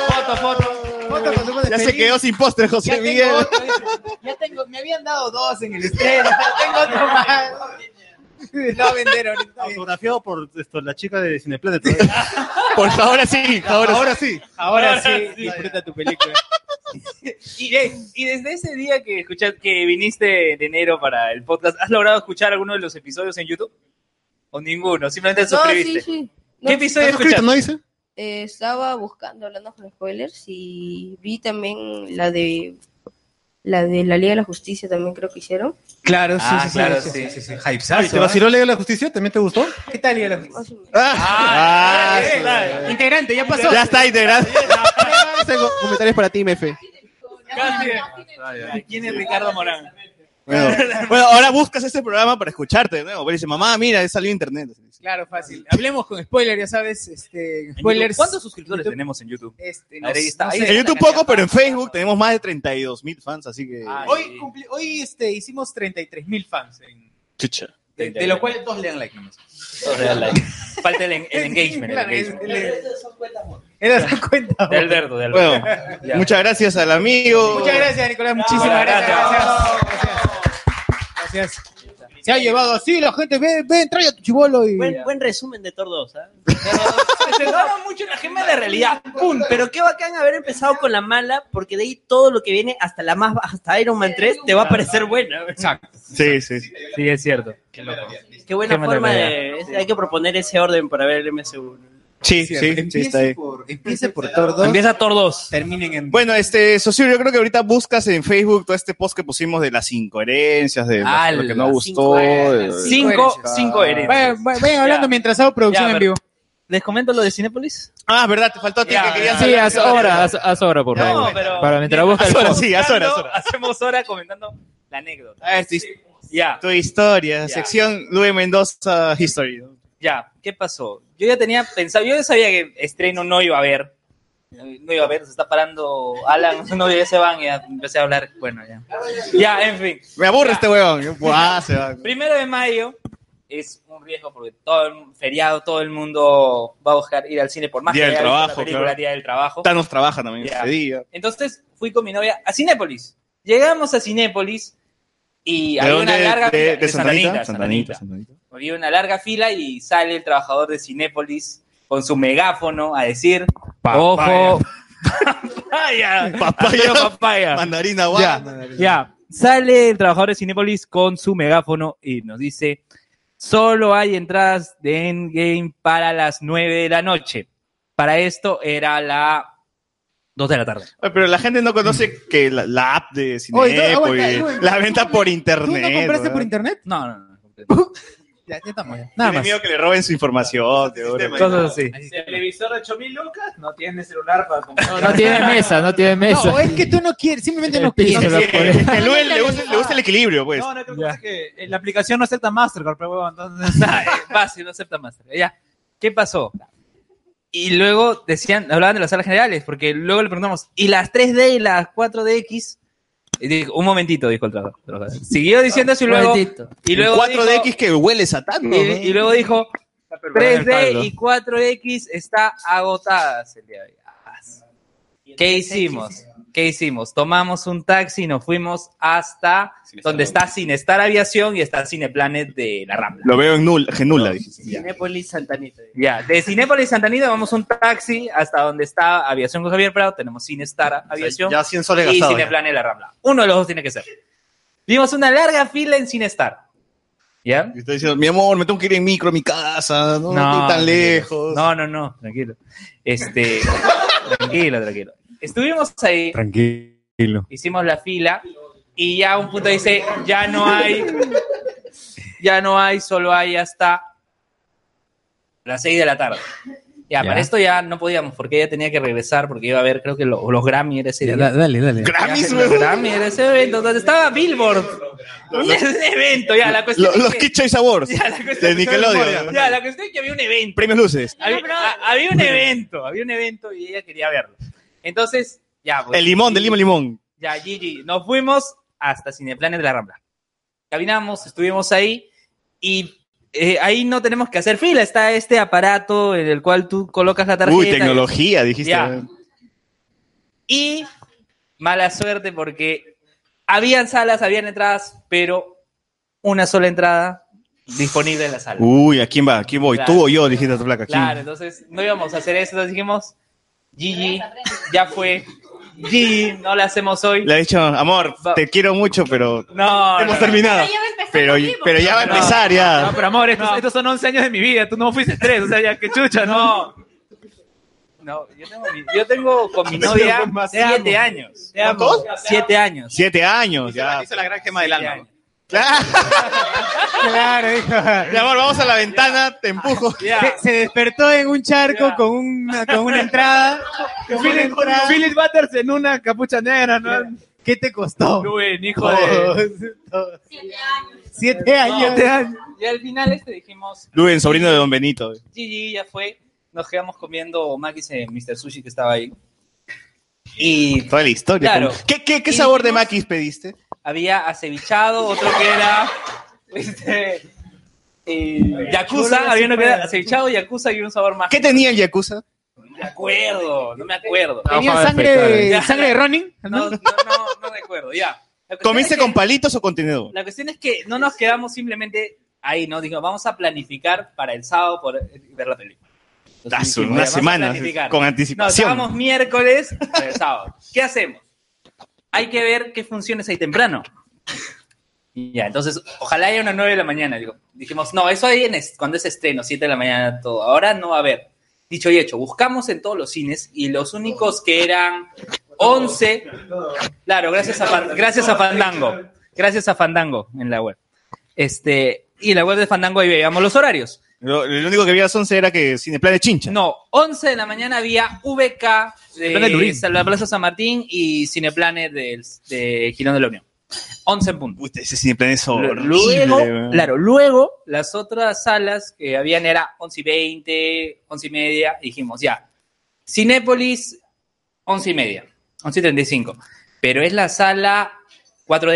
Speaker 1: Foto, foto. Foto con su póster.
Speaker 2: Ya se
Speaker 1: Feliz.
Speaker 2: quedó sin postre, José
Speaker 1: Ya tengo
Speaker 2: Miguel.
Speaker 1: otro, dice. ya tengo, me habían dado dos en el estreno, pero tengo otro más. No va a vender ahorita.
Speaker 11: Autografiado por esto, la chica de Cineplanet.
Speaker 2: por ahora sí,
Speaker 1: ahora
Speaker 11: sí.
Speaker 1: Ahora,
Speaker 5: Ahora
Speaker 1: sí,
Speaker 5: sí.
Speaker 1: disfruta tu película.
Speaker 5: Y, de- y desde ese día que escuchas que viniste de enero para el podcast, ¿has logrado escuchar alguno de los episodios en YouTube? ¿O ninguno? Simplemente te
Speaker 18: No, sí,
Speaker 5: suscribiste.
Speaker 18: sí.
Speaker 5: ¿Qué episodio escuchaste?
Speaker 11: dice?
Speaker 7: eh, estaba buscando, hablando con spoilers, y vi también la de la de la Liga de la Justicia también creo que hicieron.
Speaker 1: Claro, sí,
Speaker 5: Ah,
Speaker 1: sí, sí,
Speaker 5: claro,
Speaker 1: sí,
Speaker 5: sí,
Speaker 1: sí, sí.
Speaker 4: Ay, ¿Te vaciló Liga de la Justicia? ¿También te gustó?
Speaker 1: ¿Qué tal Liga de la Justicia?
Speaker 4: Ah,
Speaker 1: eh, eh, Integrante, ya pasó.
Speaker 8: Ya está integrante. Tengo comentarios para ti, Mefe.
Speaker 5: ¿Quién es Ricardo Morán?
Speaker 2: Bueno, bueno, ahora buscas este programa para escucharte de nuevo. Pero dice, mamá, mira, he salido internet.
Speaker 1: Claro, fácil. Hablemos con spoilers, ya sabes, este, spoilers.
Speaker 2: ¿Cuántos suscriptores tenemos en YouTube?
Speaker 1: Este,
Speaker 2: Ahí está,
Speaker 1: no
Speaker 2: ahí
Speaker 1: sé.
Speaker 2: está. en YouTube poco, pero en Facebook tenemos más de 32 mil fans, así que...
Speaker 1: Hoy, cumpli- hoy este, hicimos 33 mil fans. en-
Speaker 2: Chucha.
Speaker 1: de, de los cuales dos le dan like nomás.
Speaker 5: Dos le dan like. Falta el, en- el engagement.
Speaker 1: Claro,
Speaker 5: el
Speaker 1: es-
Speaker 5: engagement.
Speaker 1: cuenta.
Speaker 5: De Alberto, de Alberto.
Speaker 2: Bueno, muchas gracias al amigo.
Speaker 1: Muchas gracias, Nicolás. Muchísimas gracias. Gracias. Gracias. Se ha llevado así, la gente ve, ven, trae a tu chivolo y.
Speaker 25: Buen, buen resumen de Thor 2, ¿ah?
Speaker 5: Se daba mucho la gema de la realidad.
Speaker 25: ¡Pum! Pero qué bacán haber empezado con la mala, porque de ahí todo lo que viene hasta la más baja, hasta Iron Man 3, te va a parecer buena.
Speaker 5: Exacto.
Speaker 2: Sí, sí.
Speaker 5: Sí, es cierto.
Speaker 25: Qué buena
Speaker 5: Qué
Speaker 25: forma
Speaker 5: maravilla.
Speaker 25: de. es- Hay que proponer ese orden para ver el MCU.
Speaker 2: Sí, sí, sí, está ahí.
Speaker 1: Empiece por Thor 2.
Speaker 2: Empieza
Speaker 5: Thor 2.
Speaker 1: Terminen en.
Speaker 2: Bueno, este, socio, yo creo que ahorita buscas en Facebook todo este post que pusimos de las incoherencias, de lo-
Speaker 5: Ah,
Speaker 2: lo que
Speaker 5: las
Speaker 2: no gustó. de-
Speaker 5: Cinco, cinco herencias.
Speaker 1: Vayan, vayan hablando mientras hago producción
Speaker 5: Ya,
Speaker 1: en vivo.
Speaker 5: pero-
Speaker 25: ¿Les comento lo de Cinépolis?
Speaker 2: Ah, verdad, te faltó a ti
Speaker 5: Ya,
Speaker 2: que querías
Speaker 5: sí,
Speaker 2: hablar.
Speaker 5: haz ahora,
Speaker 2: haz,
Speaker 5: hora, por favor.
Speaker 2: Para mientras buscas el post. Sí, haz hora, haz hora.
Speaker 5: Hacemos hora comentando la anécdota.
Speaker 2: A ver, tu, his- tu historia, sección Luis Mendoza History.
Speaker 5: Ya, ¿qué pasó? Yo ya tenía pensado, yo ya sabía que estreno no iba a haber. No iba a haber, se está parando Alan, no, ya se van, ya empecé a hablar. Bueno, ya. Ya, en fin.
Speaker 2: Me aburre este huevón. Buah, se va.
Speaker 5: Primero de mayo es un riesgo porque todo el feriado, todo el mundo va a buscar ir al cine por más
Speaker 2: Día del
Speaker 5: que haya visto la
Speaker 2: trabajo,
Speaker 5: película,
Speaker 2: claro.
Speaker 5: día del trabajo.
Speaker 2: Thanos trabaja también
Speaker 5: Ya.
Speaker 2: ese día.
Speaker 5: Entonces fui con mi novia a Cinépolis. Llegamos a Cinépolis y
Speaker 2: ¿De
Speaker 5: había
Speaker 2: dónde?
Speaker 5: una larga
Speaker 2: de,
Speaker 5: fila
Speaker 2: de
Speaker 5: Santa
Speaker 2: Santanita.
Speaker 5: Anita, Santa
Speaker 2: Santanita,
Speaker 5: Anita.
Speaker 2: Santanita.
Speaker 5: Había una larga fila y sale el trabajador de Cinépolis con su megáfono a decir, ojo, papaya, papaya, papaya.
Speaker 2: Mandarina
Speaker 5: ya, ya. Sale el trabajador de Cinépolis con su megáfono y nos dice, solo hay entradas de Endgame para las 9 de la noche. Para esto era la 2 de la tarde. Mm.
Speaker 2: Oye, Pero la gente no conoce que la, la app de
Speaker 5: Oye, no,
Speaker 2: Cinepolis,
Speaker 5: aguanta, no,
Speaker 2: la venta por internet. ¿verdad?
Speaker 1: internet?
Speaker 5: No, no, no.
Speaker 1: Ya, ya estamos. ya.
Speaker 2: Tiene miedo que le roben su información, seguro.
Speaker 12: Cosas
Speaker 5: así.
Speaker 12: Televisor de 8000 lucas, no tiene celular para comprar.
Speaker 27: No tiene mesa, no tiene mesa.
Speaker 1: No, es que tú no quieres, simplemente no
Speaker 27: piso
Speaker 1: quieres.
Speaker 27: lo pone.
Speaker 2: Que luego le gusta, le gusta el equilibrio, pues.
Speaker 12: No, no, creo que, es que eh, la aplicación no acepta Mastercard, pero huevón, entonces. eh,
Speaker 5: Fácil, no acepta más. Ya. ¿Qué pasó? Y luego decían, hablaban de las salas generales, porque luego le preguntamos, ¿y las 3D y las 4DX? Y dijo, un momentito, dijo el trabajador. Siguió diciendo eso y
Speaker 2: Un
Speaker 5: luego.
Speaker 2: momentito.
Speaker 5: Y luego
Speaker 2: 4DX
Speaker 5: dijo-
Speaker 2: que huele satán.
Speaker 5: y, y luego dijo,
Speaker 2: en el
Speaker 5: 3D
Speaker 2: caldo.
Speaker 5: y 4X está agotadas el día de hoy. Ah, ¿Qué hicimos? ¿Qué hicimos? Tomamos un taxi y nos fuimos hasta donde está Cinestar Aviación y está Cineplanet de la Rambla.
Speaker 2: Lo veo en nula, genula.
Speaker 6: este
Speaker 2: dijiste.
Speaker 25: Cinépolis Santanita.
Speaker 5: Ya, de Cinépolis Santanita vamos un taxi hasta donde está Aviación con Javier Prado, tenemos Cinestar Aviación
Speaker 2: ya cien soles
Speaker 5: y
Speaker 2: gastado,
Speaker 5: Cineplanet La Rambla. Uno de los dos tiene que ser. Vimos una larga fila en Cinestar. ¿Ya?
Speaker 2: Y está diciendo, mi amor, me tengo que ir en micro a mi casa, no, no estoy tan
Speaker 5: tranquilo.
Speaker 2: lejos.
Speaker 5: No, no, no, tranquilo. Este, tranquilo, tranquilo. Estuvimos ahí,
Speaker 4: Tranquilo.
Speaker 5: hicimos la fila y ya un punto dice, ya no hay, ya no hay, solo hay hasta las 6 de la tarde. Ya,
Speaker 27: Ya.
Speaker 5: para esto ya no podíamos, porque ella tenía que regresar, porque iba a ver, creo que lo- los Grammy era ese día.
Speaker 27: dale, dale.
Speaker 5: Grammys, Este, los Grammy era ese evento, donde estaba Billboard. Un evento, ya, la cuestión
Speaker 2: Lo-
Speaker 5: es
Speaker 2: los
Speaker 5: que-
Speaker 2: Kid Choice Awards
Speaker 5: Ya, la cuestión
Speaker 2: de
Speaker 5: es que-
Speaker 2: Nickelodeon.
Speaker 5: Ya, la cuestión es que había un evento.
Speaker 2: Premios Luces.
Speaker 5: Había, ha- había un evento, había un evento y ella quería verlo. Entonces, ya. pues,
Speaker 2: El limón, de Lima Limón.
Speaker 5: Ya, Gigi, nos fuimos hasta Cineplanet de la Rambla. Caminamos, estuvimos ahí y eh, ahí no tenemos que hacer fila. Está este aparato en el cual tú colocas la tarjeta.
Speaker 2: Uy, tecnología, dijiste.
Speaker 6: Eh.
Speaker 5: Ya. Y mala suerte porque habían salas, habían entradas, pero una sola entrada disponible en la sala.
Speaker 2: Uy, ¿a quién va? ¿A quién voy?
Speaker 5: Claro.
Speaker 2: Tú o yo, dijiste a tu placa. ¿Quién?
Speaker 5: Claro, entonces no íbamos a hacer eso, entonces dijimos, Gigi, ya fue, Gigi, no la hacemos hoy.
Speaker 2: Le he dicho, amor,
Speaker 5: Va-
Speaker 2: te quiero mucho, pero
Speaker 5: No,
Speaker 2: hemos
Speaker 5: no, no.
Speaker 2: terminado. Pero, pero ya va a
Speaker 12: No,
Speaker 2: empezar, ya.
Speaker 12: No, pero amor, estos, estos son 11 años de mi vida, tú no fuiste tres, o sea, ya que chucha, no.
Speaker 5: No, yo tengo, mi- yo tengo con mi novia siete años.
Speaker 25: Te amo.
Speaker 5: ¿Cuántos? Siete años.
Speaker 2: Siete años, ya.
Speaker 19: Hizo la gran gema del alma.
Speaker 2: Claro, Mi amor, vamos a la ventana, te empujo.
Speaker 1: Se, se despertó en un charco con, una, con una entrada. con una
Speaker 12: Philip,
Speaker 1: entrada.
Speaker 12: Philip Butters en una capucha negra, ¿no?
Speaker 1: ¿Qué te costó?
Speaker 5: Rubén, hijo
Speaker 1: de... Siete años.
Speaker 5: Siete años. Y al final este dijimos,
Speaker 2: Luven, sobrino de Don Benito.
Speaker 5: GG, ya fue. Nos quedamos comiendo maquis en Mr. Sushi que estaba ahí. Y
Speaker 2: toda la historia.
Speaker 5: Claro.
Speaker 2: ¿Qué, qué, qué sabor de maquis pediste?
Speaker 5: Había acevichado, otro que era... Este, eh, yakuza, había uno que era acevichado, yakuza y un sabor más.
Speaker 2: ¿Qué tenía el yakuza?
Speaker 5: No me acuerdo, no me acuerdo.
Speaker 2: Tenía sangre-
Speaker 5: Ya,
Speaker 2: sangre
Speaker 1: de Ronin?
Speaker 5: No, no, no, no recuerdo, ya. La cuestión
Speaker 2: ¿Comiste
Speaker 5: es que-
Speaker 2: con palitos o con tenedor?
Speaker 5: La cuestión es que no nos quedamos simplemente ahí, ¿no? Dijo, vamos a planificar para el sábado por eh, ver la película.
Speaker 2: Ah, su,
Speaker 5: dijimos,
Speaker 2: una
Speaker 5: ya, vamos a
Speaker 2: semana
Speaker 5: planificar.
Speaker 2: con
Speaker 5: Nos
Speaker 2: anticipación.
Speaker 5: vamos miércoles para el sábado. ¿Qué hacemos? Hay que ver qué funciones hay temprano. Y Ya, entonces, ojalá haya una 9 de la mañana. Digo, dijimos, no, eso ahí en es- cuando es estreno, 7 de la mañana, todo. Ahora no va a haber. Dicho y hecho, buscamos en todos los cines y los únicos que eran 11, claro, gracias a, Fan- gracias a Fandango, gracias a Fandango en la web. Este, y en la web de Fandango ahí veíamos los horarios.
Speaker 2: Lo, lo único que vi a las 11 era que Cineplan de Chincha.
Speaker 5: No, 11 de la mañana había VK
Speaker 2: Cineplan de
Speaker 5: de
Speaker 2: Lurín.
Speaker 5: San- la Plaza San Martín y Cineplanet del- de Girón de la Unión. 11 en punto.
Speaker 2: Ese Cineplan es horrible.
Speaker 5: Luego,
Speaker 2: weón.
Speaker 5: claro, luego las otras salas que habían era 11 y 20, 11 y media, y dijimos ya, Cinépolis 11 y media, 11 y 35, pero es la sala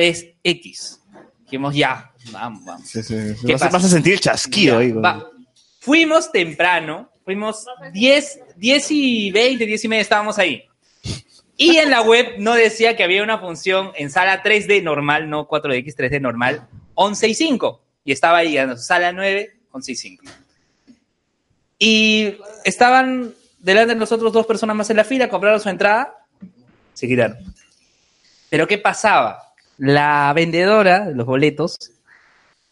Speaker 5: 4DX. Dijimos ya, vamos, vamos.
Speaker 2: Sí, sí, sí.
Speaker 5: ¿Qué
Speaker 2: Vas, a-
Speaker 5: pasa?
Speaker 2: vas a sentir el chasquido ahí. weón.
Speaker 5: Va. Fuimos temprano, fuimos 10, 10 y 20, 10 y media estábamos ahí. Y en la web no decía que había una función en sala 3D normal, no 4DX, 3D normal, 11 y 5. Y estaba ahí en sala 9, 11 y 5. Y estaban delante de nosotros dos personas más en la fila, compraron su entrada, se quitaron. Pero ¿qué pasaba? La vendedora de los boletos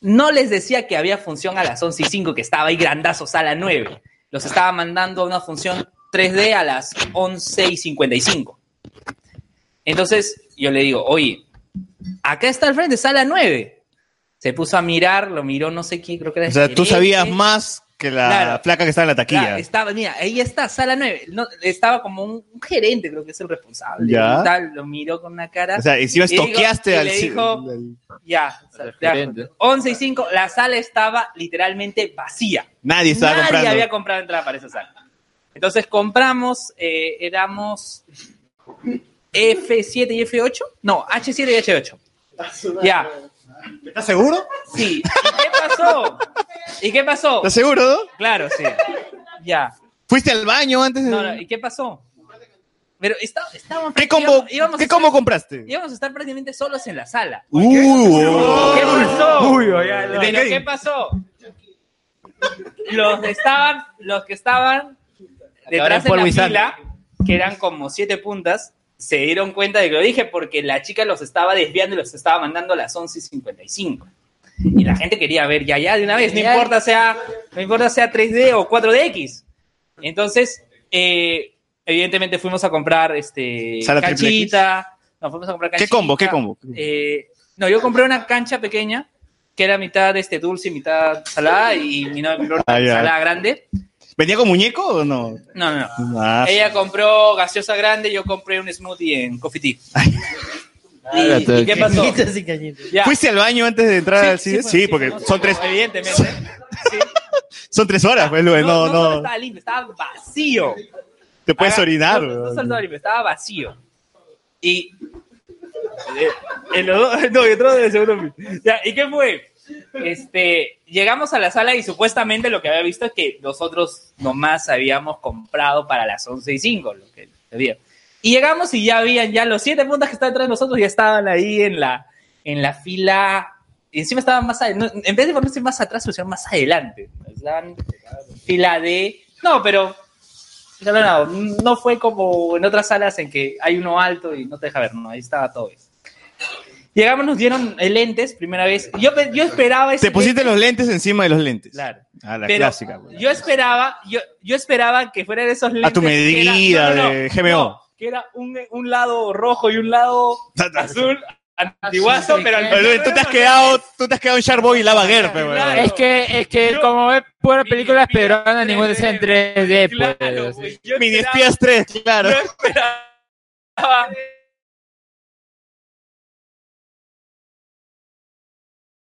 Speaker 5: no les decía que había función a las 11 y 5, que estaba ahí grandazo, sala 9. Los estaba mandando a una función 3D a las 11 y 55. Entonces yo le digo, oye, acá está al frente, sala 9. Se puso a mirar, lo miró, no sé quién, creo que era
Speaker 2: O sea, tú
Speaker 5: gerente.
Speaker 2: sabías más que la
Speaker 5: Claro.
Speaker 2: placa que estaba en la taquilla.
Speaker 5: Claro, estaba, mira, ahí está, sala 9. No, estaba como un, un gerente, creo que es el responsable.
Speaker 2: Ya.
Speaker 5: y tal, lo miró con una cara.
Speaker 2: O sea, y si
Speaker 5: digo-
Speaker 2: estoqueaste
Speaker 5: y
Speaker 2: al
Speaker 5: le
Speaker 2: ci-
Speaker 5: dijo, ya, o sea, ya,
Speaker 2: gerente.
Speaker 5: 11 y 5, la sala estaba literalmente vacía.
Speaker 2: Nadie estaba
Speaker 5: Nadie
Speaker 2: comprando.
Speaker 5: había comprado entrada para esa sala. Entonces compramos, eh, éramos F7 y F8. No, H7 y H8. Ya.
Speaker 2: ¿Estás seguro?
Speaker 5: Sí. ¿Y qué pasó? ¿Y qué pasó?
Speaker 2: ¿Estás seguro, no?
Speaker 5: Claro, sí. Ya.
Speaker 2: ¿Fuiste al baño antes? de-
Speaker 5: No, no, ¿Y qué pasó? Pero está- estábamos.
Speaker 2: ¿Qué combo,
Speaker 5: íbamos a
Speaker 2: ¿qué
Speaker 5: estar-
Speaker 2: combo compraste?
Speaker 5: Íbamos a estar prácticamente solos en la sala.
Speaker 2: Uh,
Speaker 5: ¿Qué pasó?
Speaker 2: Uy,
Speaker 5: ¿Pero qué pasó? Los que estaban, los que estaban detrás de la fila, que eran como siete puntas, se dieron cuenta de que lo dije porque la chica los estaba desviando y los estaba mandando a las 11.55. Y la gente quería ver ya, ya de una vez, no importa sea, no importa sea 3D o 4DX. Entonces, eh, evidentemente fuimos a comprar este,
Speaker 2: Sala triple X.
Speaker 5: cachita. No, fuimos a comprar
Speaker 2: ¿Qué
Speaker 5: cachita.
Speaker 2: combo? ¿Qué combo?
Speaker 5: Eh, no, yo compré una cancha pequeña que era mitad este dulce, y mitad salada y mi novia compró una
Speaker 2: Ah, ya.
Speaker 5: salada grande.
Speaker 2: ¿Venía con muñeco o no?
Speaker 5: No, no, no.
Speaker 2: Ah,
Speaker 5: Ella compró gaseosa grande, yo compré un smoothie en Coffee Tea. ¿Y, y qué pasó? Ya.
Speaker 2: ¿Fuiste al baño antes de entrar al cine? Sí, porque son tres,
Speaker 5: Evidentemente.
Speaker 2: son tres horas, pues, Luis, no,
Speaker 5: No, no solo
Speaker 2: no.
Speaker 5: estaba limpio, estaba vacío.
Speaker 2: Te puedes
Speaker 5: Haga-
Speaker 2: orinar.
Speaker 5: No, no solo
Speaker 2: weón.
Speaker 5: estaba limpio, estaba vacío. Y. eh, en los dos- no, y otro de segundo. piso. Ya, ¿Y qué fue? Este, llegamos a la sala y supuestamente lo que había visto es que nosotros nomás habíamos comprado para las 11 y 5, lo que había. Y llegamos y ya habían ya los siete puntas que estaban detrás de nosotros, ya estaban ahí en la, en la fila. Y encima estaban más ad- no, en vez de ponerse más atrás, se pusieron más adelante. Estaban fila de. No, pero. No, no, no, no fue como en otras salas en que hay uno alto y no te deja ver, no, ahí estaba todo eso. Llegamos, nos dieron eh, lentes, primera vez. Yo, pe- yo esperaba ese
Speaker 2: Te pusiste los lentes encima de los lentes.
Speaker 5: Claro.
Speaker 2: A la
Speaker 5: Pero-
Speaker 2: clásica. güey.
Speaker 5: Yo esperaba, yo, yo esperaba que fuera de esos lentes.
Speaker 2: A tu
Speaker 5: que era-
Speaker 2: medida
Speaker 5: no, no, no,
Speaker 2: de GMO.
Speaker 5: que era un, un lado rojo y un lado azul antiguazo, pero al
Speaker 2: Oye, Tú te has quedado, tú te has quedado en Sharkboy y Lava Girl, pe, güey.
Speaker 27: Es que, es que como ve pura película peruana, ninguna es en 3D. pues, así.
Speaker 2: Mini espías 3, claro.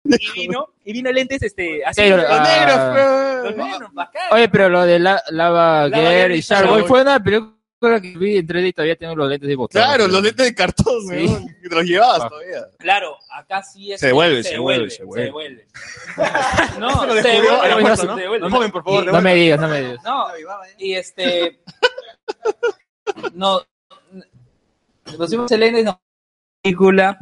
Speaker 5: Y vino, y vino lentes este, así.
Speaker 27: Negro,
Speaker 5: los
Speaker 27: ah.
Speaker 5: negros, los negros, bacán.
Speaker 27: Oye, pero lo de la, Lava
Speaker 5: Lava Girl
Speaker 27: Girl
Speaker 5: y
Speaker 27: y Sharkboy
Speaker 5: Sharkboy.
Speaker 27: fue una película que vi en 3D y todavía tengo los lentes de botón.
Speaker 2: Claro, los lentes de cartón, güey. Te los llevabas
Speaker 27: Ah.
Speaker 2: todavía.
Speaker 5: Claro, acá sí es.
Speaker 2: Se devuelve, se devuelve, se devuelve.
Speaker 5: No,
Speaker 2: Eso lo
Speaker 5: se
Speaker 2: descubrió
Speaker 5: devuelve,
Speaker 2: Aeropuerto,
Speaker 5: se
Speaker 2: ¿no?
Speaker 5: devuelve.
Speaker 2: No, joven, por favor,
Speaker 5: Y-
Speaker 27: No me digas, no me digas.
Speaker 5: No, y este. No. Nos vimos el lente y nos. Película.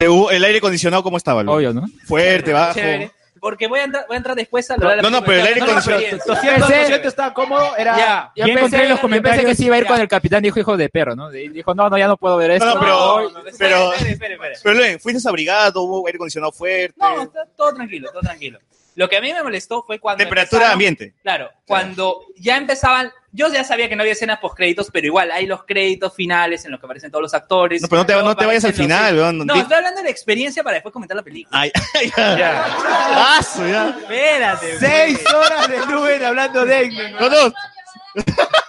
Speaker 2: El aire acondicionado, ¿cómo estaba? Obvio,
Speaker 27: ¿no?
Speaker 2: Fuerte, bajo.
Speaker 5: Chévere. Porque voy a, entrar, voy a entrar después a hablar de la
Speaker 2: No, no, pero el aire acondicionado.
Speaker 5: experiencia.
Speaker 12: estaba cómodo, era.
Speaker 5: Ya.
Speaker 27: Yo
Speaker 5: Ya
Speaker 27: pensé,
Speaker 5: encontré
Speaker 27: yo
Speaker 5: los
Speaker 27: pensé
Speaker 5: comentarios.
Speaker 27: que sí iba a ir
Speaker 5: Ya.
Speaker 27: con el capitán, dijo hijo de perro, ¿no? Y dijo, no, no, ya no puedo ver esto.
Speaker 2: No, no, pero. pero,
Speaker 5: espere, espere, espere.
Speaker 2: pero Len, fuiste desabrigado, hubo aire acondicionado fuerte.
Speaker 5: No, está todo tranquilo, todo tranquilo. Lo que a mí me molestó fue cuando.
Speaker 2: Temperatura
Speaker 5: empezaron-
Speaker 2: ambiente.
Speaker 5: Claro, cuando ya empezaban. Yo ya sabía que no había escenas post créditos, pero igual hay los créditos finales en los que aparecen todos los actores.
Speaker 2: No, pero no te, no te vayas al
Speaker 5: aparecen los-
Speaker 2: final, weón.
Speaker 5: No, estoy hablando de la experiencia para después comentar la película.
Speaker 2: Ay, ya. Ah, su, ya.
Speaker 5: Espérate.
Speaker 2: Seis
Speaker 5: horas de Nubel hablando de Eggman.
Speaker 2: No, no.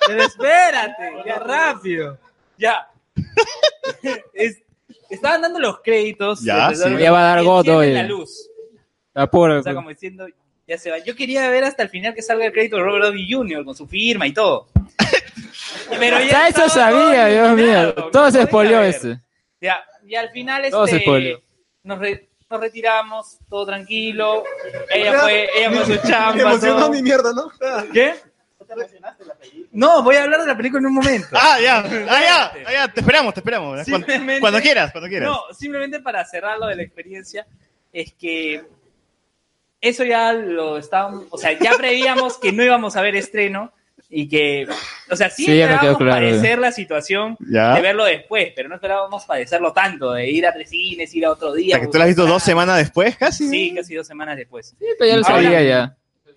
Speaker 5: Pero espérate, ya rápido. Ya. Es- estaban dando los créditos.
Speaker 27: Ya,
Speaker 5: empezaron-
Speaker 27: sí. Ya va a dar Godoy.
Speaker 5: Encienden la luz.
Speaker 27: Apuro.
Speaker 5: O sea, como diciendo, ya se va. Yo quería ver hasta el final que salga el crédito de Robert Downey Jr. con su firma y todo. Pero ya
Speaker 27: ya eso
Speaker 5: estaba
Speaker 27: sabía, Dios
Speaker 5: todo
Speaker 27: mío.
Speaker 5: iluminado.
Speaker 27: Todo se
Speaker 5: No podía
Speaker 27: espolió
Speaker 5: ver.
Speaker 27: este.
Speaker 5: Ya, y al final
Speaker 27: Todo se
Speaker 5: este,
Speaker 27: spoileó.
Speaker 5: nos, re- nos retiramos, todo tranquilo. Ella fue, ella fue a su chamba. todo.
Speaker 12: mierda, ¿no?
Speaker 5: ¿Qué? No, voy a hablar de la película en un momento.
Speaker 2: Ah, ya. Ah, ya. Ah, ya. Te esperamos, te esperamos. Cuando,
Speaker 5: Simplemente-
Speaker 2: cuando quieras, cuando quieras.
Speaker 5: No, simplemente para cerrar lo de la experiencia, es que eso ya lo estábamos, o sea, ya prevíamos que no íbamos a ver estreno y que, o sea, sí,
Speaker 27: Sí, ya me
Speaker 5: esperábamos
Speaker 27: quedó claro,
Speaker 5: padecer la situación
Speaker 2: Ya.
Speaker 5: de verlo después, pero no esperábamos padecerlo tanto, de ir a tres cines, ir a otro
Speaker 2: O
Speaker 5: día.
Speaker 2: sea, que tú la has visto dos semanas después, casi. ¿eh?
Speaker 5: Sí, casi dos semanas después. Sí,
Speaker 27: Pero ya lo sabía ya.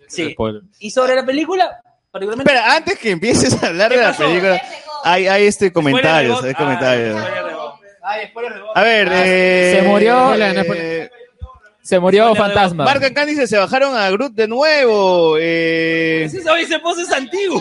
Speaker 5: Sí. Y sobre la película, particularmente...
Speaker 2: Espera, antes que empieces a hablar de la
Speaker 5: pasó?
Speaker 2: película, hay, hay este comentarios, hay
Speaker 5: Spoiler de
Speaker 2: comentarios.
Speaker 5: Ay, spoiler de
Speaker 2: A ver, eh,
Speaker 27: Ah, Se murió. eh,
Speaker 2: hola,
Speaker 8: Eh,
Speaker 2: Ana,
Speaker 27: Se murió fantasma.
Speaker 2: Marco and Candy dice, se bajaron a Groot de nuevo. eh,
Speaker 5: Ese- Oye, ese pozo es antiguo.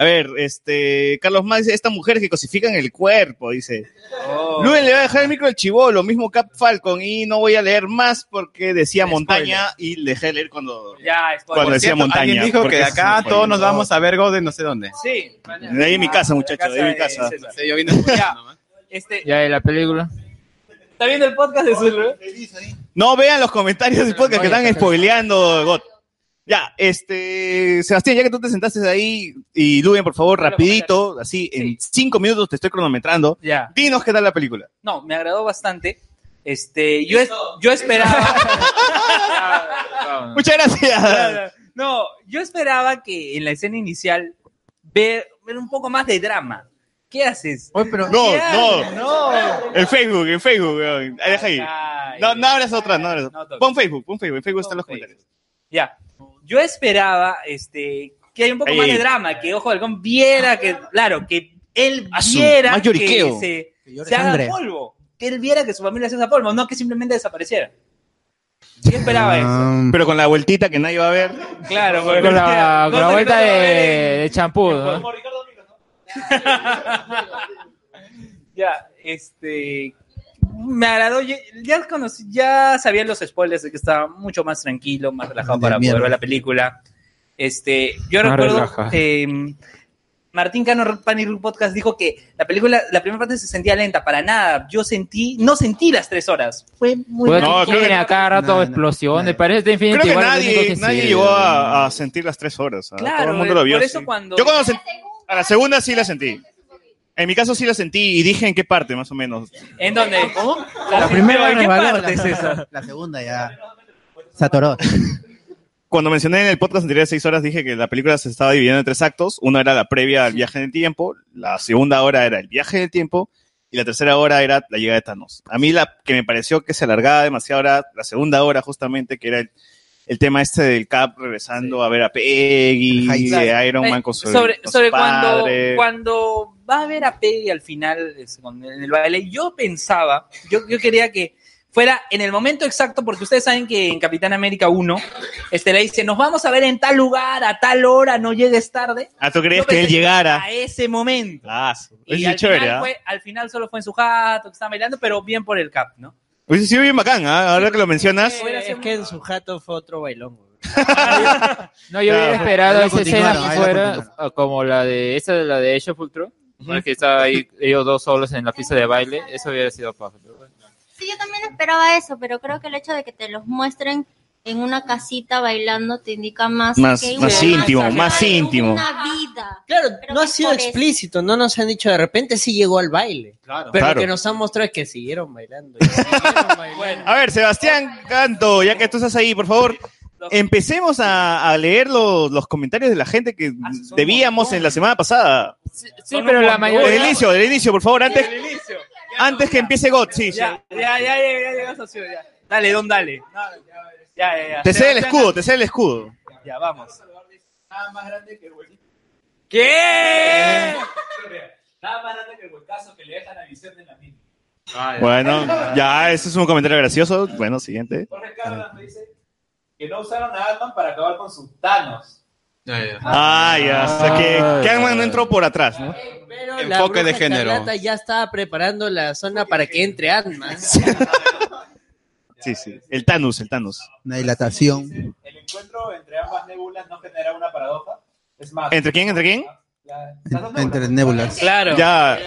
Speaker 2: a ver, este, Carlos Más dice, estas mujeres que cosifican el cuerpo, dice.
Speaker 5: Oh.
Speaker 2: Luen le va a dejar el micro al chivolo, mismo Cap Falcon, y no voy a leer más porque decía
Speaker 5: Spoiler.
Speaker 2: montaña y dejé de leer cuando...
Speaker 5: Ya, spoiler.
Speaker 2: Cuando decía montaña,
Speaker 19: Alguien dijo
Speaker 2: porque
Speaker 19: que de
Speaker 2: es
Speaker 19: acá
Speaker 2: un
Speaker 19: todos nos
Speaker 2: spoiler.
Speaker 19: vamos a ver God de no sé dónde.
Speaker 5: Sí.
Speaker 2: De ahí en
Speaker 5: Ah,
Speaker 2: mi casa, muchachos, de ahí en mi casa.
Speaker 19: yo vine
Speaker 5: Ya, este,
Speaker 27: Ya, y la película.
Speaker 5: ¿Está viendo el podcast de Zulu? ¿eh?
Speaker 2: No vean los comentarios del podcast que están spoileando, God. Ya, este, Sebastián, ya que tú te sentaste ahí, y Luen, por favor, rapidito, así, en cinco minutos te estoy cronometrando,
Speaker 5: Ya.
Speaker 2: dinos qué tal la película.
Speaker 5: No, me agradó bastante. Este, yo, es- yo esperaba.
Speaker 2: Muchas gracias.
Speaker 5: No, yo esperaba que en la escena inicial ver, ver un poco más de drama. ¿Qué haces?
Speaker 2: No,
Speaker 5: ¿Qué haces?
Speaker 2: no,
Speaker 5: No.
Speaker 2: En Facebook, en Facebook, weón. Ahí Deja ahí.
Speaker 5: Ah,
Speaker 2: No, no abras atrás, no abras
Speaker 5: toques.
Speaker 2: Pon Facebook, pon Facebook, en Facebook están los comentarios.
Speaker 5: Ya. Yo esperaba este, que hay un poco
Speaker 2: Ahí,
Speaker 5: más
Speaker 2: ahí.
Speaker 5: de drama, que Ojo de Halcón viera que, claro, que él
Speaker 2: Asu,
Speaker 5: viera
Speaker 2: más
Speaker 5: que
Speaker 2: lloriqueo.
Speaker 5: se, se
Speaker 2: sangre.
Speaker 5: haga polvo. Que él viera que su familia se haga polvo, no que simplemente desapareciera. Yo esperaba eso.
Speaker 2: Pero con la vueltita que nadie va a ver.
Speaker 5: Claro,
Speaker 27: Ah. Con
Speaker 5: porque-
Speaker 27: la, con la
Speaker 5: Cosa que
Speaker 27: vuelta
Speaker 5: no lo
Speaker 27: de,
Speaker 5: ven.
Speaker 27: de champú, ¿no?
Speaker 5: Ya, este. Me agradó. Ya, ya conocí, ya sabía los spoilers de que estaba mucho más tranquilo, más relajado
Speaker 18: De
Speaker 5: para
Speaker 18: mierda.
Speaker 5: poder ver la película. Este, yo
Speaker 18: Más
Speaker 5: recuerdo.
Speaker 18: relajado.
Speaker 5: eh, Martín Cano Panic Room Podcast dijo que la película, la primera parte se sentía lenta, para nada. Yo sentí, no sentí las tres horas. Fue muy
Speaker 27: Puta,
Speaker 2: No,
Speaker 27: que
Speaker 2: creo que-
Speaker 27: tiene a cada rato explosiones. Parece de Infinity
Speaker 2: Creo que
Speaker 27: War, lo único
Speaker 2: nadie,
Speaker 27: que
Speaker 2: nadie
Speaker 27: sirve.
Speaker 2: llegó a, a sentir las tres horas. ¿ah?
Speaker 5: Claro, eh,
Speaker 2: Todo el mundo lo vio.
Speaker 5: por eso
Speaker 2: sí.
Speaker 5: cuando-
Speaker 2: Yo cuando sent- a la segunda sí la sentí. En mi caso sí la sentí y dije en qué parte, más o menos.
Speaker 5: ¿En dónde?
Speaker 13: La primera
Speaker 5: ¿En qué
Speaker 13: resbaló,
Speaker 5: parte
Speaker 13: la-
Speaker 5: es esa?
Speaker 13: La segunda ya. Se atoró.
Speaker 2: Cuando mencioné en el podcast anterior de seis horas, dije que la película se estaba dividiendo en tres actos. Uno era la previa al viaje en el tiempo, la segunda hora era el viaje en el tiempo Y la tercera hora era la llegada de Thanos. A mí la que me pareció que se alargaba demasiado era la segunda hora justamente, que era el, el tema este del Cap regresando a ver a Peggy,
Speaker 5: Ay, claro.
Speaker 2: de Iron Man con su,
Speaker 5: Eh, sobre,
Speaker 2: con su
Speaker 5: sobre cuando,
Speaker 2: padre.
Speaker 5: cuando va a ver a Peggy al final es, con- en el baile, yo pensaba, yo, yo quería que fuera en el momento exacto, porque ustedes saben que en Capitán América 1, este le dice, nos vamos a ver en tal lugar, a tal hora, no llegues tarde.
Speaker 2: Ah, ¿tú crees
Speaker 5: Yo
Speaker 2: que él
Speaker 5: pensé
Speaker 2: llegara?
Speaker 5: A ese momento.
Speaker 2: Ah, sí. Hubiese
Speaker 5: Y
Speaker 2: sido
Speaker 5: al, final
Speaker 2: chévere, ¿ah?
Speaker 5: fue- al final solo fue en su jato, que estaba bailando, pero bien por el Cap, ¿no?
Speaker 2: Hubiese sido bien bacán, ¿ah? ahora que lo mencionas.
Speaker 6: Es que en su jato fue otro bailón. güey.
Speaker 3: No, yo hubiera
Speaker 6: Claro.
Speaker 3: esperado
Speaker 6: Ahí la
Speaker 3: esa escena
Speaker 6: continuaron,
Speaker 3: que
Speaker 6: ahí la
Speaker 3: fuera
Speaker 6: continuaron.
Speaker 3: ah, como la de esa de la de Age of Ultron, ¿no? que estaba ahí ellos dos solos en la pista de baile, eso hubiera sido paja. pero bueno.
Speaker 14: Sí, yo también esperaba eso, pero creo que el hecho de que te los muestren en una casita bailando te indica más
Speaker 2: Más-
Speaker 14: que
Speaker 2: más
Speaker 14: hubo
Speaker 2: íntimo,
Speaker 14: allá
Speaker 2: más
Speaker 14: de
Speaker 2: íntimo.
Speaker 14: Una vida.
Speaker 6: Claro, no ha
Speaker 14: que
Speaker 6: sido
Speaker 14: por eso-
Speaker 6: explícito, no nos han dicho de repente si llegó al baile.
Speaker 2: Claro.
Speaker 6: Pero
Speaker 2: Claro.
Speaker 6: lo que nos han mostrado es que siguieron bailando.
Speaker 2: A ver, Sebastián Canto, ya que tú estás ahí, por favor, empecemos a, a leer los, los comentarios de la gente que debíamos en la semana pasada.
Speaker 3: Sí, pero la mayoría...
Speaker 2: Del inicio, del inicio, por favor, antes, antes que empiece God, sí. sí.
Speaker 5: Ya, ya, ya, ya, ya, llegó socio, ya. Dale, don, dale. Ya, ya, ya.
Speaker 2: Te cede el
Speaker 5: Sebastián,
Speaker 2: escudo, te cede el escudo.
Speaker 5: Ya, vamos.
Speaker 12: Ah,
Speaker 5: ¿Qué?
Speaker 12: Nada más grande que el huecazo que le dejan a Vicente en la mina.
Speaker 8: Ah,
Speaker 2: Bueno, ya, eso es un comentario gracioso. Bueno, siguiente.
Speaker 12: Jorge Cárdenas me dice que no usaron a Ant-Man para acabar con sus Thanos.
Speaker 2: Ah, ya, o sea que, que Ant-Man no entró por atrás, ¿no?
Speaker 6: Pero la
Speaker 2: Enfoque de
Speaker 6: Bruja
Speaker 2: género.
Speaker 6: Escarlata ya estaba preparando la zona para que entre Ant-Man.
Speaker 2: Sí, sí, el Thanos, el Thanos.
Speaker 4: Una dilatación.
Speaker 12: El encuentro entre ambas nébulas no genera una paradoja. Es más,
Speaker 2: ¿Entre quién, entre quién?
Speaker 4: Entre nébulas.
Speaker 2: Claro. Ya,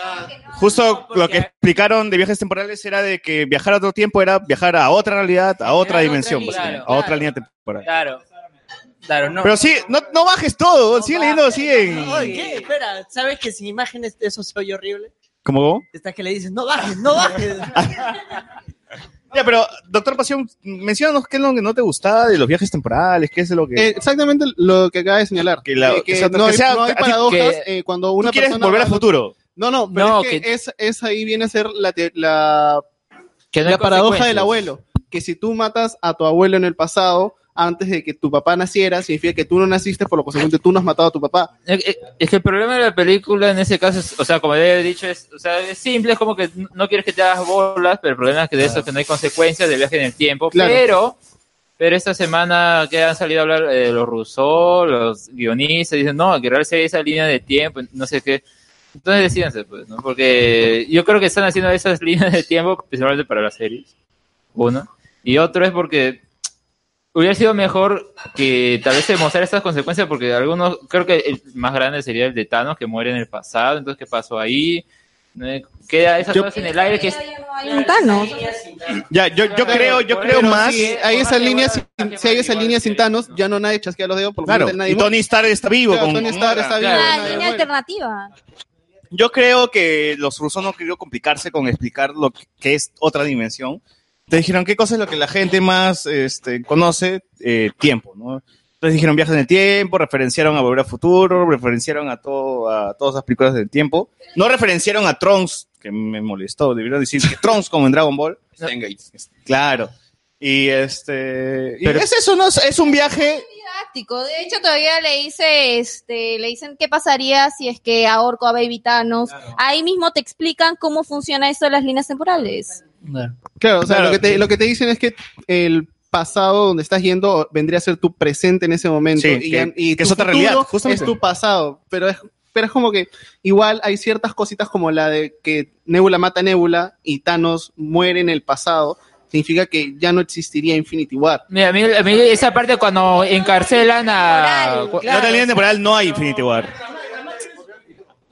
Speaker 2: justo lo que explicaron de viajes temporales era de que viajar a otro tiempo era viajar a otra realidad, a otra dimensión,
Speaker 5: línea,
Speaker 2: básicamente,
Speaker 5: claro.
Speaker 2: a otra línea temporal.
Speaker 5: Claro. Claro, no.
Speaker 2: Pero sí, no, no bajes todo, sigue leyendo así en...
Speaker 6: Oye, ¿qué? Espera, ¿sabes que sin imágenes eso se oye horrible?
Speaker 2: ¿Cómo?
Speaker 6: Estás que le dices, no bajes, no bajes.
Speaker 2: Ya, pero, doctor Pasión, mencionanos qué es lo que no te gustaba de los viajes temporales, qué es lo que...
Speaker 8: Eh, exactamente lo que acaba de señalar.
Speaker 2: Que la-
Speaker 8: Eh, que
Speaker 2: o sea,
Speaker 8: no,
Speaker 2: que
Speaker 8: hay,
Speaker 2: sea-
Speaker 8: no hay
Speaker 2: así
Speaker 8: paradojas
Speaker 2: que-
Speaker 8: eh, cuando
Speaker 2: tú
Speaker 8: una
Speaker 2: quieres
Speaker 8: persona
Speaker 2: volver al
Speaker 8: va-
Speaker 2: futuro.
Speaker 8: No, no, pero
Speaker 2: No,
Speaker 8: es que, Es, es ahí viene a ser la, te- la,
Speaker 3: no hay
Speaker 8: la paradoja
Speaker 3: consecuencias.
Speaker 8: del abuelo. Que si tú matas a tu abuelo en el pasado, antes de que tu papá naciera, significa que tú no naciste, por lo consecuente tú no has matado a tu papá.
Speaker 3: Es que- Eh, es que el problema de la película en ese caso, es, o sea, como ya he dicho, es, o sea, es simple, es como que no- no quieres que te hagas bolas, pero el problema es que de eso que no hay consecuencias del viaje en el tiempo.
Speaker 8: Claro.
Speaker 3: Pero, pero esta semana que han salido a hablar eh, los rusos, los guionistas, dicen, no, hay que realizar esa línea de tiempo, no sé qué. Entonces decídense, pues, ¿no? Porque yo creo que están haciendo esas líneas de tiempo, principalmente para las series, uno. Y otro es porque Hubiera sido mejor que tal vez se mostrara estas consecuencias porque algunos, creo que el más grande sería el de Thanos que muere en el pasado, entonces ¿qué pasó ahí? Eh, Queda esas
Speaker 8: Yo-
Speaker 3: cosas en el aire que es...
Speaker 2: Ya, yo, yo creo, yo creo
Speaker 8: Pero
Speaker 2: más...
Speaker 8: Si hay esa línea, sin, si hay esa línea sin Thanos, ya no nadie chasquea los dedos por lo
Speaker 2: Claro,
Speaker 8: menos nadie
Speaker 2: y Tony Stark está vivo.
Speaker 8: Claro,
Speaker 2: con-
Speaker 8: Tony Stark está vivo.
Speaker 2: Claro.
Speaker 8: nadie
Speaker 18: Una línea
Speaker 8: muere.
Speaker 18: alternativa.
Speaker 2: Yo creo que los rusos no querían complicarse con explicar lo que- que es otra dimensión. Te dijeron qué cosa es lo que la gente más este, conoce, Eh, tiempo, ¿no? Entonces dijeron viajes en el tiempo, referenciaron a Volver al Futuro, referenciaron a, todo, a todas las películas del tiempo. No referenciaron a Trunks, que me molestó, debieron decir que Trunks como en Dragon Ball. Claro. Y este... y
Speaker 3: Pero-
Speaker 2: es eso, ¿no? Es un viaje...
Speaker 18: Didáctico. De hecho, todavía le hice, este, le dicen qué pasaría si es que ahorco a Baby Thanos. Ahí mismo te explican cómo funciona eso de las líneas temporales.
Speaker 8: Claro, o sea,
Speaker 2: Claro.
Speaker 8: Lo, que te, lo que te dicen es que el pasado donde estás yendo vendría a ser tu presente en ese momento.
Speaker 2: Sí,
Speaker 8: y
Speaker 2: que-
Speaker 8: ya- y
Speaker 2: que
Speaker 8: tu
Speaker 2: es otra
Speaker 8: futuro
Speaker 2: realidad, justamente.
Speaker 8: Es tu pasado, pero es, pero es como que igual hay ciertas cositas como la de que Nebula mata a Nebula y Thanos muere en el pasado. Significa que ya no existiría Infinity War.
Speaker 3: Mira, a mí, a mí esa parte cuando encarcelan a... cu-
Speaker 2: La otra línea temporal no hay Infinity War.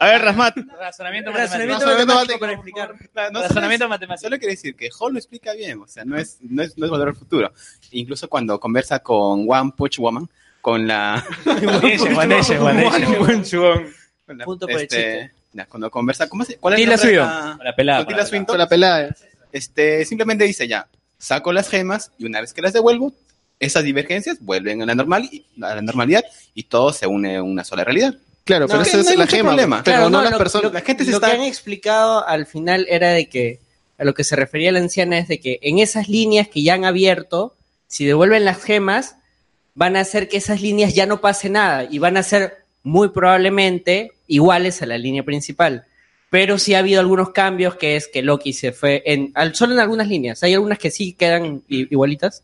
Speaker 2: A ver, Rasmat.
Speaker 5: Razonamiento
Speaker 6: Razonamiento
Speaker 5: matemático.
Speaker 6: matemático para explicar.
Speaker 5: Razonamiento
Speaker 19: matemático. Solo quiere decir que Hall lo explica bien, o sea, no es, no es, no es volver al futuro. Incluso cuando conversa con One Punch Woman, con la...
Speaker 12: Nation, One Nation, One Nation.
Speaker 19: Con la-
Speaker 12: Punto por el
Speaker 19: este,
Speaker 12: chiste.
Speaker 19: ya, Cuando conversa, ¿cómo se, ¿cuál es
Speaker 12: Tilda
Speaker 19: el nombre de
Speaker 12: Swinton. Con la pelada,
Speaker 19: Con
Speaker 12: con la
Speaker 19: Tilda
Speaker 12: pelada.
Speaker 19: Swinton.
Speaker 8: la pelada.
Speaker 19: Este, simplemente dice ya, saco las gemas y una vez que las devuelvo, esas divergencias vuelven a la, normal, a la normalidad y todo se une en una sola realidad.
Speaker 8: Claro, pero eso es la gema. Pero
Speaker 6: Claro,
Speaker 8: no,
Speaker 6: no,
Speaker 8: las
Speaker 6: lo-
Speaker 8: personas.
Speaker 6: lo-
Speaker 8: la gente se
Speaker 6: lo
Speaker 8: está.
Speaker 6: que han explicado al final era de que a lo que se refería la anciana es de que en esas líneas que ya han abierto, si devuelven las gemas, van a hacer que esas líneas ya no pase nada y van a ser muy probablemente iguales a la línea principal. Pero sí ha habido algunos cambios que es que Loki se fue en al- solo en algunas líneas. Hay algunas que sí quedan i- igualitas.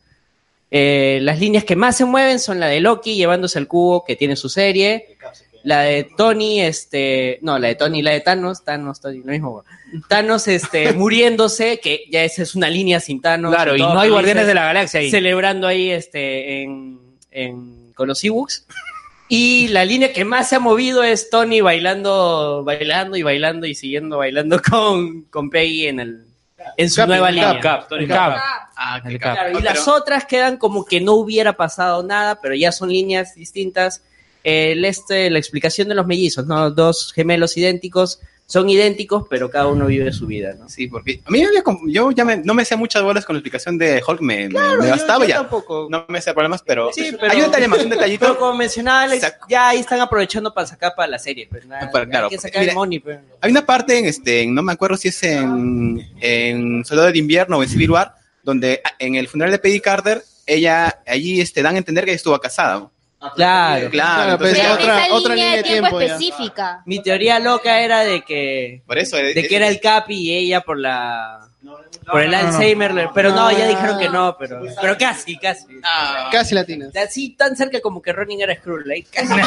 Speaker 6: Eh, las líneas que más se mueven son la de Loki llevándose el cubo que tiene su serie. La de Tony, este. No, la de Tony, la de Thanos. Thanos, Tony, lo mismo. bueno. Thanos, este, muriéndose, que ya esa es una línea sin Thanos.
Speaker 5: Claro, y
Speaker 6: todos
Speaker 5: no hay Guardianes
Speaker 6: felices,
Speaker 5: de la Galaxia ahí.
Speaker 6: Celebrando ahí, este, en, en- con los Ewoks. Y la línea que más se ha movido es Tony bailando, bailando y bailando y siguiendo bailando con, con Peggy en el. En su
Speaker 5: Cap,
Speaker 6: nueva
Speaker 5: Cap,
Speaker 6: línea.
Speaker 5: Cap, Tony Cap. Ah, el Cap.
Speaker 6: Claro, y las otras quedan como que no hubiera pasado nada, pero ya son líneas distintas. El este, la explicación de los mellizos, ¿no? Dos gemelos idénticos, son idénticos, pero cada uno vive su vida, ¿no?
Speaker 19: Sí, porque A mí me había conf- yo ya me- no me sé muchas bolas con la explicación de Hulk, me, me-
Speaker 6: Claro,
Speaker 19: me
Speaker 6: yo-
Speaker 19: bastaba
Speaker 6: yo
Speaker 19: ya.
Speaker 6: tampoco.
Speaker 19: No me sé problemas, pero,
Speaker 6: Sí, pero-
Speaker 19: hay un detalle más, un detallito.
Speaker 6: Pero como mencionaba Alex, ya ahí están aprovechando para sacar para la serie. pues, nada,
Speaker 19: Ah, Para-
Speaker 6: hay
Speaker 19: claro,
Speaker 6: que
Speaker 19: porque,
Speaker 6: sacar el
Speaker 19: mira,
Speaker 6: money, pues.
Speaker 19: Hay una parte en este, en- no me acuerdo si es en, en Soldado del Invierno o en Civil War, donde a- en el funeral de Peggy Carter, ella allí este, dan a entender que ella estuvo casada.
Speaker 6: Claro,
Speaker 19: claro.
Speaker 28: Pero
Speaker 19: entonces-
Speaker 28: es esa línea de tiempo específica.
Speaker 6: Mi teoría loca era de que. de que era el Capi y ella por la. por el no, no. Alzheimer. Pero no, ya Ah. dijeron que no, pero. Pero casi, casi.
Speaker 5: Ah.
Speaker 8: Casi latinas.
Speaker 6: Así tan cerca como que Ronin era Skrull. ahí casi. eh,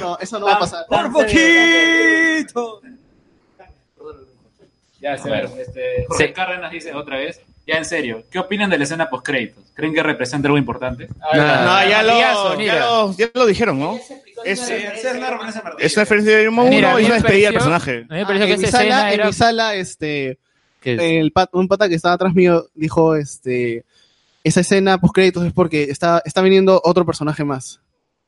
Speaker 8: No, eso no va a pasar.
Speaker 6: Por poquito.
Speaker 5: Ya, se
Speaker 8: A ver.
Speaker 5: va, este, Jorge Cárdenas dice otra vez. Ya, en serio, ¿qué opinan de la escena post-créditos? ¿Creen que representa algo importante?
Speaker 2: no, ya lo, ya, lo, ya lo dijeron, ¿no? Es, es una referencia de uno
Speaker 8: Mira, a
Speaker 2: y
Speaker 8: mí
Speaker 2: una
Speaker 8: me
Speaker 2: despedida del
Speaker 8: pareció-
Speaker 2: personaje.
Speaker 8: Ah, en mi sala, en mi sala, este, el pat- un pata que estaba atrás mío dijo, este, esa escena post créditos es porque está, está viniendo otro personaje más.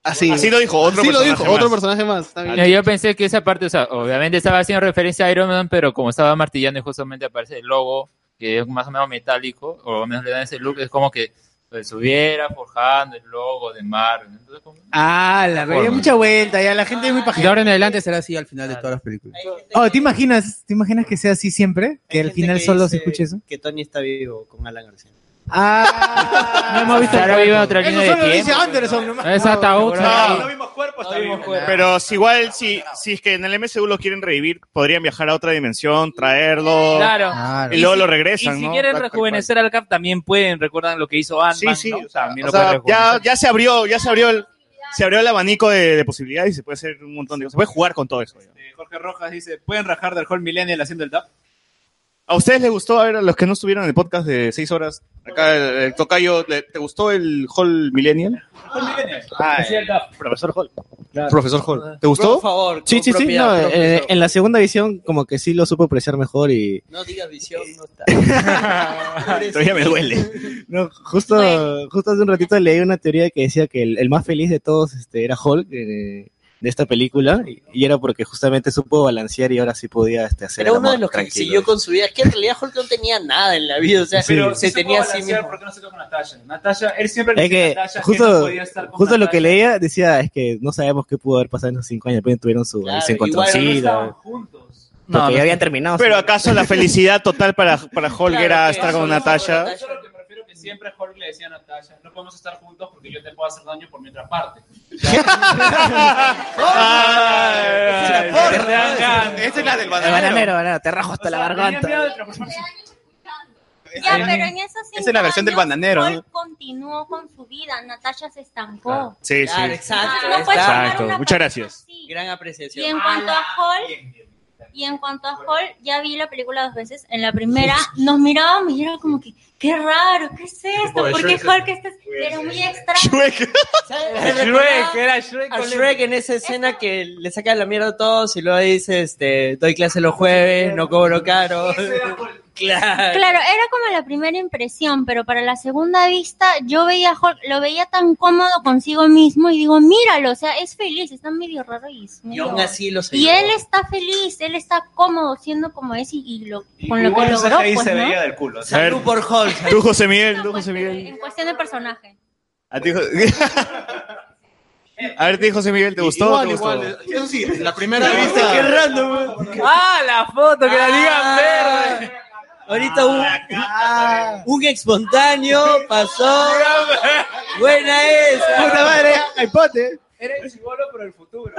Speaker 8: Así,
Speaker 2: Así lo dijo, otro
Speaker 8: Así lo
Speaker 2: personaje
Speaker 8: dijo,
Speaker 2: más.
Speaker 8: otro personaje más. Está bien.
Speaker 3: Mira, yo pensé que esa parte, o sea, obviamente estaba haciendo referencia a Iron Man, pero como estaba martillando y justamente aparece el logo, que es más o menos metálico, o al menos le dan ese look, es como que lo estuviera forjando el logo de Marvel. Entonces, como-
Speaker 1: Ah, la
Speaker 3: Forma.
Speaker 1: verdad, mucha vuelta, ya la gente es muy pajera.
Speaker 4: De ahora en adelante será así al final de todas las películas.
Speaker 1: Oh, ¿te imaginas, ¿te imaginas que sea así siempre? Que al final solo se escuche eso.
Speaker 6: Que Tony está vivo con Alan García.
Speaker 1: Ah, no hemos visto
Speaker 3: Claro,
Speaker 1: el cuerpo.
Speaker 3: viva otra
Speaker 1: Eso
Speaker 3: línea de
Speaker 1: solo dice
Speaker 3: tiempo.
Speaker 1: Anderson nomás.
Speaker 3: Es ataúd.
Speaker 2: No.
Speaker 1: vimos cuerpos,
Speaker 2: Pero si igual, si, si es que en el MCU lo quieren revivir, podrían viajar a otra dimensión, traerlo.
Speaker 5: Claro.
Speaker 2: Y luego
Speaker 5: si-
Speaker 2: lo regresan,
Speaker 5: Y si
Speaker 2: ¿no?
Speaker 5: quieren
Speaker 2: Black-
Speaker 5: rejuvenecer al Cap, también pueden. Recuerdan lo que hizo Ant-Man.
Speaker 2: Sí, sí,
Speaker 5: ¿no?
Speaker 2: o sea,
Speaker 5: También
Speaker 2: o
Speaker 5: lo
Speaker 2: sea,
Speaker 5: pueden
Speaker 2: ya,
Speaker 8: pues,
Speaker 5: rejuvenecer.
Speaker 2: ya se abrió, ya se abrió el, se abrió el abanico de, de posibilidades y se puede hacer un montón de cosas. Se puede jugar con todo eso. ya.
Speaker 12: Jorge Rojas dice, ¿pueden rajar del Hall Millennial haciendo el tap?
Speaker 2: ¿A ustedes les gustó, a ver, a los que no estuvieron en el podcast de seis horas, acá el, el tocayo, ¿le- ¿te gustó el Hall Millennial?
Speaker 12: Hall
Speaker 8: Ah.
Speaker 12: Millennial.
Speaker 2: Hacía el tap. Profesor Hall. Profesor Hall. ¿Te gustó?
Speaker 6: Por favor,
Speaker 7: Sí,
Speaker 6: con
Speaker 7: sí, sí.
Speaker 6: propiedad,
Speaker 7: no,
Speaker 6: propio.
Speaker 7: eh, en la segunda visión, como que sí lo supo apreciar mejor y.
Speaker 6: No digas visión, no está.
Speaker 2: Todavía me duele.
Speaker 7: No, justo, justo hace un ratito leí una teoría que decía que el, el más feliz de todos este, era Hulk eh, de, esta película y, y era porque justamente supo balancear y ahora sí podía este, hacer
Speaker 6: Era
Speaker 7: el
Speaker 6: uno de
Speaker 7: amor
Speaker 6: los que
Speaker 7: tranquilo.
Speaker 6: siguió con su vida. Es que en realidad Hulk no tenía nada en la vida. O sea,
Speaker 7: Sí.
Speaker 6: pero se
Speaker 12: Sí se
Speaker 6: tenía
Speaker 12: puede
Speaker 6: así
Speaker 12: balancear,
Speaker 6: mismo.
Speaker 12: ¿Por qué no se toca Natalia? Natalia, él siempre le
Speaker 7: Es
Speaker 12: dice a
Speaker 7: que
Speaker 12: Natalia que no
Speaker 7: justo,
Speaker 12: podía estar con
Speaker 7: justo lo que
Speaker 12: Natalia.
Speaker 7: leía decía es que no sabemos qué pudo haber pasado en esos cinco años. Después tuvieron su
Speaker 6: Claro,
Speaker 7: se encontró
Speaker 6: igual no
Speaker 12: estaban
Speaker 7: Porque
Speaker 2: No, no.
Speaker 7: ya habían terminado.
Speaker 2: Pero
Speaker 7: sí.
Speaker 2: acaso la felicidad total para, para Hulk
Speaker 12: Claro,
Speaker 2: era
Speaker 12: que
Speaker 2: estar
Speaker 12: eso
Speaker 2: con
Speaker 12: no se puede
Speaker 2: Natasha.
Speaker 12: balancear. Yo lo que me refiero es que siempre Hulk le decía a Natalia, no podemos estar juntos porque yo te puedo hacer daño por mi otra parte.
Speaker 19: Esa es la del
Speaker 7: El bananero, bananero, te rajo hasta la garganta.
Speaker 14: Ya, pero en esos cinco
Speaker 19: Esa es la versión del
Speaker 14: años,
Speaker 19: bananero,
Speaker 14: Paul
Speaker 19: ¿no?
Speaker 14: continuó con su vida, Natasha se estancó.
Speaker 2: Ah, Sí,
Speaker 6: Claro,
Speaker 2: sí.
Speaker 6: exacto.
Speaker 14: Ah, No puedes formar
Speaker 2: Exacto.
Speaker 14: una
Speaker 2: Muchas gracias.
Speaker 6: Gran
Speaker 14: Y
Speaker 6: apreciación.
Speaker 14: en cuanto a Hall, y en cuanto a Hall, ya vi la película dos veces. En la primera nos mirábamos y era como que, qué raro, ¿qué es esto?
Speaker 6: Pobre
Speaker 14: Porque
Speaker 6: Shrek.
Speaker 14: Hulk está- era muy extraño.
Speaker 6: Ah, Shrek,
Speaker 5: era Shrek.
Speaker 6: A Shrek en esa escena que le saca la mierda a todos y luego dice, este, doy clase los jueves, no cobro caro. Claro.
Speaker 14: Claro, era como la primera impresión, pero para la segunda vista yo veía a Hulk, lo veía tan cómodo consigo mismo y digo, míralo, o sea, es feliz, está medio raro y es
Speaker 6: Y
Speaker 14: medio-
Speaker 6: aún así lo
Speaker 14: Y
Speaker 6: selló.
Speaker 14: él está feliz, él está cómodo siendo como es y, y lo, con lo
Speaker 6: igual
Speaker 14: que
Speaker 6: no sé
Speaker 14: logró,
Speaker 6: qué
Speaker 14: pues,
Speaker 6: dice
Speaker 14: ¿no?
Speaker 6: de ella.
Speaker 12: del culo.
Speaker 2: Salud
Speaker 6: por Hulk.
Speaker 2: Tú, José Miguel, tú, José Miguel.
Speaker 14: En cuestión de personaje.
Speaker 2: A ti, Jo- A ver, te dijo José Miguel, ¿te gustó? o
Speaker 11: Igual,
Speaker 2: te gustó?
Speaker 11: igual. Eso sí,
Speaker 6: eh,
Speaker 11: la primera vista.
Speaker 6: Qué
Speaker 12: eh.
Speaker 5: ¡Ah, la foto!
Speaker 6: ¡Que la
Speaker 5: Ah.
Speaker 6: digan verde! Ahorita un, un espontáneo pasó. Buena esa.
Speaker 8: Puta madre,
Speaker 6: aipote.
Speaker 29: Era el chivolo, pero el futuro.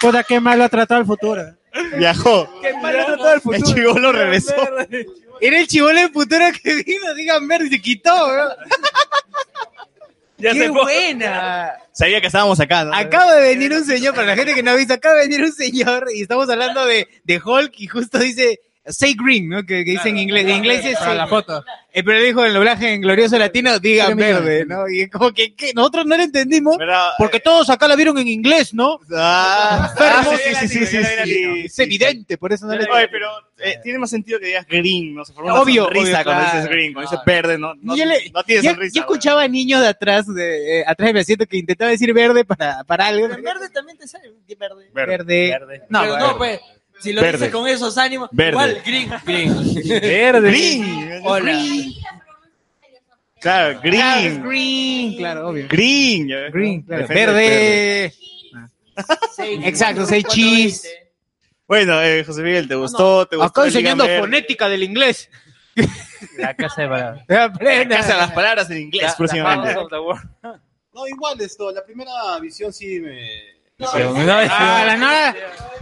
Speaker 8: Puta, qué mal lo ha tratado el futuro.
Speaker 2: Viajó.
Speaker 29: Qué mal lo ha tratado el
Speaker 2: El chivolo regresó.
Speaker 1: Era el chivolo de putura que vino, digan ver, se quitó, bro.
Speaker 2: Ya
Speaker 1: ¡Qué
Speaker 2: se fue.
Speaker 1: buena!
Speaker 2: Sabía que estábamos acá, ¿no?
Speaker 1: Acaba de venir un señor, para la gente que no ha visto, acaba de venir un señor y estamos hablando de, de Hulk y justo dice Say Green, ¿no? Que, que dice en inglés. En inglés es.
Speaker 21: Para la
Speaker 1: foto. pero él dijo en el doblaje en glorioso latino, digan
Speaker 21: Pero mira.
Speaker 1: verde, ¿no? Y es como que, que nosotros no lo entendimos porque todos acá la vieron en inglés, ¿no?
Speaker 2: eh, Ah,
Speaker 1: Enfermos.
Speaker 2: sí, sí, sí, sí, sí, sí.
Speaker 1: Es evidente, por eso no le
Speaker 2: Oye, pero eh, tiene más sentido que digas green, ¿no? Se forma
Speaker 1: Obvio,
Speaker 2: una sonrisa
Speaker 1: obvio,
Speaker 2: cuando
Speaker 1: claro.
Speaker 2: dices green, cuando dices verde, ¿no? No,
Speaker 1: yo, le-
Speaker 2: no tiene
Speaker 1: yo-
Speaker 2: sonrisa.
Speaker 1: yo escuchaba a niños de atrás, de, eh, atrás de mi asiento, que intentaba decir verde para, para algo.
Speaker 6: Pero verde también te sale verde.
Speaker 1: Verde. No,
Speaker 6: No, Pero
Speaker 1: verde.
Speaker 6: no, pues. Si lo
Speaker 1: Verde.
Speaker 6: dices con esos ánimos,
Speaker 1: Verde.
Speaker 6: igual green, green.
Speaker 2: Verde.
Speaker 6: Green. Hola.
Speaker 2: Claro,
Speaker 1: Claro, es
Speaker 2: green.
Speaker 1: green, claro, obvio.
Speaker 2: Green. ya ves,
Speaker 1: Green,
Speaker 2: ¿no?
Speaker 1: claro.
Speaker 2: Defende el
Speaker 1: Verde. Ah. Exacto, say cheese.
Speaker 2: Bueno, eh, José Miguel, ¿te gustó? ¿Te gustó?
Speaker 1: Acá
Speaker 2: el
Speaker 1: Ah, enseñando
Speaker 2: Liga Mer?
Speaker 1: fonética del inglés.
Speaker 29: La casa de palabras.
Speaker 1: La
Speaker 2: casa de las palabras en inglés, próximamente.
Speaker 11: No, igual esto, la primera visión sí me.
Speaker 29: Pero no es-
Speaker 1: Ah, la nada.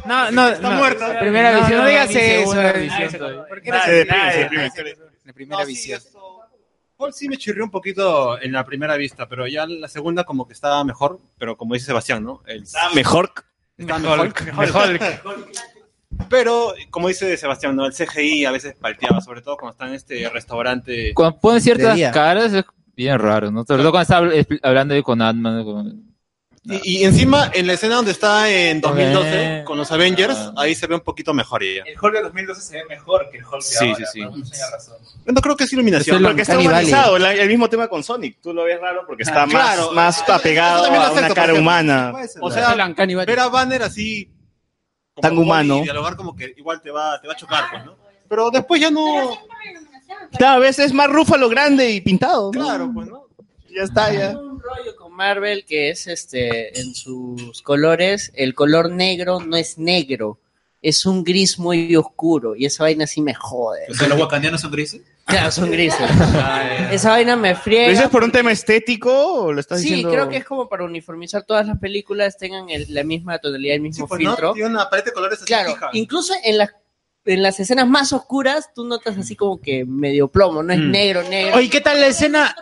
Speaker 1: No, no,
Speaker 11: Está
Speaker 1: no.
Speaker 11: muerto.
Speaker 1: La primera
Speaker 11: No,
Speaker 1: visión.
Speaker 11: no,
Speaker 1: No digas
Speaker 11: mi segunda
Speaker 1: eso.
Speaker 11: visión
Speaker 1: Visión. ¿Por qué
Speaker 11: Nadie,
Speaker 1: eres así?
Speaker 11: nadie,
Speaker 1: Nadie,
Speaker 11: nadie.
Speaker 1: nadie. La primera visión.
Speaker 11: Paul sí me chirrió un poquito en la primera vista, pero ya en la segunda como que estaba mejor, pero como dice Sebastián, ¿no? Está
Speaker 2: mejor.
Speaker 11: Está mejor.
Speaker 2: Mejor.
Speaker 11: Pero, como dice Sebastián, ¿no? el CGI a veces palteaba, sobre todo cuando está en este restaurante.
Speaker 3: Cuando ponen ciertas
Speaker 11: Sería.
Speaker 3: caras es bien raro, ¿no? Sobre todo cuando está habl- hablando de con Ant-Man. con-
Speaker 11: Y, y encima, en la escena donde está en 2012
Speaker 3: Eh.
Speaker 11: con los Avengers, ahí se ve un poquito mejor ella.
Speaker 12: El Hulk de 2012 se ve mejor que el Hulk de
Speaker 11: Sí,
Speaker 12: ahora.
Speaker 11: sí,
Speaker 12: ¿no?
Speaker 11: sí.
Speaker 12: Tenía razón.
Speaker 2: No creo que es iluminación.
Speaker 11: Eso es lo
Speaker 2: porque está
Speaker 11: Uncanny Valley.
Speaker 2: humanizado. la- el mismo tema con Sonic. Tú lo ves raro porque está
Speaker 11: Ah,
Speaker 2: más,
Speaker 11: claro.
Speaker 2: más
Speaker 11: Eso
Speaker 2: apegado
Speaker 11: también lo
Speaker 2: a una
Speaker 11: acepto,
Speaker 2: cara
Speaker 11: por ejemplo.
Speaker 2: humana.
Speaker 11: O sea, ver a Banner así. como
Speaker 2: Tan
Speaker 11: Hulk
Speaker 2: humano.
Speaker 11: Y dialogar como que igual te va, te va a chocar, pues, ¿no? Pero después ya no.
Speaker 2: Cada vez es más rúfalo grande y pintado.
Speaker 11: Claro, pues, ¿no?
Speaker 2: Ya está, ya.
Speaker 6: un rollo con Marvel que es este en sus colores, el color negro no es negro, es un gris muy oscuro y esa vaina sí me jode.
Speaker 12: O sea, los wakandianos son grises.
Speaker 6: Claro, son grises. esa vaina me
Speaker 2: ¿Lo dices
Speaker 6: friega.
Speaker 2: por un tema estético o lo estás
Speaker 6: Sí,
Speaker 2: diciendo?
Speaker 6: creo que es como para uniformizar todas las películas, tengan el- la misma tonalidad, el mismo
Speaker 11: pues, ¿no?
Speaker 6: filtro.
Speaker 11: Tiene una paleta de colores así
Speaker 6: Claro,
Speaker 11: fija.
Speaker 6: incluso en las en las escenas más oscuras tú notas así como que medio plomo, no es
Speaker 1: Mm.
Speaker 6: negro, negro.
Speaker 1: Oye, ¿qué tal la escena?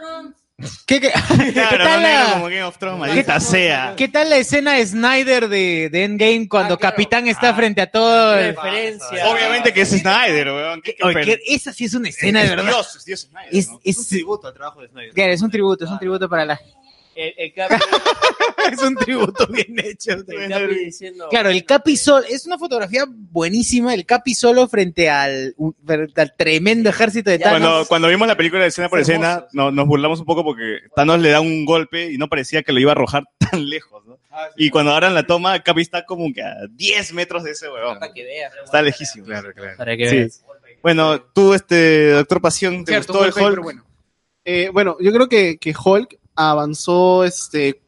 Speaker 1: ¿Qué, qué, ¿qué
Speaker 2: Claro, no
Speaker 1: tal
Speaker 2: negro
Speaker 1: la,
Speaker 2: como Game of Thrones, maldita sea.
Speaker 1: ¿Qué tal la escena de Snyder de, de Endgame cuando
Speaker 29: Ah,
Speaker 1: Capitán está frente a todo? el-
Speaker 6: Referencia.
Speaker 2: Obviamente que es Snyder, weón. ¿Qué- qué
Speaker 1: Oye,
Speaker 2: per-
Speaker 1: ¿qué- esa sí es una escena de
Speaker 2: Es
Speaker 1: verdad.
Speaker 2: Dios, es Dios Snyder,
Speaker 1: Es-
Speaker 2: ¿no?
Speaker 1: es-
Speaker 11: tributo al trabajo de Snyder.
Speaker 1: Claro, es un tributo, es un tributo para la.
Speaker 6: El, el Capi-
Speaker 1: es un tributo bien hecho.
Speaker 6: el Capi diciendo,
Speaker 1: Claro, el Capi solo, es una fotografía buenísima, el Capi solo frente al, frente al tremendo ejército de Thanos.
Speaker 2: Cuando, cuando vimos la película de escena por escena, no- nos burlamos un poco porque Thanos le da un golpe y no parecía que lo iba a arrojar tan lejos. ¿no? y cuando ahora en la toma, Capi está como que a 10 metros de ese huevón.
Speaker 6: Para que veas.
Speaker 2: Está lejísimo. Claro,
Speaker 1: claro.
Speaker 2: Para
Speaker 29: que
Speaker 8: veas.
Speaker 2: Bueno, tú, este, doctor Pasión, ¿te
Speaker 8: Cierto,
Speaker 2: gustó
Speaker 8: golpe,
Speaker 2: el Hulk?
Speaker 8: pero bueno. Eh, bueno, yo creo que, que Hulk avanzó, este,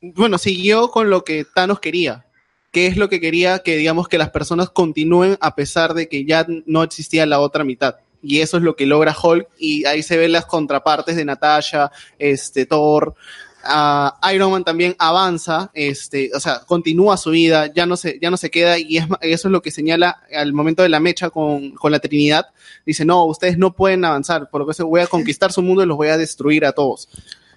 Speaker 8: bueno, siguió con lo que Thanos quería, que es lo que quería que, digamos, que las personas continúen a pesar de que ya no existía la otra mitad. Y eso es lo que logra Hulk, y ahí se ven las contrapartes de Natasha, este, Thor. ah, Iron Man también avanza, este, o sea, continúa su vida, ya no se, ya no se queda, y es ma- eso es lo que señala al momento de la mecha con, con la Trinidad, dice, no, ustedes no pueden avanzar, por lo que se voy a conquistar su mundo y los voy a destruir a todos.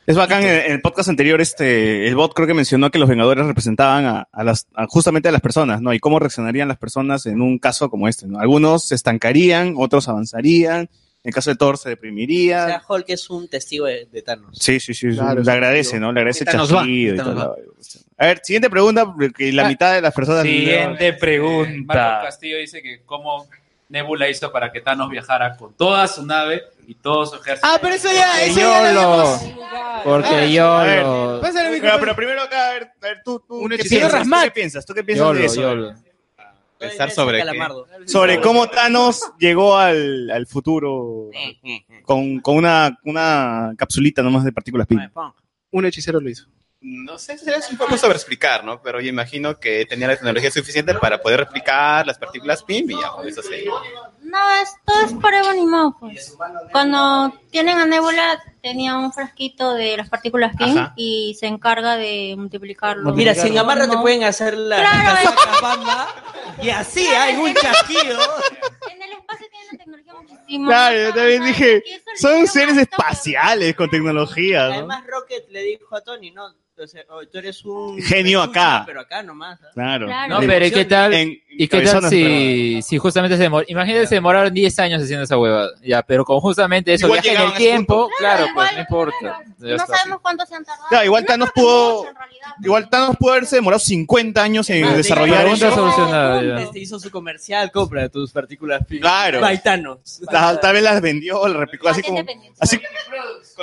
Speaker 2: Es bacán, en, en el podcast anterior, este, el bot creo que mencionó que los Vengadores representaban a, a las, a- justamente a las personas, ¿no? Y cómo reaccionarían las personas en un caso como este, ¿no? Algunos se estancarían, otros avanzarían, en el caso de Thor se deprimiría.
Speaker 6: O sea, Hulk es un testigo de, de Thanos.
Speaker 2: sí, sí, sí, sí,
Speaker 6: Claro,
Speaker 2: le agradece, ¿no? Le agradece
Speaker 6: Esta nos va,
Speaker 2: chasquido y
Speaker 6: esta
Speaker 2: todo.
Speaker 6: nos va.
Speaker 2: lo- A ver, siguiente pregunta, porque la mitad de las personas...
Speaker 29: Siguiente
Speaker 12: Marco
Speaker 29: pregunta.
Speaker 12: Castillo dice que cómo Nebula hizo para que Thanos viajara con toda su nave y todo su ejército.
Speaker 1: Ah, pero eso ya,
Speaker 12: Porque
Speaker 1: eso ya lo
Speaker 12: YOLO.
Speaker 1: vimos.
Speaker 3: "Oh, Ah,
Speaker 12: Porque
Speaker 2: A ver,
Speaker 12: yo.
Speaker 1: Pásale el
Speaker 2: pero,
Speaker 1: micrófono.
Speaker 2: pero primero acá, a ver, a ver, tú, tú, ¿qué
Speaker 1: hechicero
Speaker 2: piensas? ¿Tú
Speaker 1: Rasmat.
Speaker 2: qué piensas? ¿Tú qué piensas de eso?
Speaker 19: Pensar sobre qué.
Speaker 2: Sobre cómo Thanos llegó al, al futuro
Speaker 19: Mm,
Speaker 2: con, con una, una capsulita nomás de partículas pi.
Speaker 8: Un hechicero lo hizo.
Speaker 30: No sé, es un poco sobre explicar, ¿no? Pero yo imagino que tenía la tecnología suficiente para poder replicar las partículas PIM y ya, con eso sí.
Speaker 14: No, esto es por Evo Nimau, pues. Cuando tienen a Nebula, tenía un frasquito de las partículas King
Speaker 6: Ajá.
Speaker 14: y se encarga de multiplicarlo.
Speaker 6: Mira, sin amarra te pueden hacer la,
Speaker 14: Claro,
Speaker 6: la saca bamba, y así hay un chasquido.
Speaker 2: Claro, yo también dije, son seres espaciales con tecnología, ¿no?
Speaker 6: Además, Rocket le dijo a Tony, no, o sea, oh, tú eres un...
Speaker 2: Genio acá.
Speaker 6: Pero acá nomás. ¿ah?
Speaker 2: Claro.
Speaker 3: No, pero ¿y qué tal,
Speaker 2: En-
Speaker 3: ¿y qué tal
Speaker 2: cabezonas,
Speaker 3: si, si justamente se demor- Imagínate, se demoraron 10 años haciendo esa huevada. Ya, pero con justamente eso,
Speaker 2: Igual
Speaker 3: viaje en
Speaker 2: llegaban
Speaker 3: el
Speaker 2: a ese
Speaker 3: tiempo,
Speaker 2: punto.
Speaker 3: claro, pues no importa. Ya
Speaker 14: No
Speaker 3: está.
Speaker 14: sabemos cuánto se han tardado.
Speaker 2: Claro, igual Thanos pudo. Igual Thanos pudo haberse demorado 50 años
Speaker 5: Ah,
Speaker 2: en
Speaker 6: Más,
Speaker 2: desarrollar
Speaker 6: digamos,
Speaker 2: eso.
Speaker 6: no, Este hizo su comercial, compra tus partículas.
Speaker 2: Claro.
Speaker 6: By Thanos.
Speaker 2: Ta- Tal vez las vendió, las replicó así como. Así,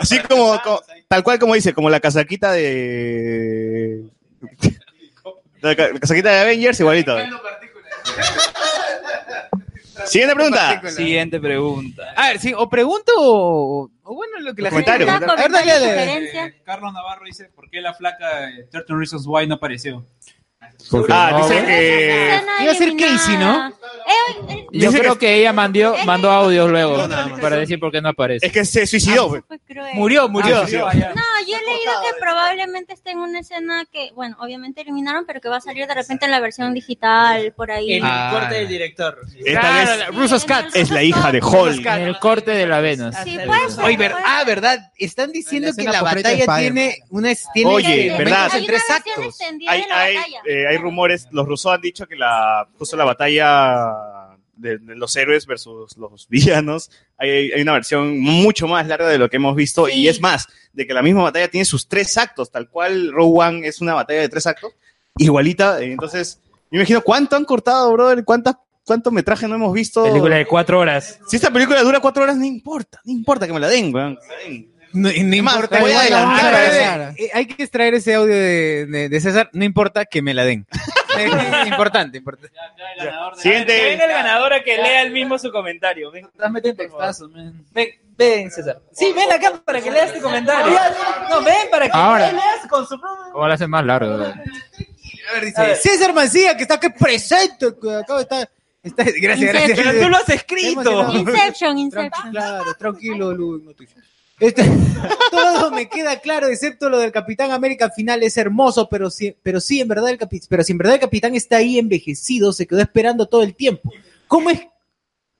Speaker 2: así como, co- Tal cual como dice, como la casaquita de. La ca- casaquita de Avengers, igualito. Ah, Siguiente pregunta.
Speaker 5: Siguiente pregunta.
Speaker 1: A ver, sí, o pregunto o, o bueno, lo que la
Speaker 12: Comentario.
Speaker 1: gente...
Speaker 12: Comentario,
Speaker 1: A ver, dale, dale.
Speaker 12: Eh, Carlos Navarro dice, ¿por qué la flaca eh, de 13 Reasons Why no apareció?
Speaker 3: Ah, dice
Speaker 2: Eh,
Speaker 1: que-
Speaker 3: Iba a ser Casey, ¿no? Yo creo que Eh, ella mandó, mandó audios luego para decir por qué no Ah, aparece.
Speaker 2: Es que se suicidó. Ah,
Speaker 3: murió,
Speaker 2: murió.
Speaker 14: Ah.
Speaker 3: Ah,
Speaker 14: No, yo he leído que probablemente esté en una escena que, bueno, obviamente eliminaron, pero que va a salir de repente en la versión digital, por ahí.
Speaker 6: En el
Speaker 12: Ah.
Speaker 6: corte del director.
Speaker 2: Esta Ah. Claro, Eh, vez- la- Russo's Cat. Es la hija de Hulk.
Speaker 3: En el corte de la vena.
Speaker 14: Sí,
Speaker 3: puede ser,
Speaker 1: Oye, ver- ah, ¿verdad? Están diciendo que
Speaker 3: escena
Speaker 1: la
Speaker 3: concreta de
Speaker 1: batalla
Speaker 3: Spider-Man.
Speaker 1: tiene una es- tiene
Speaker 2: Oye,
Speaker 1: momentos
Speaker 2: ¿verdad?
Speaker 1: en tres actos.
Speaker 2: Hay, hay, eh, hay rumores, los rusos han dicho que la justo la batalla de, de los héroes versus los villanos, hay, hay una versión mucho más larga de lo que hemos visto y es más, de que la misma batalla tiene sus tres actos, tal cual Rogue One es una batalla de tres actos, igualita, eh, entonces, me imagino cuánto han cortado, brother, cuántas cuánto metraje no hemos visto.
Speaker 5: Película de cuatro horas.
Speaker 2: Si esta película dura cuatro horas, no importa, no importa que me la den, weón.
Speaker 1: No, no
Speaker 2: más,
Speaker 1: importa.
Speaker 2: voy a
Speaker 1: Vamos
Speaker 2: adelantar
Speaker 1: ver,
Speaker 2: a
Speaker 1: eh, eh, hay que extraer ese audio de, de- de César. No importa que me la den. Es importante, importante.
Speaker 5: Que venga el ganador a que lea el mismo su comentario. Ven, meten textazos, man. Ven, ven, César. Sí, ven acá para que leas tu comentario. No, ven para que
Speaker 3: Ahora.
Speaker 5: leas con su
Speaker 3: ¿Cómo la hacen más largo?
Speaker 1: Dice, César Mancía, que está aquí presente. que acaba de estar. está- gracias, gracias.
Speaker 5: Inception, tú lo has escrito.
Speaker 1: Emocionado.
Speaker 5: Inception,
Speaker 1: Tranqui- Claro, tranquilo, Luis, no tuyo. Este- todo me queda claro, excepto lo del Capitán América al final es hermoso, pero sí, pero sí en verdad el capi- pero si en verdad el Capitán está ahí envejecido, se quedó esperando todo el tiempo. ¿Cómo es?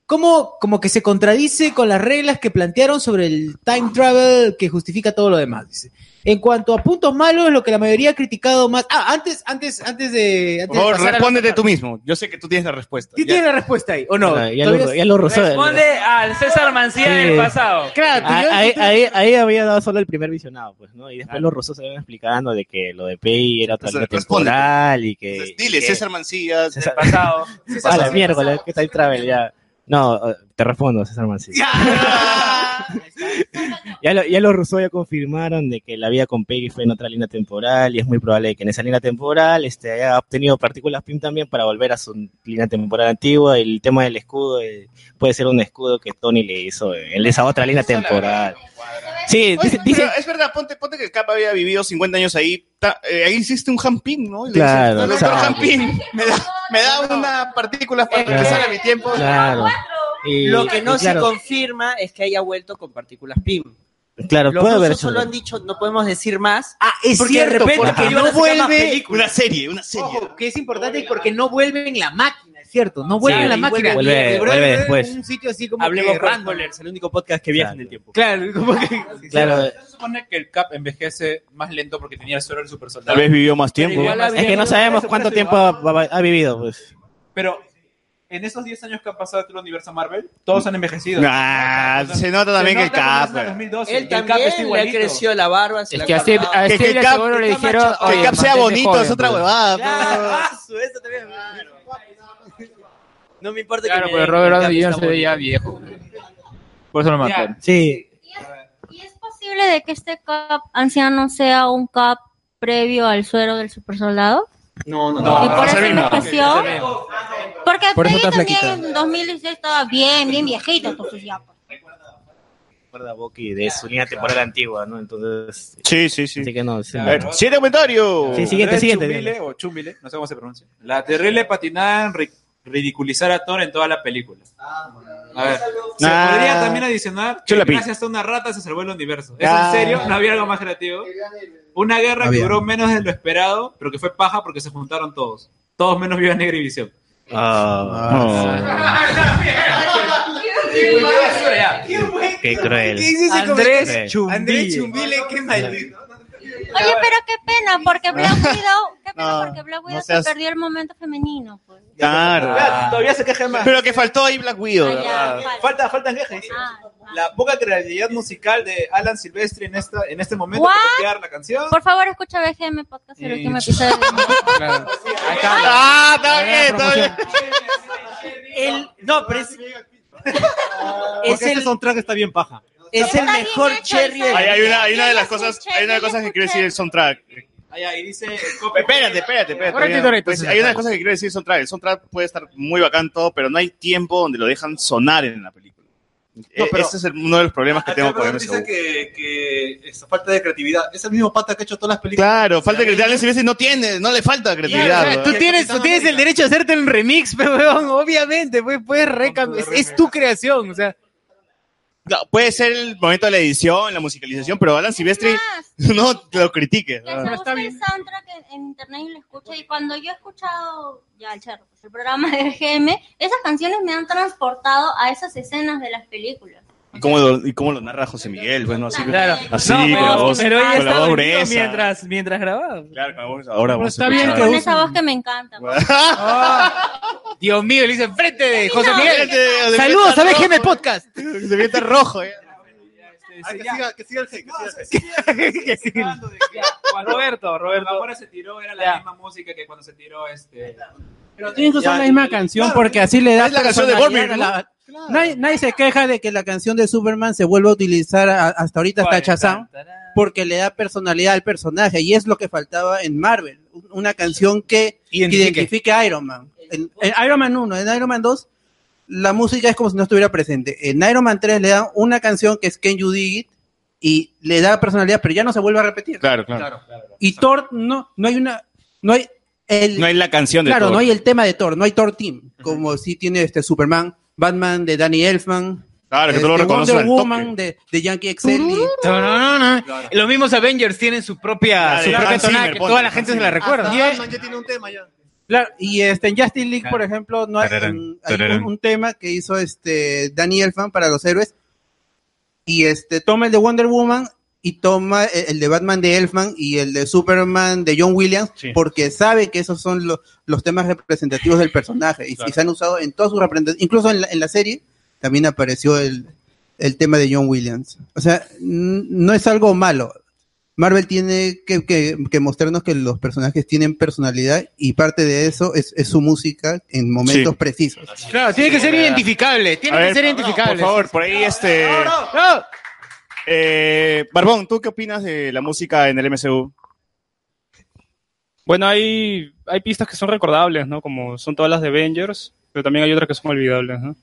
Speaker 1: ¿Cómo como que se contradice con las reglas que plantearon sobre el time travel que justifica todo lo demás? dice. En cuanto a puntos malos, lo que la mayoría ha criticado más. Ah, antes, antes, antes de. Antes
Speaker 2: Por
Speaker 1: de
Speaker 2: favor,
Speaker 1: pasar a la-
Speaker 2: respóndete tú mismo. Yo sé que tú tienes la respuesta.
Speaker 1: ¿Quién tiene la respuesta ahí? ¿O no?
Speaker 7: ya lo-
Speaker 1: ¿Todavía-
Speaker 7: ya lo rozó.
Speaker 5: Responde al César Mancía
Speaker 7: Sí.
Speaker 5: del pasado.
Speaker 1: Claro,
Speaker 7: Ah, Ahí, ahí, ahí había dado solo el primer visionado, pues, ¿no? Y después los rusos se iban explicando de que lo de Pei era
Speaker 2: Entonces,
Speaker 7: tal
Speaker 2: respóndete.
Speaker 7: temporal y que...
Speaker 2: Dile,
Speaker 7: y que-
Speaker 2: César Mancía,
Speaker 7: Eh, César-
Speaker 2: del
Speaker 5: pasado.
Speaker 7: A la miércoles, que está en travel ya. No, eh, te respondo, César Mancilla. ya, lo- ya los rusos ya confirmaron de que la vida con Peggy fue en otra línea temporal y es muy probable que en esa línea temporal este, haya obtenido partículas PIM también para volver a su línea temporal antigua. El tema del escudo eh, puede ser un escudo que Tony le hizo eh, en esa otra línea temporal. Sí,
Speaker 2: Oye,
Speaker 7: dice-
Speaker 2: pero
Speaker 7: dice-
Speaker 2: es verdad, ponte, ponte que el Cap había vivido 50 años ahí. ta- eh, ahí hiciste un hamping, ¿no? Y le
Speaker 7: Claro,
Speaker 2: dices,
Speaker 7: o sea-
Speaker 2: doctor hamping, me da, me da una partícula para
Speaker 7: Claro.
Speaker 2: regresar a mi tiempo.
Speaker 7: Claro. Y-
Speaker 6: Lo que no
Speaker 7: y claro,
Speaker 6: se confirma es que haya vuelto con partículas PIM.
Speaker 7: Claro,
Speaker 6: Los
Speaker 7: puede haber
Speaker 6: rusos
Speaker 7: hecho.
Speaker 6: solo han dicho, no podemos decir más. Ah,
Speaker 1: es cierto, porque no vuelve-
Speaker 2: Una serie, una serie.
Speaker 1: Ojo, que es importante porque no vuelve en la máquina, es cierto, no vuelve
Speaker 6: Sí,
Speaker 1: en la
Speaker 6: y
Speaker 1: máquina.
Speaker 7: vuelve-
Speaker 1: El brother
Speaker 7: vuelve
Speaker 1: en
Speaker 7: después.
Speaker 1: Un sitio así como
Speaker 6: Hablemos
Speaker 1: que
Speaker 6: con
Speaker 1: random.
Speaker 6: spoilers, el único podcast que viaja en el tiempo.
Speaker 1: Claro, como que...
Speaker 7: Claro.
Speaker 12: Se supone que el Cap envejece más lento porque tenía el suero del super soldado.
Speaker 2: Tal vez vivió más tiempo.
Speaker 7: Es que no sabemos cuánto tiempo ha, ha- ha vivido, pues.
Speaker 12: Pero en esos 10 años que han pasado del universo Marvel, todos han envejecido.
Speaker 2: Nah, se nota también que el Cap. eh.
Speaker 6: Él también le creció la barba. se
Speaker 3: Es
Speaker 6: la
Speaker 3: que así-
Speaker 6: cortaba.
Speaker 3: a Que- que Steve el Cap- seguro le que el Cap dijeron, macho-
Speaker 2: Que el
Speaker 3: Oye,
Speaker 2: Cap sea
Speaker 3: mantente
Speaker 2: bonito
Speaker 3: joven,
Speaker 2: es otra
Speaker 3: pues.
Speaker 2: huevada.
Speaker 6: Claro,
Speaker 2: pero-
Speaker 6: ah, su- eso también. No me importa
Speaker 3: Claro,
Speaker 6: que me
Speaker 3: pero
Speaker 6: den,
Speaker 3: Robert
Speaker 6: el Cap
Speaker 3: Downey Jr.
Speaker 6: está
Speaker 3: se veía viejo. Por eso lo
Speaker 6: Ya.
Speaker 3: mataron.
Speaker 7: Sí.
Speaker 14: ¿Es posible de que este cap anciano sea un cap previo al suero del super soldado?
Speaker 12: No, no,
Speaker 14: ¿Y por
Speaker 12: es
Speaker 14: eso
Speaker 12: el mismo.
Speaker 14: envejeció? Porque
Speaker 12: Por eso
Speaker 14: Peggy
Speaker 12: está
Speaker 14: también
Speaker 12: flaquita.
Speaker 14: en 2016 estaba bien, bien viejito, entonces ya. pues.
Speaker 3: recuerda a Bucky de su línea temporal antigua, ¿no? Entonces.
Speaker 2: Sí, sí, sí.
Speaker 3: Así que no. sí.
Speaker 2: A ver, siguiente comentario.
Speaker 3: Sí, siguiente,
Speaker 12: Andrés
Speaker 3: siguiente.
Speaker 12: Chumbile, o Chumbile, no sé cómo se pronuncia. La terrible patinada en ri- ridiculizar a Thor en toda la película. A ver, se
Speaker 2: Ah.
Speaker 12: podría también adicionar que
Speaker 2: Chulapi.
Speaker 12: gracias a una rata se salvó el universo. ¿Es
Speaker 2: Ah.
Speaker 12: en serio? ¿No había algo más creativo? Una guerra que
Speaker 2: Había.
Speaker 12: duró menos de lo esperado, pero que fue paja porque se juntaron todos. Todos menos Viva Negra y Visión. Ah.
Speaker 3: Qué cruel.
Speaker 1: ¿Qué dice ese
Speaker 3: Andrés
Speaker 1: comentario?
Speaker 3: Chumbile.
Speaker 1: Andrés Chumbile, qué maldito.
Speaker 14: Oye, pero qué pena, porque Black Widow, qué pena
Speaker 2: No,
Speaker 14: porque Black
Speaker 2: no
Speaker 14: Widow
Speaker 2: seas-
Speaker 14: se perdió el momento femenino. Pues.
Speaker 3: Ah.
Speaker 2: Claro.
Speaker 12: Todavía se queja
Speaker 14: Ah,
Speaker 12: más.
Speaker 2: Pero que faltó ahí Black Widow.
Speaker 12: Ah, ya, falta- Falta, faltan quejas.
Speaker 14: Ah,
Speaker 12: La poca creatividad musical de Alan Silvestri en, esta, en este momento
Speaker 14: ¿What?
Speaker 12: para copiar la canción.
Speaker 14: Por favor, escucha BGM Podcast, el último episodio.
Speaker 2: Ah, está bien, está bien.
Speaker 25: El, no, pero es. es
Speaker 2: este
Speaker 25: el,
Speaker 4: soundtrack está bien paja.
Speaker 25: es el mejor cherry.
Speaker 2: Ahí hay una, hay una de las cosas, hay una de las cosas que quiere decir el soundtrack.
Speaker 12: Ahí, ahí dice.
Speaker 2: Espérate, espérate, espérate.
Speaker 12: Ahora
Speaker 2: todavía
Speaker 12: te doy
Speaker 2: no. Pues
Speaker 12: entonces,
Speaker 2: hay una de
Speaker 12: dale.
Speaker 2: las cosas que quiere decir el soundtrack. El soundtrack puede estar muy bacán todo, pero no hay tiempo donde lo dejan sonar en la película. Eh,
Speaker 11: pero-
Speaker 2: Ese es el- uno de los problemas que tengo
Speaker 11: Acá
Speaker 2: con
Speaker 11: Robert
Speaker 2: MCU.
Speaker 11: Ah, dice que, que esa falta de creatividad es el mismo pata que ha hecho todas las películas.
Speaker 2: Claro, falta de creatividad. Si veces no tiene, no le falta creatividad.
Speaker 1: Claro, o sea,
Speaker 2: ¿no?
Speaker 1: tú tienes, tú tienes el derecho a hacerte un remix, pe, weón, obviamente, pues, puedes recambiar, es, es tu creación, o sea.
Speaker 2: No, puede ser el momento de la edición, la musicalización, pero Alan Silvestri no te lo critique.
Speaker 14: Que se busca el soundtrack en, en internet y lo escucha. Y cuando yo he escuchado ya el charro, pues, el programa de BGM, esas canciones me han transportado a esas escenas de las películas.
Speaker 2: ¿Y cómo lo, y cómo lo narra José Miguel? Bueno, así,
Speaker 5: Claro.
Speaker 2: así
Speaker 5: No,
Speaker 2: ah, con
Speaker 5: pero-
Speaker 2: la voz, Ah,
Speaker 5: pero ella
Speaker 2: con la
Speaker 5: estaba
Speaker 2: voz
Speaker 5: dormido
Speaker 2: gruesa.
Speaker 5: mientras, mientras grababa.
Speaker 2: Claro, con la voz- ahora vamos a
Speaker 14: Claro,
Speaker 2: escuchar.
Speaker 14: con esa voz que me encanta.
Speaker 1: Dios mío, le dice enfrente de José
Speaker 14: no,
Speaker 1: Miguel.
Speaker 14: frente de-
Speaker 2: de-
Speaker 1: Saludos a
Speaker 2: de-
Speaker 1: BGM Podcast.
Speaker 2: Se viene rojo, eh.
Speaker 12: que siga el Roberto, Roberto. Ahora se tiró, era la misma música que cuando se tiró este.
Speaker 4: Pero tienen que usar la misma canción porque así le da
Speaker 12: Es la canción de
Speaker 4: personalidad
Speaker 12: Wolverine,
Speaker 4: a la- Nadie, nadie se queja de que la canción de Superman se vuelva a utilizar a- hasta ahorita hasta Shazam porque le da personalidad al personaje y es lo que faltaba en Marvel, Un- una canción que que
Speaker 1: Identifique.
Speaker 4: identifique a Iron Man. En, en Iron Man 1, en Iron Man 2 la música es como si no estuviera presente. En Iron Man 3 le dan una canción que es Can You Dig It y le da personalidad, pero ya no se vuelve a repetir.
Speaker 2: Claro, claro.
Speaker 4: Y Thor no no hay una no hay el
Speaker 2: No hay la canción de
Speaker 4: claro,
Speaker 2: Thor.
Speaker 4: no hay el tema de Thor, no hay Thor Team, como si tiene este Superman, Batman de Danny Elfman.
Speaker 2: Claro,
Speaker 1: que tú lo
Speaker 4: este,
Speaker 1: reconoces
Speaker 4: Wonder
Speaker 1: al toque.
Speaker 4: Woman de, de Yankee Excel. y-
Speaker 1: No, no, no, Ah, no. Los mismos Avengers tienen su propia,
Speaker 4: Claro,
Speaker 1: su
Speaker 4: ya,
Speaker 1: propia
Speaker 4: Hans
Speaker 1: tonada
Speaker 4: Zimmer,
Speaker 1: que
Speaker 4: ponte,
Speaker 1: toda la
Speaker 4: Hans
Speaker 1: gente se la
Speaker 4: Zimmer. Ah,
Speaker 1: recuerda.
Speaker 4: Hasta
Speaker 1: Y-
Speaker 4: Batman
Speaker 11: ya tiene un tema ya.
Speaker 4: Claro, y este, en Justice League, por ejemplo, no hay,
Speaker 1: Tararán,
Speaker 4: hay un, un tema que hizo este Danny Elfman para los héroes. Y este toma el de Wonder Woman y toma e, el, el de Batman de Elfman y el de Superman de John Williams, porque sabe que esos son lo- los temas representativos del personaje y, y se han usado en todas sus representaciones. Incluso en la, en la serie también apareció el, el tema de John Williams. O sea, n- no es algo malo. Marvel tiene que, que- que mostrarnos que los personajes tienen personalidad y parte de eso es, es su música en momentos precisos.
Speaker 1: Claro, tiene que ser
Speaker 4: Sí,
Speaker 1: identificable, tiene
Speaker 4: A
Speaker 1: que
Speaker 4: ver,
Speaker 1: ser
Speaker 4: no,
Speaker 1: identificable.
Speaker 2: Por favor, por ahí este. Eh, Barbón, ¿tú qué opinas de la música en el MCU?
Speaker 20: Bueno, hay, hay pistas que son recordables, ¿no? Como son todas las de Avengers, pero también hay otras que son olvidables, ¿no?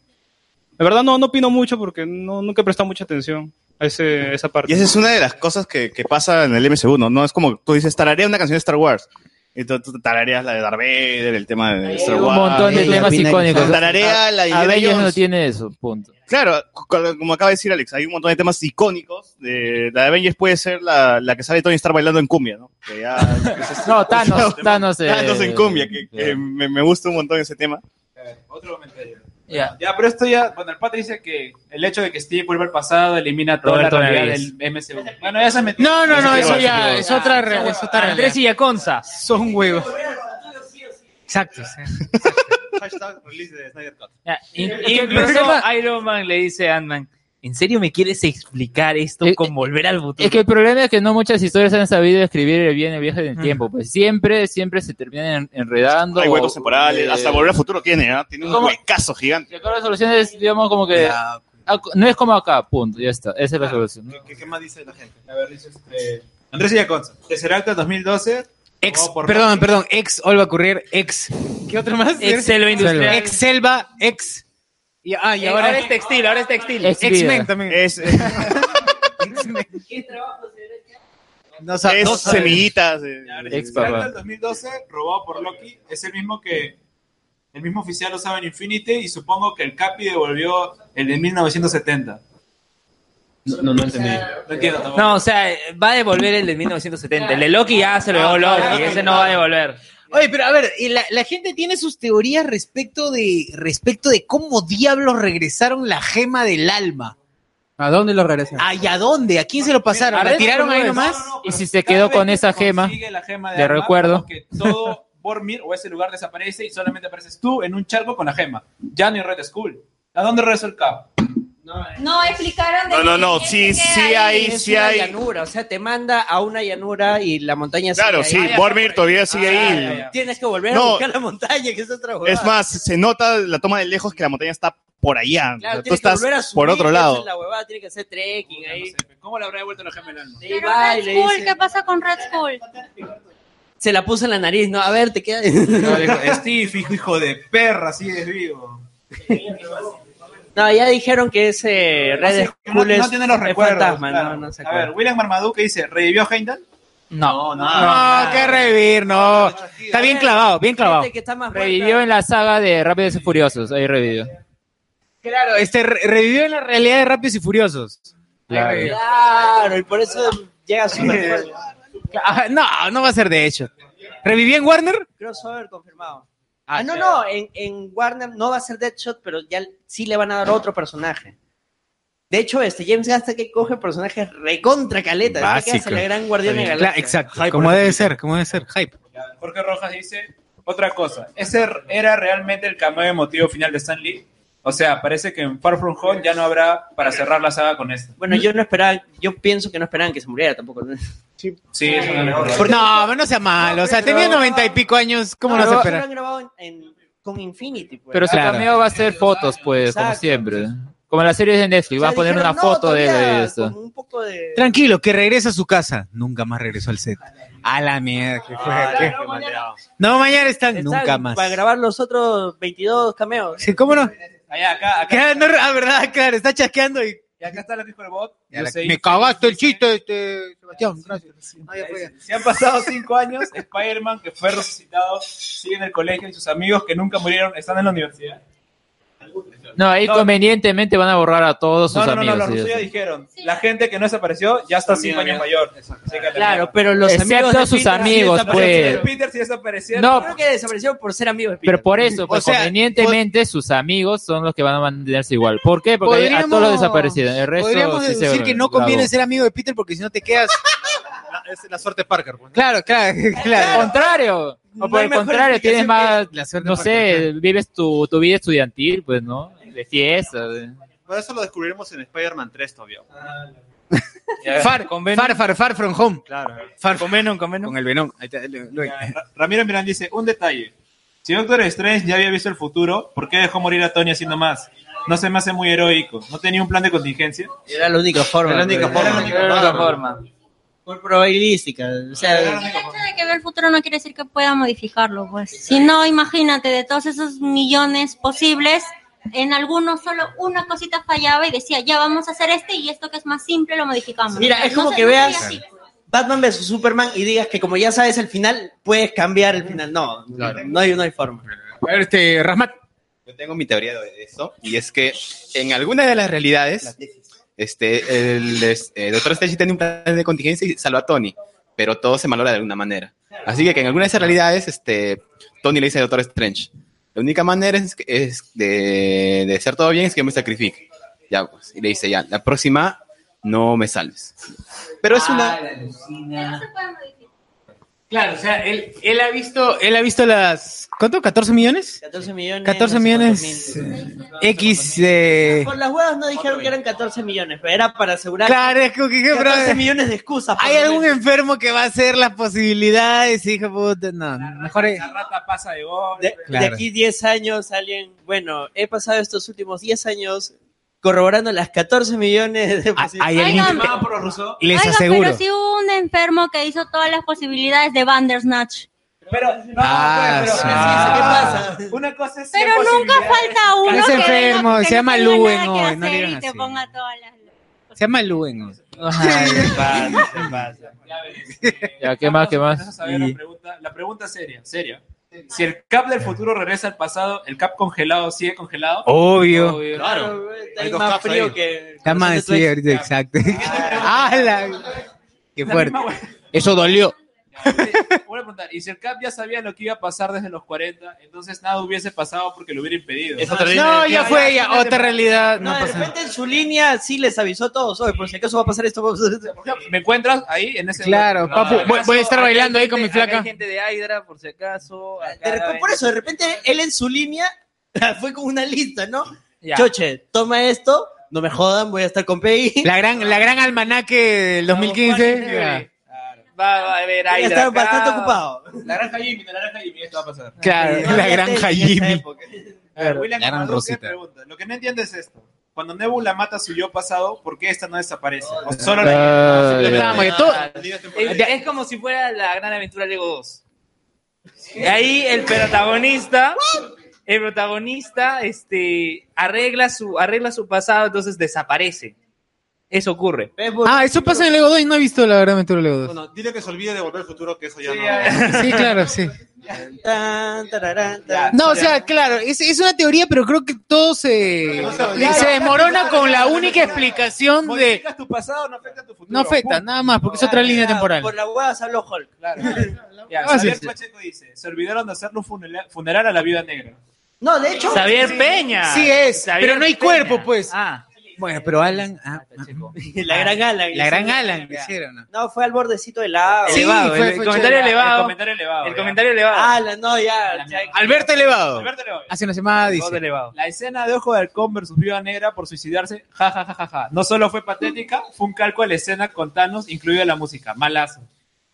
Speaker 20: La verdad no, no opino mucho porque no, nunca he prestado mucha atención a, ese, a esa parte.
Speaker 2: Y esa es una de las cosas que, que pasa en el MCU, ¿no? No es como tú dices, tararea una canción de Star Wars. Y tú, tú tarareas la de Darth Vader, el tema de Star
Speaker 27: un
Speaker 2: Wars.
Speaker 27: montón de temas icónicos.
Speaker 2: Tararea la de Indiana
Speaker 27: Avengers no
Speaker 2: Jones.
Speaker 27: tiene eso, punto.
Speaker 2: Claro, cu- como acaba de decir Alex, hay un montón de temas icónicos. de- la de Avengers puede ser la, la que sale Tony Stark bailando en cumbia, ¿no? Que ya-
Speaker 27: No, Thanos, Thanos. eh,
Speaker 2: Thanos en cumbia, que, que me, me gusta un montón ese tema.
Speaker 12: Otro comentario. Ya, pero esto ya, bueno, el pata dice que el hecho de que Steve vuelva al pasado elimina toda
Speaker 5: Roberto
Speaker 12: la realidad
Speaker 5: Benavides.
Speaker 12: del MCU. Bueno, ya se metió.
Speaker 1: No, no, no, eso ya
Speaker 12: se
Speaker 1: es
Speaker 12: quedó.
Speaker 1: otra, re- es otra
Speaker 5: Andrés y Yaconza.
Speaker 1: Son huevos. Exacto.
Speaker 11: Hashtag release de Snyder Cut.
Speaker 5: Ya, in- Incluso Iron Man le dice a Ant-Man, ¿en serio me quieres explicar esto
Speaker 1: Eh,
Speaker 5: con volver al futuro?
Speaker 27: Es que el problema es que no muchas historias han sabido escribir bien el viaje
Speaker 1: Mm.
Speaker 27: del tiempo. Pues siempre, siempre se terminan en- enredando.
Speaker 2: Hay
Speaker 27: o-
Speaker 2: huecos temporales,
Speaker 27: eh,
Speaker 2: hasta Volver al Futuro tiene, ¿ah? Tiene un huecazo gigante.
Speaker 27: La solución es, digamos, como que. ah, No es como acá, punto, ya está. Esa es la solución.
Speaker 11: ¿Qué, qué más dice la gente?
Speaker 12: A ver, dice este. Andrés Iaconza, Tesseracta 2012.
Speaker 1: Ex, perdón, perdón, ex Olva Currier, ex. ¿Qué otro más?
Speaker 12: Ex Selva Industrial.
Speaker 1: Ex Selva, ex. Y, ah, y
Speaker 5: Eh,
Speaker 1: ahora,
Speaker 5: ahora
Speaker 1: es textil, ahora es textil.
Speaker 5: Es
Speaker 1: X-Men
Speaker 5: vida.
Speaker 1: también.
Speaker 2: Es,
Speaker 1: No sa- no sabes.
Speaker 2: semillitas. eh.
Speaker 12: Ex del 2012, robado por Loki, es el mismo que el mismo oficial usaba en Infinity y supongo que el Capi devolvió el de 1970.
Speaker 11: No, no, no entendí.
Speaker 12: No entiendo tampoco.
Speaker 5: No, o sea, va a devolver el de 1970. El de Loki ya se lo
Speaker 12: Ah,
Speaker 5: llevó Loki. Ese no va a devolver.
Speaker 1: Oye, pero a ver, y la, la gente tiene sus teorías respecto de, respecto de cómo diablos regresaron la gema del alma.
Speaker 31: ¿A dónde lo regresan?
Speaker 1: Ay, ¿a dónde? ¿A quién se lo pasaron? ¿La tiraron ahí nomás?
Speaker 3: y si se quedó con esa gema,
Speaker 12: Sigue la gema de
Speaker 3: de
Speaker 12: Arma,
Speaker 3: recuerdo.
Speaker 12: como que todo Bormir o ese lugar desaparece y solamente apareces tú en un charco con la gema. Ya ni Red Skull. ¿A dónde regresó el Cap?
Speaker 10: No, explicaron
Speaker 2: No, no, no, sí, sí hay,
Speaker 6: Es
Speaker 2: sí
Speaker 6: una
Speaker 2: hay.
Speaker 6: llanura, o sea, te manda a una llanura y la montaña sigue
Speaker 2: Claro,
Speaker 6: ahí.
Speaker 2: sí, Bormir todavía sigue ahí.
Speaker 6: Tienes que volver
Speaker 2: No.
Speaker 6: a buscar la montaña, que es otra huevada.
Speaker 2: Es más, se nota la toma de lejos que la montaña está por allá. O sea,
Speaker 6: Claro, tienes
Speaker 2: tú
Speaker 6: que
Speaker 2: estás
Speaker 6: volver a subir,
Speaker 2: por otro
Speaker 6: esa
Speaker 2: lado.
Speaker 6: es La huevada tiene que hacer trekking ahí.
Speaker 12: ¿Cómo le habrá devuelto la gema del alma?
Speaker 6: Sí,
Speaker 14: Pero
Speaker 6: va y
Speaker 14: Red
Speaker 6: le
Speaker 14: Skull,
Speaker 6: dice-
Speaker 14: ¿qué pasa con Red Skull?
Speaker 6: Se la puso en la nariz, ¿no? A ver, te queda.
Speaker 12: No, dijo, Steve, hijo, hijo de perra, sigues vivo.
Speaker 6: No, ya dijeron que ese Red
Speaker 12: Así que no-
Speaker 6: Skull es,
Speaker 12: no tiene los
Speaker 6: es
Speaker 12: recuerdos.
Speaker 6: fantasma,
Speaker 12: claro.
Speaker 6: no, no se
Speaker 12: a ver,
Speaker 6: acuerda.
Speaker 12: William Marmaduke dice, ¿revivió a Heimdall?
Speaker 5: No,
Speaker 12: no.
Speaker 1: No, que revivir, no. Está bien clavado, bien clavado.
Speaker 3: revivió en la saga de Rápidos y Furiosos. Ahí revivió.
Speaker 1: Claro, este re- revivió en la realidad de Rápidos y Furiosos.
Speaker 6: Claro, y por eso llega a su
Speaker 1: Ah, No, no va a ser de hecho. ¿Revivió en Warner?
Speaker 6: crossover confirmado. Ah, no, no, en, en Warner no va a ser Deadshot, pero ya sí le van a dar otro personaje. De hecho, este James Gunn hasta que coge personajes recontra caleta, hasta que hace
Speaker 1: Básico.
Speaker 6: la gran guardiana de la
Speaker 1: Claro,
Speaker 6: galaxia.
Speaker 1: exacto. como debe ser, como debe ser. Hype.
Speaker 12: Jorge Rojas dice, otra cosa, ¿ese era realmente el cameo emotivo final de Stan Lee? O sea, parece que en Far From Home ya no habrá para cerrar la saga con esto.
Speaker 6: Bueno, yo no esperaba, yo pienso que no esperaban que se muriera tampoco.
Speaker 12: Sí, eso no lo recuerdo.
Speaker 1: Porque- No, pero no sea malo. O sea, tenía noventa y pico años. ¿Cómo no se
Speaker 6: Pero
Speaker 1: espera?
Speaker 6: Lo han grabado en- en- con Infinity. Pues.
Speaker 3: Pero su
Speaker 1: Claro.
Speaker 3: cameo va a ser fotos, pues, como
Speaker 6: Exacto.
Speaker 3: siempre. Como en las series de Netflix, va a poner una foto de él. y eso.
Speaker 1: Tranquilo, que regresa a su casa. Nunca más regresó al set. A la mierda. que fue, que- Ah, No, mañana están.
Speaker 6: Ah, Pues, eh, Está
Speaker 1: Nunca más.
Speaker 6: Para grabar los otros 22 cameos.
Speaker 1: Sí, ¿Cómo no?
Speaker 12: Allá, acá, acá.
Speaker 1: Claro, no, ah, verdad, claro. Está chasqueando y...
Speaker 12: Y acá está lo que dijo el bot.
Speaker 1: Ya
Speaker 12: Yo
Speaker 1: la-
Speaker 12: sé,
Speaker 1: Me cagaste el chiste, este, Sebastián. Gracias.
Speaker 12: Se Eh, han pasado cinco años, Spider-Man, que fue resucitado, sigue en el colegio y sus amigos que nunca murieron están en la universidad.
Speaker 3: No, ahí convenientemente van a borrar a todos sus
Speaker 12: No, no, no, no,
Speaker 3: amigos.
Speaker 12: los
Speaker 3: y
Speaker 12: rusos
Speaker 3: eso.
Speaker 12: ya dijeron. La gente que no desapareció ya está cinco años mayor.
Speaker 6: Claro, pero los
Speaker 3: Excepto
Speaker 6: amigos de
Speaker 3: sus
Speaker 6: Peter sí
Speaker 3: amigos,
Speaker 6: desaparecieron.
Speaker 3: pues.
Speaker 12: Peter sí desapareció.
Speaker 3: No.
Speaker 6: Creo que desapareció por ser amigos de Peter.
Speaker 3: Pero por eso, pues, convenientemente, sus amigos son los que van a mantenerse igual. ¿Por qué? Porque ahí a todos los
Speaker 1: Podríamos-
Speaker 3: desaparecidos. El resto
Speaker 1: Podríamos
Speaker 3: sí se
Speaker 1: deducir que no
Speaker 3: grabó.
Speaker 1: conviene ser amigo de Peter porque si no te quedas.
Speaker 11: Es la suerte Parker. pues.
Speaker 1: Claro, claro,
Speaker 3: Al
Speaker 1: claro.
Speaker 3: contrario. O por
Speaker 1: hay
Speaker 3: el
Speaker 1: mejor
Speaker 3: contrario, tienes más,
Speaker 1: suerte
Speaker 3: no
Speaker 1: para
Speaker 3: sé, eh, vives tu, tu vida estudiantil, pues, ¿no? De fiesta. de-
Speaker 11: Pero eso lo descubriremos en Spider-Man 3 todavía.
Speaker 1: Far, far, far, far from home.
Speaker 11: Claro.
Speaker 1: Far
Speaker 12: Con Venom, con Venom.
Speaker 1: Con el Venom.
Speaker 12: Ra- Ramiro Mirán dice, un detalle. Si Doctor Strange ya había visto el futuro, ¿por qué dejó morir a Tony haciendo más? No se me hace muy heroico. ¿No tenía un plan de contingencia?
Speaker 6: Era la única forma.
Speaker 12: Era la única
Speaker 6: pues.
Speaker 12: forma. Era la única forma.
Speaker 6: Por probabilística. O sea,
Speaker 14: El hecho de que vea el futuro no quiere decir que pueda modificarlo, pues. Si no, imagínate, de todos esos millones posibles, en algunos solo una cosita fallaba y decía, ya vamos a hacer este y esto que es más simple lo modificamos.
Speaker 6: Mira, es
Speaker 14: No
Speaker 6: como
Speaker 14: sé,
Speaker 6: que
Speaker 14: no
Speaker 6: veas-
Speaker 14: sería así.
Speaker 6: Batman vs Superman y digas que como ya sabes el final, puedes cambiar el final. No, no, hay, no hay forma.
Speaker 1: A ver, este, Rasmat.
Speaker 19: Yo tengo mi teoría de eso, y es que en alguna de las realidades, este, el, es- eh, Doctor Strange tiene un plan de contingencia y salva a Tony, pero todo se malogra de alguna manera. Así que, que en alguna de esas realidades, este, Tony le dice a Doctor Strange, la única manera es, que- es de, de hacer todo bien es que yo me sacrifique. Ya, pues, y le dice, ya, la próxima no me salves. Pero es
Speaker 6: Ah,
Speaker 19: una...
Speaker 1: Claro, o sea, él, él ha visto, él ha visto las, ¿cuánto? 14 millones?
Speaker 6: 14 millones.
Speaker 1: 14
Speaker 6: no sé
Speaker 1: millones eh, X eh,
Speaker 6: Por las huevas no dijeron que eran 14 millones, pero era para asegurar
Speaker 1: Claro, es como que
Speaker 6: 14
Speaker 1: pero-
Speaker 6: millones de excusas. por
Speaker 1: hay
Speaker 6: lo
Speaker 1: algún
Speaker 6: menos.
Speaker 1: enfermo que va a hacer las posibilidades y dijo, puta, no, mejor es-
Speaker 12: La rata pasa de gol.
Speaker 6: De, de
Speaker 1: Claro.
Speaker 6: aquí 10 años, alguien. Bueno, he pasado estos últimos 10 años corroborando las 14 millones de
Speaker 1: Ah, hay
Speaker 14: alguien Oigan. que-
Speaker 12: por los rusos.
Speaker 1: les
Speaker 14: Oiga,
Speaker 1: aseguro.
Speaker 14: pero si hubo un enfermo que hizo todas las posibilidades de Bandersnatch.
Speaker 12: Pero, no,
Speaker 1: Ah,
Speaker 12: pues, pero,
Speaker 1: sí.
Speaker 12: ah, ¿qué pasa? Una cosa es.
Speaker 14: Pero nunca falta uno
Speaker 1: Es
Speaker 14: que
Speaker 1: enfermo,
Speaker 14: venga,
Speaker 1: se llama
Speaker 14: que no tenga
Speaker 1: Luen
Speaker 14: nada
Speaker 1: hoy,
Speaker 14: que
Speaker 1: no
Speaker 14: hacer
Speaker 1: digan
Speaker 14: y te
Speaker 1: así.
Speaker 14: ponga todas las...
Speaker 1: Se llama Luen. hoy.
Speaker 3: Ya, ¿qué más, qué más?
Speaker 12: Vamos a saber la, pregunta, la pregunta seria, seria. Si el Cap del futuro regresa al pasado, ¿el Cap congelado sigue congelado?
Speaker 1: Obvio.
Speaker 12: Claro. Hay
Speaker 1: dos
Speaker 12: más
Speaker 1: Caps
Speaker 12: frío
Speaker 1: ahí.
Speaker 12: que...
Speaker 1: Está más sí, ahorita, exacto. ¡Hala! Qué fuerte. Eso dolió.
Speaker 12: Voy a preguntar, y si el Cap ya sabía lo que iba a pasar desde los 40, entonces nada hubiese pasado porque lo hubiera impedido.
Speaker 1: No, ya fue, ya, otra realidad. No
Speaker 6: No, de
Speaker 1: pasa nada.
Speaker 6: repente en su línea sí les avisó a todos, oye, por si acaso va a pasar esto, va a pasar esto.
Speaker 12: ¿Me encuentras ahí en ese
Speaker 1: Claro, papu, voy, voy a estar bailando ahí con mi
Speaker 6: acá hay
Speaker 1: flaca.
Speaker 6: gente
Speaker 5: de Hydra, por si
Speaker 12: Ah,
Speaker 5: acaso.
Speaker 6: De repente- por eso, de repente él en su línea fue con una lista, ¿no?
Speaker 1: Ya.
Speaker 6: Choche, toma esto, no me jodan, voy a estar con Peggy.
Speaker 1: La gran, la gran almanaque del 2015. ya.
Speaker 5: Va, va a ver
Speaker 6: Voy a
Speaker 5: Hydra.
Speaker 6: estar
Speaker 5: acá.
Speaker 6: bastante ocupado.
Speaker 12: La granja Jimmy, la granja Jimmy, esto va a pasar.
Speaker 1: Claro,
Speaker 12: No,
Speaker 1: la
Speaker 12: ya
Speaker 1: gran
Speaker 12: te- ya
Speaker 1: Jaime.
Speaker 12: A ver, William
Speaker 1: La gran
Speaker 12: Camaduque
Speaker 1: Rosita.
Speaker 12: pregunta, lo que no entiendo es esto. Cuando Nebula mata a su yo pasado, ¿por qué esta no desaparece? O solo la-
Speaker 1: Ah,
Speaker 12: Siempre
Speaker 1: ya.
Speaker 12: estábamos,
Speaker 1: Todo-
Speaker 5: Es, es como si fuera la gran aventura Lego 2. Y ahí el protagonista, el protagonista este, arregla, su, arregla su pasado, entonces desaparece. Eso ocurre.
Speaker 1: Ah, eso pasa en Lego 2 y no he visto la gran aventura Lego 2.
Speaker 11: Bueno, dile que se olvide de volver al futuro, que eso ya no.
Speaker 1: Sí, claro, sí.
Speaker 6: Tan, tararán, tan.
Speaker 1: No, o sea, claro, es, es una teoría, pero creo que todo se, se desmorona con la única explicación de...
Speaker 12: ¿Modificas tu pasado no afecta a tu futuro?
Speaker 1: No afecta, nada más, porque es otra línea temporal.
Speaker 6: Por la hueá se habló Hulk.
Speaker 12: Ya,
Speaker 1: Ah,
Speaker 12: Xavier
Speaker 1: sí, sí.
Speaker 12: Pacheco dice, se olvidaron de hacerlo funeral, funeral a la viuda negra.
Speaker 6: No, de hecho.
Speaker 5: Xavier Peña.
Speaker 1: Sí es,
Speaker 5: Xavier
Speaker 1: pero no hay
Speaker 5: Peña.
Speaker 1: cuerpo, pues.
Speaker 5: Ah.
Speaker 1: Bueno, pero Alan... ah, ah,
Speaker 6: La gran Alan.
Speaker 1: La gran Alan, hicieron. ¿no?
Speaker 6: No, fue al bordecito del agua.
Speaker 1: Sí, Elevado, fue- el fue comentario chévere. elevado.
Speaker 12: El comentario elevado.
Speaker 5: El
Speaker 12: ya.
Speaker 5: comentario elevado.
Speaker 6: Alan, no, ya.
Speaker 1: Alberto Elevado.
Speaker 12: Alberto elevado.
Speaker 1: Hace una semana dice...
Speaker 12: La escena de Ojo de Halcón versus Viuda Negra por suicidarse, ja, ja, ja, ja, ja. No solo fue patética, fue un calco a la escena con Thanos, incluida la música. Malazo.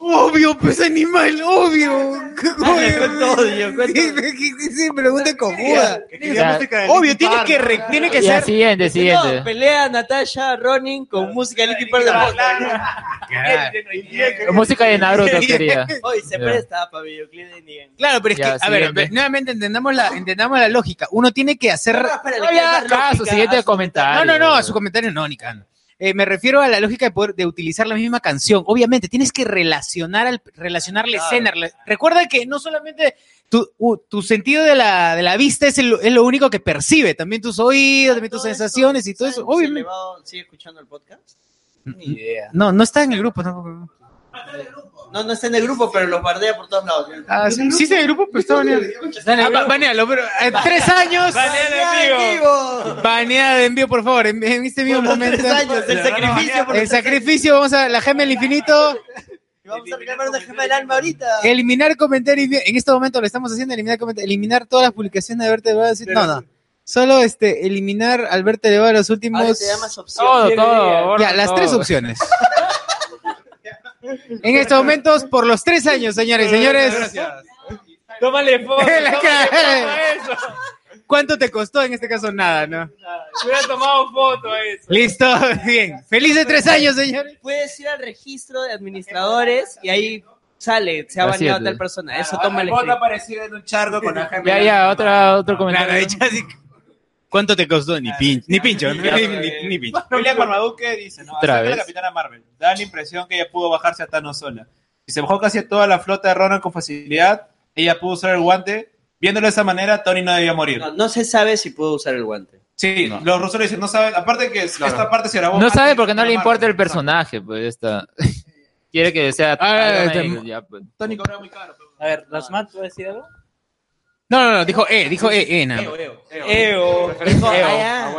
Speaker 1: Obvio, pues animal, obvio.
Speaker 6: odio,
Speaker 1: Sí, pregunta cojuda.
Speaker 3: quería música de
Speaker 1: Obvio, tiene que, re- tiene que
Speaker 3: Ya,
Speaker 1: ser.
Speaker 3: siguiente, siguiente.
Speaker 6: No, pelea Natasha Ronin con música de Linkin Park de
Speaker 3: Música de Naruto quería.
Speaker 6: Hoy se
Speaker 3: Ya.
Speaker 6: presta para videoclip de Negan.
Speaker 1: Claro, pero es
Speaker 3: Ya,
Speaker 21: ah,
Speaker 1: que, a ver,
Speaker 3: siguiente.
Speaker 1: nuevamente entendamos la, entendamos la lógica. Uno tiene que hacer.
Speaker 6: No, no, espera, le
Speaker 1: No,
Speaker 6: quiero
Speaker 1: ya,
Speaker 6: dar
Speaker 1: acá,
Speaker 6: lógica
Speaker 1: su siguiente
Speaker 6: a su
Speaker 1: comentario. No, no, no, a su comentario no, ni cagando. Eh, me refiero a la lógica de poder de utilizar la misma canción. Obviamente, tienes que relacionar al, relacionar la escena. Rela- Recuerda que no solamente tu, u- tu sentido de la, de la vista es, el- es lo único que percibe, también tus oídos, también tus sensaciones y todo eso. Obviamente.
Speaker 6: Elevado, ¿Sigue escuchando el podcast?
Speaker 1: Ni idea. Mm, No, no está en el grupo tampoco.
Speaker 6: No, no está en el grupo, pero los bardea por todos lados.
Speaker 1: Ah, sí, sí está en el grupo, pero está baneado.
Speaker 6: en el
Speaker 1: Ah, ba-
Speaker 6: grupo.
Speaker 1: banealo, pero eh, tres años.
Speaker 6: Banealo en vivo.
Speaker 1: Baneada de envío, por favor, en, en este mismo
Speaker 6: Por los
Speaker 1: momento.
Speaker 6: tres años, el sacrificio por
Speaker 1: El
Speaker 6: los tres
Speaker 1: sacrificio, vamos a la gema del infinito,
Speaker 6: Y Vamos a reclamar una gema del alma ahorita.
Speaker 1: eliminar comentarios, en este momento lo estamos haciendo, eliminar comentarios, eliminar todas las publicaciones de Alberto Elevado, decir, no, no, solo este, eliminar Alberto Elevado los
Speaker 6: Ahora
Speaker 1: últimos,
Speaker 6: te da más opciones.
Speaker 3: Todo, todo. borra
Speaker 1: ya, las
Speaker 3: todo.
Speaker 1: tres opciones. En estos momentos, por los tres años, señores, señores,
Speaker 5: Tómale
Speaker 1: La
Speaker 5: foto. tómale
Speaker 1: cara.
Speaker 5: foto a eso.
Speaker 1: ¿cuánto te costó? En este caso, nada, ¿no?
Speaker 5: Me hubiera tomado foto a eso.
Speaker 1: Listo, bien. Felices tres años, señores.
Speaker 6: Puedes ir al registro de administradores y ahí sale, se ha
Speaker 3: Así
Speaker 6: baneado
Speaker 3: es,
Speaker 6: tal
Speaker 3: eh.
Speaker 6: persona. Eso toma el
Speaker 12: Bot va a
Speaker 6: screen.
Speaker 12: aparecer en un charco con la gema.
Speaker 3: Ya, ya, otra, otro comentario.
Speaker 1: ¿Cuánto te costó? Ni pincho. Ah, Ni pincho. Ni, ni- ni pincho.
Speaker 12: William Marmaduke dice, no,
Speaker 3: Otra
Speaker 12: acerca de la
Speaker 3: vez.
Speaker 12: Capitana Marvel. Da la impresión que ella pudo bajarse a Thanos sola. Si se bajó casi a toda la flota de Ronan con facilidad, ella pudo usar el guante. Viéndolo de esa manera, Tony no debía morir.
Speaker 6: No, no se sabe si puedo usar el guante.
Speaker 12: Sí, los rusos dicen, no saben, aparte que esta parte se grabó.
Speaker 3: No
Speaker 12: antes
Speaker 3: sabe
Speaker 12: de
Speaker 3: porque no le
Speaker 12: Capitana
Speaker 3: importa el
Speaker 12: Marvel.
Speaker 3: personaje, pues esta. Quiere que sea.
Speaker 1: Ah,
Speaker 3: Iron Man,
Speaker 1: este-
Speaker 3: ya, pues.
Speaker 12: Tony cobraba muy caro. pero-
Speaker 6: A ver, Rasmat, ¿tú decir algo?
Speaker 1: No, no, no. Dijo E. Dijo E. E. nada más.
Speaker 6: Eo.
Speaker 3: Eo.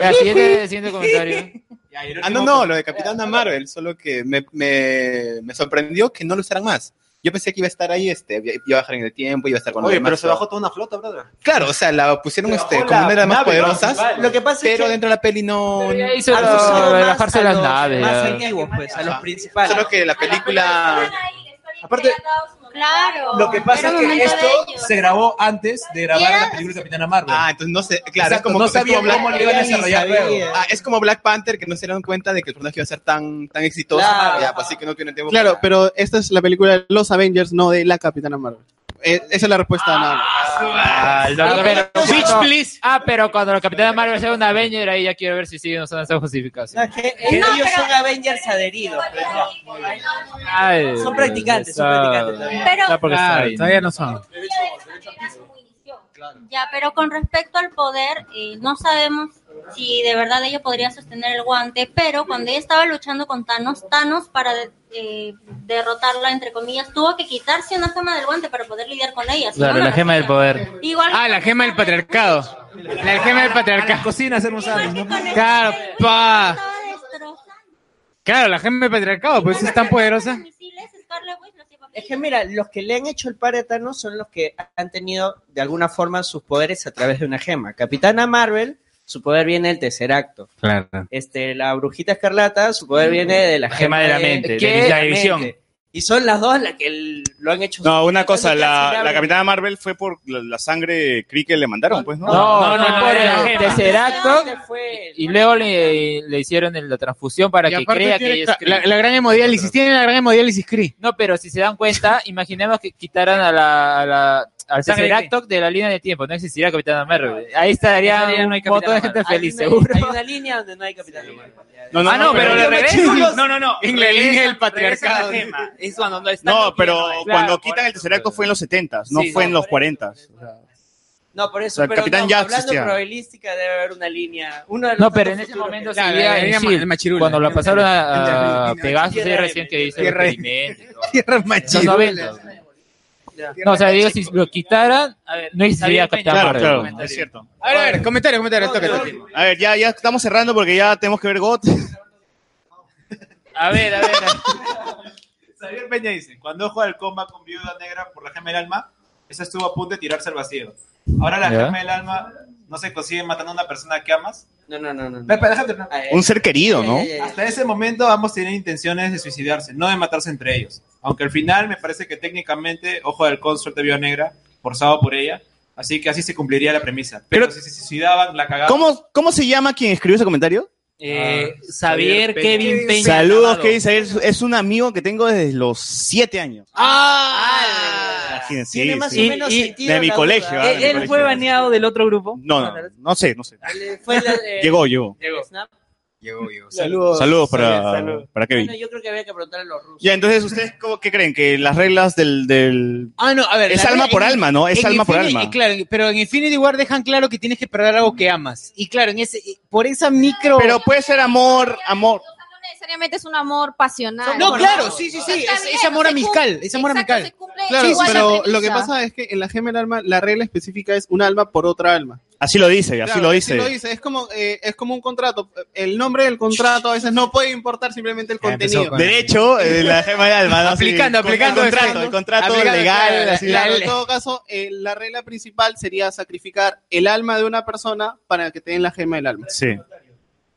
Speaker 3: Ya, siguiente, siguiente comentario.
Speaker 12: Ya, y el
Speaker 19: Ah,
Speaker 12: último-
Speaker 19: no, no, lo de Capitana Marvel, solo que me, me, me sorprendió que no lo usaran más. Yo pensé que iba a estar ahí, este, iba a bajar en el tiempo, iba a estar con los
Speaker 11: Oye,
Speaker 19: demás,
Speaker 11: pero se
Speaker 19: todo.
Speaker 11: bajó toda una flota, brother.
Speaker 19: Claro, o sea, la pusieron
Speaker 11: Se
Speaker 19: este,
Speaker 11: bajó
Speaker 19: como
Speaker 11: la
Speaker 19: una de las más
Speaker 11: nave,
Speaker 19: poderosas,
Speaker 11: principal.
Speaker 6: Lo que pasa es
Speaker 19: pero
Speaker 6: que
Speaker 19: dentro de la peli no...
Speaker 3: Pero ya hizo lo-
Speaker 6: asociado
Speaker 3: lo de
Speaker 6: más
Speaker 3: bajarse
Speaker 6: a
Speaker 3: las
Speaker 6: los
Speaker 3: naves.
Speaker 6: Más
Speaker 3: ya.
Speaker 6: antiguos, pues, a los principales.
Speaker 19: Solo que la película...
Speaker 12: Aparte,
Speaker 14: Claro.
Speaker 12: Ah, lo que pasa es que esto se grabó antes de grabar la película de Capitana Marvel.
Speaker 19: Ah, entonces no sé, claro,
Speaker 12: Exacto,
Speaker 19: es como,
Speaker 12: no
Speaker 19: es como
Speaker 12: sabían
Speaker 19: Black-
Speaker 12: cómo le iban a desarrollar
Speaker 6: Sabía.
Speaker 12: luego.
Speaker 19: Ah, es como Black Panther, que no se dieron cuenta de que el personaje iba a ser tan, tan exitoso,
Speaker 6: Claro.
Speaker 19: ya, pues, así que no tiene tiempo
Speaker 8: Claro,
Speaker 19: para-
Speaker 8: pero esta es la película de los Avengers, no de la Capitana Marvel. Eh, esa es la respuesta
Speaker 3: Ah,
Speaker 8: nada más.
Speaker 3: pero, cuando- Ah, pero cuando la Capitana Marvel sea una Avenger, ahí ya quiero ver si siguen usando esa justificación.
Speaker 6: ellos son Avengers adheridos. pues, no.
Speaker 3: Ay,
Speaker 6: Son practicantes, son
Speaker 3: está-
Speaker 6: practicantes todavía.
Speaker 14: Pero-
Speaker 3: está porque está
Speaker 5: Claro,
Speaker 3: ahí,
Speaker 5: todavía no son.
Speaker 14: Ya, pero con respecto al poder, eh, no sabemos si de verdad ella podría sostener el guante, pero cuando ella estaba luchando con Thanos, Thanos para eh, derrotarla, entre comillas, tuvo que quitarse una gema del guante para poder lidiar con ella. si no,
Speaker 1: Claro,
Speaker 14: no
Speaker 1: la
Speaker 14: la-
Speaker 1: gema del poder.
Speaker 14: Igual
Speaker 1: Ah, la gema del patriarcado. La gema del patriarcado.
Speaker 5: Cocina hacemos
Speaker 1: Claro, pa. Claro, la gema del patriarcado, pues es tan poderosa.
Speaker 6: Es que mira, los que le han hecho el par a Thanos son los que han tenido de alguna forma sus poderes a través de una gema. Capitana Marvel, su poder viene del tercer acto.
Speaker 1: Claro.
Speaker 6: Este, la brujita escarlata, su poder viene de la gema,
Speaker 1: Gema de la mente, de la división.
Speaker 6: Mente. Y son las dos las que l- lo han hecho.
Speaker 2: No, una cosa, la,
Speaker 6: Inconmensurable.
Speaker 2: la capitana Marvel fue por la, la sangre Cree que le mandaron, pues, ¿no?
Speaker 3: No, no, no,
Speaker 6: por
Speaker 3: era
Speaker 6: el
Speaker 3: gema.
Speaker 6: tercer acto.
Speaker 3: Y luego le, le hicieron el- la transfusión para
Speaker 1: Y
Speaker 3: que
Speaker 1: aparte
Speaker 3: crea
Speaker 1: tiene
Speaker 3: que es
Speaker 1: ca-
Speaker 3: Kree.
Speaker 1: la, la gran hemodiálisis, tiene la gran hemodiálisis Cree.
Speaker 3: No, pero si se dan cuenta, imaginemos que quitaran a la, a la- al
Speaker 1: Sangre
Speaker 3: Tesseract de la línea de tiempo. No existiría Capitana Marvel. Ahí estaría
Speaker 6: Ahí
Speaker 3: un
Speaker 6: no hay
Speaker 3: montón
Speaker 6: Capitana
Speaker 3: de gente
Speaker 6: Marvel.
Speaker 3: feliz,
Speaker 6: Hay una-
Speaker 3: seguro.
Speaker 6: Hay una línea donde no hay Capitana Marvel.
Speaker 3: ah, no, pero, le regresan.
Speaker 1: No, no, no.
Speaker 2: En la línea
Speaker 1: Regresan-
Speaker 2: del
Speaker 1: regresan la
Speaker 2: patriarcado.
Speaker 1: gema. Es cuando no está
Speaker 2: No,
Speaker 1: bloqueado,
Speaker 2: pero
Speaker 5: eh,
Speaker 1: es.
Speaker 2: cuando quitan el tercer acto fue en los 70s, no
Speaker 6: Sí,
Speaker 2: fue
Speaker 6: no,
Speaker 2: en los 40s.
Speaker 6: No, por eso.
Speaker 2: O sea, el
Speaker 6: pero
Speaker 2: Capitán
Speaker 6: no,
Speaker 2: ya
Speaker 6: hablando
Speaker 2: existía.
Speaker 6: probabilística debe haber una línea. uno de los
Speaker 3: No, pero
Speaker 6: tantos
Speaker 3: en ese
Speaker 6: futuros
Speaker 3: momento
Speaker 6: que-
Speaker 3: seguía en Shield. Cuando lo pasaron a, a Ah, Pegasus, ahí
Speaker 6: Tierra
Speaker 3: recién que dice
Speaker 6: Tierra M.
Speaker 3: Tierra Los 90. No, o sea, digo, si lo quitaran, a ver, no existiría Capitán
Speaker 2: Claro,
Speaker 3: Marvel.
Speaker 2: claro, es cierto.
Speaker 1: A ver, a ver, comentario, comentario, toca, toca.
Speaker 2: A ver, ya, ya estamos cerrando porque ya tenemos que ver GOT.
Speaker 1: A ver, a ver.
Speaker 12: Xavier Peña dice, cuando juega el combat con Viuda Negra por la gema del alma, esa estuvo a punto de tirarse al vacío. Ahora la
Speaker 2: Ya.
Speaker 12: gema del alma no se consigue matando a una persona que amas.
Speaker 6: No, no, no, no.
Speaker 12: No, espera, déjame terminar.
Speaker 1: Eh,
Speaker 2: Un ser querido, ¿no?
Speaker 12: Hasta ese momento ambos tenían intenciones de suicidarse, no de matarse entre ellos. Aunque al final me parece que técnicamente Ojo del Consul de Viuda Negra, forzado por ella, así que así se cumpliría la premisa. Pero, si se suicidaban, la cagaban. Ah,
Speaker 2: ¿Cómo, ¿Cómo se llama quien escribió ese comentario?
Speaker 1: Eh, Xavier Kevin Peña.
Speaker 2: Saludos,
Speaker 1: Alvarado.
Speaker 2: Kevin. Sayer. Es- Es un amigo que tengo desde los 7 años.
Speaker 1: ¡Ah!
Speaker 2: Imagínense,
Speaker 1: Tiene
Speaker 2: sí,
Speaker 1: más o
Speaker 2: sí.
Speaker 1: menos
Speaker 2: Y-
Speaker 1: sentido
Speaker 2: De mi
Speaker 1: la
Speaker 2: colegio.
Speaker 1: duda.
Speaker 5: ¿E-
Speaker 2: ah, de
Speaker 1: Él-
Speaker 2: mi
Speaker 1: él
Speaker 2: colegio.
Speaker 1: fue baneado del otro grupo.
Speaker 2: No, no, no, no sé, no sé.
Speaker 6: Fue la, eh,
Speaker 2: Llegó, llegó.
Speaker 6: Snap.
Speaker 2: Saludos, para, para Kevin.
Speaker 6: Bueno, yo creo que había que preguntarle a los rusos.
Speaker 2: Ya, entonces, ¿ustedes cómo- qué creen? Que las reglas del... del...
Speaker 1: Ah, no, a ver.
Speaker 2: Es
Speaker 1: la-
Speaker 2: alma por
Speaker 1: en-
Speaker 2: alma, ¿no? Es
Speaker 1: en
Speaker 2: alma por
Speaker 1: Infinity-
Speaker 2: alma.
Speaker 1: Claro, pero en Infinity War dejan claro que tienes que perder algo que amas. Y claro, en ese, por esa micro.
Speaker 2: Pero puede ser amor, amor.
Speaker 18: No necesariamente es un amor pasional.
Speaker 1: No, claro, sí, sí, sí. Es, es amor amical. Es amor amical.
Speaker 8: Claro,
Speaker 18: igual la
Speaker 8: pero
Speaker 18: premisa.
Speaker 8: lo que pasa es que en la gema del alma, la regla específica es un alma por otra alma.
Speaker 2: Así lo dice, así
Speaker 8: Claro,
Speaker 2: lo dice.
Speaker 8: lo dice. Es como, eh, es como un contrato. El nombre del contrato a veces no puede importar simplemente el contenido.
Speaker 2: Derecho, eh, la gema de alma. ¿no? Así,
Speaker 8: Aplicando,
Speaker 2: con-
Speaker 8: aplicando
Speaker 2: El contrato,
Speaker 8: ese-
Speaker 2: el contrato
Speaker 8: Aplicando,
Speaker 2: legal.
Speaker 8: claro,
Speaker 2: así,
Speaker 8: claro,
Speaker 2: la-
Speaker 8: en todo caso, eh, la regla principal sería sacrificar el alma de una persona para que te den la gema del alma.
Speaker 2: Sí.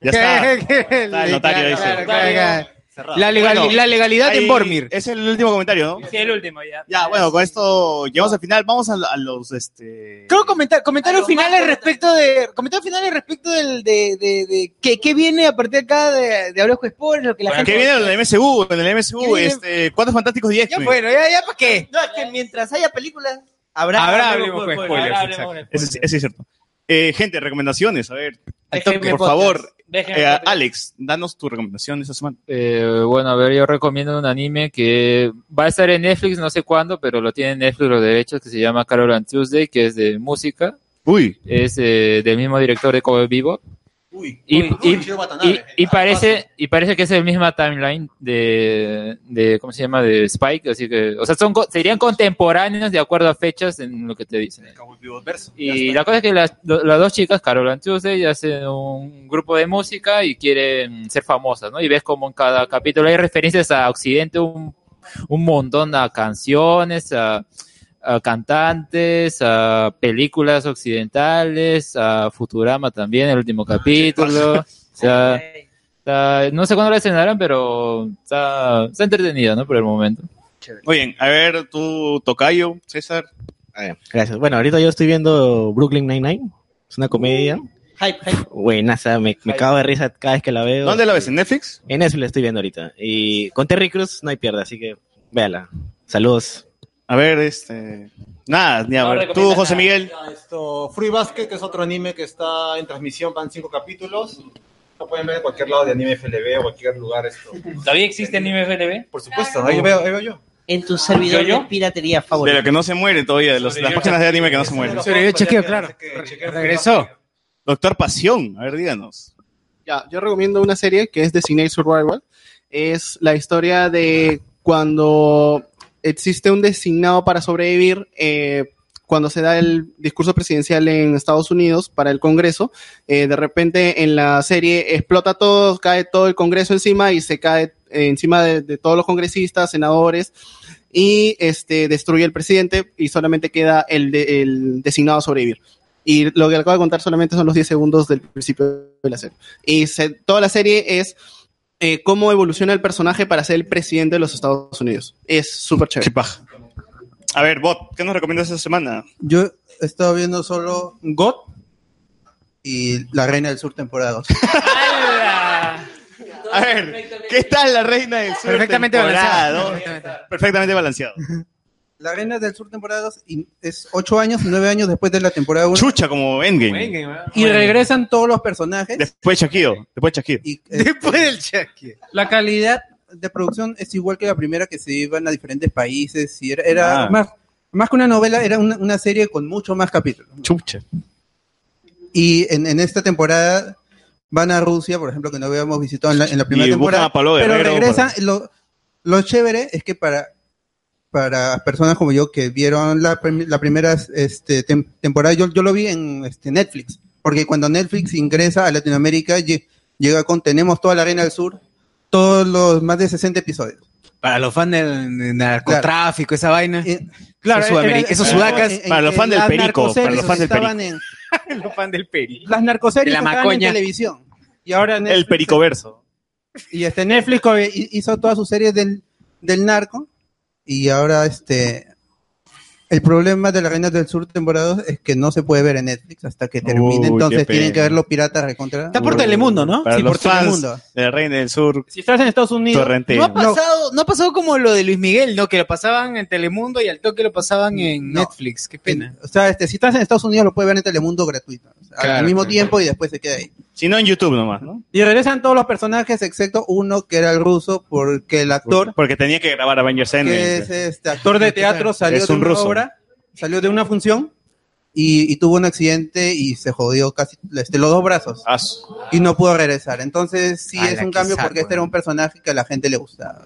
Speaker 2: Ya
Speaker 1: eh,
Speaker 2: está. Está el notario,
Speaker 8: Claro,
Speaker 2: dice.
Speaker 8: claro, claro, claro.
Speaker 2: Cerrado.
Speaker 8: La legali- la legalidad en
Speaker 2: ahí
Speaker 8: Bormir.
Speaker 2: Es el último comentario, ¿no?
Speaker 1: Sí, el último ya.
Speaker 2: Ya, bueno, con esto llegamos al final. Vamos a, a los, este...
Speaker 5: Creo comentar, comentarios finales respecto de comentarios finales respecto del de, de, de qué, qué viene a partir acá de, de Abrasco Sports, lo que la
Speaker 2: Bueno,
Speaker 5: gente
Speaker 2: ¿Qué viene en el MSU? En el MSU,
Speaker 5: viene?
Speaker 2: este, ¿cuántos fantásticos 10?
Speaker 5: Ya bueno, ya ya para qué.
Speaker 6: No, es que mientras haya películas,
Speaker 2: Habrá,
Speaker 6: Habrá,
Speaker 2: hablemos
Speaker 6: hablemos con
Speaker 2: con spoilers,
Speaker 6: spoilers,
Speaker 2: exacto.
Speaker 6: hablemos con
Speaker 2: Ese, ese es cierto. Eh, gente, recomendaciones, a ver. Al
Speaker 3: Déjenme
Speaker 2: toque, por
Speaker 3: podcast.
Speaker 2: favor,
Speaker 3: Déjenme
Speaker 2: eh,
Speaker 3: podcast.
Speaker 2: Alex, danos tu recomendación esta semana.
Speaker 3: Eh, bueno, a ver, yo recomiendo un anime que va a estar en Netflix, no sé cuándo, pero lo tiene en Netflix los derechos, que se llama Carol and Tuesday, que es de música.
Speaker 2: Uy.
Speaker 3: Es eh, del mismo director de Cowboy Bebop.
Speaker 11: Uy.
Speaker 3: Y,
Speaker 11: Uy,
Speaker 3: y-
Speaker 11: Shiro Watanabe. eh,
Speaker 3: y- y parece, y parece que es el misma timeline de, de, ¿cómo se llama? De Spike, así que, o sea, son, co- serían contemporáneos de acuerdo a fechas en lo que te dicen. Y la cosa es que las, do- las dos chicas, Carol and Tuesday, hacen un grupo de música y quieren ser famosas, ¿no? Y ves como en cada capítulo hay referencias a Occidente, un, un montón de canciones, a, a cantantes, a películas occidentales, a Futurama también, el
Speaker 5: Ah,
Speaker 3: último capítulo. O sea, está- no sé cuándo la estrenarán, pero está, está entretenida, ¿no? Por el momento.
Speaker 2: Muy bien, a ver, tu tocayo, César.
Speaker 7: Gracias. Bueno, ahorita yo estoy viendo Brooklyn Nine-Nine. Es una comedia.
Speaker 2: Uh.
Speaker 6: Hype, hype.
Speaker 7: Buenaza, me, me cago de risa cada vez que la veo.
Speaker 2: ¿Dónde la ves? ¿En Netflix?
Speaker 7: En Netflix la estoy viendo ahorita. Y con Terry Cruz no hay pierda, así que véala. Saludos.
Speaker 2: A ver, este. Nada, ni a
Speaker 11: No
Speaker 2: ver. Tú,
Speaker 11: recomiendas
Speaker 2: José
Speaker 11: nada.
Speaker 2: Miguel.
Speaker 11: Ya, Esto, Free Basket, que es otro anime que está en transmisión, van cinco capítulos. Lo pueden ver en cualquier lado de anime FLB o cualquier lugar. Esto.
Speaker 5: ¿Todavía existe anime FLB?
Speaker 11: Por supuesto, ahí veo, ahí veo yo.
Speaker 6: En tu servidor
Speaker 11: ¿Yo, yo?
Speaker 6: de piratería
Speaker 2: De
Speaker 6: favorito.
Speaker 2: lo que no se muere todavía, de los- las páginas de anime que no se mueren.
Speaker 6: Sobrevivió el chequeo, claro.
Speaker 2: Regresó. Doctor Pasión, a ver, díganos.
Speaker 8: Ya, yo recomiendo una serie que es Designated Survival. Es la historia de cuando existe un designado para sobrevivir, eh, cuando se da el discurso presidencial en Estados Unidos para el Congreso, eh, de repente en la serie explota todo, cae todo el Congreso encima y se cae eh, encima de, de todos los congresistas, senadores, y este, destruye el presidente y solamente queda el, de- el designado a sobrevivir. Y lo que acabo de contar solamente son los 10 segundos del principio de la serie. Y se- toda la serie es eh, cómo evoluciona el personaje para ser el presidente de los Estados Unidos. Es súper chévere.
Speaker 2: A ver, Bot, ¿qué nos recomiendas esta semana?
Speaker 4: Yo he estado viendo solo God y La Reina del Sur temporada 2.
Speaker 2: A ver, ¿qué tal la reina del sur?
Speaker 4: Perfectamente
Speaker 2: temporada
Speaker 4: balanceado.
Speaker 2: dos? Perfectamente balanceado.
Speaker 4: La Reina del Sur temporada 2 y es 8 años, 9 años después de la temporada 1.
Speaker 2: Chucha, como Endgame.
Speaker 4: Y regresan todos los personajes.
Speaker 2: Después Shaquille, después Shaquille.
Speaker 4: Después del cheque. La calidad de producción es igual que la primera que se iban a diferentes países y era, era
Speaker 2: Ah.
Speaker 4: más, más que una novela, era una, una serie con mucho más capítulos.
Speaker 2: Chucha.
Speaker 4: Y en, en esta temporada van a Rusia, por ejemplo, que no habíamos visitado en la, en la primera
Speaker 2: Y buscan
Speaker 4: temporada.
Speaker 2: a Pablo
Speaker 4: pero
Speaker 2: Guerrero,
Speaker 4: regresan, lo, lo chévere es que para, para personas como yo que vieron la, prim- la primera este, tem- temporada, yo, yo lo vi en este, Netflix, porque cuando Netflix ingresa a Latinoamérica, lle- llega con Tenemos toda la arena del sur, todos los más de 60 episodios.
Speaker 1: Para los fans del del narcotráfico, esa vaina.
Speaker 4: claro,
Speaker 1: esos, sudameri-
Speaker 4: era-
Speaker 1: esos
Speaker 4: era-
Speaker 1: sudacas.
Speaker 4: en- Para los en- fans del las perico, narcoseries para los fans del estaban perico.
Speaker 1: los fans del perico.
Speaker 4: Las narcoseries
Speaker 1: De la
Speaker 4: estaban
Speaker 1: macoña.
Speaker 4: en televisión. Y ahora Netflix-
Speaker 2: El pericoverso.
Speaker 4: Y este Netflix co- hi- hizo todas sus series del, del narco. Y ahora este el problema de las reinas del sur temporada 2 es que no se puede ver en Netflix hasta que termine.
Speaker 2: Uy, qué
Speaker 4: Entonces
Speaker 2: pena.
Speaker 4: tienen que verlo pirata recontra.
Speaker 2: Está por Telemundo, ¿no? Para
Speaker 4: sí,
Speaker 2: los
Speaker 4: por
Speaker 2: fans
Speaker 4: Telemundo.
Speaker 2: del Reina del Sur.
Speaker 4: Si estás en Estados Unidos,
Speaker 2: Torrente.
Speaker 1: No ha, pasado, no ha pasado como lo de Luis Miguel, ¿no? Que lo pasaban en Telemundo y al toque lo pasaban en Netflix. Qué pena.
Speaker 4: O sea, este, si estás en Estados Unidos lo puedes ver en Telemundo gratuito. O sea, al
Speaker 1: Claro,
Speaker 4: mismo
Speaker 1: claro.
Speaker 4: tiempo y después se queda ahí.
Speaker 2: Si no, en YouTube nomás, ¿no?
Speaker 4: Y regresan todos los personajes excepto uno que era el ruso porque el actor
Speaker 2: Porque tenía que grabar Avengers
Speaker 4: que
Speaker 2: Endgame.
Speaker 4: es este actor de teatro, salió
Speaker 2: Es
Speaker 4: de
Speaker 2: un
Speaker 4: una
Speaker 2: ruso.
Speaker 4: obra, salió de una función y, y tuvo un accidente y se jodió casi este, los dos brazos.
Speaker 2: Ah,
Speaker 4: Y no pudo regresar. Entonces sí
Speaker 2: Ala,
Speaker 4: es un
Speaker 2: qué
Speaker 4: cambio
Speaker 2: sad,
Speaker 4: porque este era un personaje que a la gente le gustaba.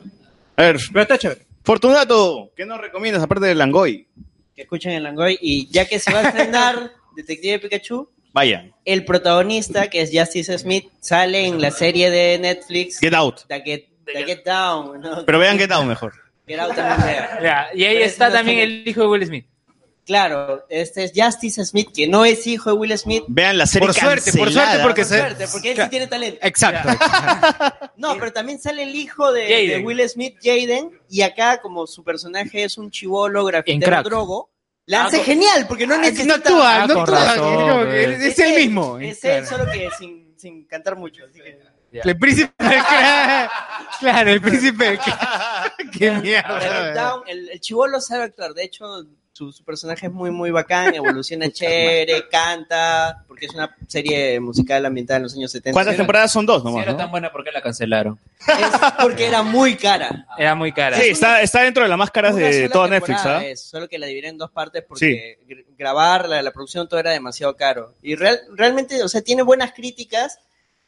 Speaker 2: A ver,
Speaker 4: pero está chévere.
Speaker 2: Fortunato, ¿qué nos recomiendas aparte del Langoy?
Speaker 6: Que escuchen el Langoy y ya que se va a estrenar Detective Pikachu,
Speaker 2: Vaya.
Speaker 6: el protagonista, que es Justice Smith, sale en la serie de Netflix.
Speaker 2: Get Out.
Speaker 6: The Get, The Get Down. ¿no?
Speaker 2: Pero vean qué tal mejor.
Speaker 6: Get Out también vea.
Speaker 5: y ahí
Speaker 6: Pero es
Speaker 5: está
Speaker 6: una
Speaker 5: también
Speaker 6: serie-
Speaker 5: el hijo de Will Smith.
Speaker 6: Claro, este es Justice Smith, que no es hijo de Will Smith.
Speaker 2: Vean la serie
Speaker 6: Por suerte, por
Speaker 2: cancelada.
Speaker 6: suerte, porque Por se- suerte, porque él sí tiene talento.
Speaker 1: Exacto.
Speaker 6: No, pero también sale el hijo de,
Speaker 5: Jaden.
Speaker 6: de Will Smith, Jaden, y acá como su personaje es un chivolo
Speaker 1: En
Speaker 6: grafitero
Speaker 1: crack.
Speaker 6: drogo, la
Speaker 1: Ah,
Speaker 6: hace
Speaker 1: con-
Speaker 6: genial, porque no necesita...
Speaker 1: no
Speaker 2: Ah,
Speaker 1: actúa, no
Speaker 6: con
Speaker 1: actúa, es como que
Speaker 6: pues.
Speaker 1: es- es el
Speaker 6: él,
Speaker 1: mismo,
Speaker 6: Es
Speaker 1: claro.
Speaker 6: él, solo que sin, sin cantar mucho. así que-
Speaker 1: El príncipe del crack. Claro, el príncipe del crack. Qué
Speaker 6: Ahora, el
Speaker 1: mierda.
Speaker 6: Down, el, el chivolo sabe actuar, de hecho... Su, su personaje es muy, muy bacán, evoluciona chévere, canta, porque es una serie musical ambientada en los años 70.
Speaker 2: ¿Cuántas temporadas son dos nomás?
Speaker 6: era
Speaker 2: no?
Speaker 6: tan
Speaker 5: buena, ¿por qué la cancelaron?
Speaker 6: Porque era muy cara.
Speaker 5: Era muy eh, cara.
Speaker 2: Sí, está, está dentro de las máscaras
Speaker 6: Una
Speaker 2: de
Speaker 6: sola
Speaker 2: toda Netflix,
Speaker 6: temporada
Speaker 2: ¿ah?
Speaker 6: es, solo que la dividieron en dos partes porque gr- grabar, la, la producción, todo era demasiado caro. Y real- realmente, o sea, tiene buenas críticas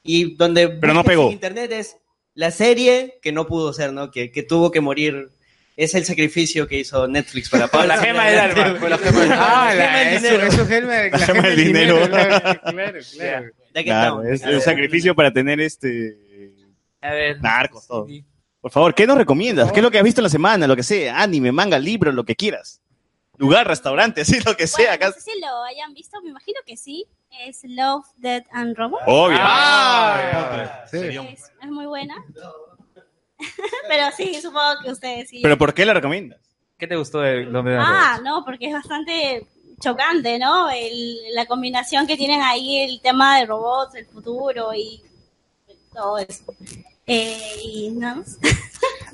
Speaker 6: y donde...
Speaker 2: no
Speaker 6: buscas
Speaker 2: pegó.
Speaker 6: En internet es la serie que no pudo ser, ¿no? Que, que tuvo que morir. Es el sacrificio que hizo Netflix para
Speaker 5: Con la gema del alma. Con la gema del alma.
Speaker 1: Ah, la,
Speaker 5: El
Speaker 1: eso,
Speaker 5: dinero.
Speaker 1: eso, Helmer, la
Speaker 2: La
Speaker 1: gente
Speaker 2: gema
Speaker 1: del
Speaker 2: del dinero.
Speaker 1: Claro, claro, claro.
Speaker 2: Claro, es el sacrificio para tener este.
Speaker 5: A ver.
Speaker 2: Narcos, todo. Por favor, ¿qué nos recomiendas? ¿Qué es lo que has visto en la semana? Lo que sea, anime, manga, libro, lo que quieras. Lugar, restaurante, así, lo que sea.
Speaker 10: Bueno, no
Speaker 2: acá-
Speaker 10: sé si lo hayan visto, me imagino que sí. Es Love, Dead and Robots.
Speaker 2: Obvio.
Speaker 5: Ah,
Speaker 10: Es, es muy buena. Pero sí, supongo que ustedes sí.
Speaker 2: ¿Pero por qué la recomiendas?
Speaker 5: ¿Qué te gustó de los
Speaker 10: Ah, no, porque es bastante chocante, ¿no? El- la combinación que tienen ahí, el tema de robots, el futuro y todo eso. Eh, y nada más.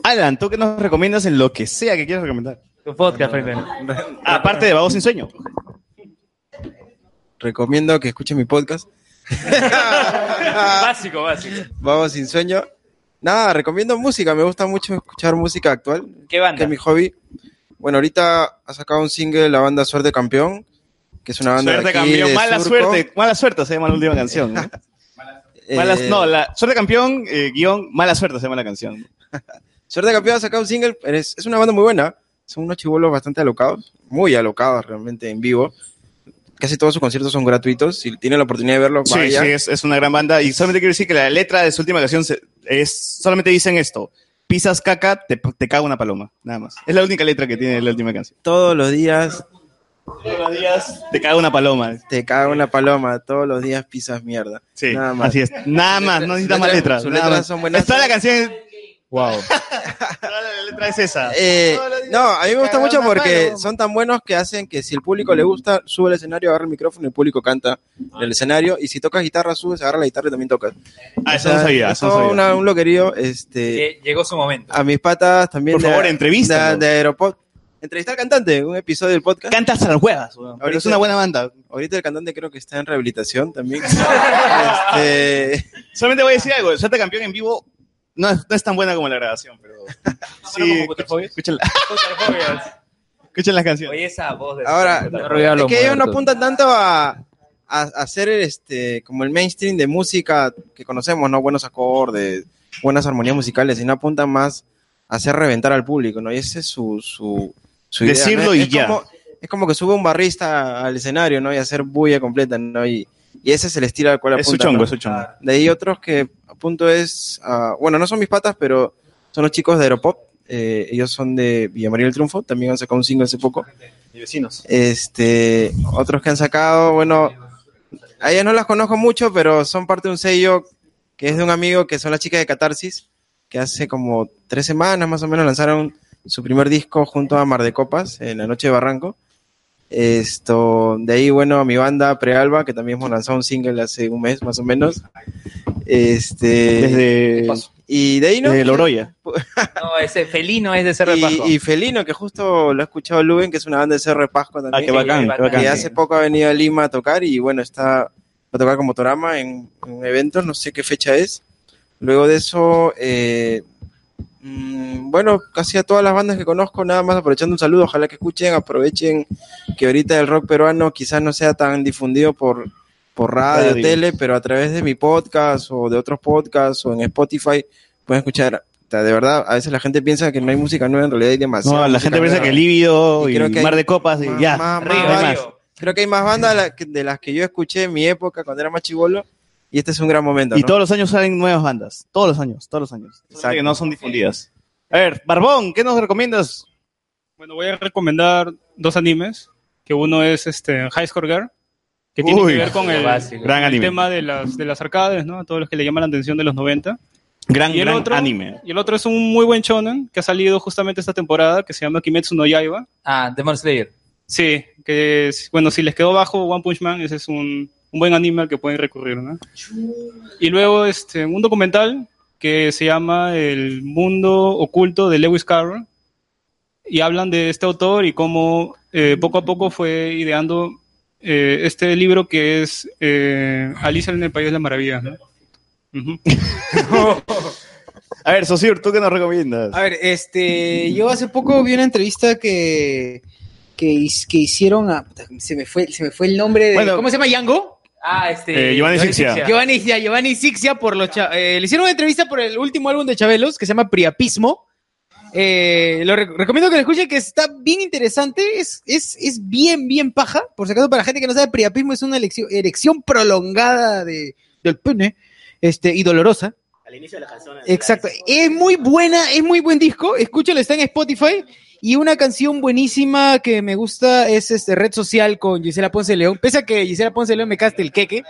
Speaker 2: Alan, ¿tú qué nos recomiendas en lo que sea que quieras recomendar?
Speaker 18: Tu podcast, Fernando.
Speaker 2: Aparte de Vago sin sueño.
Speaker 9: Recomiendo que escuchen mi podcast.
Speaker 18: básico, básico.
Speaker 9: Vamos sin sueño. Nada, recomiendo música. Me gusta mucho escuchar música actual.
Speaker 18: ¿Qué banda?
Speaker 9: Que es mi hobby. Bueno, ahorita ha sacado un single la banda Suerte Campeón, que es una banda
Speaker 2: Suerte
Speaker 9: de aquí,
Speaker 2: campeón,
Speaker 9: de
Speaker 2: mala
Speaker 9: Surco.
Speaker 2: suerte, mala suerte se llama la última canción. ¿no? Malas-
Speaker 9: Eh,
Speaker 2: no, la suerte campeón, eh, guión, mala suerte se llama la canción.
Speaker 9: Suerte Campeón ha sacado un single, es, es una banda muy buena. Son unos chibolos bastante alocados, muy alocados realmente en vivo. Casi todos sus conciertos son gratuitos. Si tienen la oportunidad de verlos,
Speaker 2: Sí,
Speaker 9: vayan.
Speaker 2: sí, es, es una gran banda. Y solamente quiero decir que la letra de su última canción se- es, solamente dicen esto. Pisas caca, te, te caga una paloma, nada más. Es la única letra que tiene la última canción.
Speaker 9: Todos los días.
Speaker 2: Todos los días te caga una paloma.
Speaker 9: Te caga una paloma, todos los días pisas mierda.
Speaker 2: Sí,
Speaker 9: nada más.
Speaker 2: así es. Nada más, no necesitas más letras.
Speaker 9: Sus
Speaker 2: nada
Speaker 9: letras
Speaker 2: más.
Speaker 9: son buenas.
Speaker 2: Es Toda la canción. Wow.
Speaker 9: la
Speaker 2: letra es esa.
Speaker 9: Eh, no, a mí me gusta
Speaker 2: Cada
Speaker 9: mucho
Speaker 2: una
Speaker 9: porque
Speaker 2: paloma.
Speaker 9: son tan buenos que hacen que si el público le gusta, sube al escenario, agarra el micrófono y el público canta en el escenario. Y si tocas guitarra, subes, agarra la guitarra y también tocas.
Speaker 2: Ah, eso
Speaker 9: O sea,
Speaker 2: no sabía,
Speaker 9: es
Speaker 2: eso no
Speaker 9: todo
Speaker 2: sabía.
Speaker 9: una- un loquerío. Este,
Speaker 18: Llegó su momento.
Speaker 9: a mis patas también.
Speaker 2: Por favor,
Speaker 9: entrevista.
Speaker 2: entrevístalo.
Speaker 9: De, Aeropod. Entrevista al cantante, un episodio del podcast.
Speaker 2: Canta hasta las huevas, weón, pero es una buena banda.
Speaker 9: Ahorita el cantante creo que está en rehabilitación también. Este,
Speaker 2: Solamente voy a decir algo. Suerte campeón en vivo no es, no es tan buena como la grabación, pero. sí, escuchen, escuchen la- escuchen las canciones.
Speaker 18: Oye, esa voz de.
Speaker 9: Ahora,
Speaker 2: regalo
Speaker 9: es que ellos no
Speaker 2: muerto.
Speaker 9: apuntan tanto a, a, a hacer el, este, como el mainstream de música que conocemos, ¿no? Buenos acordes, buenas armonías musicales, sino apuntan más a hacer reventar al público, ¿no? Y ese es su, su, su idea,
Speaker 2: Decirlo
Speaker 9: ¿no?
Speaker 2: y
Speaker 9: Es
Speaker 2: ya.
Speaker 9: como- es como que sube un barrista al escenario, ¿no? Y hacer bulla completa, ¿no? Y, y ese es el estilo al cual
Speaker 2: Es su
Speaker 9: apuntan,
Speaker 2: chongo,
Speaker 9: ¿no?
Speaker 2: es su chongo.
Speaker 9: De ahí otros que a punto es, ah, bueno, no son mis patas, pero son los chicos de Aeropop. Eh, ellos son de Villa María del Triunfo, también han sacado un single hace poco.
Speaker 11: Y vecinos.
Speaker 9: Este, otros que han sacado, bueno, a ellas no las conozco mucho, pero son parte de un sello que es de un amigo que son las chicas de Catarsis, que hace como tres semanas más o menos lanzaron su primer disco junto a Mar de Copas en la noche de Barranco. Esto, de ahí, bueno, mi banda Prealba, que también hemos lanzado un single hace un mes más o menos. Este,
Speaker 2: Desde-
Speaker 9: y de ahí no.
Speaker 2: desde Eh, Loroya.
Speaker 18: No, ese felino es de Cerro de Pasco.
Speaker 9: Y, y Felino, que justo lo ha escuchado Luben, que es una banda de Cerro de Pasco también.
Speaker 2: Ah, qué bacán, qué bacán.
Speaker 9: Que hace poco ha venido a Lima a tocar y bueno, está va a tocar como Torama en, en un evento, no sé qué fecha es. Luego de eso, eh, mm, bueno, casi a todas las bandas que conozco, nada más aprovechando un saludo, ojalá que escuchen, aprovechen que ahorita el rock peruano quizás no sea tan difundido por, por radio,
Speaker 2: Radio.
Speaker 9: tele, pero a través de mi podcast o de otros podcasts o en Spotify pueden escuchar. O sea, De verdad, a veces la gente piensa que no hay música nueva, en realidad hay demasiada.
Speaker 2: No, la
Speaker 9: música
Speaker 2: gente piensa
Speaker 9: nueva.
Speaker 2: que Líbido
Speaker 9: Y
Speaker 2: y,
Speaker 9: creo que hay
Speaker 2: Mar de Copas y
Speaker 9: más-
Speaker 2: ya.
Speaker 9: más- más
Speaker 2: no hay
Speaker 9: bandas.
Speaker 2: más.
Speaker 9: Creo que hay más bandas de la- que- de las que yo escuché en mi época cuando era más chivolo y este es un gran momento.
Speaker 2: Y
Speaker 9: ¿no?
Speaker 2: todos los años salen nuevas bandas. Todos los años, todos los años. Solamente Que no son difundidas. A ver, Barbón, ¿qué nos recomiendas?
Speaker 20: Bueno, voy a recomendar dos animes, que uno es este High Score Girl, que tiene
Speaker 2: Uy,
Speaker 20: que ver con el,
Speaker 2: básico.
Speaker 20: con
Speaker 2: Gran
Speaker 20: el
Speaker 2: anime.
Speaker 20: tema de las, de las arcades, ¿no? A todos los que le llaman la atención de los 90.
Speaker 2: Gran,
Speaker 20: Y el
Speaker 2: gran
Speaker 20: otro-
Speaker 2: anime.
Speaker 20: Y el otro es un muy buen shonen que ha salido justamente esta temporada, que se llama Kimetsu no Yaiba.
Speaker 18: Ah, Demon Slayer.
Speaker 20: Sí, que es- bueno, si les quedó bajo One Punch Man, ese es un, un buen anime al que pueden recurrir, ¿no? Y luego este, un documental que se llama El mundo oculto de Lewis Carroll. Y hablan de este autor y cómo eh, poco a poco fue ideando eh, este libro que es eh, Alicia en el País de las Maravillas. ¿no? Ujú.
Speaker 2: A ver, Sosir, ¿tú qué nos recomiendas?
Speaker 1: A ver,
Speaker 9: eh,
Speaker 1: este, yo hace poco vi una entrevista que, que, his- que hicieron a, puta, se me fue, se me fue el nombre de,
Speaker 18: Bueno.
Speaker 1: ¿cómo se llama Yango?
Speaker 18: Ah, este.
Speaker 2: Eh, Giovanni Sixia.
Speaker 1: Giovanni, ya, Giovanni Sixia por los, cha- eh, le hicieron una entrevista por el último álbum de Chabelos que se llama Priapismo. Eh, lo rec- recomiendo que lo escuchen, que está bien interesante, es, es, es bien, bien paja. Por si acaso, para la gente que no sabe, priapismo es una elección, erección prolongada de, del pene este, y dolorosa.
Speaker 3: Al inicio de la canción.
Speaker 1: Exacto. Es muy buena, es muy buen disco. Escúchalo, está en Spotify. Y una canción buenísima que me gusta es este Red Social con Gisela Ponce de León. Pese a que Gisela Ponce de León me caste el queque.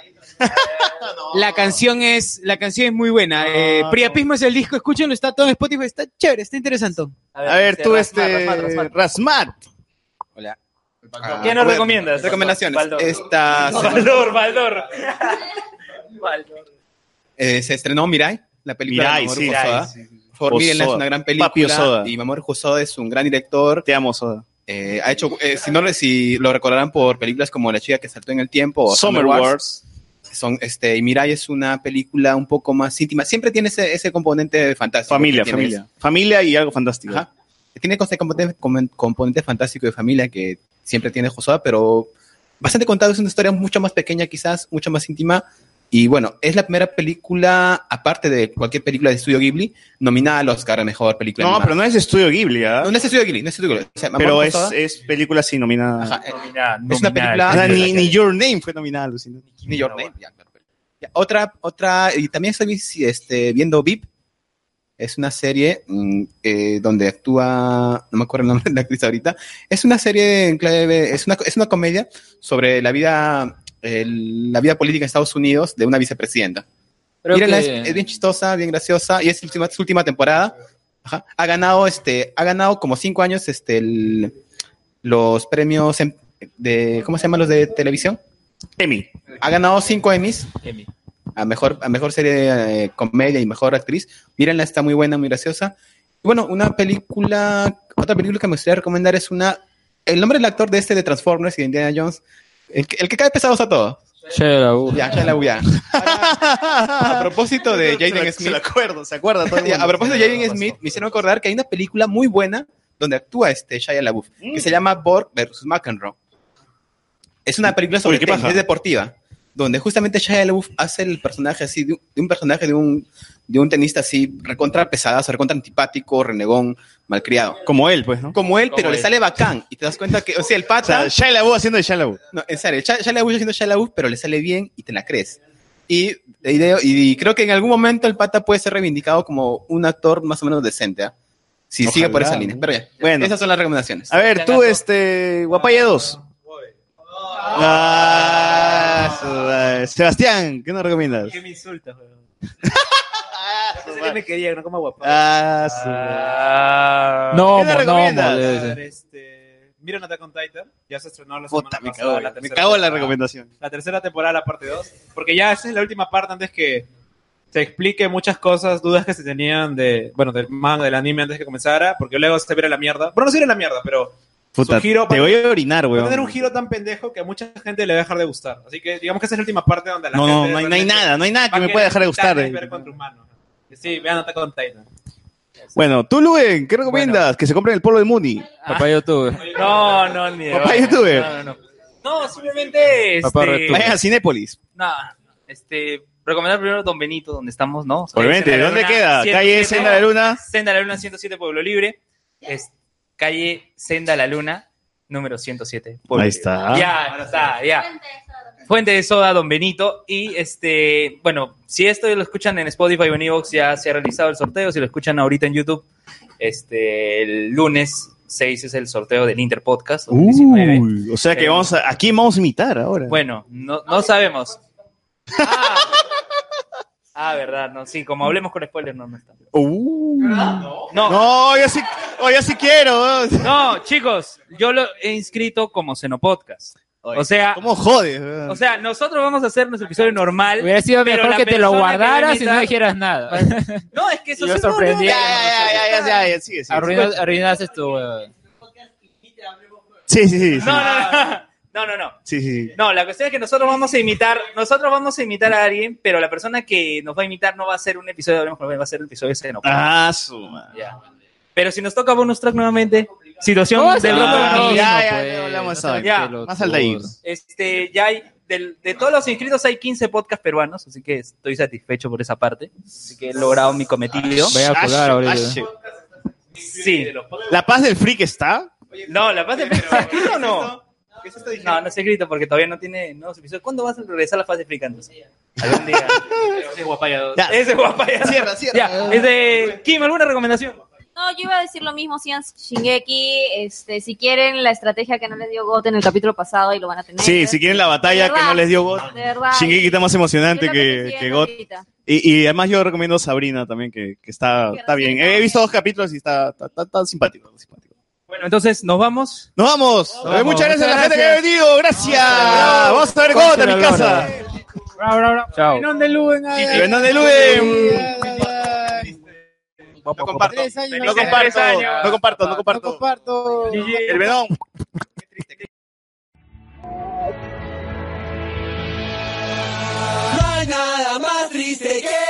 Speaker 1: La canción es, la canción es muy
Speaker 2: Ah.
Speaker 1: buena. Eh, Priapismo es el disco, escúchenlo, está todo en Spotify, está chévere, está interesante.
Speaker 2: A ver, tú, este.
Speaker 1: Rasmat,
Speaker 2: Rasmat.
Speaker 1: Rasmat.
Speaker 19: Hola.
Speaker 27: Ah,
Speaker 18: ¿Qué nos recomiendas?
Speaker 19: Recomendaciones.
Speaker 18: Baldor.
Speaker 19: Esta
Speaker 18: Baldor, Baldor. Baldor.
Speaker 19: Eh, se estrenó Mirai, la película
Speaker 2: Mirai,
Speaker 19: de Mamoru
Speaker 2: sí.
Speaker 19: Hosoda. favor,
Speaker 2: O
Speaker 19: mírenla, es
Speaker 2: Soda.
Speaker 19: una gran película.
Speaker 2: Papi Soda.
Speaker 19: Y Mamoru Soda es un gran director.
Speaker 2: Te amo, Soda.
Speaker 19: ha hecho, eh, si no le- si lo recordarán por películas como La chica que saltó en el tiempo o
Speaker 2: Summer Wars.
Speaker 19: Son, este, y Mirai es una película un poco más íntima. Siempre tiene ese, ese componente fantástico.
Speaker 2: Familia,
Speaker 19: que tiene.
Speaker 2: familia. Familia y algo fantástico.
Speaker 19: Ajá. Tiene este componente, com- componente fantástico de familia que siempre tiene Josoda, pero bastante contado. Es una historia mucho más pequeña, quizás, mucho más íntima. Y bueno, es la primera película, aparte de cualquier película de estudio Ghibli, nominada al Oscar a mejor película.
Speaker 2: No,
Speaker 19: animada.
Speaker 2: pero no es estudio Ghibli, ¿ah?
Speaker 19: No, no es estudio Ghibli, no es estudio Ghibli. O sea,
Speaker 2: Pero
Speaker 19: Mamoru
Speaker 2: es,
Speaker 19: Hosoda-
Speaker 2: es película así nominada.
Speaker 19: es una película.
Speaker 2: Ah, ni, ni Your Name fue nominada, Lucina.
Speaker 19: Ni Your Name, ya, perfecto. Ya, Otra, otra, y también estoy si- este, viendo VIP. Es una serie mm, eh, donde actúa, no me acuerdo el nombre de la actriz ahorita. Es una serie en clave, es una, es una comedia sobre la vida, el- la vida política en Estados Unidos de una vicepresidenta.
Speaker 27: Creo
Speaker 19: Mírenla,
Speaker 27: que-
Speaker 19: es, es bien chistosa, bien graciosa, y es su última, su última temporada. Ajá. Ha ganado, este, ha ganado como cinco años este, el- los premios em- de, ¿cómo se llaman los de televisión?
Speaker 2: Emmy.
Speaker 19: Ha ganado cinco Emmys a mejor, a mejor serie de eh, comedia y mejor actriz. Mírenla, está muy buena, muy graciosa. Y bueno, una película, otra película que me gustaría recomendar es una, el nombre del actor de este de Transformers y de Indiana Jones, el que, el que cae pesados a todos. Ya, ya la voy a- A propósito de Jaden Smith.
Speaker 2: Se lo acuerdo, se acuerda todo el
Speaker 19: Ya,
Speaker 2: mundo.
Speaker 19: a propósito de Jaden Smith, me hicieron acordar que hay una película muy buena donde actúa este Shia LaBeouf,
Speaker 2: Mm.
Speaker 19: que se llama Borg versus McEnroe. Es una película sobre
Speaker 2: Uy, ¿qué
Speaker 19: tenis,
Speaker 2: pasa?
Speaker 19: es deportiva, donde justamente Shia LaBeouf hace el personaje así, de un, de un personaje de un, de un tenista así, recontra pesadazo, recontra antipático, renegón, malcriado.
Speaker 2: Como él, pues, ¿no?
Speaker 19: Como él,
Speaker 2: Como
Speaker 19: pero le
Speaker 2: él.
Speaker 19: sale bacán. Y te das cuenta que, o sea, el pata...
Speaker 2: O sea, Shia LaBeouf haciendo de Shia LaBeouf.
Speaker 19: No, en serio, Shia Shia LaBeouf haciendo Shia LaBeouf, pero le sale bien y te la crees. Y, la idea- y creo que en algún momento el pata puede ser reivindicado como un actor más o menos decente, ¿ah? Si
Speaker 2: Ojalá,
Speaker 19: sigue por esa línea. Pero ya,
Speaker 2: Bueno.
Speaker 19: esas son las recomendaciones.
Speaker 2: A ver, tú, este, Guapaya 2. Ah, su madre. Sebastián, ¿qué nos recomiendas?
Speaker 5: ¿Qué me insultas, weón? Pensé que me quería, no como guapa.
Speaker 2: Ah, su
Speaker 3: Ah.
Speaker 2: madre. ¿Qué nos recomiendas?
Speaker 12: Este, Miren Attack on Titan, ya se estrenó la
Speaker 2: Puta,
Speaker 12: semana
Speaker 2: me
Speaker 12: pasada,
Speaker 2: cago,
Speaker 12: la
Speaker 2: me
Speaker 12: tercera
Speaker 2: cago en la
Speaker 12: temporada.
Speaker 2: recomendación.
Speaker 12: La tercera temporada, la parte 2, porque ya esa es la última parte antes que se explique muchas cosas, dudas que se tenían de, bueno, del manga, del anime antes que comenzara, porque luego se viera la mierda. Bueno, no se viera la mierda, pero
Speaker 2: Puta,
Speaker 12: Su giro
Speaker 2: te
Speaker 12: para-
Speaker 2: voy a orinar,
Speaker 12: va a tener un
Speaker 2: weón.
Speaker 12: giro tan pendejo que a mucha gente le va a dejar de gustar. Así que digamos que esa es la última parte donde la
Speaker 2: No, no,
Speaker 12: gente
Speaker 2: no hay, no hay
Speaker 12: realmente
Speaker 2: nada, no hay nada
Speaker 12: va a
Speaker 2: que me
Speaker 12: querer
Speaker 2: pueda dejar de
Speaker 12: Titan
Speaker 2: gustar. eh.
Speaker 12: y ver contra humanos. Sí, vean Attack on Titan.
Speaker 2: Bueno, tú, Luen, ¿qué recomiendas? Que se compren el polo de Mooney.
Speaker 27: Papá YouTube.
Speaker 5: No, no, ni de
Speaker 2: Papá
Speaker 5: vaina.
Speaker 2: youtuber.
Speaker 5: No, no, no. No, simplemente. Este,
Speaker 27: Papá retuber.
Speaker 2: Vayan a Cinépolis.
Speaker 5: No, este, recomendar primero Don Benito, donde estamos, ¿no?
Speaker 2: Obviamente,
Speaker 5: Senda de la
Speaker 2: ¿dónde
Speaker 5: Luna,
Speaker 2: queda?
Speaker 5: 107,
Speaker 2: Calle Senda de la Luna.
Speaker 5: Senda de la Luna 107, Pueblo Libre. Es calle Senda de la Luna, número 107. Pueblo
Speaker 2: Ahí
Speaker 5: Libre.
Speaker 2: está.
Speaker 12: Ah.
Speaker 5: Ya, está, ya. Fuente de Soda, pues. Don Benito. Y este, bueno, si esto lo escuchan en Spotify o en Evox, ya se ha realizado el sorteo. Si lo escuchan ahorita en YouTube, este, el lunes 6 es el sorteo del Interpodcast.
Speaker 2: Uh. Uy, Uh, o sea que
Speaker 5: Eh,
Speaker 2: vamos a, aquí vamos a imitar ahora.
Speaker 5: Bueno, no, no sabemos. Ah, Ah, verdad, no, sí, como hablemos con spoilers, no, no está.
Speaker 2: Uh.
Speaker 5: No.
Speaker 2: No, yo sí, oh, yo sí quiero.
Speaker 5: No, chicos, yo lo he inscrito como Xenopodcast. O sea,
Speaker 2: ¿Cómo jodes? eh? weón?
Speaker 5: o sea, nosotros vamos a hacer nuestro episodio normal.
Speaker 27: Hubiera sido
Speaker 5: pero
Speaker 27: mejor
Speaker 5: la
Speaker 27: que te lo
Speaker 5: persona va a
Speaker 27: guardaras y no
Speaker 5: imitar-
Speaker 27: dijeras nada.
Speaker 5: No, es que eso
Speaker 27: Y yo
Speaker 5: sí, no, no,
Speaker 27: sorprendía.
Speaker 5: no, no,
Speaker 2: Ya, ya, ya, ya, ya, sigue, sigue.
Speaker 27: Arruinas, arruinaste tu. eh,
Speaker 2: Sí, sí, sí. sí.
Speaker 5: No, no, no. No, no, no.
Speaker 2: Sí, sí, sí.
Speaker 5: No, la cuestión es que nosotros vamos a imitar, nosotros vamos a imitar a alguien, pero la persona que nos va a imitar no va a ser un episodio de Hablemos con Hablemos, va a ser un episodio de Xenopodcast.
Speaker 2: Ah, su madre.
Speaker 5: Pero si nos toca bonus track nuevamente, situación
Speaker 2: No,
Speaker 5: del
Speaker 2: sí,
Speaker 5: rock
Speaker 2: ya,
Speaker 5: and roll.
Speaker 2: ya,
Speaker 27: pues.
Speaker 2: ya, ya hablamos
Speaker 5: No sean
Speaker 2: hoy.
Speaker 5: pelotudos.
Speaker 2: Más al de ahí.
Speaker 5: Este, ya hay, del- de todos los inscritos hay 15 podcasts peruanos, así que estoy satisfecho por esa parte. Así que he logrado mi cometido.
Speaker 27: Voy a colgar ahorita.
Speaker 5: Sí.
Speaker 2: ¿La paz del freak está?
Speaker 5: No, la paz de Frick, ¿se escrito o no? No, no se escrito porque todavía no tiene nuevos episodios. ¿Cuándo vas a regresar a la fase Frick antes? Algún día. Ese es guapaya dos.
Speaker 2: Ya.
Speaker 5: Ese es guapaya. Cierra, cierra. Ya. Ese, Kim, ¿alguna recomendación?
Speaker 6: No, yo iba a decir lo mismo, sigan Shingeki, este, si quieren la estrategia que no les dio Got en el capítulo pasado y lo van a tener.
Speaker 2: Sí, si quieren la batalla que no les dio God.
Speaker 6: De verdad.
Speaker 2: Shingeki está más emocionante
Speaker 6: Yo lo
Speaker 2: que,
Speaker 6: decía
Speaker 2: que God.
Speaker 6: ahorita.
Speaker 2: Y, y además yo recomiendo Sabrina también, que, que está, está bien. He visto dos capítulos y está, está, está- está simpático.
Speaker 5: Bueno, entonces nos vamos.
Speaker 2: ¡Nos vamos!
Speaker 5: vamos.
Speaker 2: Eh, Muchas gracias, a la
Speaker 5: Muchas
Speaker 2: gente que ha venido. ¡Gracias! Vamos a ver God en mi casa.
Speaker 27: Chao.
Speaker 5: Venón de Luen.
Speaker 2: Venón de Luen.
Speaker 9: No comparto.
Speaker 1: Tres años.
Speaker 9: No comparto. No comparto. No comparto.
Speaker 1: comparto.
Speaker 9: El Venón.
Speaker 21: No hay nada más triste que